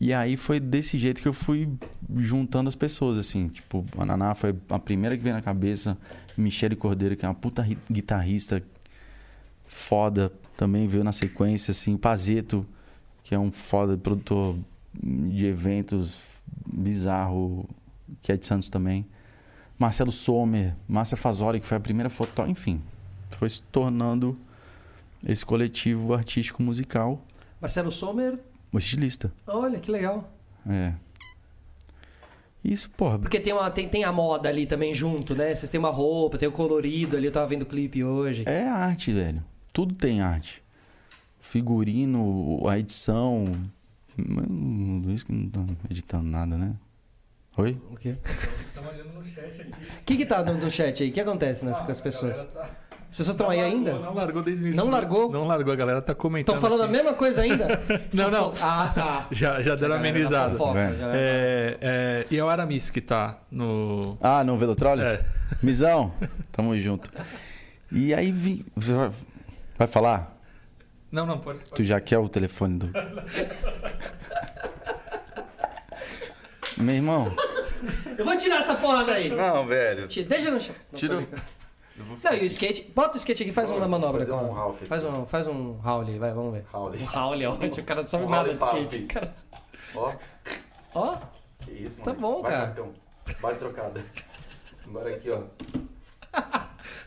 Speaker 1: E aí foi desse jeito que eu fui juntando as pessoas, assim. Tipo, a Naná foi a primeira que veio na cabeça. Michele Cordeiro, que é uma puta ri- guitarrista foda, também veio na sequência, assim. Pazeto, que é um foda produtor de eventos bizarro, que é de Santos também. Marcelo Sommer, Márcia Fazoli, que foi a primeira foto. Enfim, foi se tornando esse coletivo artístico musical,
Speaker 2: Marcelo Sommer,
Speaker 1: o estilista.
Speaker 2: olha que legal.
Speaker 1: É. Isso, porra.
Speaker 2: Porque tem, uma, tem, tem a moda ali também junto, né? Vocês têm uma roupa, tem o colorido ali, eu tava vendo o clipe hoje.
Speaker 1: É arte, velho. Tudo tem arte. Figurino, a edição. Hum, Luiz que não tá editando nada, né? Oi?
Speaker 2: O quê? O que que tá no, no chat aí? O que acontece
Speaker 4: Ah,
Speaker 2: nessa, com as pessoas?
Speaker 4: tá-
Speaker 2: As pessoas estão Então, aí ainda?
Speaker 4: Não largou desde o início.
Speaker 2: Não largou?
Speaker 4: Não largou, a galera né? tá comentando.
Speaker 2: Estão falando a
Speaker 4: aqui.
Speaker 2: mesma coisa ainda?
Speaker 4: <laughs> Não, não.
Speaker 2: Ah, tá.
Speaker 4: Já, já deram
Speaker 2: A tá- galera da
Speaker 4: amenizada.
Speaker 2: fofoca,
Speaker 1: Vai.
Speaker 2: já.
Speaker 4: É, é, e é o Aramis que tá no.
Speaker 1: Ah, no Velotrolles?
Speaker 4: É.
Speaker 1: Mizão, tamo junto. E aí vi. Vai falar?
Speaker 4: Não, não, pode.
Speaker 1: Tu já quer o telefone do. Meu irmão.
Speaker 2: Eu vou tirar essa porra daí.
Speaker 3: Não, velho.
Speaker 4: É.
Speaker 2: Ti- Deixa no chão.
Speaker 1: Tira.
Speaker 2: Não, e o skate. Bota o skate aqui, faz uma manobra.
Speaker 3: fazer
Speaker 2: com
Speaker 3: um
Speaker 2: a-
Speaker 3: Ralph aqui.
Speaker 2: faz um Faz um Raul aí, vai, vamos ver.
Speaker 3: Raul.
Speaker 2: Um Raul é ótimo, o cara não sabe
Speaker 3: Um
Speaker 2: nada
Speaker 3: Raul
Speaker 2: de skate.
Speaker 3: Papi.
Speaker 2: Cara...
Speaker 3: Ó,
Speaker 2: Ó,
Speaker 3: que isso, mano.
Speaker 2: Tá bom,
Speaker 3: Vai,
Speaker 2: cara.
Speaker 3: Cascão. Vai trocada. <laughs> Bora aqui, ó.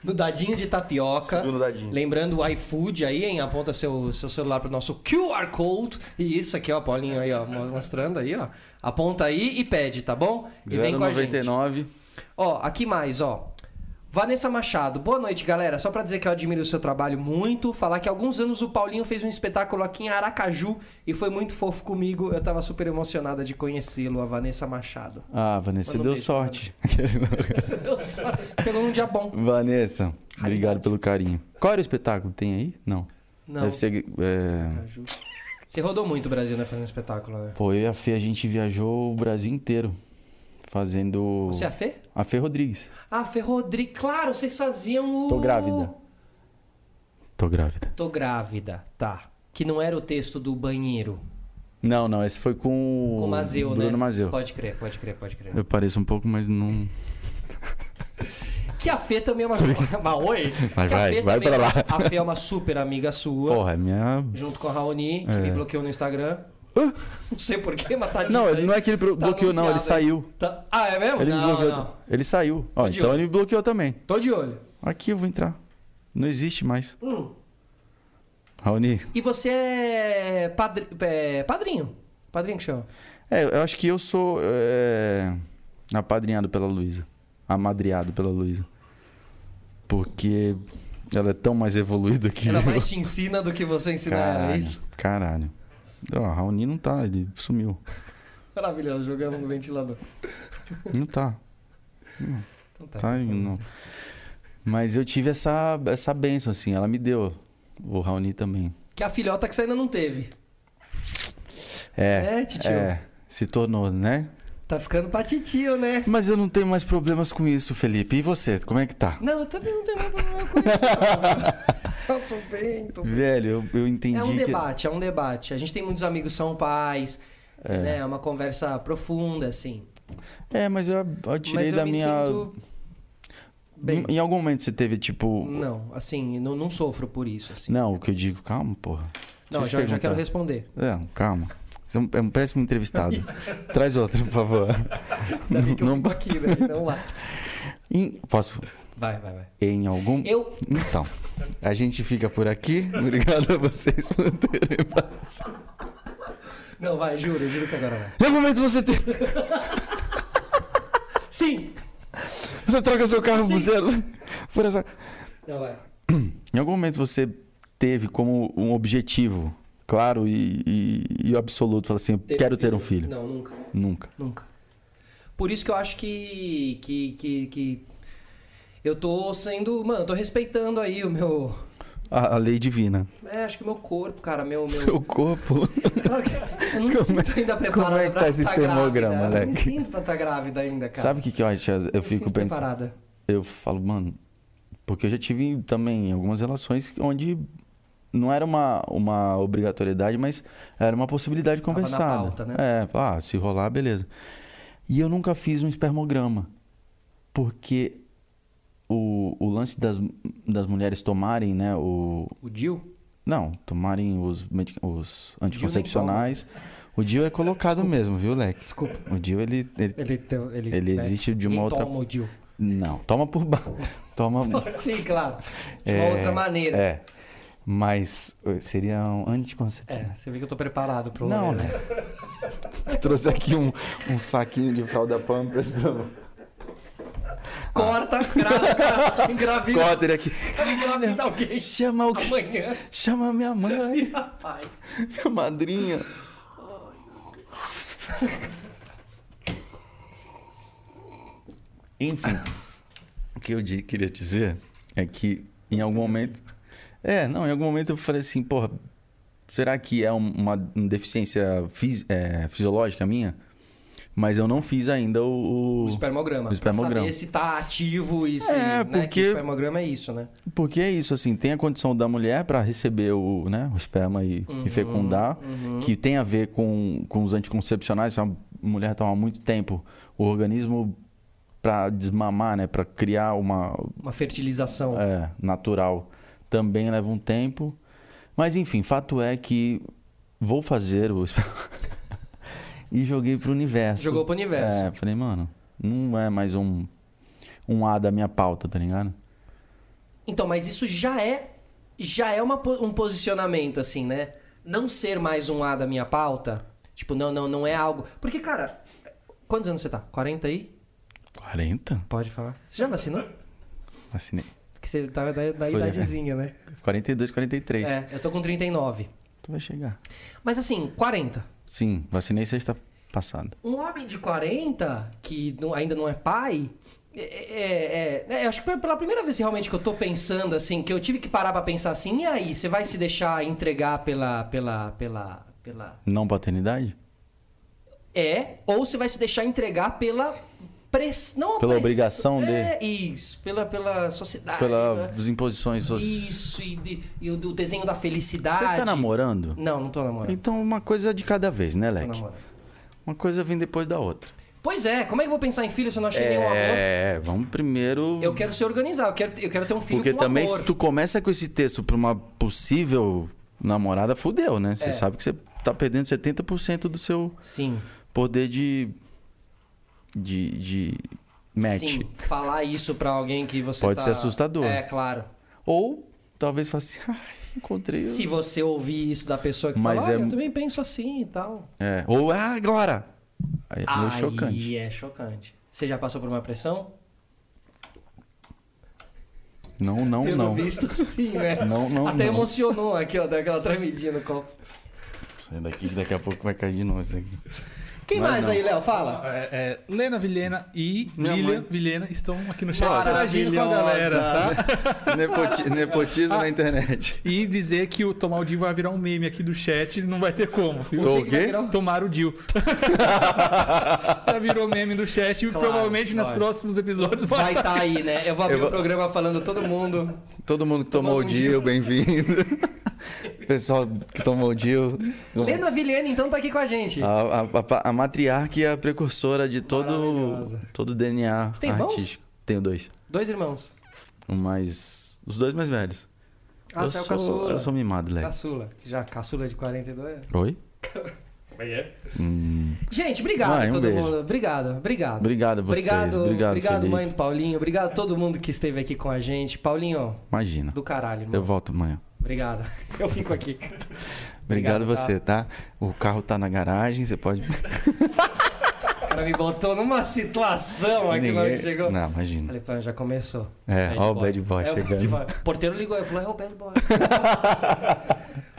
Speaker 2: do dadinho de tapioca.
Speaker 3: Subiu no dadinho.
Speaker 2: Lembrando o iFood aí, hein? Aponta seu, seu celular pro nosso QR Code. E isso aqui, ó, Paulinho aí, ó, mo- mostrando aí, ó. Aponta aí e pede, tá bom? E vem com a gente.
Speaker 1: 099.
Speaker 2: Ó, aqui mais, ó. Vanessa Machado, boa noite, galera. Só pra dizer que eu admiro o seu trabalho muito, falar que há alguns anos o Paulinho fez um espetáculo aqui em Aracaju e foi muito fofo comigo. Eu tava super emocionada de conhecê-lo, a Vanessa Machado. <laughs>
Speaker 1: Ah, Vanessa, você
Speaker 2: Manda
Speaker 1: deu
Speaker 2: um beijo,
Speaker 1: sorte.
Speaker 2: Você deu sorte. Pegou um dia bom.
Speaker 1: Vanessa, obrigado pelo carinho. Qual era o espetáculo? Tem aí? Não.
Speaker 2: Não.
Speaker 1: Deve ser. é,
Speaker 2: Aracaju. Você rodou muito o Brasil, né? Fazendo espetáculo, né?
Speaker 1: Pô, eu e a Fê, a gente viajou o Brasil inteiro. Fazendo.
Speaker 2: Você é a Fê?
Speaker 1: A Fê Rodrigues.
Speaker 2: Ah, Fê Rodrigues. Claro, vocês faziam o.
Speaker 1: Tô grávida. Tô grávida.
Speaker 2: Tô grávida, tá. Que não era o texto do banheiro.
Speaker 1: Não, não, esse foi com o.
Speaker 2: Com o Mazeu, né?
Speaker 1: Bruno Mazeu.
Speaker 2: Pode crer, pode crer, pode crer.
Speaker 1: Eu pareço um pouco, mas não.
Speaker 2: Que a Fê também é uma. <laughs> Mas oi?
Speaker 1: Vai,
Speaker 2: Que a
Speaker 1: vai,
Speaker 2: Fê
Speaker 1: vai
Speaker 2: também
Speaker 1: pra
Speaker 2: é-
Speaker 1: lá.
Speaker 2: A Fê é uma super amiga sua.
Speaker 1: Porra, é minha.
Speaker 2: Junto com a Raoni, que
Speaker 1: É.
Speaker 2: me bloqueou no Instagram. Não sei porquê, mas tá dito
Speaker 1: Não,
Speaker 2: aí.
Speaker 1: não é que ele blo-
Speaker 2: Tá
Speaker 1: bloqueou, não, ele
Speaker 2: anunciado aí.
Speaker 1: saiu.
Speaker 2: Tá- Ah, é mesmo?
Speaker 1: Ele me
Speaker 2: não,
Speaker 1: bloqueou.
Speaker 2: não. Tá
Speaker 1: Ele saiu. Ó,
Speaker 2: Entendi.
Speaker 1: então ele me bloqueou também.
Speaker 2: Tô de olho.
Speaker 1: Aqui eu vou entrar. Não existe mais.
Speaker 2: Hum.
Speaker 1: Raoni.
Speaker 2: E você é, padri... é padrinho. Padrinho que chama.
Speaker 1: É, eu acho que eu sou é, apadrinhado pela Luísa. Amadriado pela Luísa. Porque ela é tão mais evoluída que
Speaker 2: Ela é
Speaker 1: eu.
Speaker 2: mais te ensina do que você ensina ela, é
Speaker 1: caralho,
Speaker 2: isso?
Speaker 1: caralho. Ó, Raoni não tá, ele sumiu.
Speaker 2: Maravilhoso, jogamos no ventilador.
Speaker 1: Não tá.
Speaker 2: Então
Speaker 1: Tá, não. Mas eu tive essa, essa benção, assim. Ela me deu. O Raoni também.
Speaker 2: Que a filhota que você ainda não teve.
Speaker 1: É.
Speaker 2: É, titio.
Speaker 1: É, se tornou, né?
Speaker 2: Tá ficando patitio, né?
Speaker 1: Mas eu não tenho mais problemas com isso, Felipe. E você, como é que tá?
Speaker 2: Não, eu também não tenho mais problema com isso.
Speaker 1: <laughs>
Speaker 2: não. Eu tô bem, tô bem.
Speaker 1: Velho, eu, eu entendi
Speaker 2: É um
Speaker 1: que-
Speaker 2: debate, é um debate. A gente tem muitos amigos que são pais, é. né? É uma conversa profunda, assim.
Speaker 1: É, mas eu, eu tirei
Speaker 2: Mas eu
Speaker 1: da
Speaker 2: me
Speaker 1: minha...
Speaker 2: sinto bem.
Speaker 1: Em algum momento você teve, tipo...
Speaker 2: Não, assim, não, não sofro por isso, assim.
Speaker 1: Não, o que eu digo, calma, porra. Deixa eu
Speaker 2: Não,
Speaker 1: te
Speaker 2: já, já
Speaker 1: perguntar.
Speaker 2: quero responder.
Speaker 1: Não, calma. Você é um- é um péssimo <laughs> entrevistado. Traz outro, por favor.
Speaker 2: Daí que eu
Speaker 1: Não-
Speaker 2: fico aqui, né? Não lá.
Speaker 1: Em- Posso?
Speaker 2: Vai, vai, vai.
Speaker 1: Em algum...
Speaker 2: Eu,
Speaker 1: Então, a gente fica por <laughs> aqui. Obrigado a vocês por terem passado.
Speaker 2: Não, vai, juro, juro que agora vai.
Speaker 1: Em algum momento você, tem...
Speaker 2: Sim!
Speaker 1: você troca seu carro por, zero... por essa...
Speaker 2: Não, vai.
Speaker 1: Em algum momento você teve como um objetivo claro e, e- e absoluto, fala assim, eu quero ter um filho.
Speaker 2: Não, nunca,
Speaker 1: Nunca.
Speaker 2: nunca. Por isso que eu acho que. que. que. que eu tô sendo. Mano, eu tô respeitando aí o meu.
Speaker 1: A, a lei divina.
Speaker 2: É, acho que o meu corpo, cara,
Speaker 1: <laughs>
Speaker 2: meu. meu...
Speaker 1: O corpo.
Speaker 2: Claro que eu não me
Speaker 1: Como é-
Speaker 2: sinto ainda preparada
Speaker 1: como é que tá
Speaker 2: pra
Speaker 1: esse
Speaker 2: tá grávida.
Speaker 1: espermograma,
Speaker 2: Eu não me
Speaker 1: Alex?
Speaker 2: sinto pra estar grávida ainda, cara.
Speaker 1: Sabe o que, que eu acho? Eu
Speaker 2: me
Speaker 1: fico
Speaker 2: sinto
Speaker 1: pensando.
Speaker 2: preparada.
Speaker 1: Eu falo, mano, porque eu já tive também algumas relações onde não era uma, uma obrigatoriedade, mas era uma possibilidade
Speaker 2: Tava na
Speaker 1: conversada.
Speaker 2: pauta, né?
Speaker 1: É, ah, se rolar, beleza. E eu nunca fiz um espermograma, porque o, o lance das, das mulheres tomarem, né, o...
Speaker 2: O Dil?
Speaker 1: Não, tomarem os, medic- os anticoncepcionais. O DIU é colocado mesmo, viu, Leque?
Speaker 2: Desculpa.
Speaker 1: O DIU, ele- ele
Speaker 2: Ele, tem- ele,
Speaker 1: Ele
Speaker 2: né?
Speaker 1: existe de uma
Speaker 2: Quem
Speaker 1: outra-
Speaker 2: Toma o <laughs> Dil.
Speaker 1: Não, toma por baixo. <laughs>
Speaker 2: <laughs>
Speaker 1: Toma.
Speaker 2: Sim, claro. De uma
Speaker 1: É,
Speaker 2: outra maneira.
Speaker 1: É. Mas eh, seria um anticoncepcional.
Speaker 2: É, você vê que eu tô preparado pro
Speaker 1: Não,
Speaker 2: rolê,
Speaker 1: né? <laughs> Trouxe aqui um, um saquinho de fralda pampers pra
Speaker 2: Corta,
Speaker 1: Ah. <laughs>
Speaker 2: grava, engravida.
Speaker 1: Cotter aqui.
Speaker 2: Engravida alguém
Speaker 1: Chama o que?
Speaker 2: amanhã.
Speaker 1: Chama minha mãe,
Speaker 2: Rapaz.
Speaker 1: <laughs> minha madrinha. Enfim, o que eu di- queria dizer é que em algum momento. É, não, em algum momento eu falei assim, porra, será que é um- uma, uma deficiência fisi- é, fisiológica minha? Mas eu não fiz ainda o.
Speaker 2: O
Speaker 1: o-
Speaker 2: espermograma.
Speaker 1: O espermograma.
Speaker 2: Pra saber se tá ativo e se.
Speaker 1: É,
Speaker 2: né, que
Speaker 1: porque-
Speaker 2: O espermograma é isso, né?
Speaker 1: Porque é isso, assim, tem a condição da mulher para receber o, né, o esperma e,
Speaker 2: Uhum,
Speaker 1: e fecundar, que tem a ver com, com os anticoncepcionais. Se a mulher toma muito tempo, o organismo para desmamar, né, para criar uma
Speaker 2: Uma fertilização.
Speaker 1: é, natural, também leva um tempo. Mas enfim, fato é que vou fazer o esperma <laughs> e joguei pro universo.
Speaker 2: Jogou pro universo.
Speaker 1: É, falei, mano, não é mais um, um A da minha pauta, tá ligado?
Speaker 2: Então, mas isso já é. Já é uma po- um posicionamento, assim, né? Não ser mais um A da minha pauta. Tipo, não, não, não é algo. Porque, cara, quantos anos você tá? 40 aí?
Speaker 1: 40?
Speaker 2: Pode falar. Você já vacinou?
Speaker 1: Assinei.
Speaker 2: Que você tava da, da
Speaker 1: Foi, né?
Speaker 2: idadezinha, né?
Speaker 1: 42, 43.
Speaker 2: É, eu tô com 39.
Speaker 1: Tu vai chegar.
Speaker 2: Mas assim, 40.
Speaker 1: Sim, vacinei sexta passada.
Speaker 2: Um homem de 40 que não- ainda não é pai. É, é- é- é, eu acho que pela primeira vez realmente que eu tô pensando assim, que eu tive que parar pra pensar assim, e aí, você vai se deixar entregar pela. pela. pela. pela.
Speaker 1: Não paternidade?
Speaker 2: É, ou você vai se deixar entregar pela. Press... Não a
Speaker 1: Pela
Speaker 2: press-
Speaker 1: obrigação
Speaker 2: é, Isso, pela, pela sociedade. né?
Speaker 1: Pelas imposições sociais.
Speaker 2: Isso, e, de- e o, o desenho da
Speaker 1: Você
Speaker 2: felicidade.
Speaker 1: tá namorando?
Speaker 2: Não, não tô namorando.
Speaker 1: Então uma coisa de cada vez, né,
Speaker 2: Tô
Speaker 1: Leque?
Speaker 2: namorando.
Speaker 1: Uma coisa vem depois da outra.
Speaker 2: Pois é, como é que eu vou pensar em filho se eu não achei nenhum amor?
Speaker 1: É, vamos primeiro.
Speaker 2: Eu quero se organizar, eu quero, eu quero ter um filho
Speaker 1: Porque
Speaker 2: com
Speaker 1: também
Speaker 2: amor.
Speaker 1: se tu começa com esse texto pra uma possível namorada, fudeu, né? Você
Speaker 2: É.
Speaker 1: sabe que você tá perdendo 70% do seu
Speaker 2: Sim,
Speaker 1: poder de. de. de match.
Speaker 2: sim. Falar isso pra alguém que você
Speaker 1: Pode
Speaker 2: tá-
Speaker 1: ser assustador.
Speaker 2: É, claro.
Speaker 1: Ou talvez fale assim, <laughs> ai, encontrei. o-
Speaker 2: Se você ouvir isso da pessoa que
Speaker 1: Mas
Speaker 2: fala, "Ah,
Speaker 1: é-
Speaker 2: eu também penso assim e tal.
Speaker 1: É. Ou, ah, agora! Aí é meio
Speaker 2: Aí
Speaker 1: chocante.
Speaker 2: é chocante. Você já passou por uma pressão?
Speaker 1: Não, não,
Speaker 2: Pelo
Speaker 1: não.
Speaker 2: visto, sim,
Speaker 1: <laughs>
Speaker 2: né?
Speaker 1: Não, não,
Speaker 2: Até
Speaker 1: não.
Speaker 2: emocionou aqui, ó, daquela tremidinha no copo.
Speaker 1: Sai daqui que daqui a pouco vai cair de novo isso daqui.
Speaker 2: Quem
Speaker 1: Mas
Speaker 2: mais
Speaker 1: não.
Speaker 2: aí, Léo? Fala.
Speaker 4: É, é, Lena Vilhena e
Speaker 1: Minha
Speaker 4: Lilian
Speaker 1: mãe.
Speaker 4: Vilhena estão aqui no chat
Speaker 1: Nossa.
Speaker 4: interagindo com a galera, tá?
Speaker 1: Nepoti- nepotismo na internet.
Speaker 4: E dizer que o Tomar o Dil vai virar um meme aqui do chat, não vai ter como. Viu?
Speaker 1: Tô o quê?
Speaker 2: um-
Speaker 4: Tomar o Dil. <laughs> Já virou meme do chat e
Speaker 2: Claro,
Speaker 4: provavelmente nos
Speaker 2: lógico.
Speaker 4: próximos episódios vai
Speaker 2: Vai estar aí, né? Eu vou abrir
Speaker 1: Eu vou-
Speaker 2: o programa falando todo mundo.
Speaker 1: Todo mundo que tomou o
Speaker 2: Tomou um
Speaker 1: Dil, bem-vindo. <laughs> Pessoal que tomou o Dil.
Speaker 2: Lena Vilhena, então, tá aqui com a gente.
Speaker 1: A, a, a, a matriarca e a precursora de todo
Speaker 2: Maravilhosa.
Speaker 1: todo o DNA
Speaker 2: Você tem irmãos?
Speaker 1: artístico. Tenho dois.
Speaker 2: Dois irmãos.
Speaker 1: Um mais. Os dois mais velhos.
Speaker 2: Ah,
Speaker 1: eu,
Speaker 2: você é o
Speaker 1: sou,
Speaker 2: caçula.
Speaker 1: eu sou mimado, Léo.
Speaker 2: Caçula. Já, caçula de 42.
Speaker 1: Oi?
Speaker 6: Como é que é?
Speaker 1: Hum,
Speaker 2: Gente, obrigado
Speaker 1: Vai,
Speaker 2: a
Speaker 1: um
Speaker 2: todo
Speaker 1: beijo.
Speaker 2: mundo. Obrigado, obrigado.
Speaker 1: obrigado a vocês.
Speaker 2: obrigado,
Speaker 1: Obrigado,
Speaker 2: obrigado
Speaker 1: Felipe.
Speaker 2: mãe do Paulinho. Obrigado a todo mundo que esteve aqui com a gente. Paulinho,
Speaker 1: Imagina.
Speaker 2: do caralho, irmão.
Speaker 1: Eu volto amanhã.
Speaker 2: Obrigado. <laughs> Eu fico aqui.
Speaker 1: Obrigado,
Speaker 2: Obrigado,
Speaker 1: você, tá? O carro tá na garagem, você
Speaker 2: <laughs>
Speaker 1: pode.
Speaker 2: O cara me botou numa situação aqui na hora que chegou.
Speaker 1: Não, imagina.
Speaker 2: Falei, pô, já começou.
Speaker 1: É, ó o bad boy
Speaker 2: É o
Speaker 1: chegando.
Speaker 2: bad boy. O porteiro ligou, eu falei, é o bad
Speaker 1: <laughs>
Speaker 2: boy.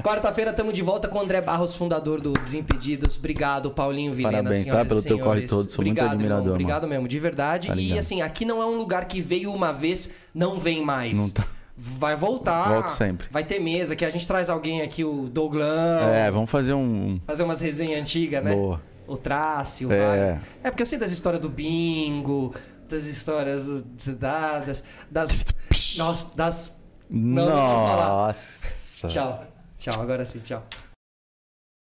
Speaker 2: Quarta-feira estamos de volta com o André Barros, fundador do Desimpedidos. Obrigado, Paulinho Vilena,
Speaker 1: Parabéns, tá,
Speaker 2: senhoras e
Speaker 1: pelo teu
Speaker 2: senhores.
Speaker 1: corre todo. Sou muito
Speaker 2: Obrigado,
Speaker 1: admirador,
Speaker 2: irmão.
Speaker 1: mano.
Speaker 2: Obrigado mesmo, de verdade.
Speaker 1: Tá
Speaker 2: e
Speaker 1: ligado.
Speaker 2: assim, aqui não é um lugar que veio uma vez, não vem mais.
Speaker 1: Não tá.
Speaker 2: Vai voltar.
Speaker 1: Volto sempre.
Speaker 2: Vai ter mesa, que a gente traz alguém aqui, o Douglas.
Speaker 1: É, vamos fazer um.
Speaker 2: Fazer umas resenhas antigas, né?
Speaker 1: Boa.
Speaker 2: O Trácio,
Speaker 1: É.
Speaker 2: vai. É porque eu sei das histórias do bingo, das histórias do- da- das. das nossa, das. Não, não vou falar.
Speaker 1: Nossa. Tá.
Speaker 2: Tchau. Tchau, agora sim, tchau.